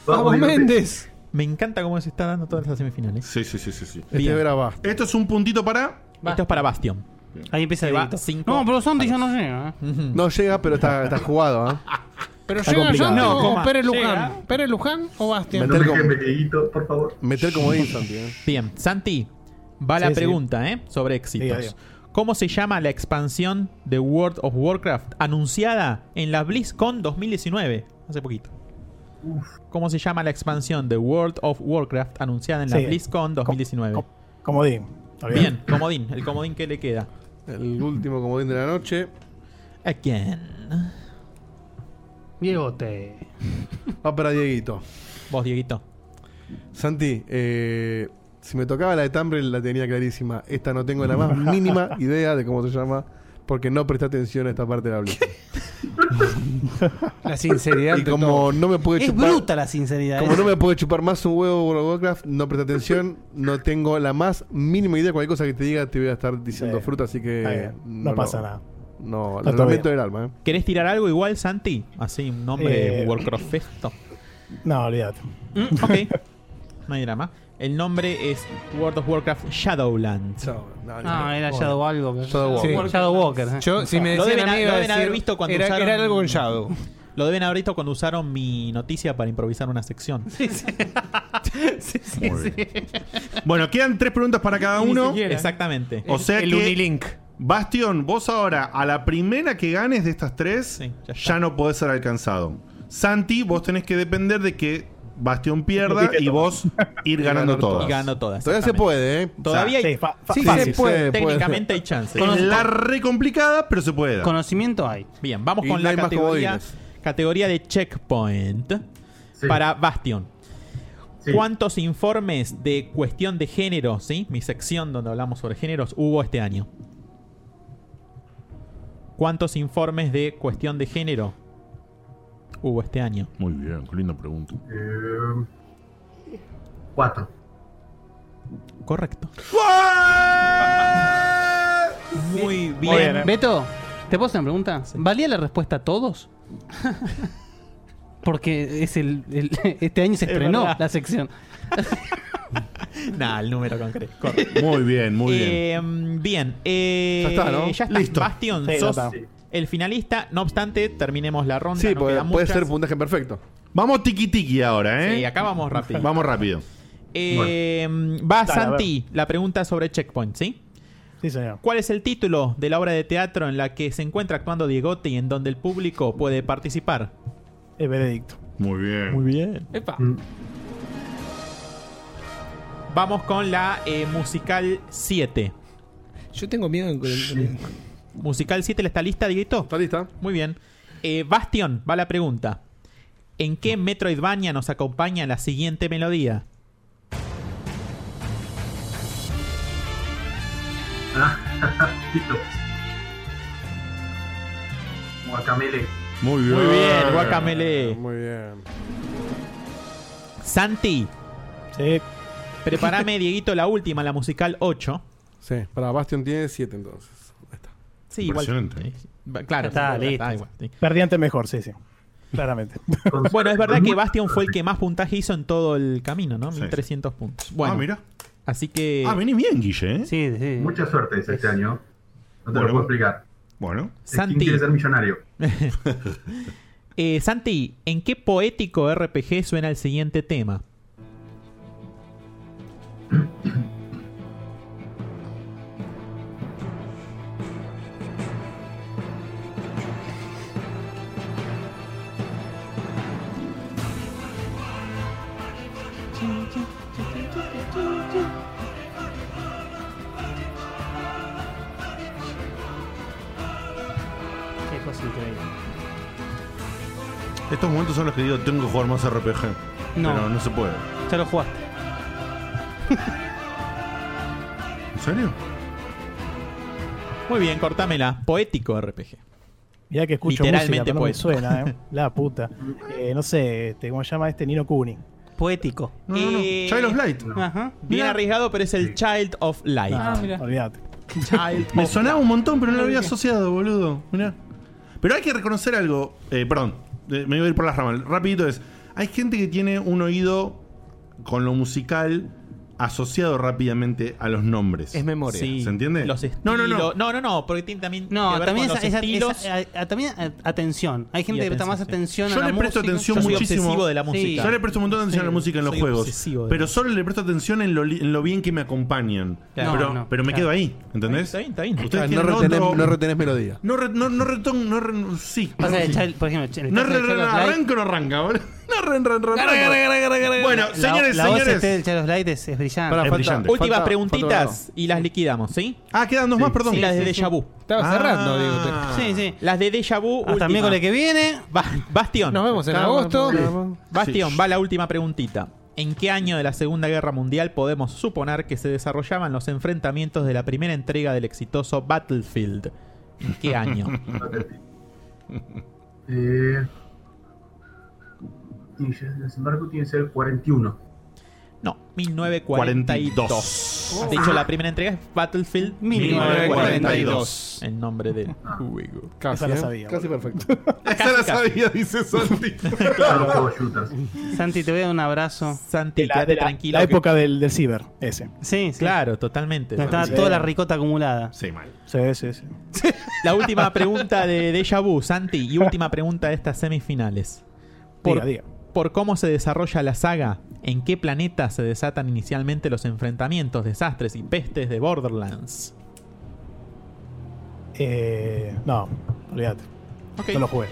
Speaker 8: ¡Vamos,
Speaker 3: Diegote.
Speaker 8: Méndez! Me encanta cómo se está dando todas las semifinales.
Speaker 3: Sí, sí, sí, sí. sí.
Speaker 8: Bien.
Speaker 5: Este
Speaker 3: Esto es un puntito para.
Speaker 8: Esto es para Bastion.
Speaker 4: Ahí empieza
Speaker 8: el
Speaker 4: No, pero Santi ya no
Speaker 8: (laughs)
Speaker 4: llega. eh.
Speaker 5: No llega, pero está, está jugado, ¿ah?
Speaker 2: Pero
Speaker 5: Está
Speaker 2: llega
Speaker 5: complicado.
Speaker 2: Santi
Speaker 5: No,
Speaker 2: o
Speaker 5: coma,
Speaker 2: Pérez
Speaker 5: llega.
Speaker 2: Luján. Pérez Luján o Bastián.
Speaker 5: Meter como-
Speaker 1: por favor.
Speaker 5: Meter como Santi. ¿eh?
Speaker 8: Bien, Santi, va la
Speaker 5: Sí, sí.
Speaker 8: pregunta, ¿eh? Sobre éxitos.
Speaker 5: Diga, diga.
Speaker 8: ¿Cómo se llama la expansión de World of Warcraft anunciada en la BlizzCon 2019? Hace poquito. ¿Cómo se llama la expansión de World of Warcraft anunciada en la
Speaker 11: Sí.
Speaker 8: BlizzCon 2019?
Speaker 11: Comodín.
Speaker 8: Bien, comodín. El comodín que le queda.
Speaker 5: El último comodín de la noche.
Speaker 8: Again.
Speaker 5: Diegote. Va para Dieguito.
Speaker 8: Vos, Dieguito.
Speaker 5: Santi, eh, si me tocaba la de Tambriel la tenía clarísima. Esta no tengo la más mínima idea de cómo se llama porque no presté atención a esta parte de la blitz.
Speaker 2: (laughs) La sinceridad
Speaker 5: Y
Speaker 2: ante
Speaker 5: como
Speaker 2: todo.
Speaker 5: no me pude
Speaker 2: Es
Speaker 5: chupar.
Speaker 2: bruta la sinceridad.
Speaker 5: Como
Speaker 2: ¿eh?
Speaker 5: no me pude chupar más un huevo World of Warcraft, no presté atención. No tengo la más mínima idea. Cualquier cosa que te diga te voy a estar diciendo fruta, así que.
Speaker 11: Está
Speaker 2: Eh,
Speaker 11: bien. No pasa nada.
Speaker 5: No,
Speaker 11: Está
Speaker 5: lo
Speaker 11: todo
Speaker 5: lamento
Speaker 11: bien.
Speaker 5: del alma, ¿eh?
Speaker 8: ¿Querés tirar algo igual, Santi? Así, un nombre
Speaker 11: Eh.
Speaker 8: Warcraft Festo.
Speaker 11: No, olvídate.
Speaker 8: Mm, ok. No hay drama. El nombre es World of Warcraft Shadowlands.
Speaker 4: No, Ah, era Shadow algo. pero-
Speaker 8: Shadow
Speaker 4: Sí.
Speaker 8: Walker.
Speaker 4: Shadow Walker. eh.
Speaker 2: Yo, si me
Speaker 8: lo
Speaker 2: decían
Speaker 8: deben,
Speaker 2: a mí, iba
Speaker 8: lo
Speaker 2: a
Speaker 8: deben haber
Speaker 2: decir,
Speaker 8: visto cuando
Speaker 2: era-
Speaker 8: usaron.
Speaker 2: era algo en Shadow.
Speaker 8: (laughs) Lo deben haber visto cuando usaron mi noticia para improvisar una sección.
Speaker 4: Sí, sí. (laughs) sí, sí,
Speaker 3: Muy
Speaker 4: sí.
Speaker 3: Bueno, quedan tres preguntas para cada
Speaker 8: Ni
Speaker 3: uno.
Speaker 8: siquiera. Exactamente.
Speaker 3: O sea
Speaker 8: El- el
Speaker 3: que,
Speaker 8: Unilink.
Speaker 3: Bastión, vos ahora, a la primera que ganes de estas tres, ya, no podés ser alcanzado. Santi, vos tenés que depender de que Bastión pierda y vos ir ganando todas.
Speaker 8: Y ganando todas.
Speaker 3: Todavía se
Speaker 8: exactamente.
Speaker 3: puede, ¿eh?
Speaker 8: Todavía
Speaker 3: O sea,
Speaker 8: hay.
Speaker 3: sí, fa-
Speaker 8: sí,
Speaker 3: fácil,
Speaker 8: se puede.
Speaker 3: se puede.
Speaker 8: Técnicamente hay chance.
Speaker 3: Es la re complicada, pero se puede. dar.
Speaker 4: Conocimiento hay.
Speaker 8: Bien, vamos
Speaker 3: Y
Speaker 8: con
Speaker 3: no
Speaker 8: la
Speaker 3: hay más
Speaker 8: categoría,
Speaker 3: comodines.
Speaker 8: categoría de checkpoint para Bastion. ¿Cuántos informes de cuestión de género, sí? Mi sección donde hablamos sobre géneros, hubo este año. ¿Cuántos informes de cuestión de género hubo este año?
Speaker 3: Muy bien, qué linda pregunta.
Speaker 1: Cuatro.
Speaker 8: Correcto.
Speaker 4: Muy
Speaker 8: bien.
Speaker 4: ¿eh? Beto, ¿te puedo hacer una pregunta? ¿Valía la respuesta a todos? Porque es el, el- este año se
Speaker 8: Es
Speaker 4: estrenó
Speaker 8: verdad.
Speaker 4: la sección.
Speaker 8: (laughs) Nah, el número concreto.
Speaker 3: (laughs) Muy bien, muy bien.
Speaker 8: bien. Em, Bien. eh,
Speaker 3: Ya
Speaker 8: ya
Speaker 3: está,
Speaker 8: está,
Speaker 3: ¿no? Listo.
Speaker 8: Bastion,
Speaker 3: Sí, ya
Speaker 8: sos
Speaker 3: está.
Speaker 8: el finalista. No obstante, terminemos la ronda.
Speaker 3: Sí,
Speaker 8: no
Speaker 3: puede-
Speaker 8: quedan
Speaker 3: puede
Speaker 8: muchas.
Speaker 3: ser puntaje perfecto. Vamos tiki tiki ahora, ¿eh?
Speaker 8: Sí, acá vamos rápido.
Speaker 3: Vamos rápido.
Speaker 8: Eh, Va
Speaker 3: Dale, a
Speaker 8: Santi, la pregunta sobre Checkpoint, ¿sí?
Speaker 11: Sí, señor.
Speaker 8: ¿Cuál es el título de la obra de teatro en la que se encuentra actuando Diegote y en donde el público puede participar?
Speaker 11: Es veredicto.
Speaker 3: Muy bien.
Speaker 8: Muy bien.
Speaker 2: Mm.
Speaker 8: Vamos con la eh, musical 7.
Speaker 2: Yo tengo miedo en.
Speaker 8: Musical 7, ¿la ¿está lista, Dieguito? Está
Speaker 5: lista.
Speaker 8: Muy bien. Eh, Bastión, va la pregunta. ¿En qué Metroidvania nos acompaña la siguiente melodía?
Speaker 1: Guacamele.
Speaker 3: Muy
Speaker 8: bien. Muy bien, guacamele.
Speaker 5: Muy bien.
Speaker 8: Santi.
Speaker 11: Sí. (laughs)
Speaker 8: Prepárame, Dieguito, la última, la musical 8.
Speaker 5: Sí, para Bastion tiene 7 entonces. Ahí está.
Speaker 8: Sí, igual. Eh, va- Claro.
Speaker 11: Está,
Speaker 8: igual,
Speaker 11: listo.
Speaker 8: está, Ah, igual, sí.
Speaker 11: Perdí ante mejor, sí, sí. Claramente.
Speaker 8: (laughs) Bueno, es verdad que Bastion fue el que más puntaje hizo en todo el camino, ¿no? 1300 puntos. Bueno.
Speaker 1: Ah, mira.
Speaker 8: Así que.
Speaker 1: Ah,
Speaker 3: venís bien, Guille, ¿eh?
Speaker 4: Sí, sí.
Speaker 1: Mucha suerte es este año. No te
Speaker 8: Bueno.
Speaker 1: lo puedo explicar.
Speaker 3: Bueno.
Speaker 1: Santi. quiere ser millonario.
Speaker 8: Eh, Santi, ¿en qué poético RPG suena el siguiente tema?
Speaker 4: Qué cosa increíble.
Speaker 3: Estos momentos son los que digo, tengo que jugar más RPG.
Speaker 4: No.
Speaker 3: Pero no se puede.
Speaker 4: Ya lo jugaste.
Speaker 3: ¿En serio?
Speaker 8: Muy bien, cortámela. Poético RPG.
Speaker 11: Mirá que escucho
Speaker 8: Literalmente
Speaker 11: música, pero no me
Speaker 8: poético.
Speaker 11: suena,
Speaker 8: (laughs)
Speaker 11: ¿eh? La puta. Eh, no sé, este, ¿cómo se llama este? Nino Kuni.
Speaker 4: Poético.
Speaker 8: Eh,
Speaker 4: Ajá.
Speaker 8: Bien arriesgado, pero es el Child of Light.
Speaker 11: Ah, mirá. Olvídate.
Speaker 8: Child
Speaker 3: (laughs) Me
Speaker 8: of
Speaker 3: sonaba un montón, pero no lo había
Speaker 8: Light.
Speaker 3: asociado, boludo. Mirá. Pero hay que reconocer algo. Eh, perdón, eh, me iba a ir por las ramas. Rapidito es. Hay gente que tiene un oído con lo musical asociado rápidamente a los nombres.
Speaker 2: Es memoria.
Speaker 3: Sí. ¿Se entiende?
Speaker 8: Los
Speaker 3: no, no,
Speaker 8: Y
Speaker 3: no.
Speaker 8: lo- no, no, no, porque tiene también. que
Speaker 4: No,
Speaker 8: ver
Speaker 4: también,
Speaker 8: con
Speaker 4: esa,
Speaker 8: los
Speaker 4: esa-
Speaker 8: estilos.
Speaker 4: esa- a- a- también a- atención. Hay gente
Speaker 8: Y
Speaker 4: que presta más
Speaker 8: atención,
Speaker 4: atención
Speaker 3: Yo
Speaker 4: a la
Speaker 3: le presto
Speaker 4: música.
Speaker 3: atención
Speaker 8: Yo soy
Speaker 3: muchísimo.
Speaker 8: obsesivo de la música.
Speaker 3: Yo le presto un montón de atención a la
Speaker 8: Sí,
Speaker 3: música en los
Speaker 8: soy
Speaker 3: juegos.
Speaker 8: obsesivo de la
Speaker 3: Pero solo le presto atención en lo, li- en lo bien que me acompañan.
Speaker 8: Claro.
Speaker 3: pero,
Speaker 8: No, no,
Speaker 3: pero me
Speaker 8: claro.
Speaker 3: quedo ahí, (laughs) ¿entendés?
Speaker 8: Está bien, está bien.
Speaker 3: Ustedes
Speaker 5: Ah, no,
Speaker 3: tienen
Speaker 5: retenés,
Speaker 3: otro-
Speaker 5: no retenés melodía.
Speaker 3: No, re- no, no retom- no re- sí.
Speaker 4: Pasa
Speaker 3: Sí.
Speaker 4: el child, por ejemplo, en el
Speaker 3: No
Speaker 4: caso
Speaker 3: re-
Speaker 4: del Child
Speaker 3: re-
Speaker 4: of Light-
Speaker 3: arranca o no arranca, boludo. Bueno,
Speaker 4: La-
Speaker 3: señores,
Speaker 4: la
Speaker 3: señores.
Speaker 4: OST del Charos Light es, es brillante.
Speaker 3: Pará,
Speaker 4: Es
Speaker 3: falta-
Speaker 4: brillante.
Speaker 8: Últimas
Speaker 4: Falta-
Speaker 8: preguntitas
Speaker 4: falta
Speaker 8: y las liquidamos, ¿sí?
Speaker 3: Ah, quedan dos más, perdón. Ah.
Speaker 8: Y las de
Speaker 3: Sí, sí.
Speaker 8: Deja Vu.
Speaker 3: Estaba cerrando, Diego,
Speaker 4: te- Ah. Sí, sí.
Speaker 8: Las de Deja Vu.
Speaker 4: Hasta
Speaker 8: última.
Speaker 4: miércoles que viene.
Speaker 8: Ba- Bastión.
Speaker 2: Nos vemos en agosto. Sí.
Speaker 8: Bastión,
Speaker 2: Sí.
Speaker 8: va la última preguntita. ¿En qué año de la Segunda Guerra Mundial podemos suponer que se desarrollaban los enfrentamientos de la primera entrega del exitoso Battlefield? ¿En qué
Speaker 7: (laughs)
Speaker 8: año?
Speaker 1: (laughs) Eh, y sin embargo, tiene que ser el 41.
Speaker 8: No, 1942.
Speaker 1: Oh.
Speaker 8: De hecho, la primera entrega es Battlefield
Speaker 3: 1942.
Speaker 8: 1942. El nombre del juego.
Speaker 5: Casi, ¿eh? Casi perfecto.
Speaker 3: Esa la sabía, (laughs) dice Santi.
Speaker 4: (laughs) Santi, te voy a dar un abrazo.
Speaker 8: Santi,
Speaker 4: quédate
Speaker 8: tranquilo
Speaker 11: La época del, del ciber, ese.
Speaker 4: Sí, sí.
Speaker 8: Claro, totalmente.
Speaker 4: Donde estaba
Speaker 8: Sí.
Speaker 4: toda la ricota acumulada.
Speaker 3: Sí, mal.
Speaker 11: Sí, sí, sí.
Speaker 8: La última pregunta de Deja Vu, Santi, y última pregunta de estas semifinales. Por,
Speaker 11: Diga, diga.
Speaker 8: por cómo se desarrolla la saga, ¿en qué planeta se desatan inicialmente los enfrentamientos, desastres y pestes de Borderlands?
Speaker 11: Eh, no, olvídate. No lo jugué.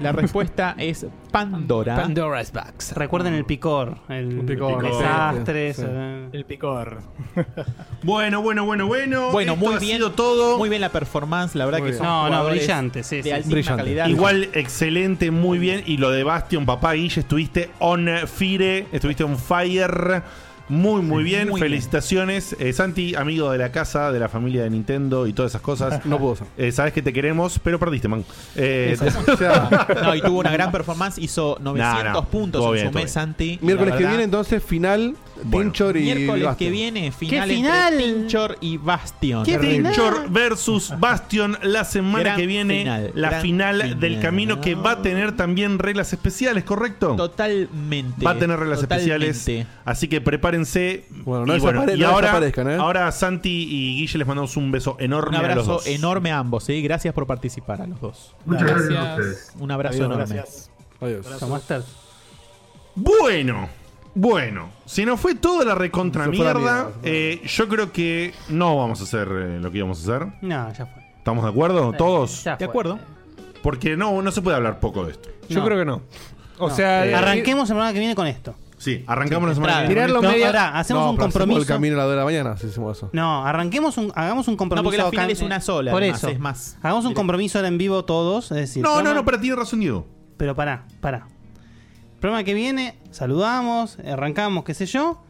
Speaker 8: La respuesta es Pandora.
Speaker 2: Pandora's Box.
Speaker 4: Recuerden el picor. El, picor. Desastres. eh.
Speaker 11: El picor.
Speaker 3: (laughs) Bueno, bueno, bueno, bueno.
Speaker 8: Bueno,
Speaker 3: Esto
Speaker 8: muy
Speaker 3: ha
Speaker 8: bien.
Speaker 3: sido todo.
Speaker 8: Muy bien la performance, la verdad
Speaker 3: Muy
Speaker 8: que
Speaker 3: bien.
Speaker 8: son
Speaker 3: No, no,
Speaker 8: jugadores
Speaker 3: brillante,
Speaker 8: de altísima calidad.
Speaker 3: Igual, excelente, muy bien. Y lo de Bastion, papá Guille, estuviste on fire, estuviste on fire. Muy, muy bien.
Speaker 8: Muy bien.
Speaker 3: Felicitaciones. Eh, Santi, amigo de la casa, de la familia de Nintendo y todas esas cosas.
Speaker 5: No puedo ser.
Speaker 3: Eh, sabes que te queremos, pero perdiste, man. Eh,
Speaker 8: Exacto.
Speaker 3: o sea-
Speaker 8: No, y tuvo una gran performance, hizo 900
Speaker 3: (laughs) No, no,
Speaker 8: puntos
Speaker 3: todo
Speaker 8: en
Speaker 3: bien,
Speaker 8: su
Speaker 3: todo
Speaker 8: mes,
Speaker 3: bien.
Speaker 8: Santi.
Speaker 5: Miércoles
Speaker 8: La
Speaker 5: que
Speaker 8: verdad,
Speaker 5: viene,
Speaker 3: este
Speaker 5: entonces, final, Pinchor y.
Speaker 8: Miércoles
Speaker 5: Bastion.
Speaker 8: que viene, final,
Speaker 3: final?
Speaker 8: entre Pinchor (laughs) y Bastion.
Speaker 3: Pinchor versus Bastion la semana
Speaker 8: Gran
Speaker 3: que viene.
Speaker 8: final,
Speaker 3: la
Speaker 8: gran
Speaker 3: final, del
Speaker 8: final.
Speaker 3: camino que va a tener también reglas especiales, ¿correcto?
Speaker 8: Totalmente.
Speaker 3: Va a tener reglas
Speaker 8: Totalmente.
Speaker 3: especiales. Así que prepárense.
Speaker 5: no
Speaker 3: y, bueno,
Speaker 5: desapare-
Speaker 3: y
Speaker 5: no
Speaker 3: ahora,
Speaker 5: desaparezcan, ¿eh?
Speaker 3: ahora Santi y Guille les mandamos un beso
Speaker 8: Un
Speaker 3: enorme a los
Speaker 8: abrazo
Speaker 3: dos.
Speaker 8: enorme a ambos, ¿sí? Gracias por participar a los dos.
Speaker 3: Muchas gracias a
Speaker 1: ustedes.
Speaker 8: Un abrazo
Speaker 3: Adiós,
Speaker 8: enorme.
Speaker 3: gracias.
Speaker 5: Adiós.
Speaker 3: Bueno, bueno. Si no fue toda la recontra
Speaker 5: Se fue la
Speaker 3: mierda,
Speaker 5: mierda, se
Speaker 3: eh, yo creo que no vamos a hacer eh, lo que íbamos a hacer.
Speaker 4: No, ya fue.
Speaker 3: ¿Estamos de acuerdo?
Speaker 4: Eh,
Speaker 3: ¿Todos?
Speaker 4: ya De fue. acuerdo.
Speaker 3: Porque no, no se puede hablar poco de esto.
Speaker 4: Yo No. creo que
Speaker 2: no.
Speaker 4: No. Eh, arranquemos la semana que viene con esto.
Speaker 3: Sí, arrancamos la semana
Speaker 4: Entrada.
Speaker 3: que viene.
Speaker 4: Tirarlo No, media- pará, ah, hacemos un
Speaker 5: pero hacemos
Speaker 4: compromiso.
Speaker 5: El camino a la 2 de la mañana, si hacemos eso.
Speaker 4: No, arranquemos un, hagamos un compromiso.
Speaker 8: porque la
Speaker 4: acá-
Speaker 8: final es una sola,
Speaker 4: Por
Speaker 8: además,
Speaker 4: eso.
Speaker 8: es más
Speaker 4: Hagamos un
Speaker 8: directo.
Speaker 4: compromiso ahora en vivo todos. Es decir,
Speaker 3: No, no,
Speaker 4: programa-
Speaker 3: no, pero tiene razón Diego.
Speaker 4: Pero pará, pará. Programa que viene, saludamos, arrancamos, qué sé yo.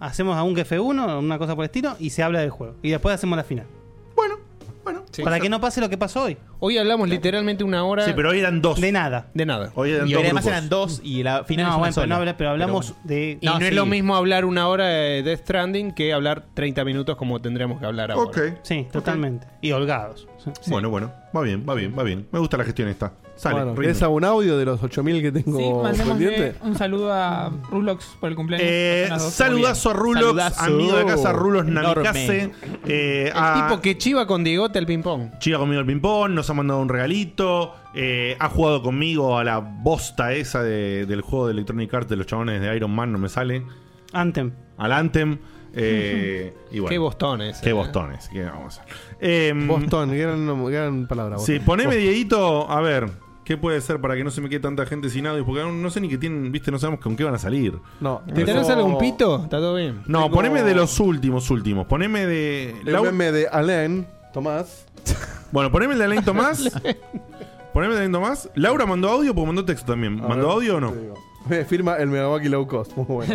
Speaker 4: Hacemos a un F1, una cosa por el estilo, y se habla del juego. Y después hacemos la final. Bueno, bueno. Para que no pase lo que pasó hoy.
Speaker 2: Hoy hablamos literalmente una hora.
Speaker 4: Sí, pero
Speaker 3: hoy eran dos.
Speaker 4: De nada.
Speaker 2: De nada.
Speaker 3: Hoy
Speaker 8: Y además eran dos y la final
Speaker 2: No,
Speaker 8: es una
Speaker 2: bueno, pero
Speaker 8: sola.
Speaker 2: no habla-
Speaker 4: pues pero hablamos de-
Speaker 2: Y
Speaker 8: No,
Speaker 2: no, es
Speaker 8: sí.
Speaker 2: lo mismo hablar una hora de Death Stranding que hablar 30 minutos como tendríamos que hablar ahora.
Speaker 3: Ok.
Speaker 4: Sí, totalmente. Y holgados.
Speaker 3: Bueno, bueno, va bien, va bien, va bien. Me gusta la gestión esta. Sale,
Speaker 5: Bueno,
Speaker 3: ritmo.
Speaker 5: ¿querés algún audio de los 8000 que tengo
Speaker 7: Sí, mandémosle
Speaker 5: pendiente?
Speaker 7: un saludo a Rulox por el cumpleaños.
Speaker 3: Eh,
Speaker 7: Personas dos.
Speaker 3: saludazo a
Speaker 7: Muy bien.
Speaker 3: Rulox, amigo de casa Rulos
Speaker 2: Enorme.
Speaker 3: Namikaze. Eh,
Speaker 2: El
Speaker 3: a-
Speaker 2: tipo que chiva con Diegote al ping-pong.
Speaker 3: Chica conmigo el ping-pong, nos ha mandado un regalito, eh, ha jugado conmigo a la bosta esa de- del juego de Electronic Arts de los chabones de Iron Man, no me sale.
Speaker 4: Anthem.
Speaker 3: Al Anthem.
Speaker 2: (laughs)
Speaker 3: eh, y bueno.
Speaker 2: Qué bostones.
Speaker 3: Qué
Speaker 2: eh.
Speaker 3: bostones. ¿Qué vamos a hacer?
Speaker 5: Boston, gran, gran palabra.
Speaker 3: Em, Sí,
Speaker 5: Boston.
Speaker 3: poneme
Speaker 5: Boston.
Speaker 3: Dieguito, a ver, ¿qué puede ser para que no se me quede tanta gente sin audio? Porque aún no sé ni qué tienen, viste, no sabemos con qué van a salir.
Speaker 5: No,
Speaker 2: ¿Tenés algún pito? ¿Está todo bien?
Speaker 3: No,
Speaker 5: Tengo-
Speaker 3: poneme de los últimos, últimos. Poneme de.
Speaker 5: El
Speaker 3: la u-
Speaker 5: meme de Alain Tomás.
Speaker 3: Bueno, poneme el de Alain
Speaker 5: (laughs)
Speaker 3: Tomás. poneme el de Alain Tomás. Laura mandó audio porque mandó texto también.
Speaker 5: A
Speaker 3: ¿Mandó
Speaker 5: ver,
Speaker 3: audio o no?
Speaker 5: te digo. Me firma el Megawaki Low Cost. Muy bueno.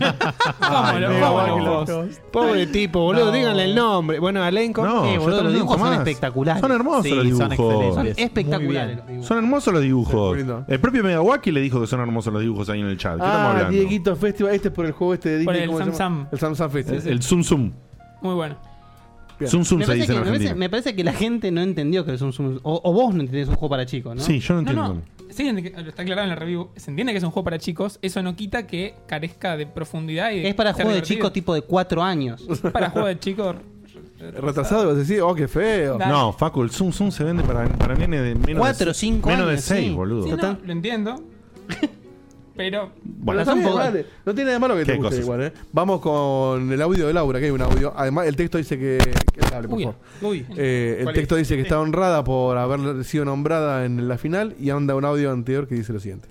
Speaker 3: Ay,
Speaker 2: Vámonos,
Speaker 3: no,
Speaker 2: vámonos
Speaker 3: no.
Speaker 2: vos. Pobre tipo, boludo,
Speaker 3: No.
Speaker 2: díganle el nombre. Bueno, Alenco.
Speaker 3: No,
Speaker 2: Eh, boludo,
Speaker 3: yo
Speaker 2: los
Speaker 3: también,
Speaker 2: dibujos son
Speaker 3: Tomás.
Speaker 2: espectaculares.
Speaker 3: Son hermosos
Speaker 2: Sí,
Speaker 3: los
Speaker 2: son
Speaker 3: dibujos.
Speaker 2: excelentes. Son espectaculares
Speaker 3: Muy bien. Son hermosos los dibujos. el propio Megawaki le dijo que son hermosos los dibujos ahí en el chat. ¿Qué estamos
Speaker 5: Ah,
Speaker 3: hablando?
Speaker 5: Dieguito Festival. Este es por el juego este de
Speaker 7: Por
Speaker 5: Disney.
Speaker 7: el
Speaker 5: ¿cómo se
Speaker 7: Sam
Speaker 5: llama?
Speaker 7: Sam.
Speaker 5: El Sam Sam Festival.
Speaker 3: El Zum Zum.
Speaker 7: Muy bueno.
Speaker 5: Bien.
Speaker 3: Zum Zum
Speaker 4: me,
Speaker 3: se
Speaker 4: parece
Speaker 3: dice
Speaker 4: que,
Speaker 3: en
Speaker 4: me parece-
Speaker 3: Argentina.
Speaker 4: me parece que la gente no entendió que es un Zoom- o, o vos no entendés un juego para chicos, ¿no?
Speaker 3: Sí, yo no
Speaker 7: No,
Speaker 3: entiendo.
Speaker 7: no, sí, lo está aclarado en la review. Se entiende que es un juego para chicos. Eso no quita que carezca de profundidad. Y
Speaker 4: Es para
Speaker 7: ser
Speaker 4: juego de
Speaker 7: divertido.
Speaker 4: chicos tipo de 4 años.
Speaker 7: (laughs) Para juego de chicos.
Speaker 5: Eh, Retrasado, vas a decir, oh, qué feo.
Speaker 7: Dale.
Speaker 3: No, Facu, el Zoom Zoom se vende para, para nenes de menos
Speaker 4: Cuatro,
Speaker 3: de se-
Speaker 4: cinco
Speaker 3: menos
Speaker 4: años,
Speaker 3: de 6,
Speaker 4: sí.
Speaker 3: boludo.
Speaker 7: Sí, no, lo entiendo.
Speaker 4: (laughs)
Speaker 7: Pero.
Speaker 3: Bueno,
Speaker 5: Pero
Speaker 3: tampoco-
Speaker 5: está bien, vale. No tiene nada de malo que te
Speaker 3: Qué
Speaker 5: guste
Speaker 3: cosas.
Speaker 5: igual, ¿eh? Vamos con el audio de Laura, que hay un audio. Además, el texto dice que. que hable, por
Speaker 7: Uy,
Speaker 5: favor.
Speaker 7: uy.
Speaker 5: Eh, el
Speaker 7: ¿Cuál
Speaker 5: texto
Speaker 7: es?
Speaker 5: dice que está honrada por haber sido nombrada en la final y anda un audio anterior que dice lo siguiente.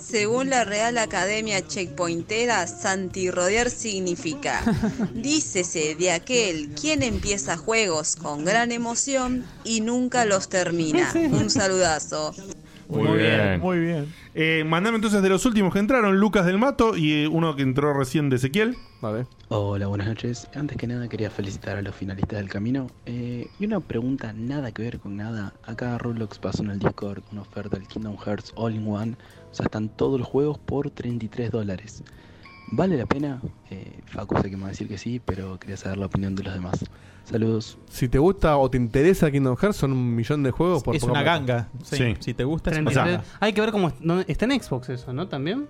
Speaker 10: Según la Real Academia Checkpointera, santirrodear significa, dícese de aquel quien empieza juegos con gran emoción y nunca los termina. Un saludazo.
Speaker 3: Muy, bien. Muy bien. Eh, mandame entonces de los últimos que entraron, Lucas del Mato y eh, uno que entró recién de Ezequiel.
Speaker 5: Vale.
Speaker 14: Hola, buenas noches. Antes que nada quería felicitar a los finalistas del camino. Eh, y una pregunta nada que ver con nada. Acá Roblox pasó en el Discord una oferta del Kingdom Hearts All in One. O sea, están todos los juegos por 33 dólares. ¿Vale la pena? Eh, Facu sé que me va a decir que sí, pero quería saber la opinión de los demás. Saludos.
Speaker 5: Si te gusta o te interesa Kingdom Hearts, son un millón de juegos por
Speaker 8: Es
Speaker 5: poco
Speaker 8: una
Speaker 5: plata.
Speaker 8: ganga. Sí. Si te gusta, es una
Speaker 4: 33.
Speaker 8: ganga.
Speaker 4: Hay que ver cómo es- no, está en Xbox eso, ¿no? También.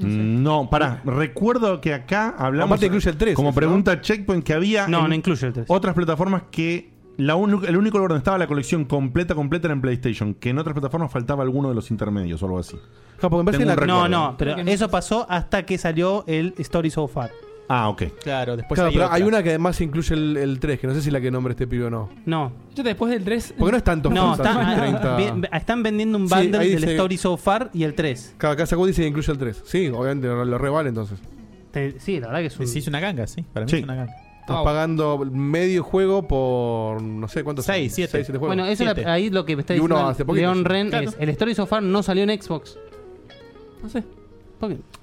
Speaker 3: Mm, No, pará. Recuerdo que acá hablamos.
Speaker 4: Aparte incluye el 3,
Speaker 3: Como
Speaker 4: ¿no?
Speaker 3: pregunta Checkpoint que había.
Speaker 4: No,
Speaker 3: en
Speaker 4: no incluye el 3.
Speaker 3: Otras plataformas que. La un- el único lugar donde estaba la colección completa, completa era en PlayStation. Que en otras plataformas faltaba alguno de los intermedios o algo así. Tengo un
Speaker 4: no,
Speaker 3: recuerdo.
Speaker 4: no, pero eso pasó hasta que salió el Story So Far.
Speaker 3: Ah, ok.
Speaker 8: Claro, después
Speaker 5: Claro,
Speaker 8: Pues hay
Speaker 5: pero
Speaker 8: otra.
Speaker 5: hay una que además incluye el, el 3, que no sé si la que nombre este pibe o no.
Speaker 4: No.
Speaker 7: Yo después del 3.
Speaker 5: ¿Por qué no es tanto
Speaker 4: No,
Speaker 5: Forza
Speaker 4: están,
Speaker 5: 30?
Speaker 4: vi- están vendiendo un
Speaker 5: Sí,
Speaker 4: bundle
Speaker 5: ahí
Speaker 4: del
Speaker 5: dice-
Speaker 4: Story So Far y el 3.
Speaker 5: Cada casa dice que incluye el 3. Sí, obviamente lo, lo revale entonces.
Speaker 4: Te- sí, la verdad que es un...
Speaker 8: Sí, es una ganga, sí. Para mí
Speaker 5: Sí.
Speaker 8: es una ganga.
Speaker 5: Estás pagando medio juego por no sé cuántos. 6, 7. juegos.
Speaker 4: Bueno, eso la- ahí lo que me está
Speaker 5: Y uno
Speaker 4: diciendo
Speaker 5: hace poquito.
Speaker 4: Leon Ren
Speaker 5: Claro.
Speaker 4: es el Story So Far no salió en Xbox. No sé.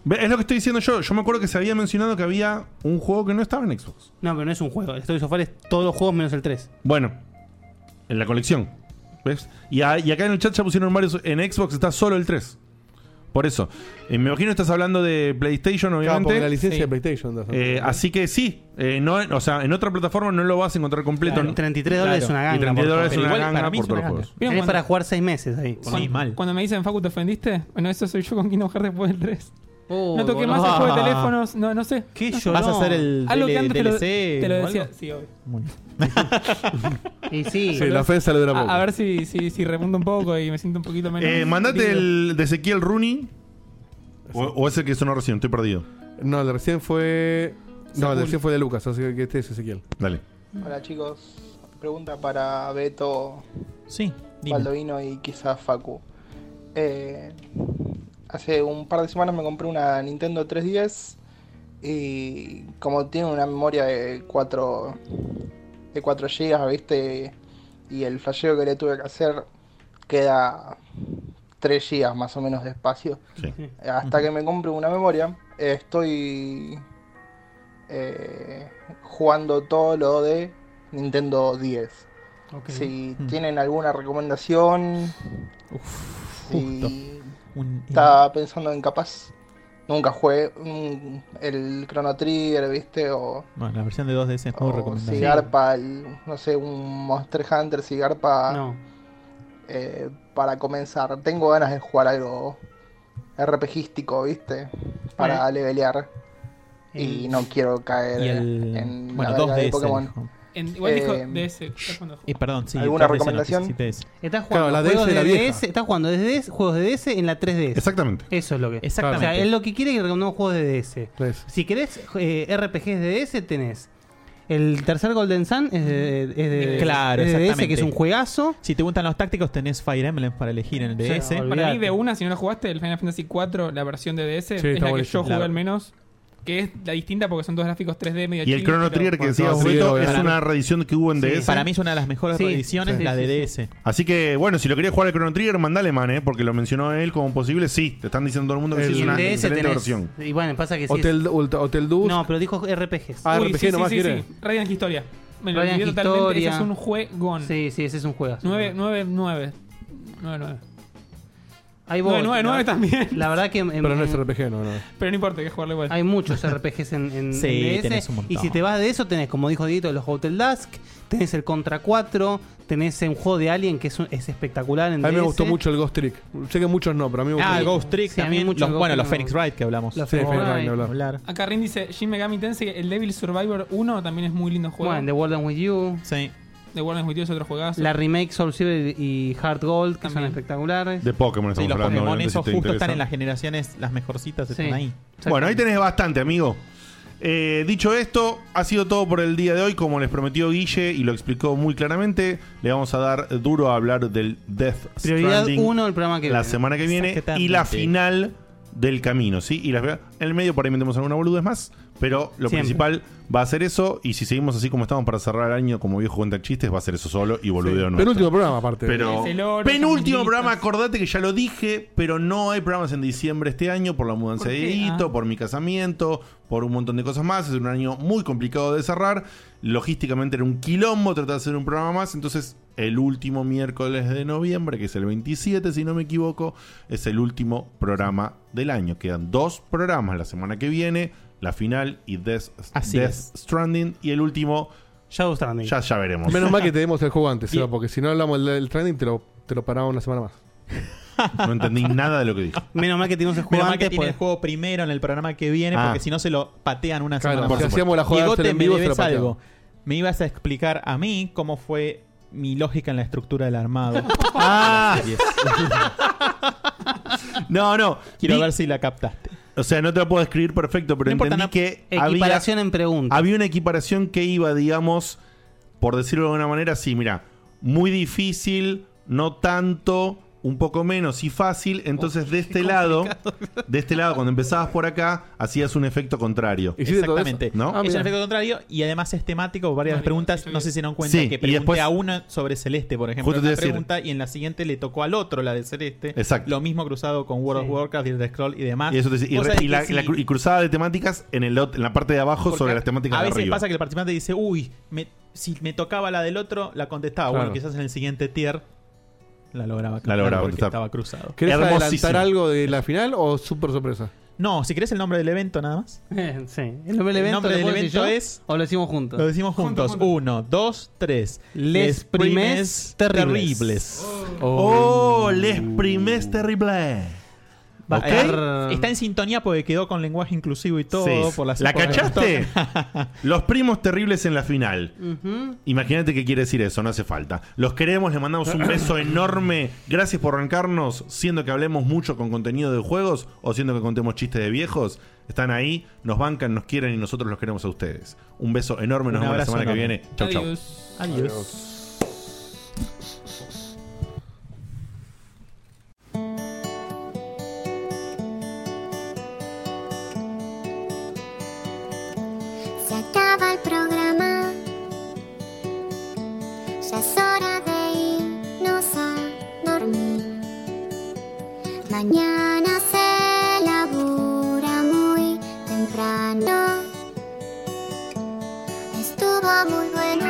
Speaker 3: Ve, Es lo que estoy diciendo yo. Yo me acuerdo que se había mencionado que había un juego que no estaba en Xbox.
Speaker 4: No, pero no es un juego. El Story So Far es todos los juegos menos el 3.
Speaker 3: Bueno, en la colección. ¿Ves? Y, a- y acá en el chat ya pusieron varios. En Xbox está solo el 3. Por eso. Eh, me imagino que estás hablando de PlayStation, obviamente.
Speaker 5: porque la licencia de PlayStation, ¿no?
Speaker 3: Eh, así que sí. eh, no, o sea, en otra plataforma no lo vas a encontrar completo.
Speaker 4: Claro, 33 dólares es una ganga,
Speaker 3: Y 33
Speaker 4: por
Speaker 3: dólares es
Speaker 4: favor.
Speaker 3: una
Speaker 4: Pero igual
Speaker 3: ganga
Speaker 4: para mí
Speaker 3: por Eh,
Speaker 4: es
Speaker 3: todos
Speaker 4: una
Speaker 3: los
Speaker 4: ganga.
Speaker 3: juegos.
Speaker 4: Tenés
Speaker 7: cuando-
Speaker 4: para jugar 6 meses ahí.
Speaker 7: cuando, Cuando me dicen, Facu, ¿te ofendiste? Bueno, eso soy yo con Kingdom Hearts después del 3.
Speaker 4: Oh,
Speaker 7: no toqué
Speaker 4: boludo.
Speaker 7: más el juego de teléfonos, no, no sé.
Speaker 4: Qué
Speaker 7: No sé.
Speaker 4: llorón. Vas a hacer el
Speaker 7: Algo que
Speaker 4: DL-
Speaker 7: antes te lo,
Speaker 4: DLC
Speaker 7: te lo
Speaker 4: o
Speaker 7: decía.
Speaker 4: algo.
Speaker 7: Sí, obvio.
Speaker 4: Y sí.
Speaker 5: Sí, la ofensa le dura
Speaker 7: A-
Speaker 5: poco.
Speaker 7: A, ver si, si, si remonto un poco y me siento un poquito menos.
Speaker 3: Eh, mandate el de Ezequiel Rooney. O, o ese que sonó recién, estoy perdido.
Speaker 5: No, el de recién fue. No, el de recién fue de Lucas, así que este es Ezequiel.
Speaker 3: Dale.
Speaker 25: Hola chicos, pregunta para Beto,
Speaker 8: sí, dime.
Speaker 25: Baldovino y quizás Facu. Eh, hace un par de semanas me compré una Nintendo 3DS y como tiene una memoria de 4, de 4 GB, ¿viste? Y el flasheo que le tuve que hacer queda 3 GB más o menos de espacio. Hasta que me compre una memoria, eh, estoy eh, jugando todo lo de Nintendo 10. Si tienen alguna recomendación, si estaba pensando en capaz, nunca jugué mm, el Chrono Trigger, ¿viste? O,
Speaker 8: Bueno, la versión de 2DS es muy
Speaker 25: o
Speaker 8: recomendable.
Speaker 25: si garpa, el- no sé, un Monster Hunter, si garpa eh, para comenzar. Tengo ganas de jugar algo RPGístico, ¿viste? Para levelear. Y no quiero caer
Speaker 8: Eh. Y el-
Speaker 25: en
Speaker 8: bueno,
Speaker 25: la verga
Speaker 8: 2DS
Speaker 25: de Pokémon.
Speaker 8: dijo.
Speaker 7: En- igual dijo
Speaker 25: Eh,
Speaker 7: DS. ¿sabes cuándo?
Speaker 8: Y perdón, sí.
Speaker 25: ¿Alguna
Speaker 8: 3DS no,
Speaker 25: recomendación?
Speaker 8: sí, 3DS.
Speaker 4: Estás jugando
Speaker 8: Claro, la
Speaker 4: juegos
Speaker 8: DS
Speaker 4: de
Speaker 8: la vieja.
Speaker 4: DS, estás jugando de DS, juegos de DS en la 3DS.
Speaker 3: Exactamente.
Speaker 4: Eso es lo que.
Speaker 8: Exactamente.
Speaker 4: O sea, es lo que quiere que recomendemos juegos de DS. Si querés eh, RPGs de DS, tenés. El tercer Golden Sun es de, es de-
Speaker 8: Eh, Claro,
Speaker 4: es de DS,
Speaker 8: exactamente.
Speaker 4: eh, que es un juegazo.
Speaker 8: Si te gustan los tácticos, tenés Fire Emblem para elegir en el
Speaker 7: O sea,
Speaker 8: DS.
Speaker 7: para mí, de una, si no la jugaste, el Final Fantasy IV, la versión de DS,
Speaker 8: está
Speaker 7: es la que
Speaker 8: buenísimo.
Speaker 7: yo jugué
Speaker 8: Claro.
Speaker 7: al menos. Que es la distinta porque son dos gráficos 3D medio
Speaker 3: Y el
Speaker 7: chill,
Speaker 3: Chrono
Speaker 7: pero-
Speaker 3: Trigger que decía
Speaker 8: sí,
Speaker 3: Beto es
Speaker 8: obviamente.
Speaker 3: una reedición que hubo en
Speaker 8: Sí,
Speaker 3: DS.
Speaker 8: Para mí es una de las mejores
Speaker 3: Sí,
Speaker 8: reediciones,
Speaker 3: sí,
Speaker 8: la
Speaker 3: sí,
Speaker 8: de
Speaker 3: sí.
Speaker 8: DS.
Speaker 3: Así que, bueno, si lo quería jugar al Chrono Trigger, mandale man, ¿eh? Porque lo mencionó él como posible. Sí, te están diciendo todo el mundo que sí, es una excelente versión.
Speaker 4: Y bueno, pasa que sí.
Speaker 5: Hotel,
Speaker 4: es-
Speaker 5: Ulta- Hotel Dusk.
Speaker 4: No, pero dijo RPGs.
Speaker 5: Ah, RPG nomás quiere.
Speaker 7: Radiant Historia. Me lo
Speaker 4: Radiant
Speaker 7: olvidé totalmente. Ese
Speaker 4: Historia.
Speaker 7: es un juegón.
Speaker 4: Sí, sí, ese es un juegazo.
Speaker 7: 9, 9, 9. 9, 9.
Speaker 4: Hay
Speaker 7: 9, 9, 9 también.
Speaker 4: (laughs) La verdad que.
Speaker 8: Em,
Speaker 5: Pero no es RPG, no, no.
Speaker 7: Pero no importa, hay que jugarlo igual.
Speaker 4: Hay muchos RPGs en, en-
Speaker 7: Sí,
Speaker 4: en DS.
Speaker 7: tenés un montón.
Speaker 4: Y si te vas de eso, tenés, como dijo Dieguito, los Hotel Dusk, tenés el Contra 4, tenés un juego de Alien que es, un- es espectacular en
Speaker 5: A mí me
Speaker 4: DS.
Speaker 5: gustó mucho el Ghost Trick. Sé que muchos no, pero a mí me gustó.
Speaker 8: Ah, Ghost Trick
Speaker 4: Sí, a mí
Speaker 8: también.
Speaker 4: mucho
Speaker 8: Los-
Speaker 4: Ghost
Speaker 8: bueno,
Speaker 4: Trick
Speaker 8: los
Speaker 4: me
Speaker 8: Phoenix
Speaker 4: gusta.
Speaker 8: Wright que hablamos.
Speaker 5: Los Sí, Phoenix Phoenix Wright, Wright. ni hablar.
Speaker 7: Acá Rin dice: Shin Megami Tensei, el Devil Survivor 1 también es muy lindo juego.
Speaker 4: Bueno, The World and With You.
Speaker 8: Sí.
Speaker 7: The World is With You es otro juegazo.
Speaker 4: La remake Soul Silver y Heart Gold, que son espectaculares.
Speaker 3: De Pokémon
Speaker 8: Sí,
Speaker 3: estamos
Speaker 8: los
Speaker 3: hablando.
Speaker 8: Pokémon
Speaker 3: obviamente,
Speaker 8: esos
Speaker 3: si te
Speaker 8: justo
Speaker 3: interesa.
Speaker 8: están en las generaciones, las mejorcitas
Speaker 4: Sí.
Speaker 8: están ahí.
Speaker 3: Bueno, ahí tenés bastante, amigo. Eh, dicho esto, ha sido todo por el día de hoy. Como les prometió Guille y lo explicó muy claramente, le vamos a dar duro a hablar del Death
Speaker 4: Prioridad
Speaker 3: Stranding
Speaker 4: uno, el programa que
Speaker 3: la
Speaker 4: viene.
Speaker 3: semana que viene y
Speaker 4: Exactamente.
Speaker 3: la final del camino, ¿sí? Y las- en el medio por ahí metemos alguna boludez más, pero lo
Speaker 4: Siempre.
Speaker 3: principal va a ser eso y si seguimos así como estamos para cerrar el año como viejo cuenta chistes, va a ser eso solo y boludeo nuestro.
Speaker 5: Penúltimo programa, aparte.
Speaker 3: Pero
Speaker 5: Es el oro,
Speaker 3: penúltimo
Speaker 5: son
Speaker 3: programa, acordate que ya lo dije, pero no hay programas en diciembre este año por la mudanza
Speaker 5: ¿Por
Speaker 3: de
Speaker 5: qué?
Speaker 3: Edito,
Speaker 5: Ah.
Speaker 3: por mi casamiento, por un montón de cosas más. Es un año muy complicado de cerrar. Logísticamente era un quilombo tratar de hacer un programa más. Entonces, el último miércoles de noviembre, que es el 27, si no me equivoco, es el último programa del año. Quedan dos programas la semana que viene, la final y Death,
Speaker 8: Así
Speaker 3: Death
Speaker 8: es.
Speaker 3: Stranding y el último
Speaker 4: Shadow Stranding.
Speaker 3: Ya, ya veremos.
Speaker 8: (laughs)
Speaker 5: Menos mal que te demos el juego antes,
Speaker 3: Y-
Speaker 5: Seba, porque si no hablamos del, del trending, te lo, te lo paraba una semana más.
Speaker 3: No entendí nada de lo que dijo.
Speaker 4: Menos mal que tenemos el
Speaker 8: Menos
Speaker 5: juego
Speaker 8: mal que
Speaker 5: antes,
Speaker 8: tiene
Speaker 5: pues.
Speaker 8: el juego primero en el programa que viene,
Speaker 5: Ah.
Speaker 8: porque si no se lo patean una
Speaker 5: Claro,
Speaker 8: semana
Speaker 5: si
Speaker 8: más.
Speaker 5: hacíamos la joda
Speaker 8: Diegote,
Speaker 5: hacer en
Speaker 8: me
Speaker 5: vivo, se
Speaker 8: debes
Speaker 5: lo patean.
Speaker 8: algo. Me ibas a explicar a mí cómo fue mi lógica en la estructura del armado.
Speaker 3: Ah.
Speaker 8: Yes.
Speaker 3: No, no.
Speaker 8: Quiero ver si la captaste.
Speaker 3: O sea, no te la puedo escribir perfecto, pero
Speaker 8: No importa,
Speaker 3: entendí
Speaker 8: no-
Speaker 3: que
Speaker 8: Equiparación
Speaker 3: había, en preguntas. Había una equiparación que iba, digamos, por decirlo de alguna manera, sí, mira, muy difícil, no tanto, un poco menos y fácil.
Speaker 8: Oh,
Speaker 3: Entonces, de este lado, de este lado, cuando empezabas por acá, hacías un efecto contrario.
Speaker 8: Exactamente. Ah,
Speaker 3: ¿No?
Speaker 8: es un efecto contrario y además es temático. Varias preguntas, no sé si se dieron cuenta
Speaker 3: Sí,
Speaker 8: que
Speaker 3: y
Speaker 8: pregunté
Speaker 3: después-
Speaker 8: a una sobre Celeste, por ejemplo.
Speaker 3: Justo te
Speaker 8: Una
Speaker 3: iba a decir.
Speaker 8: pregunta y en la siguiente le tocó al otro la de Celeste.
Speaker 3: Exacto.
Speaker 8: Lo mismo cruzado con World of Warcraft y el Scroll y demás.
Speaker 3: Y, eso te- y
Speaker 8: Vos
Speaker 3: re-
Speaker 8: sabés
Speaker 3: y
Speaker 8: que
Speaker 3: la,
Speaker 8: si-
Speaker 3: la cru- y cruzada de temáticas en, el, ot- en la parte de abajo
Speaker 8: Porque
Speaker 3: sobre las temáticas
Speaker 8: A
Speaker 3: de
Speaker 8: veces
Speaker 3: arriba.
Speaker 8: pasa que el participante dice, uy, me- si me tocaba la del otro, la contestaba.
Speaker 3: Claro.
Speaker 8: Bueno, quizás en el siguiente tier la lograba
Speaker 3: La lograba
Speaker 8: porque
Speaker 3: contestar.
Speaker 8: estaba cruzado.
Speaker 5: ¿Querés
Speaker 8: Hermosísimo.
Speaker 5: adelantar algo de la final o súper sorpresa?
Speaker 8: No, si querés el nombre del evento nada más.
Speaker 4: (laughs) sí. El nombre del evento, ¿lo puedo decir yo?
Speaker 8: es.
Speaker 4: ¿O lo decimos juntos?
Speaker 8: Lo decimos juntos. Uno, dos, tres.
Speaker 4: Les primes terribles.
Speaker 3: Oh, les primes terribles.
Speaker 8: Va a
Speaker 3: Ok.
Speaker 8: estar- Está en sintonía porque quedó con lenguaje inclusivo y todo.
Speaker 3: Sí.
Speaker 8: Por las
Speaker 3: ¿La
Speaker 8: por las- (laughs)
Speaker 3: cachaste? Los primos terribles en la final.
Speaker 4: Ujú.
Speaker 3: Imagínate qué quiere decir eso, no hace falta. Los queremos, les mandamos un beso enorme. Gracias por arrancarnos, siendo que hablemos mucho con contenido de juegos o siendo que contemos chistes de viejos. Están ahí, nos bancan, nos quieren y nosotros los queremos a ustedes. Un beso enorme, nos
Speaker 8: Un
Speaker 3: vemos la
Speaker 8: abrazo
Speaker 3: semana que
Speaker 8: enorme.
Speaker 3: viene. Chau, chau.
Speaker 8: Adiós. Adiós.
Speaker 12: Se acaba el programa, ya es hora de irnos a dormir. Mañana se labura muy temprano. Estuvo muy bueno,